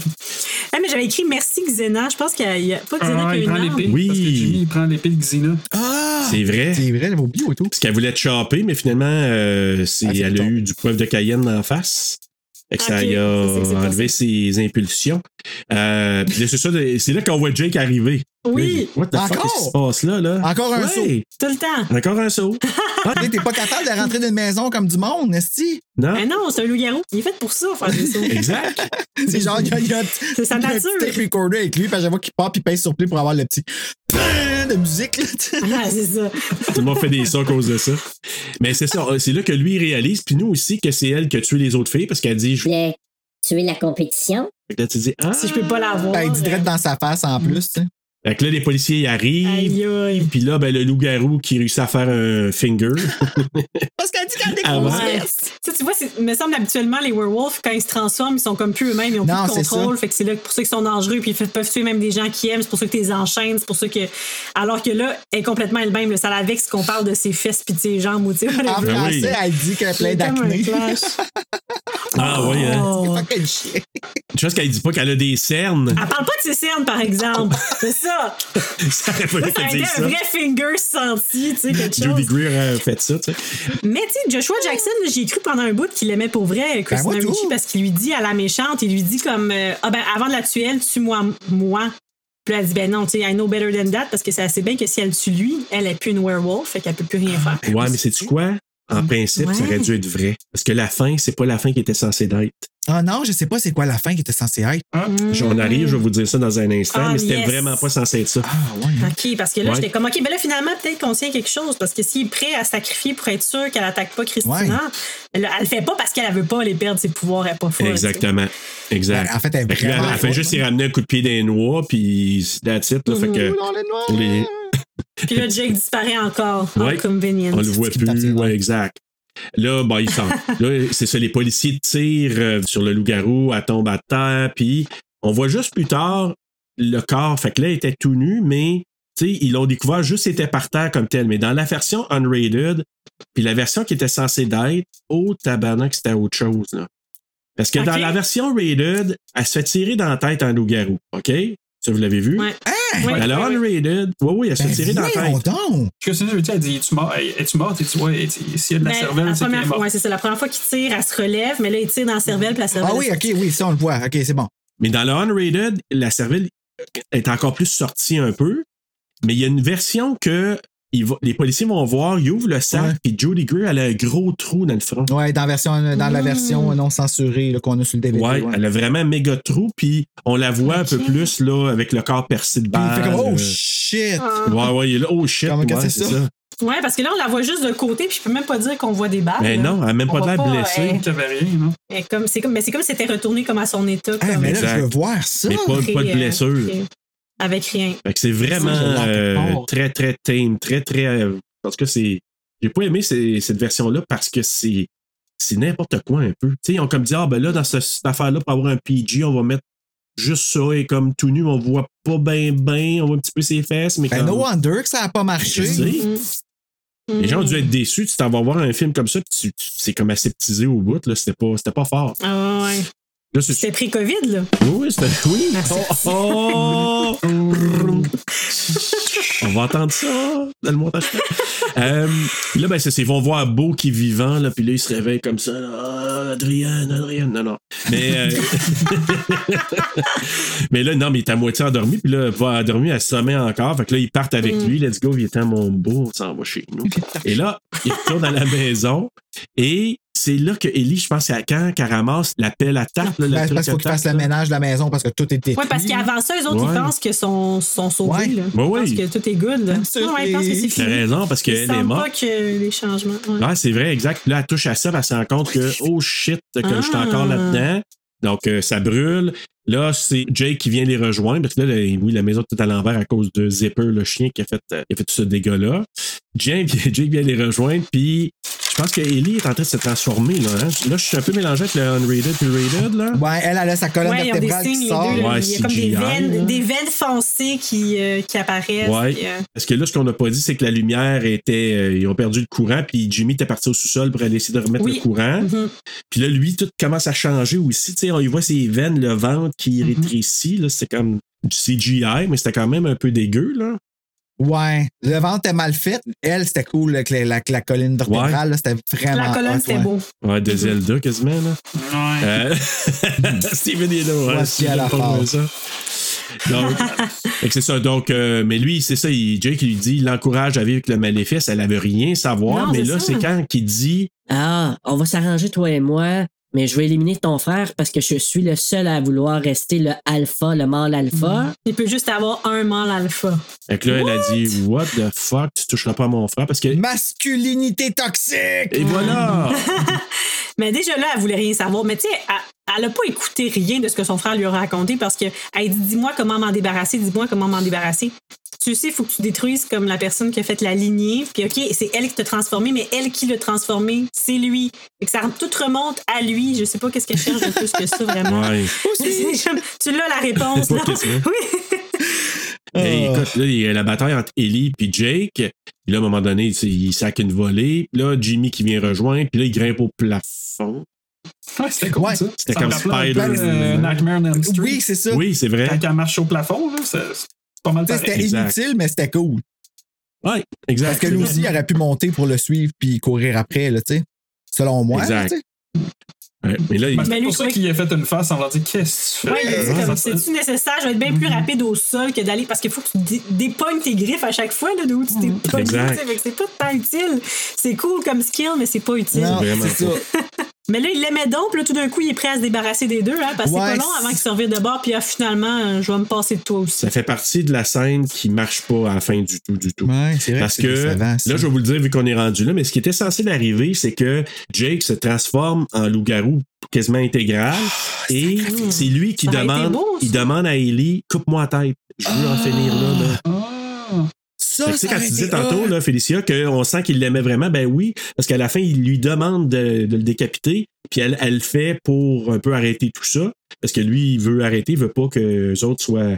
Speaker 6: Ah, mais j'avais écrit merci Xena. Je pense qu'il y a pas
Speaker 1: Ah,
Speaker 6: Xena qui a
Speaker 1: il
Speaker 6: une
Speaker 1: prend
Speaker 6: arme.
Speaker 1: l'épée.
Speaker 3: Oui.
Speaker 1: Parce que Jimmy, il prend l'épée de Xena.
Speaker 2: Ah!
Speaker 3: C'est vrai.
Speaker 2: C'est vrai, j'avais oublié autour.
Speaker 3: Parce qu'elle voulait te choper, mais finalement, euh, c'est-
Speaker 2: Ah, c'est
Speaker 3: elle a
Speaker 2: bon.
Speaker 3: eu du poivre de Cayenne en face. Fait que ça
Speaker 6: Ok,
Speaker 3: y a
Speaker 6: c'est ça que c'est
Speaker 3: enlevé ses impulsions. Euh, puis là, c'est ça, de- c'est là qu'on voit Jake arriver.
Speaker 6: Oui.
Speaker 3: What the fuck,
Speaker 2: Encore?
Speaker 3: qu'est-ce qui se passe là? là?
Speaker 2: Encore un
Speaker 3: Ouais.
Speaker 6: Tout le temps.
Speaker 3: Encore un saut.
Speaker 2: Tu sais, T'es pas capable de rentrer d'une maison comme du monde, Nesti.
Speaker 3: Non?
Speaker 6: *laughs* Mais Ben non, c'est un loup-garou. Il est fait pour ça, faire des sauts.
Speaker 3: Exact.
Speaker 2: C'est genre, il y a, il y a un petit-
Speaker 6: C'est sa
Speaker 2: un
Speaker 6: nature.
Speaker 2: petit tape recorder avec lui, parce que je vois qu'il part puis il pèse sur play pour avoir le petit de musique. Là, tu sais.
Speaker 6: Ah, c'est ça.
Speaker 3: Tout le monde fait des sauts à cause de ça. Mais c'est ça, c'est là que lui il réalise, puis nous aussi, que c'est elle qui a tué les autres filles parce qu'elle dit je-
Speaker 8: Les tuer la compétition.
Speaker 3: Fait que là, tu dis, ah!
Speaker 6: Si je peux pas l'avoir.
Speaker 2: Ben, il dit direct dans sa face en plus, tu sais.
Speaker 3: Fait que là, les policiers ils arrivent. Puis là, ben, le loup-garou qui réussit à faire un
Speaker 6: *laughs*
Speaker 3: finger.
Speaker 2: Parce qu'elle dit qu'elle
Speaker 3: Ah
Speaker 2: découvre.
Speaker 3: ouais?
Speaker 6: Ça, tu vois, c'est- me semble habituellement les werewolves, quand ils se transforment, ils sont comme plus eux-mêmes, ils ont
Speaker 2: Non,
Speaker 6: plus de
Speaker 2: c'est
Speaker 6: contrôle.
Speaker 2: ça.
Speaker 6: Fait que c'est là que pour ceux qui sont dangereux, puis ils f- peuvent tuer même des gens qui aiment, c'est pour ça que tu les enchaînes, c'est pour ça que. Alors que là, elle est complètement elle-même, le sale avec ce qu'on parle de ses fesses puis de ses jambes ou tu sais, whatever.
Speaker 2: En
Speaker 3: Ben
Speaker 2: français,
Speaker 3: oui.
Speaker 2: elle dit qu'elle a Ah, plein
Speaker 6: C'est comme un
Speaker 2: d'acné.
Speaker 6: clash.
Speaker 3: Ah ouais, hein.
Speaker 6: Oh.
Speaker 2: C'est *laughs* fucking chier.
Speaker 3: Tu vois ce qu'elle dit pas qu'elle a des cernes.
Speaker 6: Elle parle pas de ses cernes, par exemple.
Speaker 3: *laughs*
Speaker 6: C'est ça.
Speaker 3: ça aurait fallu
Speaker 6: Ah, Ça,
Speaker 3: qu'elle
Speaker 6: ça a été
Speaker 3: dise
Speaker 6: un
Speaker 3: ça.
Speaker 6: vrai finger senti, tu sais, quelque
Speaker 3: Judy
Speaker 6: chose.
Speaker 3: Greer a fait ça, tu sais.
Speaker 6: Mais tu sais, Joshua Jackson, là, j'ai cru pendant un bout qu'il aimait pour
Speaker 3: Ben,
Speaker 6: vrai euh, Christina
Speaker 2: moi, tout.
Speaker 6: Ricci parce qu'il lui dit à la méchante, il lui dit comme euh, Ah ben avant de la tuer, elle tue-moi moi. Puis là, elle dit ben non, tu sais, I know better than that parce que c'est assez bien que si elle tue lui, elle est plus une werewolf, fait qu'elle peut plus rien faire.
Speaker 3: Ouais, mais c'est-tu quoi? En principe, ça
Speaker 6: Ah, Ouais.
Speaker 3: aurait dû être vrai. Parce que la fin, c'est pas la fin qui était censée d'être.
Speaker 2: Ah non, je sais pas c'est quoi la fin qui était censée être.
Speaker 3: J'en arrive, je vais vous dire ça dans un instant,
Speaker 6: Ah,
Speaker 3: mais c'était
Speaker 6: yes.
Speaker 3: vraiment pas censé être ça.
Speaker 2: Ah ouais. hein.
Speaker 6: OK, parce que là,
Speaker 3: Ouais.
Speaker 6: j'étais comme, OK, ben là, finalement, peut-être qu'on tient quelque chose. Parce que s'il est prêt à sacrifier pour être sûr qu'elle attaque pas Christina, elle, elle le fait pas parce qu'elle elle veut pas les perdre ses pouvoirs, elle est pas folle.
Speaker 3: Exactement. Exact.
Speaker 2: Ben, en fait, elle est
Speaker 3: Fait que là,
Speaker 2: vraiment
Speaker 3: à la fin,
Speaker 2: folle,
Speaker 3: juste,
Speaker 2: hein.
Speaker 3: il ramenait un coup de pied d'un noix, puis c'est la titre, là, fait que. pour les-
Speaker 6: tu sais. Puis là, Jake disparaît encore.
Speaker 3: Ouais.
Speaker 6: Inconvenient.
Speaker 3: On le voit
Speaker 2: qui me tape
Speaker 3: plus.
Speaker 2: sur le
Speaker 3: Ouais, exact. Là, ben, il sort. *laughs* là, c'est ça, les policiers tirent euh, sur le loup-garou, elle tombe à terre, puis on voit juste plus tard le corps. Fait que là, il était tout nu, mais tu sais, ils l'ont découvert juste il était par terre comme tel. Mais dans la version unrated, puis la version qui était censée d'être, oh tabarnak, c'était autre chose. Là. Parce que dans
Speaker 6: Ok.
Speaker 3: la version rated, elle se fait tirer dans la tête en loup-garou. OK? Ça, vous l'avez vu?
Speaker 6: Ouais.
Speaker 2: Hein?
Speaker 6: Ouais,
Speaker 3: Dans la
Speaker 6: ouais, ouais.
Speaker 3: unrated, oui, oui, elle se fait
Speaker 2: Ben,
Speaker 3: tirer dans la tête.
Speaker 2: voyons donc.
Speaker 1: Parce que c'est ça, je dis, elle dit, es-tu mort? Es-tu mort? Et tu vois, s'il y a de la cervelle,
Speaker 6: Ben,
Speaker 1: c'est qu'elle est
Speaker 6: première fois,
Speaker 1: mort.
Speaker 6: ouais, c'est ça. La première fois qu'il tire, elle se relève, mais là, il tire dans la cervelle, puis la cervelle.
Speaker 2: Ah oui, ok, oui, ça on le voit. Ok, c'est bon.
Speaker 3: Mais dans le Unrated, la cervelle est encore plus sortie un peu. Mais il y a une version que il va- les policiers vont voir, ils ouvrent le sac,
Speaker 2: Ouais.
Speaker 3: puis Jody Greer, elle a un gros trou dans le front.
Speaker 2: Ouais, dans, la version, dans la
Speaker 6: Mm.
Speaker 2: version non censurée là, qu'on a sur le DVD.
Speaker 3: Ouais,
Speaker 2: ouais.
Speaker 3: elle a vraiment un méga trou, puis on la voit un
Speaker 6: Ok.
Speaker 3: peu plus là, avec le corps percé de
Speaker 2: Puis il
Speaker 3: balles.
Speaker 2: fait comme
Speaker 3: Euh,
Speaker 2: Oh shit!
Speaker 6: Ah.
Speaker 3: Ouais, ouais, il est là, oh shit.
Speaker 2: Comment que
Speaker 3: ouais,
Speaker 2: c'est
Speaker 3: c'est
Speaker 2: ça?
Speaker 3: ça.
Speaker 6: Ouais, parce que là, on la voit juste de côté, puis je peux même pas dire qu'on voit des balles.
Speaker 3: Mais
Speaker 6: là.
Speaker 3: non, elle a même
Speaker 6: Ah, On
Speaker 3: pas
Speaker 6: va
Speaker 3: l'air
Speaker 6: pas,
Speaker 3: blessée.
Speaker 6: euh,
Speaker 1: Tu avais rien, non?
Speaker 6: Elle est comme, c'est comme, mais c'est comme si c'était retourné comme à son état.
Speaker 2: Ah,
Speaker 6: comme
Speaker 2: mais là,
Speaker 3: Exact.
Speaker 2: je veux voir ça.
Speaker 3: Mais pas,
Speaker 6: après,
Speaker 3: pas de
Speaker 6: euh,
Speaker 3: blessure.
Speaker 6: ok. Avec rien.
Speaker 3: Fait que c'est vraiment
Speaker 2: Ça, je l'ai
Speaker 3: euh,
Speaker 2: quelque part.
Speaker 3: très, très tame, très, très. euh, en tout cas, c'est. J'ai pas aimé ces- cette version-là parce que c'est. C'est n'importe quoi un peu. Tu sais, ils ont comme dit, ah ben là, dans ce- cette affaire-là, pour avoir un PG, on va mettre juste ça et comme tout nu, on voit pas bien, bien, on voit un petit peu ses fesses, mais
Speaker 2: Ben,
Speaker 3: comme-
Speaker 2: no wonder que ça a pas
Speaker 3: Je
Speaker 2: marché.
Speaker 3: sais. Les
Speaker 6: Mm.
Speaker 3: gens ont dû être déçus. Tu t'en vas voir un film comme ça, puis tu- tu- c'est comme aseptisé au bout, là. C'était pas, c'était pas fort.
Speaker 6: Ah ouais.
Speaker 3: Là, c'est-
Speaker 6: C'était pré-COVID, là.
Speaker 3: Oui, oui, c'était. Oui!
Speaker 2: *laughs*
Speaker 3: Oh, oh. On va entendre ça dans le montage. Euh, là, ben, c'est ça. Ils vont voir Beau qui est vivant, là, puis là, il se réveille comme ça. là. Ah, Adrien, Adrien. Non, non. Mais, euh, *laughs* mais là, non, mais il est à moitié endormi, puis là, pas endormi, elle sommeille encore. Fait que là, ils partent avec
Speaker 2: Mm.
Speaker 3: lui. Let's go, il est à mon beau, on s'en va chez
Speaker 2: *laughs*
Speaker 3: nous. Et là, il retourne à la maison, et c'est là que Ellie, je pense, c'est à quand qu'elle ramasse la pelle à tape, là, le
Speaker 2: Ben, c'est
Speaker 3: truc
Speaker 2: parce qu'il
Speaker 3: à
Speaker 2: faut qu'il
Speaker 3: tape,
Speaker 2: fasse le
Speaker 3: là.
Speaker 2: ménage de la maison parce que tout est détruit.
Speaker 6: Ouais, parce qu'avant ça, eux autres,
Speaker 3: Ouais. Bah
Speaker 6: ils pensent que sont, sont
Speaker 2: Ouais.
Speaker 6: sauvés, là.
Speaker 3: Ouais, ouais.
Speaker 6: Ils pensent que tout est good, là.
Speaker 2: Même sûr,
Speaker 6: Ouais, ouais, ils pensent que c'est
Speaker 3: T'as
Speaker 6: fini.
Speaker 3: raison, parce
Speaker 6: Ils
Speaker 3: qu'elle est
Speaker 6: sentent
Speaker 3: morte.
Speaker 6: pas que les changements. ouais.
Speaker 3: Ouais, c'est vrai, exact. Puis là, elle touche à ça, puis elle se rend compte que, oh shit, que je suis
Speaker 6: Ah.
Speaker 3: encore là-dedans. Donc, euh, ça brûle. Là, c'est Jake qui vient les rejoindre. Parce que là, la- oui, la maison est tout à l'envers à cause de Zipper, le chien qui a fait, euh, qui a fait tout ce dégât-là. Jake, Jake vient les rejoindre, puis je pense que Ellie est en train de se transformer. Là, hein. là je suis un peu mélangé avec le Unrated puis Rated. Là.
Speaker 2: Ouais, elle, elle a sa colonne
Speaker 6: Ouais, ils ont des
Speaker 2: vertébrale
Speaker 6: signes,
Speaker 2: qui
Speaker 6: les
Speaker 2: sort.
Speaker 6: deux. là.
Speaker 3: Ouais,
Speaker 6: il y a comme
Speaker 3: CGI,
Speaker 6: des
Speaker 3: là.
Speaker 6: veines, des veines foncées qui, euh, qui apparaissent.
Speaker 3: Ouais.
Speaker 6: puis, euh,
Speaker 3: Parce que là, ce qu'on n'a pas dit, c'est que la lumière était. euh, ils ont perdu le courant, puis Jimmy était parti au sous-sol pour aller essayer de remettre
Speaker 6: Oui.
Speaker 3: le courant.
Speaker 6: mhm.
Speaker 3: Puis là, lui, tout commence à changer aussi. Tu sais, on y voit ses veines, le ventre qui
Speaker 1: Mhm.
Speaker 3: rétrécit. Là, c'est comme du CGI, mais c'était quand même un peu dégueu, là.
Speaker 2: Ouais. Le ventre est mal fait. Elle, c'était cool là, que la, la- la colonne vertébrale, là, c'était vraiment.
Speaker 6: La colonne,
Speaker 2: hot,
Speaker 6: c'était
Speaker 2: Ah, ouais.
Speaker 6: beau.
Speaker 3: Ouais, de Zelda quasiment, là.
Speaker 1: Ouais.
Speaker 3: Euh, *laughs* Steven Hino, hein,
Speaker 2: Ouais,
Speaker 3: si
Speaker 2: puis à la
Speaker 3: j'aime pas
Speaker 2: fin.
Speaker 3: ça. Donc, fait que c'est ça. Donc, euh, mais lui, c'est ça. il- Jake, il lui dit, il l'encourage à vivre avec le maléfice. Elle avait rien savoir.
Speaker 6: Non,
Speaker 3: mais
Speaker 6: c'est
Speaker 3: là,
Speaker 6: ça.
Speaker 3: c'est quand qu'il dit,
Speaker 10: Ah, on va s'arranger, toi et moi, mais je vais éliminer ton frère parce que je suis le seul à vouloir rester le alpha, le mâle alpha.
Speaker 6: Il peut juste avoir un mâle alpha.
Speaker 3: fait que là, elle a dit, What the fuck, tu toucheras pas à mon frère parce que.
Speaker 2: Masculinité toxique!
Speaker 3: Et voilà!
Speaker 6: Mais déjà là, elle voulait rien savoir. Mais tu sais, elle- elle n'a pas écouté rien de ce que son frère lui a raconté parce qu'elle dit Dis-moi comment m'en débarrasser, dis-moi comment m'en débarrasser. Tu sais, il faut que tu détruises comme la personne qui a fait la lignée. Puis, OK, c'est elle qui t'a transformé, mais elle qui l'a transformé, c'est lui. Fait que ça tout remonte à lui. Je sais pas qu'est-ce qu'elle cherche de plus que ça,
Speaker 3: *laughs*
Speaker 6: vraiment.
Speaker 3: Ouais.
Speaker 6: C'est comme, tu l'as la réponse.
Speaker 3: Pas
Speaker 6: non?
Speaker 3: qu'est-ce que-
Speaker 6: Oui. Euh.
Speaker 3: Hey, écoute, là, il y a la bataille entre Ellie et Jake. Puis là, à un moment donné, tu sais, il sac une volée. Puis là, Jimmy qui vient rejoindre. Puis là, il grimpe au plafond.
Speaker 1: Ouais, c'était cool,
Speaker 2: Ouais.
Speaker 1: ça.
Speaker 3: C'était
Speaker 1: Ça
Speaker 3: comme
Speaker 1: me rappelait un peu,
Speaker 3: Spider-
Speaker 1: euh, Nightmare on Elm Street.
Speaker 2: Oui, c'est ça.
Speaker 3: Oui, c'est vrai.
Speaker 1: Quand elle marche au plafond, là, c'est c'est pas mal
Speaker 2: Tu sais,
Speaker 1: pareil.
Speaker 2: C'était
Speaker 3: Exact.
Speaker 2: inutile, mais c'était cool.
Speaker 3: Ouais, exact.
Speaker 2: Parce que lui aussi, il aurait pu monter pour le suivre puis courir après, là, tu sais. Selon moi. là,
Speaker 3: Exact.
Speaker 2: tu sais.
Speaker 3: Ouais, mais là, il-
Speaker 1: Ben, c'est
Speaker 6: lui,
Speaker 1: pour
Speaker 6: je
Speaker 1: ça
Speaker 6: trouvais-
Speaker 1: qu'il a fait une face en leur disant Qu'est-ce que tu
Speaker 6: Ouais, il a dit
Speaker 1: fais
Speaker 6: comme, c'est-tu nécessaire? Je vais être bien plus rapide au sol que d'aller parce qu'il faut que tu dé- dépognes tes griffes à chaque fois, là, de où tu t'es pogné, tu
Speaker 3: Exact.
Speaker 6: sais, fait que C'est pas tant utile. C'est cool comme skill, mais c'est pas utile.
Speaker 2: Non,
Speaker 3: vraiment
Speaker 2: c'est ça.
Speaker 6: Mais là, il l'aimait donc, puis là, tout d'un coup, il est prêt à se débarrasser des deux, hein, parce que
Speaker 2: Ouais,
Speaker 6: c'est pas long
Speaker 2: c'est-
Speaker 6: avant qu'il se revire de bord, puis ah, finalement, euh, je vais me passer de toi aussi.
Speaker 3: ça fait partie de la scène qui marche pas à la fin du tout, du tout.
Speaker 2: Ouais, c'est vrai.
Speaker 3: Parce que,
Speaker 2: c'est décevant, ça.
Speaker 3: là, je vais vous le dire, vu qu'on est rendu là, mais ce qui était censé l'arriver, c'est que Jake se transforme en loup-garou quasiment intégral.
Speaker 2: Ah,
Speaker 3: et c'est lui qui
Speaker 6: Ça aurait été
Speaker 3: demande,
Speaker 6: beau, ça.
Speaker 3: il demande à Ellie, coupe-moi la tête. Je veux en finir là. là.
Speaker 2: Ça,
Speaker 3: Fait que, tu sais,
Speaker 2: ça
Speaker 3: quand
Speaker 2: aurait
Speaker 3: tu disais
Speaker 2: été
Speaker 3: tantôt,
Speaker 2: hot.
Speaker 3: là, Félicia, qu'on sent qu'il l'aimait vraiment, ben oui, parce qu'à la fin, il lui demande de, de le décapiter, puis elle, elle le fait pour un peu arrêter tout ça, parce que lui, il veut arrêter, il veut pas que les autres soient,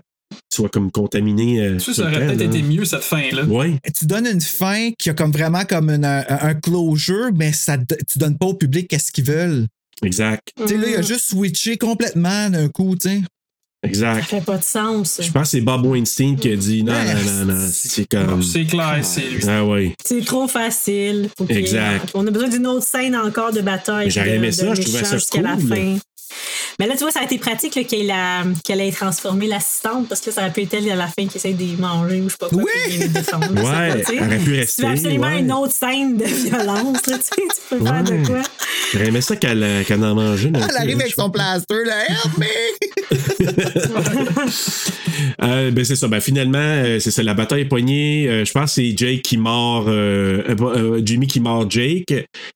Speaker 3: soient comme contaminés. euh,
Speaker 1: Ça,
Speaker 3: tout
Speaker 1: ça
Speaker 3: le
Speaker 1: aurait
Speaker 3: temps,
Speaker 1: peut-être
Speaker 3: là.
Speaker 1: été mieux, cette fin-là.
Speaker 3: Ouais.
Speaker 2: tu donnes une fin qui a comme vraiment comme une- un, un closure, mais ça, do- tu donnes pas au public qu'est-ce qu'ils veulent.
Speaker 3: Exact,
Speaker 2: Tu sais, là, il a
Speaker 6: Mhm.
Speaker 2: juste switché complètement d'un coup, tu sais.
Speaker 6: Ça
Speaker 3: exact.
Speaker 6: fait pas de sens.
Speaker 3: Je pense que c'est Bob Weinstein qui a dit non,
Speaker 2: Ouais,
Speaker 3: non, non, non, c'est comme.
Speaker 1: C'est clair, c'est lui.
Speaker 3: Ah ouais.
Speaker 6: C'est trop facile. Faut qu'il y ait-
Speaker 3: Exact.
Speaker 6: On a besoin d'une autre scène encore de bataille.
Speaker 3: Mais j'aurais
Speaker 6: de-
Speaker 3: aimé
Speaker 6: de
Speaker 3: ça, je trouvais
Speaker 6: méchants
Speaker 3: ça
Speaker 6: jusqu'à la
Speaker 3: cool.
Speaker 6: fin. Mais là, tu vois, ça a été pratique là, qu'elle a, qu'elle ait transformé l'assistante parce que là, ça aurait pu être elle à la fin qui essaie de les manger ou je sais pas quoi.
Speaker 2: Oui!
Speaker 6: puis de les défendre, je sais pas,
Speaker 3: Ouais,
Speaker 6: tu sais.
Speaker 3: elle aurait pu
Speaker 6: Si tu veux
Speaker 3: rester.
Speaker 6: absolument
Speaker 3: ouais.
Speaker 6: une autre scène de violence, là, tu, sais, tu peux faire de
Speaker 3: Ouais.
Speaker 6: quoi?
Speaker 3: J'aurais aimé ça qu'elle euh, qu'elle en mangeait.
Speaker 2: Ah, Elle arrive avec son plaster, là, help me!
Speaker 3: Euh, ben c'est ça. Ben finalement, euh, c'est ça. La bataille est poignée. Euh, je pense que c'est Jake qui mord euh, euh, pas- euh, Jimmy qui mord Jake.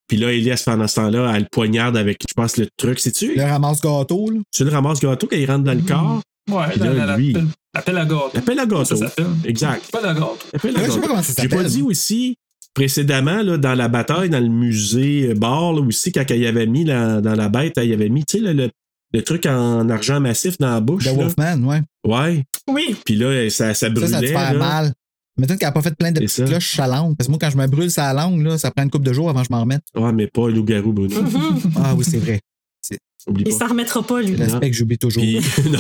Speaker 3: Puis là, Elias pendant ce temps-là, elle le poignarde avec, je pense, le truc. C'est-tu?
Speaker 2: *laughs* Le ramasse gâteau, là.
Speaker 3: Tu le ramasses gâteau quand il rentre
Speaker 2: Mm-hmm.
Speaker 3: dans le corps?
Speaker 1: Ouais,
Speaker 3: Puis là,
Speaker 1: la- la- la-
Speaker 3: lui-
Speaker 1: l'appel- l'appel à gâteau.
Speaker 3: L'appel à gâteau.
Speaker 1: Ça s'appelle.
Speaker 3: Exact.
Speaker 1: Pas la gâteau.
Speaker 3: L'appel à
Speaker 2: Ouais, je sais
Speaker 3: gâteau.
Speaker 2: pas comment ça
Speaker 3: J'ai pas
Speaker 2: s'appelle.
Speaker 3: dit aussi précédemment là, dans la bataille, dans le musée euh, bar là, aussi, quand il avait mis la- dans la bête, hein, il avait mis tu sais, le, le- le truc en argent massif dans la bouche. là.
Speaker 2: The Wolfman, ouais.
Speaker 3: Ouais.
Speaker 6: Oui.
Speaker 3: Puis là, ça, ça brûlait.
Speaker 2: Ça, ça te fait
Speaker 3: là.
Speaker 2: mal. M'étonne qu'elle a pas fait plein de
Speaker 3: C'est ça.
Speaker 2: petites cloches à langue. Parce que moi, quand je me brûle sa langue, là, ça prend une couple de jours avant que je m'en *laughs* remette.
Speaker 3: Ouais, mais pas loup-garou, ben Bruno.
Speaker 2: *laughs* Ah oui, c'est vrai.
Speaker 3: Oublie
Speaker 6: Il
Speaker 3: pas.
Speaker 6: s'en remettra pas, lui.
Speaker 3: Non.
Speaker 2: L'aspect que j'oublie toujours.
Speaker 3: Puis, *laughs* non.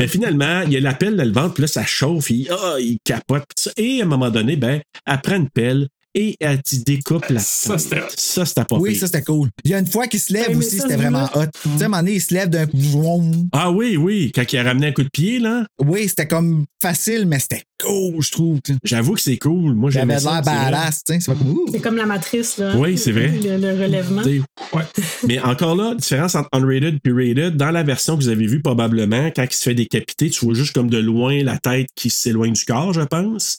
Speaker 3: Mais finalement, il y a la pelle dans le ventre, puis là, ça chauffe, il, ah, il capote. puis ça. Et à un moment donné, ben, elle prend une pelle et elle t'y découpe la
Speaker 1: Ça,
Speaker 3: tête.
Speaker 1: c'était hot.
Speaker 3: Ça, c'était pas
Speaker 2: oui,
Speaker 3: pire.
Speaker 2: ça, c'était cool. Il y a une fois qu'il se lève
Speaker 6: Ouais, mais
Speaker 2: aussi,
Speaker 6: ça,
Speaker 2: c'était
Speaker 6: ce
Speaker 2: vraiment hot. Tu sais, à un moment donné, il se lève d'un coup. vroom.
Speaker 3: Ah oui, oui, quand il a ramené un coup de pied, là,
Speaker 2: Oui, c'était comme facile, mais c'était cool, je trouve. tu sais.
Speaker 3: j'avoue que c'est cool. Moi, j'aimais
Speaker 2: J'avais de
Speaker 3: ça,
Speaker 2: l'air
Speaker 3: c'est vrai.
Speaker 2: badass, tu sais. C'est pas comme, ouh.
Speaker 6: C'est comme la matrice, là.
Speaker 3: Oui, c'est vrai.
Speaker 6: Le, le relèvement.
Speaker 3: Des- ouais. Mais encore là, différence entre unrated et rated, dans la version que vous avez vue probablement, quand il se fait décapiter, tu vois juste comme de loin la tête qui s'éloigne du corps, je pense.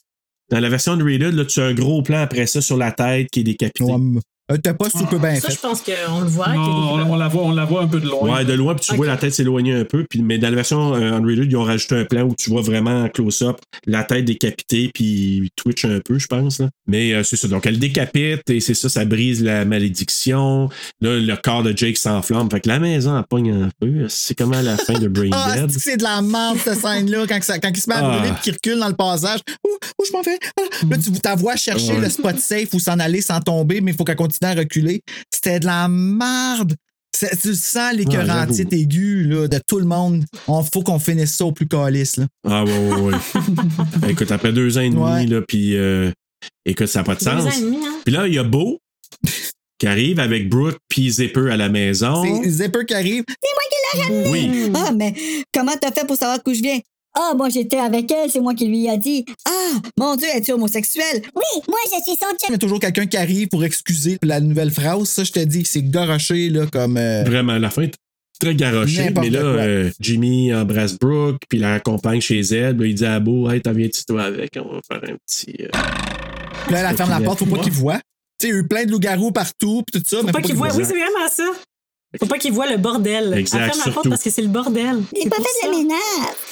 Speaker 3: Dans la version unrated, là, tu as un gros plan après ça sur la tête qui est décapitée.
Speaker 2: Ouais, mais, euh, T'as pas
Speaker 3: Ah,
Speaker 2: super bien
Speaker 6: Ça,
Speaker 2: fait.
Speaker 6: je pense qu'on le voit.
Speaker 1: Non,
Speaker 6: qu'il-
Speaker 1: on, on la voit, on la voit un peu de loin.
Speaker 3: Ouais, de loin, puis tu
Speaker 6: Ok.
Speaker 3: vois la tête s'éloigner un peu. Puis, mais dans la version euh, Unrated, ils ont rajouté un plan où tu vois vraiment en close-up la tête décapitée, puis il twitch un peu, je pense. là. Mais euh, c'est ça. Donc, elle décapite, et c'est ça, ça brise la malédiction. Là, le corps de Jake s'enflamme. Fait que la maison, elle pogne un peu. C'est comme à la fin de Brain
Speaker 2: *laughs* Ah,
Speaker 3: Dead.
Speaker 2: c'est-tu que c'est de la merde, cette scène-là, quand, que ça- quand il se met à
Speaker 3: Ah.
Speaker 2: brûler et qu'il recule dans le passage. Où, où je m'en vais? Ah. Là, tu ta voix chercher
Speaker 3: Ouais.
Speaker 2: le spot safe où s'en aller sans tomber, mais il faut qu'elle continue à reculer. C'était de la merde. C'est- Tu
Speaker 3: Ah,
Speaker 2: sens l'écœurantite aiguë là, de tout le monde. On faut qu'on finisse ça au plus calice. Là.
Speaker 3: Ah, ouais, ouais, ouais. Ben, écoute, après deux ans et demi,
Speaker 2: Ouais.
Speaker 3: là, puis euh, écoute, ça n'a pas de
Speaker 6: Deux ans
Speaker 3: sens.
Speaker 6: et demi, hein.
Speaker 3: Puis là, il y a Beau qui arrive avec Brooke puis Zipper à la maison.
Speaker 2: C'est Zipper qui arrive. Ah,
Speaker 3: Oui.
Speaker 8: Ah, mais comment t'as fait pour savoir d'où je viens? Ah, moi j'étais avec elle, c'est moi qui lui a dit. Ah, mon Dieu, es-tu homosexuel?
Speaker 9: Oui, moi je suis son
Speaker 2: Il y a toujours quelqu'un qui arrive pour excuser la nouvelle phrase. Ça, je te dis, c'est garoché là, comme. euh,
Speaker 3: Vraiment, la fin est très garochée.
Speaker 2: N'importe
Speaker 3: Mais là,
Speaker 2: quoi.
Speaker 3: euh, Jimmy embrasse Brooke, puis la accompagne chez elle. Là, il dit à Beau, hey, t'en viens-tu toi avec? On va faire un petit. euh,
Speaker 2: Puis là, elle ferme la porte, faut pas qu'il voit. Tu sais, il y a eu plein de loups-garous partout, puis tout ça. mais
Speaker 6: Faut pas
Speaker 2: faut
Speaker 6: qu'il voit.
Speaker 3: voit.
Speaker 6: Oui, c'est vraiment ça. Faut pas qu'ils voient le bordel.
Speaker 3: Exact,
Speaker 6: Elle ferme la porte
Speaker 3: surtout.
Speaker 6: parce que c'est le bordel.
Speaker 8: J'ai pas fait de la ménage.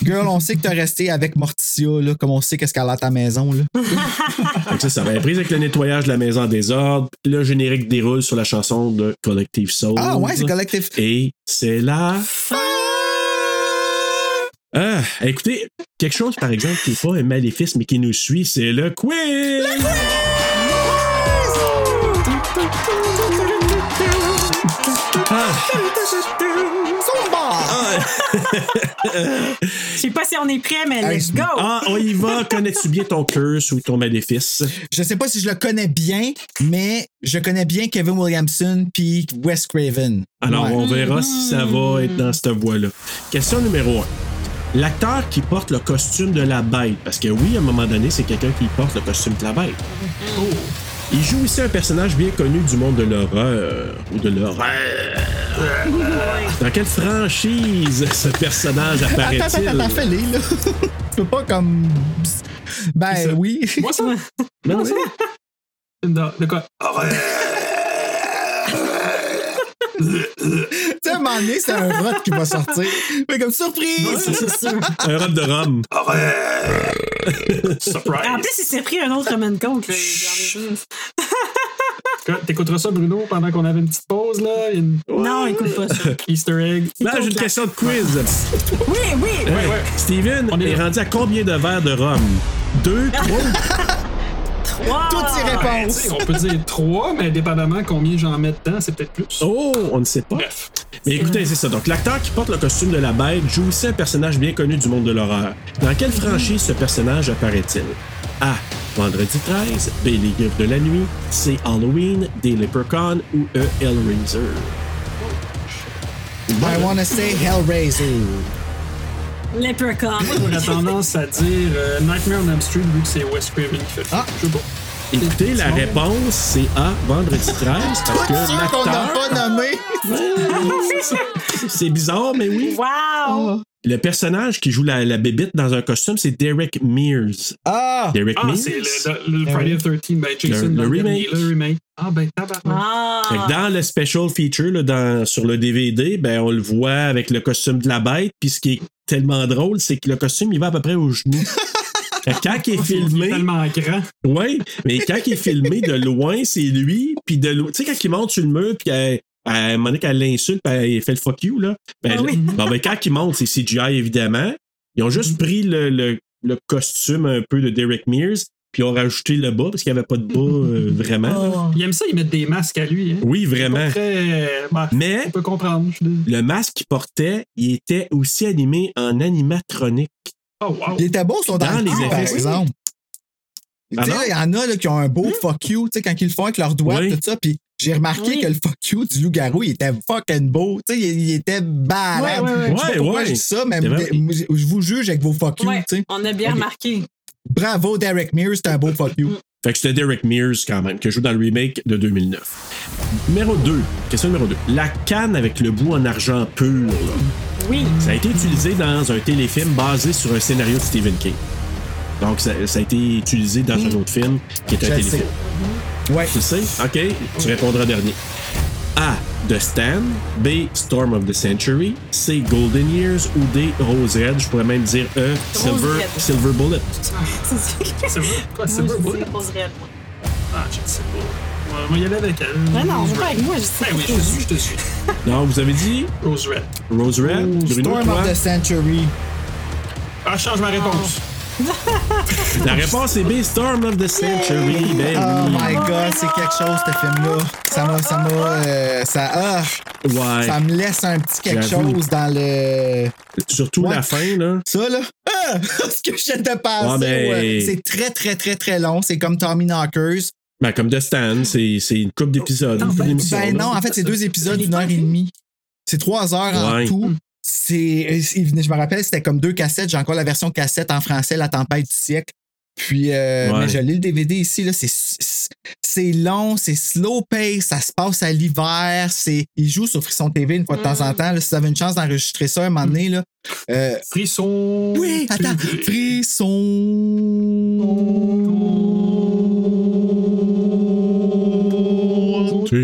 Speaker 2: Girl, on sait que t'as resté avec Morticia, là, comme on sait qu'est-ce qu'elle a à ta maison. Là.
Speaker 3: Fait que c'est ça. Ben, prise avec le nettoyage de la maison en désordre. Le générique déroule sur la chanson de Collective Soul.
Speaker 2: Ah ouais, c'est collectif.
Speaker 3: Et c'est là. Ah, écoutez, quelque chose par exemple qui n'est pas un maléfice mais qui nous suit, c'est le quiz! Ah,
Speaker 6: Je sais pas si on est prêt, mais
Speaker 3: Hey,
Speaker 6: let's go!
Speaker 3: ah, on y
Speaker 2: *laughs*
Speaker 3: va. Connais-tu bien ton curse ou ton maléfice?
Speaker 2: Je sais pas si je le connais bien, mais je connais bien Kevin Williamson puis Wes Craven.
Speaker 3: Alors,
Speaker 2: Ouais.
Speaker 3: Ah
Speaker 2: Mm.
Speaker 3: on verra si ça va être dans cette voie-là. Question numéro 1. L'acteur qui porte le costume de la bête, parce que oui, à un moment donné, c'est quelqu'un qui porte le costume de la bête.
Speaker 2: Mm-hmm.
Speaker 3: Il joue ici un personnage bien connu du monde de l'horreur ou de l'horreur. Dans quelle franchise ce personnage
Speaker 2: Attends, attends, attends,
Speaker 3: apparaît-il?
Speaker 2: fais-les, là. *laughs* tu peux pas comme. Ben oui. *laughs*
Speaker 1: Moi, ça?
Speaker 3: Ben oui.
Speaker 1: Non, de quoi? Horreur.
Speaker 2: tu sais, à un moment donné, c'est un rot qui va sortir. Mais comme surprise!
Speaker 3: Un robe de rhum.
Speaker 2: Oh,
Speaker 6: Ah, En
Speaker 1: *laughs* Surprise.
Speaker 6: plus, il s'est pris un autre man compte. là.
Speaker 1: T'écouteras ça, Bruno, pendant qu'on avait une petite pause, là? Il y a une-
Speaker 6: Non, écoute pas ça.
Speaker 1: Easter egg.
Speaker 3: Là, j'ai une question de quiz.
Speaker 6: Oui, oui!
Speaker 3: Hey, Steven, on
Speaker 1: On est
Speaker 3: est,
Speaker 1: là.
Speaker 3: rendu à combien de verres de rhum? Deux, trois ou
Speaker 2: *laughs*
Speaker 6: Trois!
Speaker 2: Toutes ces
Speaker 1: Ben, tu
Speaker 2: réponses!
Speaker 1: sais, on peut dire trois, mais dépendamment combien j'en mets dedans, c'est peut-être plus.
Speaker 3: Oh, on ne sait pas.
Speaker 1: Bref.
Speaker 3: Mais écoutez, c'est ça. Donc, l'acteur qui porte le costume de la bête joue aussi un personnage bien connu du monde de l'horreur. Dans quelle franchise ce personnage apparaît-il? A. Vendredi 13, B. Les Griffes de la Nuit, C. Halloween, D. Leprechaun ou E. Hellraiser.
Speaker 2: I wanna say Hellraiser.
Speaker 6: Leprechaun.
Speaker 1: J'aurais tendance à dire euh, Nightmare on Elm Street, vu que c'est Wes Craven qui fait ça.
Speaker 2: Ah.
Speaker 1: Je sais pas.
Speaker 3: Écoutez, la
Speaker 1: Simon.
Speaker 3: réponse, c'est A. Vendredi 13, parce que
Speaker 2: Sûr qu'on n'a
Speaker 3: l'acteur...
Speaker 2: pas nommé!
Speaker 3: *laughs* C'est bizarre, mais oui.
Speaker 6: Wow!
Speaker 3: Le personnage qui joue la, la bébite dans un costume, c'est Derek Mears.
Speaker 2: Ah!
Speaker 3: Derek
Speaker 1: Ah,
Speaker 3: Mears?
Speaker 1: c'est le, le- le Friday the 13 by Jason.
Speaker 3: Le- le
Speaker 1: Blum,
Speaker 3: remake.
Speaker 1: Le remake. Ah, ben, tabarnak.
Speaker 3: Fait
Speaker 6: Ah!
Speaker 3: que dans le special feature là, dans- sur le DVD, ben, on le voit avec le costume de la bête. Puis ce qui est tellement drôle, c'est que le costume, il va à peu près aux
Speaker 1: *laughs*
Speaker 3: genoux. Fait que quand il est
Speaker 1: Il est
Speaker 3: filmé,
Speaker 1: tellement grand.
Speaker 3: ouais, mais quand il est filmé de loin, c'est lui. Puis de lo- tu sais, quand il monte sur le mur, puis elle, elle, Monique, elle l'insulte, puis elle fait le fuck you, là. Ben,
Speaker 6: Ah oui.
Speaker 3: bon, ben, quand il monte, c'est CGI, évidemment. Ils ont
Speaker 1: Mhm.
Speaker 3: juste pris le, le- le costume un peu de Derek Mears, puis ils ont rajouté le bas, parce qu'il n'y avait pas de bas euh, vraiment.
Speaker 6: Oh.
Speaker 3: là.
Speaker 1: Il aime ça, il met des masques à lui. Hein.
Speaker 3: Oui,
Speaker 1: Oh. Pas
Speaker 3: vraiment.
Speaker 1: très- bah,
Speaker 3: Mais
Speaker 1: on peut comprendre. je suis désolé.
Speaker 3: le masque qu'il portait, il était aussi animé en animatronique.
Speaker 1: Oh, wow.
Speaker 2: Il était beau son
Speaker 3: Dans les
Speaker 2: dentier, par
Speaker 3: effets. Ah
Speaker 2: exemple. Tu sais,
Speaker 3: Pardon?
Speaker 2: il y en a là, qui ont un beau fuck you, tu sais, quand ils le font avec leurs doigts,
Speaker 3: Oui.
Speaker 2: tout ça. Puis j'ai remarqué
Speaker 6: Oui.
Speaker 2: que le fuck you du loup-garou, il était fucking beau. Tu sais, il, il était balade.
Speaker 6: Ouais, ouais, ouais.
Speaker 2: Je sais pas
Speaker 3: Ouais,
Speaker 2: pourquoi
Speaker 3: ouais.
Speaker 2: je dis ça, mais
Speaker 3: C'est vrai.
Speaker 2: moi, je je vous juge avec vos fuck you.
Speaker 6: Ouais,
Speaker 2: tu sais.
Speaker 6: on a bien
Speaker 2: Ok.
Speaker 6: remarqué.
Speaker 2: Bravo, Derek Mears, c'est un beau fuck you.
Speaker 3: Fait que c'était Derek Mears quand même, qui joue dans le remake de 2009. Numéro 2. Question numéro 2. La canne avec le bout en argent pur. là.
Speaker 6: Oui.
Speaker 3: Ça a été utilisé dans un téléfilm basé sur un scénario de Stephen King. Donc, ça, ça a été utilisé dans un autre film qui est un
Speaker 2: Je le
Speaker 3: téléfilm.
Speaker 2: Ouais.
Speaker 3: Tu le sais? OK. Tu répondras dernier. A. The Stand. B. Storm of the Century. C. Golden Years. Ou D. Rose Red. Je pourrais même dire E. Silver,
Speaker 6: Red.
Speaker 3: Silver Bullet.
Speaker 6: C'est ça que-
Speaker 1: C'est vrai? Quoi, c'est
Speaker 6: Moi,
Speaker 1: vrai,
Speaker 6: je dis
Speaker 1: oui?
Speaker 6: la pause réelle, moi.
Speaker 1: Ah, je sais pas. Ouais, Moi, il y allait avec elle.
Speaker 6: Mais Ah Ben non,
Speaker 1: Rose
Speaker 6: joue pas
Speaker 1: Red.
Speaker 6: avec moi, je sais.
Speaker 1: Ben oui, je te suis, je te suis.
Speaker 3: Non, vous avez dit
Speaker 1: Rose Red.
Speaker 3: Rose Red. Bruno,
Speaker 2: Storm
Speaker 3: toi?
Speaker 2: of the Century.
Speaker 1: Ah, je change ma réponse.
Speaker 3: La réponse est B, Storm of the Century.
Speaker 2: Oh
Speaker 3: Ben
Speaker 2: my
Speaker 6: Mm.
Speaker 2: god, c'est quelque chose, ce film-là. Ça m'a. Ça m'a. euh, ça. ah,
Speaker 3: oui. Ouais.
Speaker 2: Ça me laisse un petit quelque
Speaker 3: J'avoue.
Speaker 2: chose dans le.
Speaker 3: Surtout
Speaker 2: Ouais.
Speaker 3: la fin, là.
Speaker 2: Ça, *laughs* là, ah, ce que je te
Speaker 3: Ouais, ben,
Speaker 2: passe,
Speaker 3: mais-
Speaker 2: c'est très, très, très, très long. C'est comme Tommy Knockers.
Speaker 3: Ben, comme The Stand, c'est c'est une coupe d'épisodes.
Speaker 1: Non,
Speaker 3: une
Speaker 1: ben,
Speaker 3: émission,
Speaker 2: Ben
Speaker 3: là.
Speaker 2: non, en fait, c'est deux épisodes d'une heure et demie. C'est trois heures
Speaker 3: Ouais.
Speaker 2: en tout. C'est, euh, je me rappelle, c'était comme deux cassettes. J'ai encore la version cassette en français, La tempête du siècle. Puis, euh,
Speaker 3: Ouais.
Speaker 2: mais je lis le DVD ici, là, c'est, c'est long, c'est slow pace, ça se passe à l'hiver, c'est, il joue sur Frisson TV une fois de temps en temps, là, si vous avez une chance d'enregistrer ça un moment donné, là. Euh,
Speaker 1: Frisson.
Speaker 2: oui, attends, frisson.
Speaker 3: euh, Tu-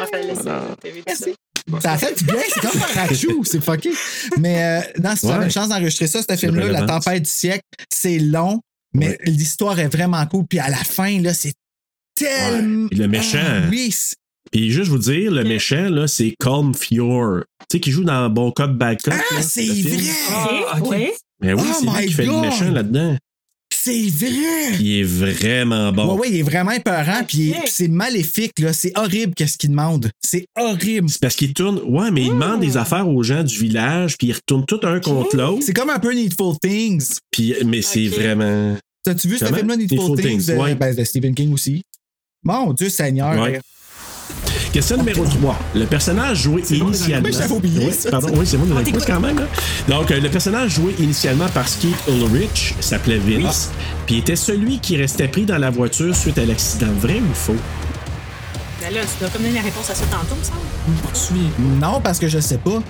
Speaker 3: Ah.
Speaker 6: Merci.
Speaker 2: Ça a fait du bien, c'est comme un
Speaker 3: *laughs*
Speaker 2: rachou, c'est fucké. Mais euh, non, si tu
Speaker 3: Ouais.
Speaker 2: avais une chance d'enregistrer ça, ce film-là, La
Speaker 3: relevance.
Speaker 2: tempête du siècle, c'est long, mais
Speaker 3: Ouais.
Speaker 2: l'histoire est vraiment cool. Puis à la fin, là, c'est tellement.
Speaker 3: Ouais, le méchant.
Speaker 2: Ah, oui, c'est-
Speaker 3: Puis juste vous dire, le méchant, là, c'est Calm Fior. Tu sais, qui joue dans Bon Cop, Bad Cop.
Speaker 2: Ah,
Speaker 3: là,
Speaker 2: c'est
Speaker 3: le film. Ah.
Speaker 2: vrai!
Speaker 6: Ok, ouais.
Speaker 3: Mais oui,
Speaker 2: Oh
Speaker 3: c'est lui
Speaker 2: my
Speaker 3: qui fait le
Speaker 2: God!
Speaker 3: méchant là-dedans.
Speaker 2: C'est vrai!
Speaker 3: Il est vraiment bon.
Speaker 2: Ouais, ouais, il est vraiment épeurant, puis
Speaker 6: Ok.
Speaker 2: puis c'est maléfique, là. C'est horrible qu'est-ce qu'il demande. C'est horrible.
Speaker 3: C'est parce qu'il tourne. Ouais, mais il demande
Speaker 2: Oh!
Speaker 3: des affaires aux gens du village, puis il retourne tout un contre l'autre.
Speaker 2: C'est comme un peu Needful Things.
Speaker 3: Puis, mais c'est
Speaker 6: Ok.
Speaker 3: vraiment.
Speaker 2: T'as-tu vu ce
Speaker 3: Comment?
Speaker 2: film-là, Needful,
Speaker 3: Needful
Speaker 2: Things?
Speaker 3: Things,
Speaker 2: de-
Speaker 3: ouais.
Speaker 2: ben, de Stephen King aussi. Mon Dieu Seigneur.
Speaker 3: Ouais. Question numéro 3. Le personnage joué initialement.
Speaker 2: mais j'avais oublié
Speaker 3: Oui,
Speaker 2: ça. Ah,
Speaker 3: pardon, oui, c'est moi, on l'écoute quand même. hein. Donc, euh, le personnage joué initialement par Skeet Ulrich s'appelait Vince, puis il était celui qui restait pris dans la voiture suite à l'accident. Vrai ou faux?
Speaker 6: Ben là, tu dois comme donner la réponse à ça tantôt, me semble.
Speaker 2: Non, parce que je sais pas.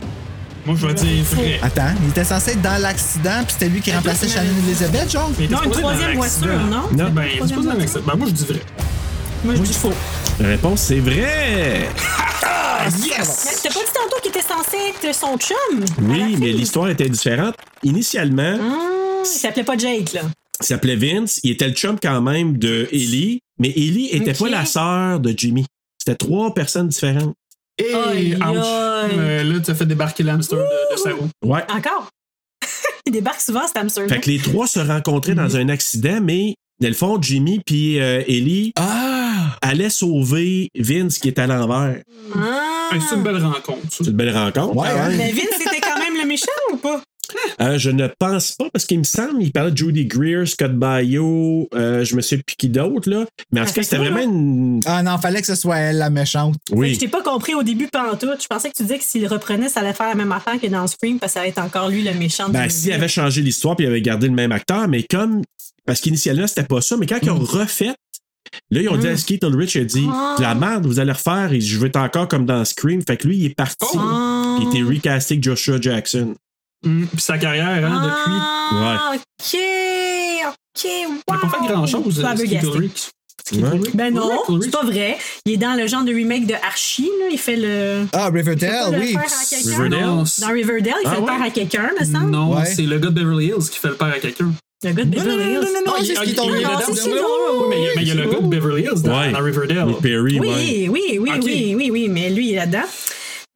Speaker 1: Moi, je vais dire vrai.
Speaker 2: Attends, il était censé être dans l'accident, puis c'était lui qui remplaçait Shannon Elizabeth, genre?
Speaker 1: Mais t'es
Speaker 6: Non, une
Speaker 1: supposé dans
Speaker 6: troisième
Speaker 1: l'accident.
Speaker 6: voiture, non?
Speaker 3: Non,
Speaker 1: Ben, c'est pas
Speaker 6: Troisième
Speaker 1: dans l'accident. Ben, moi, je dis vrai.
Speaker 6: Moi, je dis faux.
Speaker 3: La réponse, c'est vrai!
Speaker 6: Mais t'as pas dit tantôt qu'il était censé être son chum? à la
Speaker 3: Oui,
Speaker 6: fin?
Speaker 3: mais l'histoire était différente. Initialement,
Speaker 2: Hein?
Speaker 6: Ah, Il s'appelait pas Jake, là.
Speaker 3: il s'appelait Vince, il était le chum quand même de Ellie, mais Ellie était
Speaker 6: Ok.
Speaker 3: pas la sœur de Jimmy. C'était trois personnes différentes.
Speaker 1: Et
Speaker 6: Aïe,
Speaker 1: ouch.
Speaker 6: aïe.
Speaker 1: Euh, là, tu as fait débarquer l'hamster de, de sa roue.
Speaker 3: Ouais.
Speaker 6: Encore? *laughs* Il débarque souvent, cet hamster.
Speaker 3: Fait que
Speaker 2: Mhm.
Speaker 3: les trois se rencontraient dans un accident, mais dans le fond, Jimmy puis euh, Ellie
Speaker 2: Ah!
Speaker 3: allaient sauver Vince qui est à l'envers.
Speaker 6: Ah!
Speaker 1: Hey, C'est une belle rencontre. ça.
Speaker 3: C'est une belle rencontre.
Speaker 2: Ouais,
Speaker 3: quand
Speaker 2: hein?
Speaker 3: même.
Speaker 6: Mais Vince, c'était quand même le méchant ou pas?
Speaker 3: Euh, je ne pense pas parce qu'il me semble, il parlait de Judy Greer, Scott Bayo, euh, je me sais plus qui d'autre là. Mais en tout cas, c'était
Speaker 6: Affectons,
Speaker 3: vraiment une.
Speaker 2: Ah non, fallait que ce soit elle, la méchante.
Speaker 3: *laughs*
Speaker 6: Je
Speaker 3: Oui.
Speaker 6: t'ai pas compris au début pantoute. Je pensais que tu disais que s'il reprenait, ça allait faire la même affaire que dans Scream parce que ça allait être encore lui le méchant.
Speaker 3: Ben,
Speaker 6: du
Speaker 3: s'il
Speaker 6: début.
Speaker 3: avait changé l'histoire puis il avait gardé le même acteur, mais comme. Parce qu'initialement, c'était pas ça, mais quand
Speaker 2: Mhm.
Speaker 3: ils ont refait, là, ils ont dit à Skeet Ulrich, il a dit
Speaker 6: Ah.
Speaker 3: De la merde, vous allez refaire et je veux être encore comme dans Scream. Fait que lui, il est parti.
Speaker 2: Oh!
Speaker 6: Ah.
Speaker 3: Il
Speaker 2: Mm.
Speaker 3: était recasté avec Joshua Jackson.
Speaker 1: Mm, Puis sa carrière, hein, depuis.
Speaker 6: Ah, ok, ok,
Speaker 1: Il n'a
Speaker 6: wow.
Speaker 1: pas fait grand-chose, euh,
Speaker 6: Fabulous.
Speaker 1: Steve Ulrich. Steve
Speaker 3: euh, Ouais.
Speaker 1: Ulrich.
Speaker 6: Ben non,
Speaker 1: Ulrich,
Speaker 6: c'est
Speaker 1: Ulrich.
Speaker 6: pas vrai. Il est dans le genre de remake de Archie, là. Il fait le.
Speaker 2: Ah,
Speaker 6: pas
Speaker 2: Riverdale,
Speaker 6: le
Speaker 2: oui.
Speaker 6: faire à quelqu'un.
Speaker 3: Riverdale?
Speaker 1: Non,
Speaker 6: Dans Riverdale, il
Speaker 3: Ah
Speaker 6: fait le père
Speaker 3: ouais?
Speaker 6: à quelqu'un, me semble.
Speaker 1: Non,
Speaker 2: Ouais.
Speaker 1: c'est le gars de Beverly Hills qui fait le père à quelqu'un.
Speaker 6: Le gars de
Speaker 2: Non, non, non,
Speaker 6: Beverly
Speaker 2: non,
Speaker 6: Hills.
Speaker 2: non, non,
Speaker 1: Ah,
Speaker 2: c'est ce
Speaker 1: il-
Speaker 2: qui est
Speaker 1: il-
Speaker 2: tombé
Speaker 1: il est
Speaker 2: là-dedans.
Speaker 6: c'est
Speaker 1: dedans.
Speaker 6: celui-là.
Speaker 1: Oui, mais il y a- mais il y a le gars de Beverly Hills dans,
Speaker 3: Ouais.
Speaker 1: dans
Speaker 2: Ah.
Speaker 1: Riverdale.
Speaker 3: Nick Perry, ouais.
Speaker 6: Oui, oui, oui,
Speaker 1: Ok.
Speaker 6: oui, oui, oui, mais lui, il est là-dedans.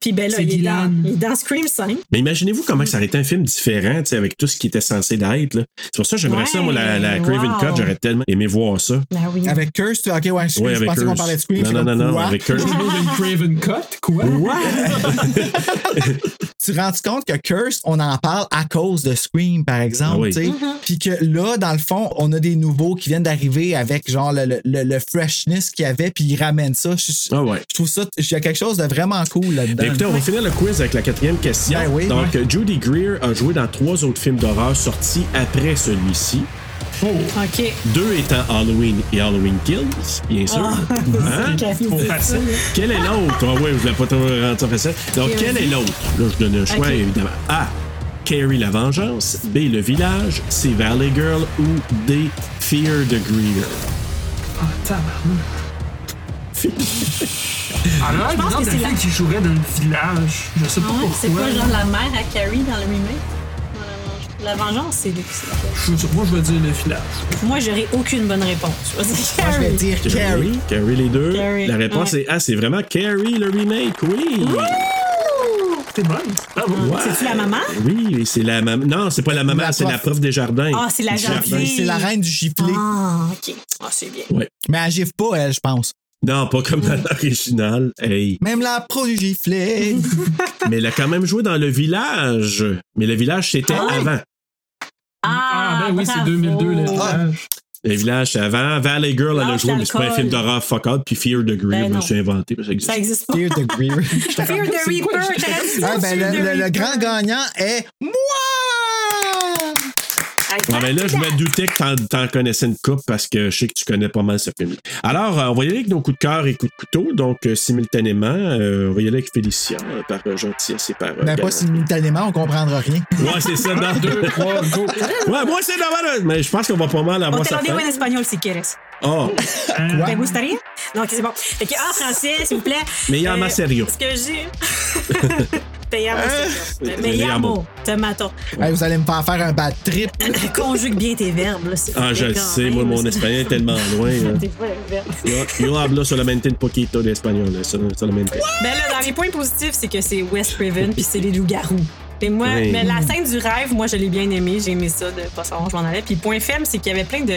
Speaker 6: Puis ben là,
Speaker 1: C'est
Speaker 6: il est, dans,
Speaker 1: Dylan.
Speaker 6: il est dans Scream 5.
Speaker 3: Mais imaginez-vous comment ça aurait été un film différent, tu sais, avec tout ce qui était censé d'être. là. C'est pour ça que j'aimerais
Speaker 6: Ouais,
Speaker 3: ça, moi, la, la Craven
Speaker 6: wow.
Speaker 3: Cut, j'aurais tellement aimé voir ça.
Speaker 6: Ben oui.
Speaker 2: Avec Curse, tu- ok, ouais, je,
Speaker 3: Ouais,
Speaker 2: je
Speaker 3: avec
Speaker 2: pensais qu'on
Speaker 3: Curse.
Speaker 2: parlait de Scream.
Speaker 3: Non, non,
Speaker 2: j'étais
Speaker 3: non,
Speaker 2: comme,
Speaker 3: non,
Speaker 2: quoi?
Speaker 3: avec
Speaker 2: *laughs*
Speaker 3: Curse.
Speaker 1: Il y a une Craven Cut, quoi?
Speaker 2: Tu te rends compte que Curse, on en parle à cause de Scream, par exemple,
Speaker 3: Ah oui.
Speaker 2: tu sais. Puis que là, dans le fond, on a des nouveaux qui viennent d'arriver avec genre le, le- le- le freshness qu'il y avait, puis ils ramènent ça. Je, je-
Speaker 3: Ah ouais.
Speaker 2: je trouve ça, il y a quelque chose de vraiment cool là-dedans.
Speaker 3: Ben, écoutez, on va finir le quiz avec la quatrième question.
Speaker 2: Ben oui,
Speaker 3: Donc, Judy Greer a joué dans trois autres films d'horreur sortis après celui-ci.
Speaker 6: Ah. OK.
Speaker 1: Hein?
Speaker 3: Deux étant Halloween et Halloween Kills, bien sûr.
Speaker 2: Ah.
Speaker 3: Hein?
Speaker 1: Trop facile.
Speaker 3: Quel est l'autre? Ah ouais, je voulais pas trop rendre ça facile. Donc,
Speaker 6: Ok,
Speaker 3: quel
Speaker 6: vas-y.
Speaker 3: est l'autre? Là, je donne un choix,
Speaker 6: Ok.
Speaker 3: évidemment. A. Carrie la Vengeance. B. Le Village. C. Valley Girl. Ou D. Fear the Greer.
Speaker 1: Ah, tabarnak. Alors, je pense que c'est la qui jouerait dans le village. Je sais pas
Speaker 6: Ah ouais,
Speaker 1: pourquoi.
Speaker 6: c'est pas genre la mère à Carrie dans le remake? Dans La vengeance, La vengeance, c'est difficile.
Speaker 1: Je sais pas, moi, je vais dire le village.
Speaker 6: Moi, j'aurais aucune bonne réponse. Je vais dire
Speaker 2: Moi, je vais
Speaker 6: Carrie.
Speaker 2: dire Carrie.
Speaker 3: Carrie les deux.
Speaker 6: Carrie,
Speaker 3: La réponse
Speaker 6: ouais.
Speaker 3: est A. C'est vraiment Carrie le remake, oui.
Speaker 1: T'es Ah, bonne. Bravo.
Speaker 3: Ouais.
Speaker 6: C'est-tu la maman?
Speaker 3: Oui, et c'est la maman. Non, c'est pas la maman,
Speaker 2: La
Speaker 3: c'est
Speaker 2: prof.
Speaker 3: la prof des jardins.
Speaker 6: Ah, c'est la
Speaker 3: Du jardin.
Speaker 6: jardin.
Speaker 2: C'est la reine du giflé.
Speaker 6: Ah, OK. Ah, c'est bien.
Speaker 2: Mais elle gifle pas, elle, je pense.
Speaker 3: Non, pas comme dans l'original. Hey.
Speaker 2: Même la pro du *laughs* giflé.
Speaker 3: Mais elle a quand même joué dans le village. Mais le village, c'était
Speaker 6: Ah ouais?
Speaker 3: avant.
Speaker 1: Ah, ben oui, c'est
Speaker 6: bravo.
Speaker 1: 2002, le village.
Speaker 3: Le Ben, village, c'est avant. Valley Girl, elle a
Speaker 6: Lâche
Speaker 3: joué, mais c'est pas un
Speaker 6: l'alcool.
Speaker 3: film d'horreur fuck out. Puis Fear the Greer,
Speaker 6: Ben
Speaker 3: je me
Speaker 6: non.
Speaker 3: suis inventé. parce que
Speaker 6: Ça
Speaker 3: Ça existe.
Speaker 6: existe pas.
Speaker 2: Fear the *laughs* Greer.
Speaker 6: Fear the
Speaker 1: C'est quoi?
Speaker 6: Reaper.
Speaker 1: Je-
Speaker 6: t'aurais dû dire
Speaker 2: Ah, ben,
Speaker 6: Fear
Speaker 2: le,
Speaker 6: the
Speaker 2: le- le
Speaker 6: Reaper.
Speaker 2: grand gagnant est moi!
Speaker 3: Ouais, mais Ah, ben là, je me doutais que t'en, t'en connaissais une coupe parce que je sais que tu connais pas mal ce film. Alors, euh, on va y aller avec nos coups de cœur et coups de couteau. Donc, euh, simultanément, euh, on va y aller avec Félicia euh, par euh, gentillesse et par. euh,
Speaker 2: Ben, pas
Speaker 3: galant.
Speaker 2: simultanément, on comprendra rien.
Speaker 3: Ouais, c'est ça. non.
Speaker 1: Deux, trois, go.
Speaker 6: *laughs*
Speaker 3: Ouais, moi, c'est normal. euh, Mais je pense qu'on va pas mal
Speaker 6: On
Speaker 3: avoir
Speaker 6: te
Speaker 3: sa
Speaker 6: lo digo en
Speaker 3: fête.
Speaker 6: espagnol si quieres.
Speaker 3: Ah!
Speaker 1: Euh,
Speaker 6: Quoi? Te gustaría? Non, ok, c'est bon. Fait que, ah, français, s'il vous plaît. Euh,
Speaker 3: Meilleur más serio.
Speaker 6: Ce que
Speaker 3: *laughs*
Speaker 6: j'ai. Payamos,
Speaker 3: Hein?
Speaker 6: Payamos, tomato.
Speaker 2: Hey, vous allez me faire faire un bad trip.
Speaker 6: Conjugue bien tes verbes, là. s'il te
Speaker 3: Ah, je
Speaker 6: plaît,
Speaker 3: le
Speaker 6: quand
Speaker 3: sais,
Speaker 6: même.
Speaker 3: moi, mon espagnol est tellement loin.
Speaker 6: *laughs*
Speaker 3: là.
Speaker 6: Des fois, le verbe.
Speaker 3: Yo, yo hablo solamente un poquito de espagnol. eh, sol- Solamente.
Speaker 6: Ben là, dans les points positifs, c'est que c'est West Craven puis c'est les loups-garous. Et moi,
Speaker 3: Oui.
Speaker 6: mais la scène du rêve, moi, je l'ai bien aimée. J'ai aimé ça de pas savoir où je m'en allais. Puis point faible, c'est qu'il y avait plein de,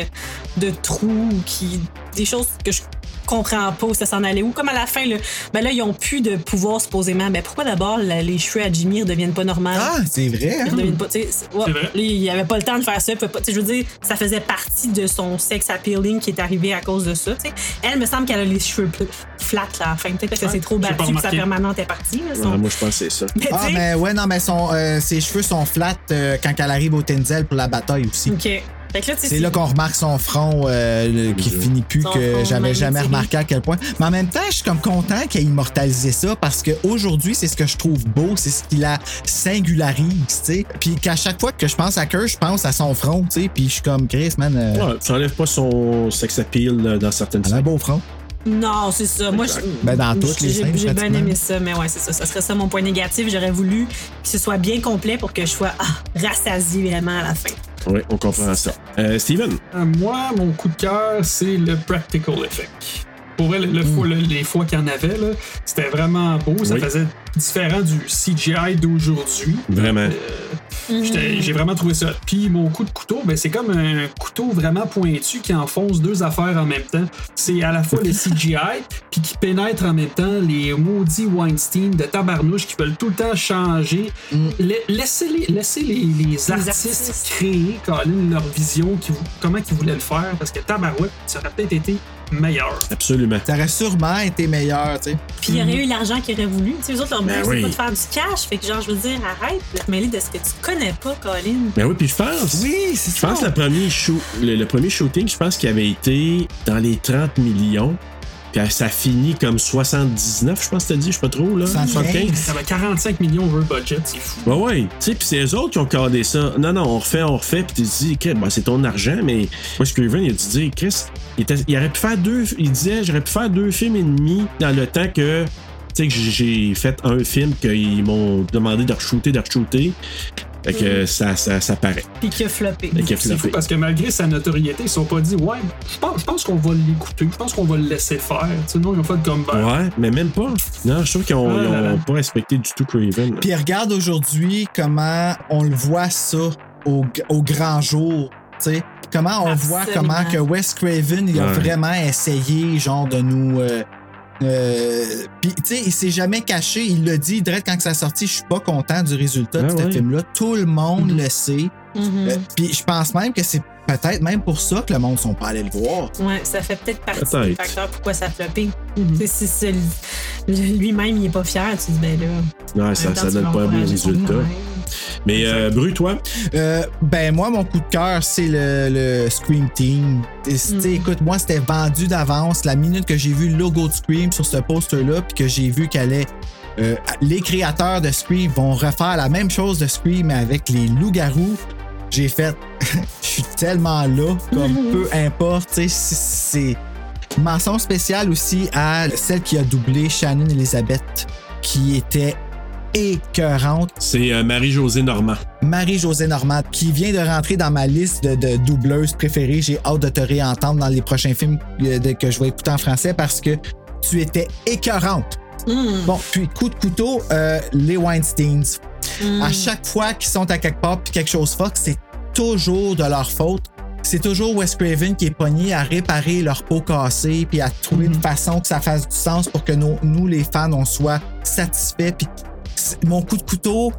Speaker 6: de trous, qui, des choses que je comprends pas où ça s'en allait. Ou comme à la fin, là, ben là, ils ont plus de pouvoir supposément. Ben pourquoi d'abord la- les cheveux à Jimmy redeviennent pas normaux?
Speaker 2: Ah, c'est vrai.
Speaker 6: Ils
Speaker 2: hein?
Speaker 6: redeviennent pas, tu sais, c'est- ouais,
Speaker 2: C'est vrai.
Speaker 6: là, il avait pas le temps de faire ça. il pouvait pas- tu sais, je veux dire, ça faisait partie de son sex appealing qui est arrivé à cause de ça. tu sais. Elle, me semble qu'elle a les cheveux pl- flats, là. Enfin, peut-être parce que c'est trop
Speaker 3: j'ai pas
Speaker 6: battu que sa
Speaker 3: remarqué.
Speaker 6: permanente est partie. là, son-
Speaker 3: Ah, moi, je pense que c'est ça.
Speaker 6: Mais
Speaker 2: Ah,
Speaker 6: tu sais-
Speaker 2: mais ouais, non, mais son, euh, ses cheveux sont flats euh, quand elle arrive au Tenzel pour la bataille aussi.
Speaker 6: OK. Fait que là, tu sais,
Speaker 2: C'est là qu'on remarque son front euh, le- qui finit plus,
Speaker 6: Son
Speaker 2: que
Speaker 6: front
Speaker 2: j'avais jamais
Speaker 6: magnétique.
Speaker 2: remarqué à quel point. Mais en même temps, je suis comme content qu'il ait immortalisé ça parce qu'aujourd'hui, c'est ce que je trouve beau, c'est ce qui la singularise, tu sais. Puis qu'à chaque fois que je pense à Kerr, je pense à son front, tu sais. Puis je suis comme Chris, man. euh,
Speaker 3: Ouais, ça enlève pas son sex appeal là, dans certaines
Speaker 2: elle a un beau front.
Speaker 6: Non, c'est ça. Moi, je...
Speaker 2: Ben, dans toutes les
Speaker 6: j'ai-
Speaker 2: scènes,
Speaker 6: J'ai bien
Speaker 2: pratiquement.
Speaker 6: aimé ça, mais ouais, c'est ça. Ça serait ça mon point négatif. J'aurais voulu que ce soit bien complet pour que je sois ah, rassasiée vraiment à la fin.
Speaker 3: Oui, on comprend ça. Euh, Steven,
Speaker 1: Euh, Moi, mon coup de cœur, c'est le practical effect. Pour elle, le fois- le- les fois qu'il y en avait, là, c'était vraiment beau. Ça
Speaker 3: Hmm. Oui.
Speaker 1: faisait différent du CGI d'aujourd'hui.
Speaker 3: vraiment.
Speaker 1: J'étais- J'ai vraiment trouvé ça. Puis mon coup de couteau, ben, c'est comme un couteau vraiment pointu qui enfonce deux affaires en même temps. C'est à la fois le CGI, puis qui pénètre en même temps les maudits Weinstein de tabarnouche qui veulent tout le temps changer. La- Laissez, les, laissez les, les artistes,
Speaker 6: artistes.
Speaker 1: créer, Colin, leur vision, qui, vou- comment ils voulaient le faire, parce que tabarouette, ça aurait peut-être été meilleur.
Speaker 3: Absolument.
Speaker 2: Ça aurait sûrement été meilleur, tu sais.
Speaker 6: Puis il y aurait eu l'argent qu'ils auraient voulu. Tu sais, eux autres, leur but,
Speaker 3: Mhm. Ben
Speaker 6: c'est
Speaker 3: oui.
Speaker 6: pas de faire du cash. Fait que, genre, je veux dire, arrête de te mêler de ce que tu connais pas, Colin.
Speaker 3: Ben oui, puis je pense.
Speaker 2: Oui, c'est
Speaker 3: Je pense que le premier, shoot, le, le premier shooting, je pense qu'il avait été dans les 30 millions. Puis euh, ça finit comme 79, je pense que t'as dit, je sais pas trop, là. 75.
Speaker 1: Ça va 45 millions over budget, c'est fou.
Speaker 3: Ouais, Bah ouais. Tu sais, puis c'est eux autres qui ont cardé ça. Non, non, on refait, on refait. Puis tu te dis, Chris, ben, c'est ton argent, mais Wes Craven, il a dû dire, Chris, il, était- il aurait pu faire deux. Il disait, j'aurais pu faire deux films et demi dans le temps que. Tu sais, que j'ai fait un film qu'ils m'ont demandé de re-shooter, de re-shooter. Fait que ça, ça, ça paraît.
Speaker 6: Puis qu'il a floppé.
Speaker 3: Fait qu'il a
Speaker 1: C'est fou
Speaker 3: floppé.
Speaker 1: parce que malgré sa notoriété, ils sont pas dit Ouais, je pense, je pense qu'on va l'écouter, je pense qu'on va le laisser faire. Tu sais, non, ils ont fait comme ben,
Speaker 3: Ouais, mais même pas. Non, je trouve qu'ils ont,
Speaker 1: Ah
Speaker 3: ils ont
Speaker 1: là là.
Speaker 3: pas respecté du tout Craven. là.
Speaker 2: Puis regarde aujourd'hui comment on le voit ça au, au grand jour, tu sais. Comment on
Speaker 6: Absolument.
Speaker 2: voit comment que Wes Craven il a
Speaker 3: Ouais.
Speaker 2: vraiment essayé genre de nous euh, euh, puis tu sais il s'est jamais caché, il l'a dit direct quand que ça a sorti, je suis pas content du résultat de
Speaker 3: Ah
Speaker 2: ce
Speaker 3: ouais.
Speaker 2: film là, tout le monde le sait.
Speaker 6: Mhm.
Speaker 3: Ben
Speaker 2: Euh, puis je pense même que c'est peut-être même pour ça que le monde sont pas allés le voir.
Speaker 6: Ouais, ça fait peut-être partie
Speaker 3: Peut-être. Mhm.
Speaker 6: des facteurs pourquoi ça a floppé. Tu sais, Si c'est le- lui-même, il est pas fier, tu dis, ben là.
Speaker 3: Ouais,
Speaker 6: en
Speaker 3: ça,
Speaker 6: même temps,
Speaker 3: ça
Speaker 6: tu
Speaker 3: donne
Speaker 6: vas
Speaker 3: pas un bon
Speaker 6: encourager son
Speaker 3: résultat.
Speaker 6: rêve.
Speaker 3: Mais euh, Bru, toi,
Speaker 2: Euh, ben moi mon coup de cœur c'est le, le Scream Team. Et, tu sais, Écoute moi c'était vendu d'avance la minute que j'ai vu le logo de Scream sur ce poster là puis que j'ai vu qu'elle est euh, les créateurs de Scream vont refaire la même chose de Scream mais avec les loups-garous. J'ai fait *laughs* je suis tellement là comme peu importe tu sais, si c'est mention spéciale aussi à celle qui a doublé Shannon Elizabeth qui était écœurante
Speaker 3: c'est euh, Marie-Josée Normand.
Speaker 2: Marie-Josée Normand, qui vient de rentrer dans ma liste de, de doubleuses préférées. J'ai hâte de te réentendre dans les prochains films euh, de- que je vais écouter en français parce que tu étais écœurante. Bon, puis coup de couteau, euh, les Weinsteins.
Speaker 6: Mm. Ah,
Speaker 2: À chaque fois qu'ils sont à quelque part puis quelque chose fuck, c'est toujours de leur faute. C'est toujours Wes Craven qui est pogné à réparer leur peau cassée puis à trouver une façon que ça fasse du sens pour que nos- nous, les fans, on soit satisfaits. Puis c'est- mon coup de couteau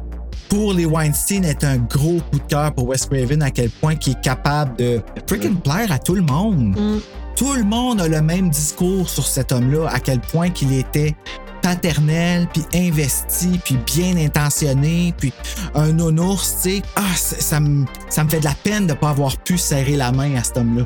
Speaker 2: pour les Weinstein est un gros coup de cœur pour Wes Craven à quel point qu'il est capable de freaking plaire à tout le monde. Tout le monde a le même discours sur cet homme-là, à quel point qu'il était paternel, puis investi, puis bien intentionné, puis un nounours, tu sais. Ah, ça, ça me, ça me fait de la peine de pas avoir pu serrer la main à cet homme-là.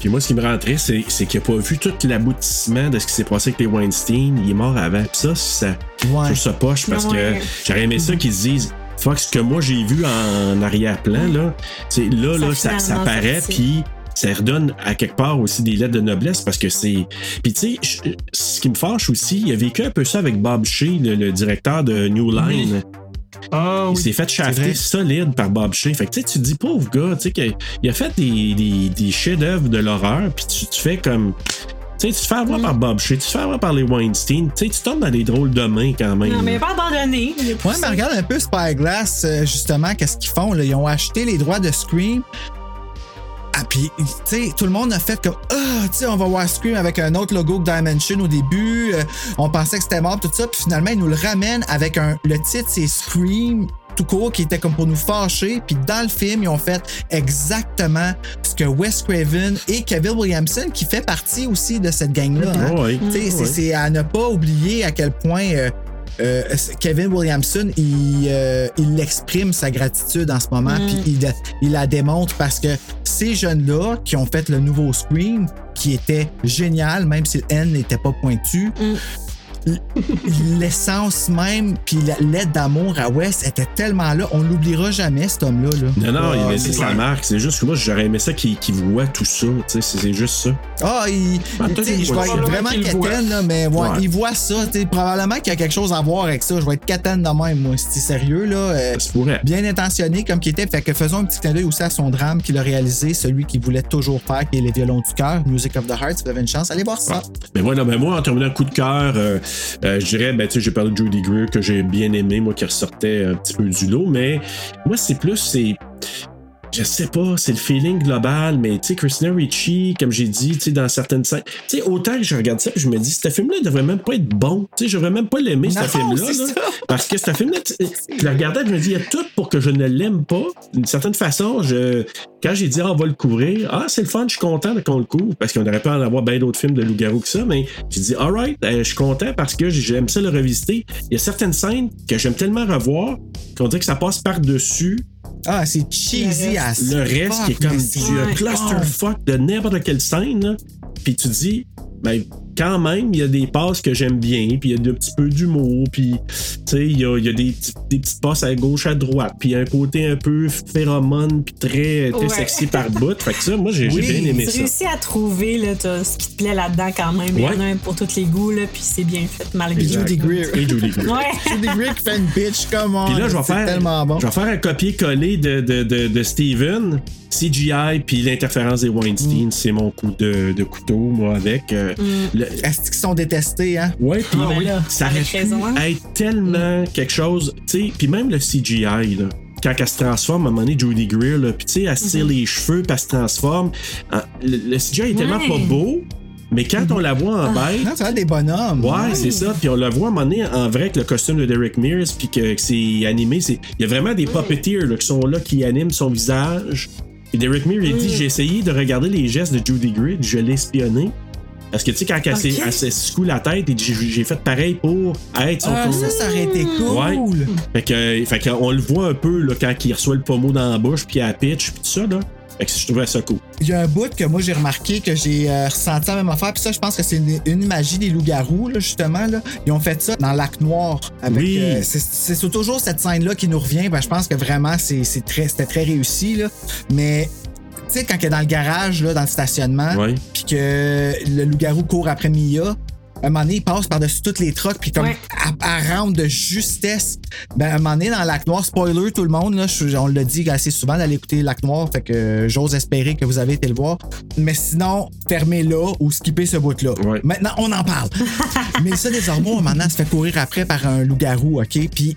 Speaker 3: Puis moi, ce qui me rend triste, c'est- c'est qu'il a pas vu tout l'aboutissement de ce qui s'est passé avec les Weinstein. Il est mort avant. Puis ça, ça je
Speaker 2: Ouais.
Speaker 3: trouve ça poche parce
Speaker 6: Ouais.
Speaker 3: que j'aurais aimé ça qu'ils se disent Fuck, ce que moi j'ai vu en arrière-plan, là, c'est là,
Speaker 6: Ça,
Speaker 3: là, ça, ça
Speaker 6: finalement, ça
Speaker 3: paraît,
Speaker 6: fait ça.
Speaker 3: puis ça redonne à quelque part aussi des lettres de noblesse parce que c'est. Puis tu sais, je- ce qui me fâche aussi, il a vécu un peu ça avec Bob Shea, le, le directeur de New Line.
Speaker 1: Ah,
Speaker 3: Il s'est fait shafter solide par Bob Shea. Fait que tu sais, tu te dis, pauvre gars, tu sais, que- il a fait des, des- des chefs-d'œuvre de l'horreur, puis tu, tu fais comme. Tu sais, tu te fais avoir par Bob Shea, tu te fais avoir par les Weinstein, tu sais, tu tombes dans des drôles de mains quand même.
Speaker 6: Non, mais il a pas abandonné. Il a
Speaker 2: Ouais,
Speaker 6: poussé.
Speaker 2: mais regarde un peu Spyglass, euh, justement, qu'est-ce qu'ils font. Là? Ils ont acheté les droits de Scream. Ah, puis, tu sais, tout le monde a fait comme Ah, tu sais, on va voir Scream avec un autre logo que Dimension au début. Euh, on pensait que c'était mort, tout ça. Puis finalement, ils nous le ramènent avec un. Le titre, c'est Scream tout court, qui était comme pour nous fâcher. Puis dans le film, ils ont fait exactement ce que Wes Craven et Kevin Williamson, qui fait partie aussi de cette gang-là. hein.
Speaker 6: Mm.
Speaker 3: Ouais,
Speaker 2: Tu sais,
Speaker 3: ouais.
Speaker 2: c'est- c'est à ne pas oublier à quel point euh, euh, Kevin Williamson, il, euh, il exprime sa gratitude en ce moment,
Speaker 6: Mm.
Speaker 2: puis il, il la démontre parce que ces jeunes-là qui ont fait le nouveau Scream, qui était génial, même si le N n'était pas pointu,
Speaker 3: Mm.
Speaker 2: l- l'essence même, puis la- l'aide d'amour à Wes était tellement là, on l'oubliera jamais, cet homme-là. là.
Speaker 3: Non, non, il a
Speaker 2: Ah,
Speaker 3: laissé
Speaker 2: il-
Speaker 3: sa marque. C'est juste que moi, j'aurais aimé ça qu'il qu'il voit tout ça. tu sais, C'est c'est juste ça.
Speaker 2: Ah, il.
Speaker 3: Ah,
Speaker 2: tu
Speaker 3: toi,
Speaker 2: sais,
Speaker 3: tu
Speaker 2: Je
Speaker 3: vois
Speaker 2: vais
Speaker 3: ça.
Speaker 2: être vraiment
Speaker 3: Probablement qu'il le
Speaker 2: quétaine,
Speaker 3: voit.
Speaker 2: là, mais ouais,
Speaker 3: Ouais.
Speaker 2: il voit ça. tu sais, Probablement qu'il y a quelque chose à voir avec ça. Je vais être quétaine de même, moi. C'est sérieux, là. euh,
Speaker 3: Ça se pourrait.
Speaker 2: bien intentionné comme qu'il était. Fait que faisons un petit clin d'œil aussi à son drame qu'il a réalisé, celui qu'il voulait toujours faire, qui est Les violons du cœur, Music of the Heart. Si vous avez une chance, allez voir ça.
Speaker 3: Mais voilà, ben moi, en terminant coup de cœur, euh, euh, je dirais, ben, tu sais, j'ai parlé de Judy Greer que j'ai bien aimé, moi, qui ressortait un petit peu du lot, mais moi, c'est plus, c'est. Je sais pas, c'est le feeling global, mais tu sais, Christina Ricci, comme j'ai dit, tu sais, dans certaines scènes. Tu sais, autant que je regarde ça, puis je me dis, ce film-là il devrait même pas être bon. Tu sais, j'aurais même pas l'aimé, ce
Speaker 2: Non,
Speaker 3: film-là.
Speaker 2: c'est
Speaker 3: là.
Speaker 2: ça.
Speaker 3: Parce que ce film-là,
Speaker 2: *laughs*
Speaker 3: tu- je le regardais, je me dis, il y a tout pour que je ne l'aime pas. D'une certaine façon, je, quand j'ai dit, Ah, on va le couvrir, ah, c'est le fun, je suis content qu'on le couvre, parce qu'on aurait pu en avoir bien d'autres films de loup-garou que ça, mais j'ai dit, alright, je suis content parce que j'aime ça le revisiter. Il y a certaines scènes que j'aime tellement revoir qu'on dirait que ça passe par-dessus
Speaker 2: Ah, c'est cheesy à
Speaker 3: le reste qui est comme du
Speaker 2: *laughs*
Speaker 3: euh, clusterfuck de n'importe quelle scène. là. Puis tu dis, ben, quand même, il y a des passes que j'aime bien, puis il y a un petit peu d'humour, puis tu sais, il y a, il y a des, petits- des petites passes à gauche, à droite, puis un côté un peu phéromone, puis très, très
Speaker 6: Ouais.
Speaker 3: sexy par bout. Fait que ça, moi, j'ai j'ai
Speaker 2: Oui.
Speaker 3: bien aimé
Speaker 6: Tu
Speaker 3: ça.
Speaker 6: réussis à trouver là, t'as ce qui te plaît là-dedans quand même. Il y en a
Speaker 3: Ouais.
Speaker 6: un pour tous les goûts, là, puis c'est bien fait malgré
Speaker 3: Exact.
Speaker 2: Judy Greer.
Speaker 3: Et Judy Greer.
Speaker 6: Ouais.
Speaker 2: Judy Greer qui fait une bitch, comment?
Speaker 3: Puis là, je vais
Speaker 2: C'est
Speaker 3: faire,
Speaker 2: tellement bon.
Speaker 3: je vais faire un copier-coller de, de, de, de Steven, CGI, puis l'interférence des Weinstein.
Speaker 2: Mm.
Speaker 3: C'est mon coup de, de couteau, moi, avec. euh,
Speaker 6: Mm.
Speaker 3: le-
Speaker 2: Est-ce qu'ils sont détestés, hein?
Speaker 3: Ouais, puis
Speaker 6: Ah, ben là,
Speaker 3: ça aurait
Speaker 6: avec
Speaker 3: pu
Speaker 6: raison, hein.
Speaker 3: être tellement quelque chose, tu sais, puis même le CGI là. Quand elle se transforme, à un moment donné, Judy Greer, là, puis tu sais, elle se
Speaker 6: Mm-hmm.
Speaker 3: tire les cheveux, puis elle se transforme. Ah, Le, le CGI est tellement
Speaker 6: Ouais. Mm-hmm. Ah,
Speaker 3: pas beau, mais quand on la voit en bête,
Speaker 2: Non, tu vois, des bonhommes.
Speaker 3: Ouais, c'est ça. Puis on le voit à un moment donné en vrai avec le costume de Derek Mears, puis que, que c'est animé. c'est- Il y a vraiment des puppeteers là, qui sont là, qui animent son visage. Et Derek Mears, il dit J'ai essayé de regarder les gestes de Judy Greer, je l'ai espionné. Parce que, tu sais, quand elle s'est-
Speaker 6: Ok.
Speaker 3: elle se secoue la tête, il dit J'ai- J'ai fait pareil pour être son
Speaker 2: Ah,
Speaker 3: con-
Speaker 2: ça, ça aurait été cool.
Speaker 3: Ouais. Fait que, fait que on le voit un peu là, quand il reçoit le pommeau dans la bouche, puis à la pitch, puis tout ça. Là. Fait que je trouvais ça cool.
Speaker 2: Il y a un bout que moi j'ai remarqué, que j'ai euh, ressenti la même affaire, puis ça, je pense que c'est une, une magie des loups-garous, là, justement. Là. Ils ont fait ça dans Lac Noir. Avec,
Speaker 3: Oui.
Speaker 2: euh, c'est- c'est c'est toujours cette scène-là qui nous revient. Ben, je pense que vraiment, c'est c'est très- c'était très, réussi. Là. Mais, tu sais, quand il est dans le garage, là, dans le stationnement,
Speaker 3: Ouais.
Speaker 2: puis que le loup-garou court après Mia, à un moment donné, il passe par-dessus toutes les trocs, puis comme
Speaker 6: Ouais.
Speaker 2: à, à rendre de justesse. Ben, à un moment donné, dans Lac Noir, spoiler tout le monde, là, je- on le dit assez souvent d'aller écouter Lac Noir, fait que euh, j'ose espérer que vous avez été le voir. Mais sinon, fermez là ou skippez ce bout-là.
Speaker 3: Ouais.
Speaker 2: Maintenant, on en parle. Mais ça, des hormones, à un moment donné, elle se fait courir après par un loup-garou, OK? Puis,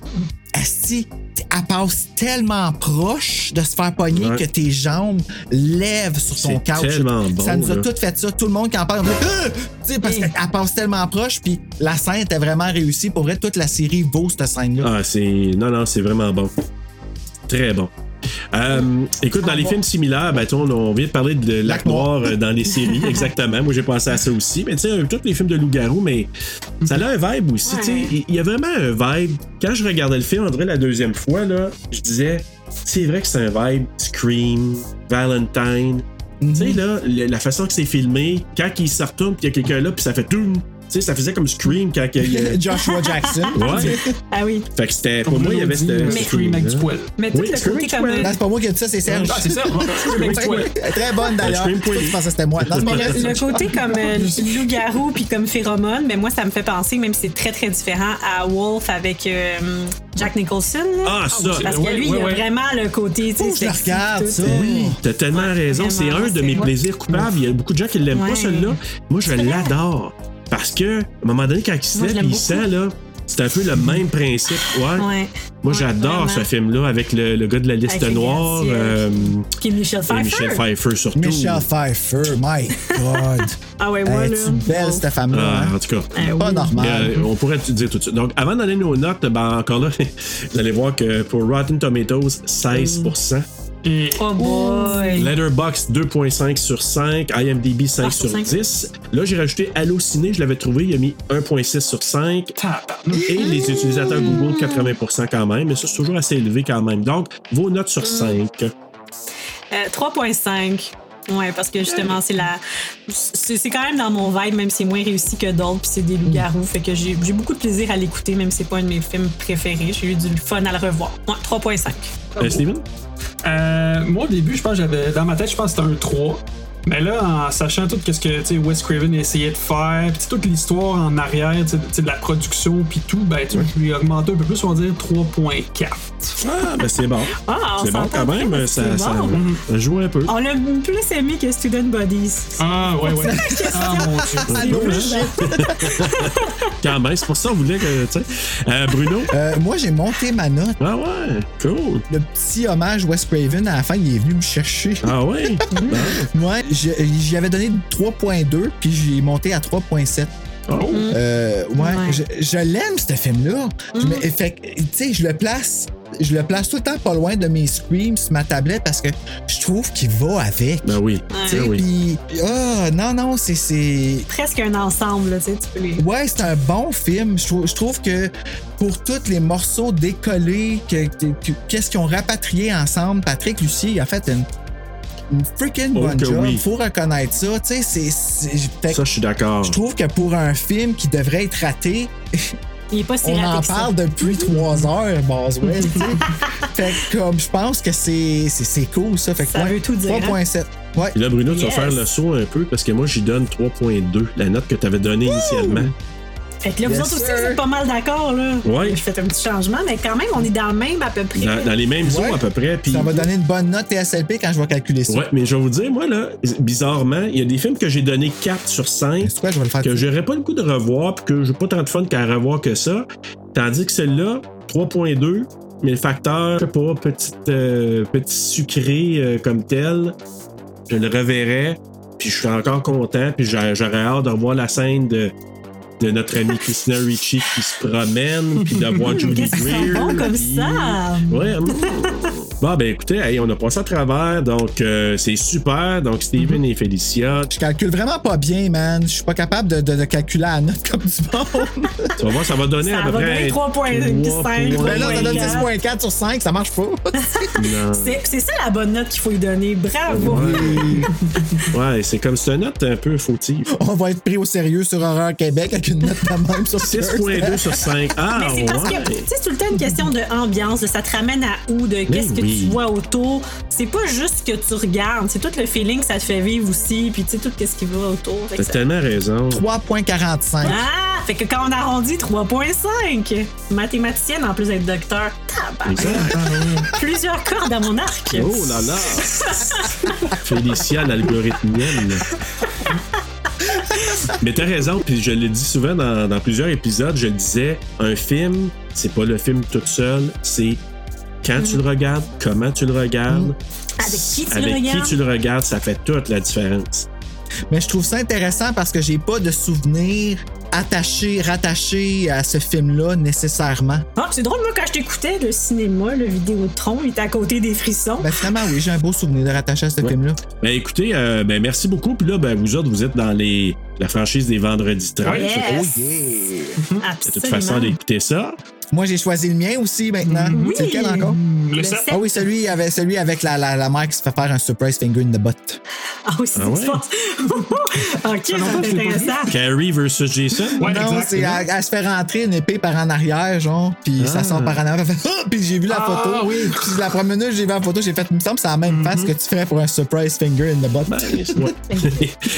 Speaker 2: asti, elle passe tellement proche de se faire pogner
Speaker 3: Ouais.
Speaker 2: que tes jambes lèvent sur son
Speaker 3: C'est
Speaker 2: couch.
Speaker 3: tellement bon,
Speaker 2: ça nous a
Speaker 3: là.
Speaker 2: tout tout fait ça. Tout le monde qui en parle, on fait, Ah! Tu sais, parce qu'elle passe tellement proche, puis la scène était vraiment réussie. Pour vrai, toute la série vaut cette scène-là.
Speaker 3: Ah, c'est. Non, non, c'est vraiment bon. Très bon. Euh, écoute, dans les films similaires, ben, tu sais, on, on vient de parler de Lac Noir euh, dans les *laughs* séries, exactement. Moi, j'ai pensé à ça aussi. Mais tu sais, euh, tous les films de loup-garou, mais ça a un vibe aussi. tu sais. Il il y a vraiment un vibe. Quand je regardais le film, André, la deuxième fois, là, je disais, c'est vrai que c'est un vibe Scream, Mhm. Valentine. Tu sais, là, le- la façon que c'est filmé, quand il se retourne, puis il y a quelqu'un là, puis ça fait tout. sais, ça faisait comme Scream quand il *laughs* y a-
Speaker 2: Joshua Jackson.
Speaker 3: Ouais.
Speaker 6: Ah oui.
Speaker 3: Fait que c'était. Pour moi, il y avait
Speaker 1: dit,
Speaker 3: ce.
Speaker 1: mais- Scream avec du poil.
Speaker 6: Mais tout le côté comme.
Speaker 2: Non, c'est pas moi qui ai dit ça, c'est Serge.
Speaker 1: Ah, c'est ça.
Speaker 6: *laughs*
Speaker 1: Scream avec du poil.
Speaker 2: Très bonne d'ailleurs.
Speaker 3: Scream
Speaker 2: Je
Speaker 3: Queen.
Speaker 2: pensais que c'était moi. Non, c'est pas vrai. *laughs*
Speaker 6: Le, le côté comme euh, loup-garou puis comme phéromone, mais moi, ça me fait penser, même si c'est très, très différent, à Wolf avec euh, Jack Nicholson. là.
Speaker 3: Ah, ça.
Speaker 6: Parce
Speaker 1: ouais,
Speaker 6: que lui,
Speaker 1: ouais,
Speaker 6: il a
Speaker 1: ouais.
Speaker 6: vraiment le côté. tu sais,
Speaker 2: Ouh, Oh, je le
Speaker 6: sexy,
Speaker 2: regarde,
Speaker 6: tout.
Speaker 2: ça.
Speaker 3: Oui, t'as tellement raison. C'est
Speaker 6: vraiment,
Speaker 3: un de
Speaker 6: c'est
Speaker 3: mes
Speaker 6: moi.
Speaker 3: plaisirs coupables. Il y a beaucoup de gens qui l'aiment
Speaker 6: Ouais.
Speaker 3: pas, celui-là. Moi, je l'adore. Parce que, à un moment donné, quand il se
Speaker 6: Moi, je
Speaker 3: lève
Speaker 6: l'aime
Speaker 3: il
Speaker 6: beaucoup.
Speaker 3: sent, là, c'est un peu le même principe. Ouais.
Speaker 6: Ouais.
Speaker 3: Moi,
Speaker 6: Ouais,
Speaker 3: j'adore
Speaker 6: vraiment.
Speaker 3: ce film-là avec le, le gars de la liste
Speaker 6: Avec les
Speaker 3: noire.
Speaker 6: gratte-ciels.
Speaker 3: euh,
Speaker 6: Qui est Michel
Speaker 3: et
Speaker 6: Pfeiffer.
Speaker 3: Michel Pfeiffer, surtout.
Speaker 2: Michelle Pfeiffer, my God.
Speaker 6: Ah ouais,
Speaker 2: Elle
Speaker 6: ouais, là.
Speaker 2: est belle, cette femme-là.
Speaker 3: Ah, en
Speaker 2: hein?
Speaker 3: tout cas.
Speaker 6: Ah,
Speaker 2: Pas
Speaker 6: oui.
Speaker 2: normale.
Speaker 3: Euh, on pourrait te dire tout de suite. Donc, avant d'aller nos notes, ben, encore là, *laughs* vous allez voir que pour Rotten Tomatoes, 16%.
Speaker 1: Et
Speaker 6: Oh boy.
Speaker 3: Letterboxd 2.5 sur 5, IMDb 5
Speaker 6: Ah,
Speaker 3: sur
Speaker 6: sur 5.
Speaker 3: 10. Là, j'ai rajouté Allociné, je l'avais trouvé, il a mis 1.6 sur 5.
Speaker 1: tabarnouche.
Speaker 3: Et les utilisateurs Google, 80% quand même, mais ça, c'est toujours assez élevé quand même. Donc, vos notes sur
Speaker 6: Ah,
Speaker 3: 5.
Speaker 6: Euh, 3.5. Ouais, parce que justement, c'est la. C'est c'est quand même dans mon vibe, même si c'est moins réussi que d'autres, puis c'est des loups-garous. Fait que j'ai j'ai beaucoup de plaisir à l'écouter, même si c'est pas un de mes films préférés. J'ai eu du fun à le revoir. Ouais, 3.5.
Speaker 3: Euh, Steven?
Speaker 1: Euh, moi, au début, je pense que j'avais. Dans ma tête, je pense que c'était un 3. Mais là, en sachant tout ce que tu sais, Wes Craven essayait de faire, puis tu sais, toute l'histoire en arrière tu sais, tu sais, de la production, puis tout, ben, tu lui augmentes un peu plus, on va dire 3.4.
Speaker 3: Ah, ben c'est bon.
Speaker 6: Ah, on
Speaker 3: C'est bon
Speaker 6: s'entend Ah,
Speaker 3: quand
Speaker 6: bien,
Speaker 3: même, ça,
Speaker 6: c'est
Speaker 3: ça,
Speaker 6: bon.
Speaker 3: ça joue un peu.
Speaker 6: On l'a plus aimé que Student Bodies.
Speaker 1: Ah, ouais, ouais. ah, mon
Speaker 3: Un
Speaker 1: dieu.
Speaker 3: peu, hein? *laughs* quand même, c'est pour ça qu'on voulait que. tu sais. Euh, Bruno?
Speaker 2: Euh, moi, j'ai monté ma note.
Speaker 3: Ah ouais, cool.
Speaker 2: Le petit hommage Wes Craven à la fin, il est venu me chercher.
Speaker 3: Ah
Speaker 6: *laughs*
Speaker 3: ouais?
Speaker 2: Moi, je- j'y avais donné 3.2, puis j'ai monté à 3.7.
Speaker 3: Oh.
Speaker 2: Euh, ouais,
Speaker 6: Ouais.
Speaker 2: je, je l'aime, ce film-là. Je me- Fait que, tu sais, je le place. Je le place tout le temps pas loin de mes screams sur ma tablette parce que je trouve qu'il va avec.
Speaker 3: Ben oui.
Speaker 2: Tu sais,
Speaker 3: Ben oui.
Speaker 2: puis- Ah, non, non, c'est- c'est.
Speaker 6: Presque un ensemble, là, tu sais, tu peux les.
Speaker 2: Ouais, c'est un bon film. Je trouve, je trouve que pour tous les morceaux décollés, que- que- que- qu'est-ce qu'ils ont rapatrié ensemble, Patrick Lucier il a fait une, une freaking
Speaker 3: Oh
Speaker 2: bonne
Speaker 3: que
Speaker 2: job.
Speaker 3: oui.
Speaker 2: Faut reconnaître ça. Tu sais, c'est- c'est. fait que
Speaker 3: Ça, je suis d'accord.
Speaker 2: Je trouve que pour un film qui devrait être raté,
Speaker 6: Il est pas si
Speaker 2: on en
Speaker 6: rapide.
Speaker 2: parle depuis
Speaker 6: Mm-hmm.
Speaker 2: trois heures, Boswell. tu
Speaker 6: *laughs*
Speaker 2: sais. fait que comme je pense que c'est c'est- c'est cool ça. Fait que
Speaker 6: Ça
Speaker 2: ouais,
Speaker 6: veut tout dire, hein?
Speaker 2: 3.7. Ouais.
Speaker 3: Puis là, Bruno, tu vas
Speaker 6: Yes.
Speaker 3: faire le saut un peu parce que moi, j'y donne 3.2, la note que tu avais donnée initialement.
Speaker 6: Fait que là, vous
Speaker 2: Yes,
Speaker 6: autres aussi,
Speaker 2: sir.
Speaker 6: vous êtes pas mal d'accord, là.
Speaker 3: Ouais.
Speaker 6: Je fais un petit changement, mais quand même, on est dans le même à peu près.
Speaker 3: Dans, dans les mêmes
Speaker 2: Ouais.
Speaker 3: eaux à peu près. Puis
Speaker 2: Ça va donner une bonne note TSLP quand je vais calculer ça.
Speaker 3: Ouais, mais je vais vous dire, moi, là, bizarrement, il y a des films que j'ai donné 4 sur 5
Speaker 2: C'est quoi, je vais le
Speaker 6: Ah,
Speaker 2: faire.
Speaker 3: que j'aurais pas le goût de revoir puis que j'ai pas tant de fun qu'à revoir que ça. Tandis que celle-là, 3.2, mais le facteur, je sais pas, petite, euh, petit sucré euh, comme tel, je le reverrais puis je serais encore content puis j'a- j'aurais hâte de revoir la scène de de notre
Speaker 6: *laughs*
Speaker 3: amie Christina Ricci qui se promène puis de voir Judy
Speaker 6: Qu'est-ce qu'ils sont
Speaker 3: Greer
Speaker 6: bons comme
Speaker 3: puis-
Speaker 6: ça?
Speaker 3: Ouais. mm. bon, ben écoutez, hey, on a passé à travers, donc euh, c'est super. Donc Steven et Félicia,
Speaker 2: Je calcule vraiment pas bien, man. Je suis pas capable de, de- de calculer à la note comme du monde.
Speaker 3: tu vas voir, ça va donner
Speaker 6: Ça
Speaker 3: à peu
Speaker 6: va
Speaker 3: près
Speaker 6: donner 3.5,
Speaker 3: trois
Speaker 2: Mais là, ça donne
Speaker 6: *laughs* Ouais.
Speaker 2: 10.4 sur 5, ça marche
Speaker 6: *laughs*
Speaker 2: pas.
Speaker 3: Non.
Speaker 6: C'est c'est ça la bonne note qu'il faut lui donner. Bravo!
Speaker 3: Ouais, c'est comme c'est une note un peu fautive.
Speaker 2: On va être pris au sérieux sur Horreur Québec avec une note de même sur
Speaker 3: 6.2 sur 5. Ah,
Speaker 6: Mais c'est parce que, tu
Speaker 3: ouais.
Speaker 6: sais, c'est tout le temps une question de ambiance, de ça te ramène à où, de qu'est-ce que
Speaker 3: oui.
Speaker 6: tu vois autour. C'est pas juste ce que tu regardes, c'est tout le feeling que ça te fait vivre aussi, puis tu sais, tout ce qui va autour. Fait que
Speaker 3: T'as
Speaker 6: ça-
Speaker 3: tellement raison.
Speaker 2: 3.45.
Speaker 6: Ah! Fait que quand on arrondit 3.5, mathématicienne en plus d'être docteur, tabarnak,
Speaker 3: Exact.
Speaker 6: plusieurs cordes à mon arc.
Speaker 3: Oh là là! Félicia l'algorithmienne. Mais t'as raison, puis je le dis souvent dans, dans plusieurs épisodes, je le disais, un film, c'est pas le film tout seul, c'est quand tu le regardes, comment tu le regardes,
Speaker 6: Avec qui tu le
Speaker 3: avec qui
Speaker 6: regardes?
Speaker 3: tu le regardes, ça fait toute la différence.
Speaker 2: Mais je trouve ça intéressant parce que j'ai pas de souvenir attaché, rattaché à ce film-là nécessairement.
Speaker 6: Ah, c'est drôle, moi, quand je t'écoutais le cinéma, le Vidéotron, il était à côté des frissons.
Speaker 2: Ben finalement, oui, j'ai un beau souvenir de rattaché à ce
Speaker 3: Ouais.
Speaker 2: film-là.
Speaker 3: Ben écoutez, euh, ben merci beaucoup, puis là, ben vous autres, vous êtes dans les, la franchise des Vendredis 13.
Speaker 6: Yes. Mhm.
Speaker 2: yeah!
Speaker 3: De toute façon, d'écouter ça.
Speaker 2: Moi, j'ai choisi le mien aussi maintenant.
Speaker 6: Oui.
Speaker 2: C'est lequel encore?
Speaker 6: Le sept.
Speaker 2: Ah oui, celui avec, celui avec la, la, la mère qui se fait faire un surprise finger in the butt.
Speaker 6: Ah oui, c'est
Speaker 2: Ah ouais?
Speaker 6: ça. *laughs* ok, ça va être intéressant.
Speaker 3: Carrie versus Jason? *laughs*
Speaker 2: non, c'est, elle, elle se fait rentrer une épée par en arrière, genre, puis ça
Speaker 3: Ah.
Speaker 2: sort par en arrière. elle fait, *laughs* Ah! puis j'ai vu la
Speaker 3: Ah,
Speaker 2: photo.
Speaker 3: oui.
Speaker 2: Puis la première minute, j'ai vu la photo, j'ai fait, il me semble que c'est la même face que tu ferais pour un surprise finger in the butt.
Speaker 1: *laughs*
Speaker 3: Ben,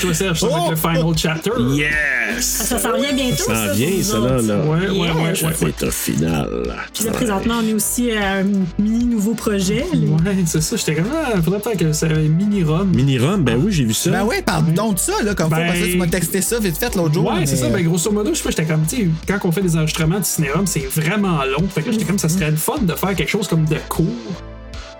Speaker 1: Toi, Serge, ça va être le final chapter.
Speaker 3: Yes!
Speaker 6: Ça s'en vient
Speaker 3: Ça
Speaker 6: bientôt, ça,
Speaker 3: s'en vient,
Speaker 6: vous
Speaker 3: ça, là.
Speaker 6: autres.
Speaker 3: là.
Speaker 1: Ouais, ouais, ouais,
Speaker 3: Ça
Speaker 1: ouais,
Speaker 3: va être un final.
Speaker 6: Puis là, présentement, on est aussi à un mini nouveau projet. là.
Speaker 1: Ouais, c'est ça. J'étais comme, ah, faudrait pas que ça mini-rom.
Speaker 3: Mini-rom, ben oui, j'ai vu ça.
Speaker 2: Ben ouais, parle donc de ça, là, comme faut,
Speaker 1: Ben-
Speaker 2: parce que tu m'as texté ça vite fait l'autre jour.
Speaker 1: Ouais, c'est
Speaker 2: mais,
Speaker 1: ça.
Speaker 2: euh,
Speaker 1: Ben, grosso modo, je sais pas, j'étais comme, tu sais, quand on fait des enregistrements de cinérum, c'est vraiment long. Fait que là, j'étais comme, ça serait le fun de faire quelque chose comme de court,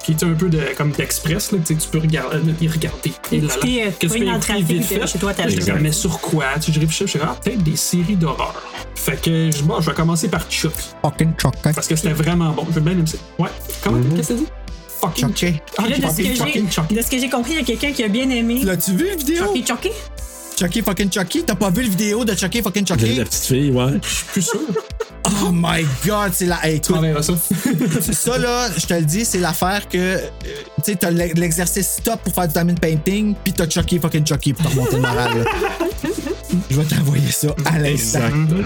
Speaker 1: qui est un peu de, comme d'express, là, que tu sais, tu peux regarder. euh, regarder. Et là, là,
Speaker 6: Écoutez, euh,
Speaker 1: que tu
Speaker 6: pas
Speaker 1: peux
Speaker 6: une
Speaker 1: écouter
Speaker 6: entrée
Speaker 1: vite
Speaker 6: de
Speaker 1: fait.
Speaker 6: chez toi, t'as
Speaker 1: Là, j'étais comme,
Speaker 6: raison.
Speaker 1: mais sur quoi? Tu sais, je réfléchis, je suis comme, ah, peut-être des séries d'horreur. Fait que, je- bon, je vais commencer par Chuck.
Speaker 2: Fucking choc.
Speaker 1: Parce que c'était vraiment bon. J'ai bien aimé ça. Ouais. Comment? Qu'est-ce que t'as dit? Fucking
Speaker 2: Choqué.
Speaker 1: Ah,
Speaker 6: Puis là, de ce que
Speaker 1: fucking, fucking Chuck.
Speaker 6: j'ai- de ce que j'ai compris, il y a quelqu'un qui a bien aimé.
Speaker 2: L'as-tu vu, la vidéo?
Speaker 6: Choqué, choqué.
Speaker 2: Chucky fucking Chucky? T'as pas vu le vidéo de Chucky fucking Chucky?
Speaker 3: La petite fille, ouais.
Speaker 1: plus sûr.
Speaker 2: Oh my god, c'est la. Hey,
Speaker 1: *laughs*
Speaker 2: écoute,
Speaker 1: Enverra ça.
Speaker 2: ça là, je te le dis, c'est l'affaire que. euh, Tu sais, t'as l'e- l'exercice stop pour faire du diamond painting, pis t'as Chucky fucking Chucky pour te remonter le moral. là. Je vais t'envoyer ça à l'instant.
Speaker 1: Mhm.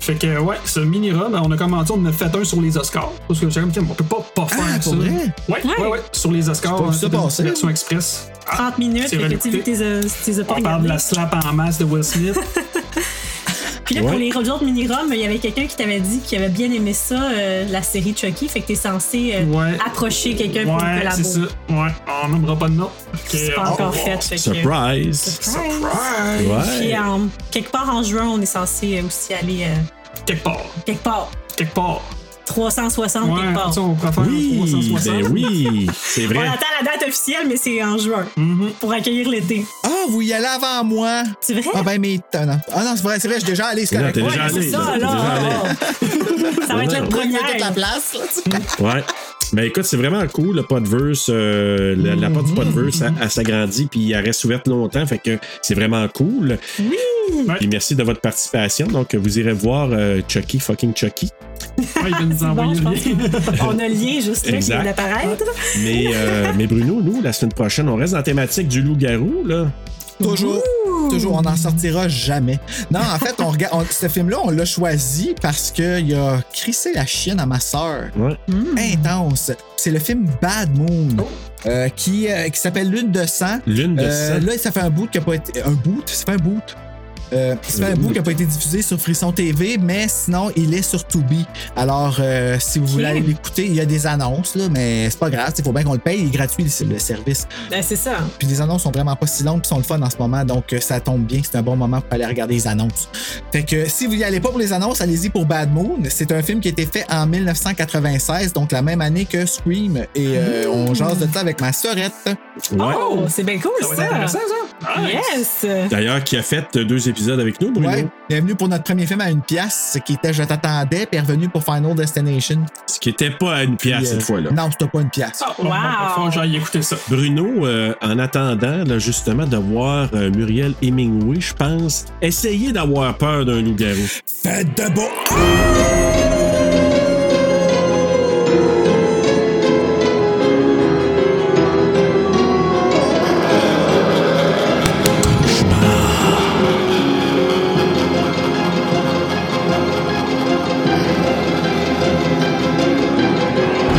Speaker 1: Fait que, ouais, ce mini-run, on a commencé, on en a fait un sur les Oscars. Parce que j'ai comme, Tiens, on peut pas, pas faire
Speaker 2: Ah,
Speaker 1: ça.
Speaker 2: pour vrai?
Speaker 1: Ouais, ouais, ouais, Sur les Oscars,
Speaker 2: J'ai pas vu ça
Speaker 1: hein,
Speaker 2: passer.
Speaker 1: version express. Ah,
Speaker 6: 30 minutes,
Speaker 1: c'est vrai,
Speaker 6: fait que tu euh,
Speaker 1: l'écouter.
Speaker 6: les as pas
Speaker 1: on parle de
Speaker 6: regardés.
Speaker 1: la slap en masse de Will
Speaker 6: *laughs*
Speaker 1: Smith.
Speaker 6: Puis là, pour
Speaker 3: Ouais.
Speaker 6: les autres mini-roms, il y avait quelqu'un qui t'avait dit qu'il avait bien aimé ça, euh, la série Chucky. Fait que t'es censé euh,
Speaker 1: Ouais.
Speaker 6: approcher quelqu'un pour le
Speaker 1: ouais, c'est ça.
Speaker 6: collaborer.
Speaker 1: Ouais, on nommera pas de nom.
Speaker 6: C'est
Speaker 1: Ok,
Speaker 6: pas
Speaker 1: on-
Speaker 6: encore
Speaker 1: on-
Speaker 6: fait. fait que-
Speaker 3: Surprise!
Speaker 6: Surprise!
Speaker 3: Ouais.
Speaker 6: Puis en- quelque part en juin, on est censé euh, aussi aller euh,
Speaker 1: Quelque part.
Speaker 6: quelque part.
Speaker 1: Quelque part.
Speaker 6: 360 quelque
Speaker 1: Ouais,
Speaker 6: part.
Speaker 1: ça, on pourrait faire un
Speaker 3: Oui,
Speaker 1: 360.
Speaker 3: ben oui, c'est
Speaker 6: On
Speaker 3: vrai.
Speaker 6: attend la date officielle, mais c'est en juin.
Speaker 1: Mm-hmm.
Speaker 6: Pour accueillir l'été.
Speaker 2: Ah, vous y allez avant moi!
Speaker 6: C'est vrai?
Speaker 2: Ah ben, mais. t'as- non. Ah non, c'est vrai, c'est vrai, je suis déjà allé, c'est
Speaker 3: Non,
Speaker 2: correct.
Speaker 3: t'es
Speaker 2: Ouais,
Speaker 3: déjà
Speaker 1: Ben,
Speaker 6: c'est
Speaker 3: allé.
Speaker 6: ça,
Speaker 3: t'es déjà allé.
Speaker 6: là. *laughs* ça va
Speaker 3: Ouais,
Speaker 6: être la
Speaker 3: non.
Speaker 2: j'ai pris toute la
Speaker 6: première.
Speaker 2: place, là, tu-
Speaker 3: Ouais. Ben écoute, c'est vraiment cool le podverse. euh, la, la porte du podverse, elle, elle s'agrandit puis elle reste ouverte longtemps. Fait que c'est vraiment cool.
Speaker 1: Ouais.
Speaker 3: Puis merci de votre participation. Donc vous irez voir euh, Chucky, fucking Chucky.
Speaker 1: Ouais, Ah, il va
Speaker 6: *laughs*
Speaker 1: nous
Speaker 6: C'est bon,
Speaker 1: envoyer
Speaker 6: je
Speaker 1: le
Speaker 6: pense
Speaker 1: lien.
Speaker 6: qu'on a le lien juste là qui vient
Speaker 3: Exact.
Speaker 6: d'apparaître.
Speaker 3: Mais, euh, mais Bruno, nous, la semaine prochaine, on reste dans la thématique du loup-garou. là.
Speaker 2: Toujours. Toujours, on n'en sortira jamais. Non, en fait, on regarde, on- ce film-là, on l'a choisi parce qu'il a crissé la chienne à ma sœur.
Speaker 3: Ouais.
Speaker 2: Intense. C'est le film Bad Moon euh, qui, euh, qui s'appelle Lune de sang.
Speaker 3: Lune de
Speaker 2: Euh,
Speaker 3: sang.
Speaker 2: Là, ça fait un boot qui a pas été. Un boot? Ça fait un boot. Euh, ça fait un boot qui a pas été diffusé sur Frisson TV, mais sinon, il est sur Tubi. Alors, euh, si vous voulez aller l'écouter, il y a des annonces, là, mais c'est pas grave. Il faut bien qu'on le paye. Il est gratuit, le- le service.
Speaker 6: Ben, c'est ça.
Speaker 2: Puis les annonces sont vraiment pas si longues, puis sont le fun en ce moment, donc euh, ça tombe bien, c'est un bon moment pour aller regarder les annonces. Fait que euh, si vous y allez pas pour les annonces, allez-y pour Bad Moon. C'est un film qui a été fait en 1996, donc la même année que Scream, et euh, on jase de ça avec ma sœurette.
Speaker 3: Ouais.
Speaker 6: Oh, c'est bien cool,
Speaker 1: Ça va être
Speaker 6: ça.
Speaker 1: intéressant, ça. Nice.
Speaker 6: Yes!
Speaker 3: D'ailleurs, qui a fait euh, deux épisodes avec nous, Bruno.
Speaker 2: Ouais, bienvenue pour notre premier film à une pièce, qui était Je t'attendais, puis est revenu pour Final Destination.
Speaker 3: Ce qui n'était pas à une
Speaker 2: Puis,
Speaker 3: pièce
Speaker 2: euh,
Speaker 3: cette fois-là.
Speaker 2: Non, c'était pas une pièce.
Speaker 6: Oh,
Speaker 1: Ah, bon, bon, faut que j'aille écouter ça.
Speaker 3: Bruno, euh, en attendant là, justement de voir euh, Muriel Hemingway, je pense, essayer d'avoir peur d'un loup-garou.
Speaker 2: Faites de beau!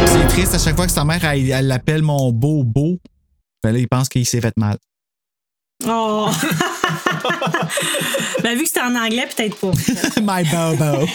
Speaker 2: C'est triste à chaque fois que sa mère, elle elle l'appelle mon beau beau. Ben là, il pense qu'il s'est fait mal. *laughs*
Speaker 6: Oh! *laughs* ben, vu que c'était en anglais, peut-être pas.
Speaker 2: My bobo.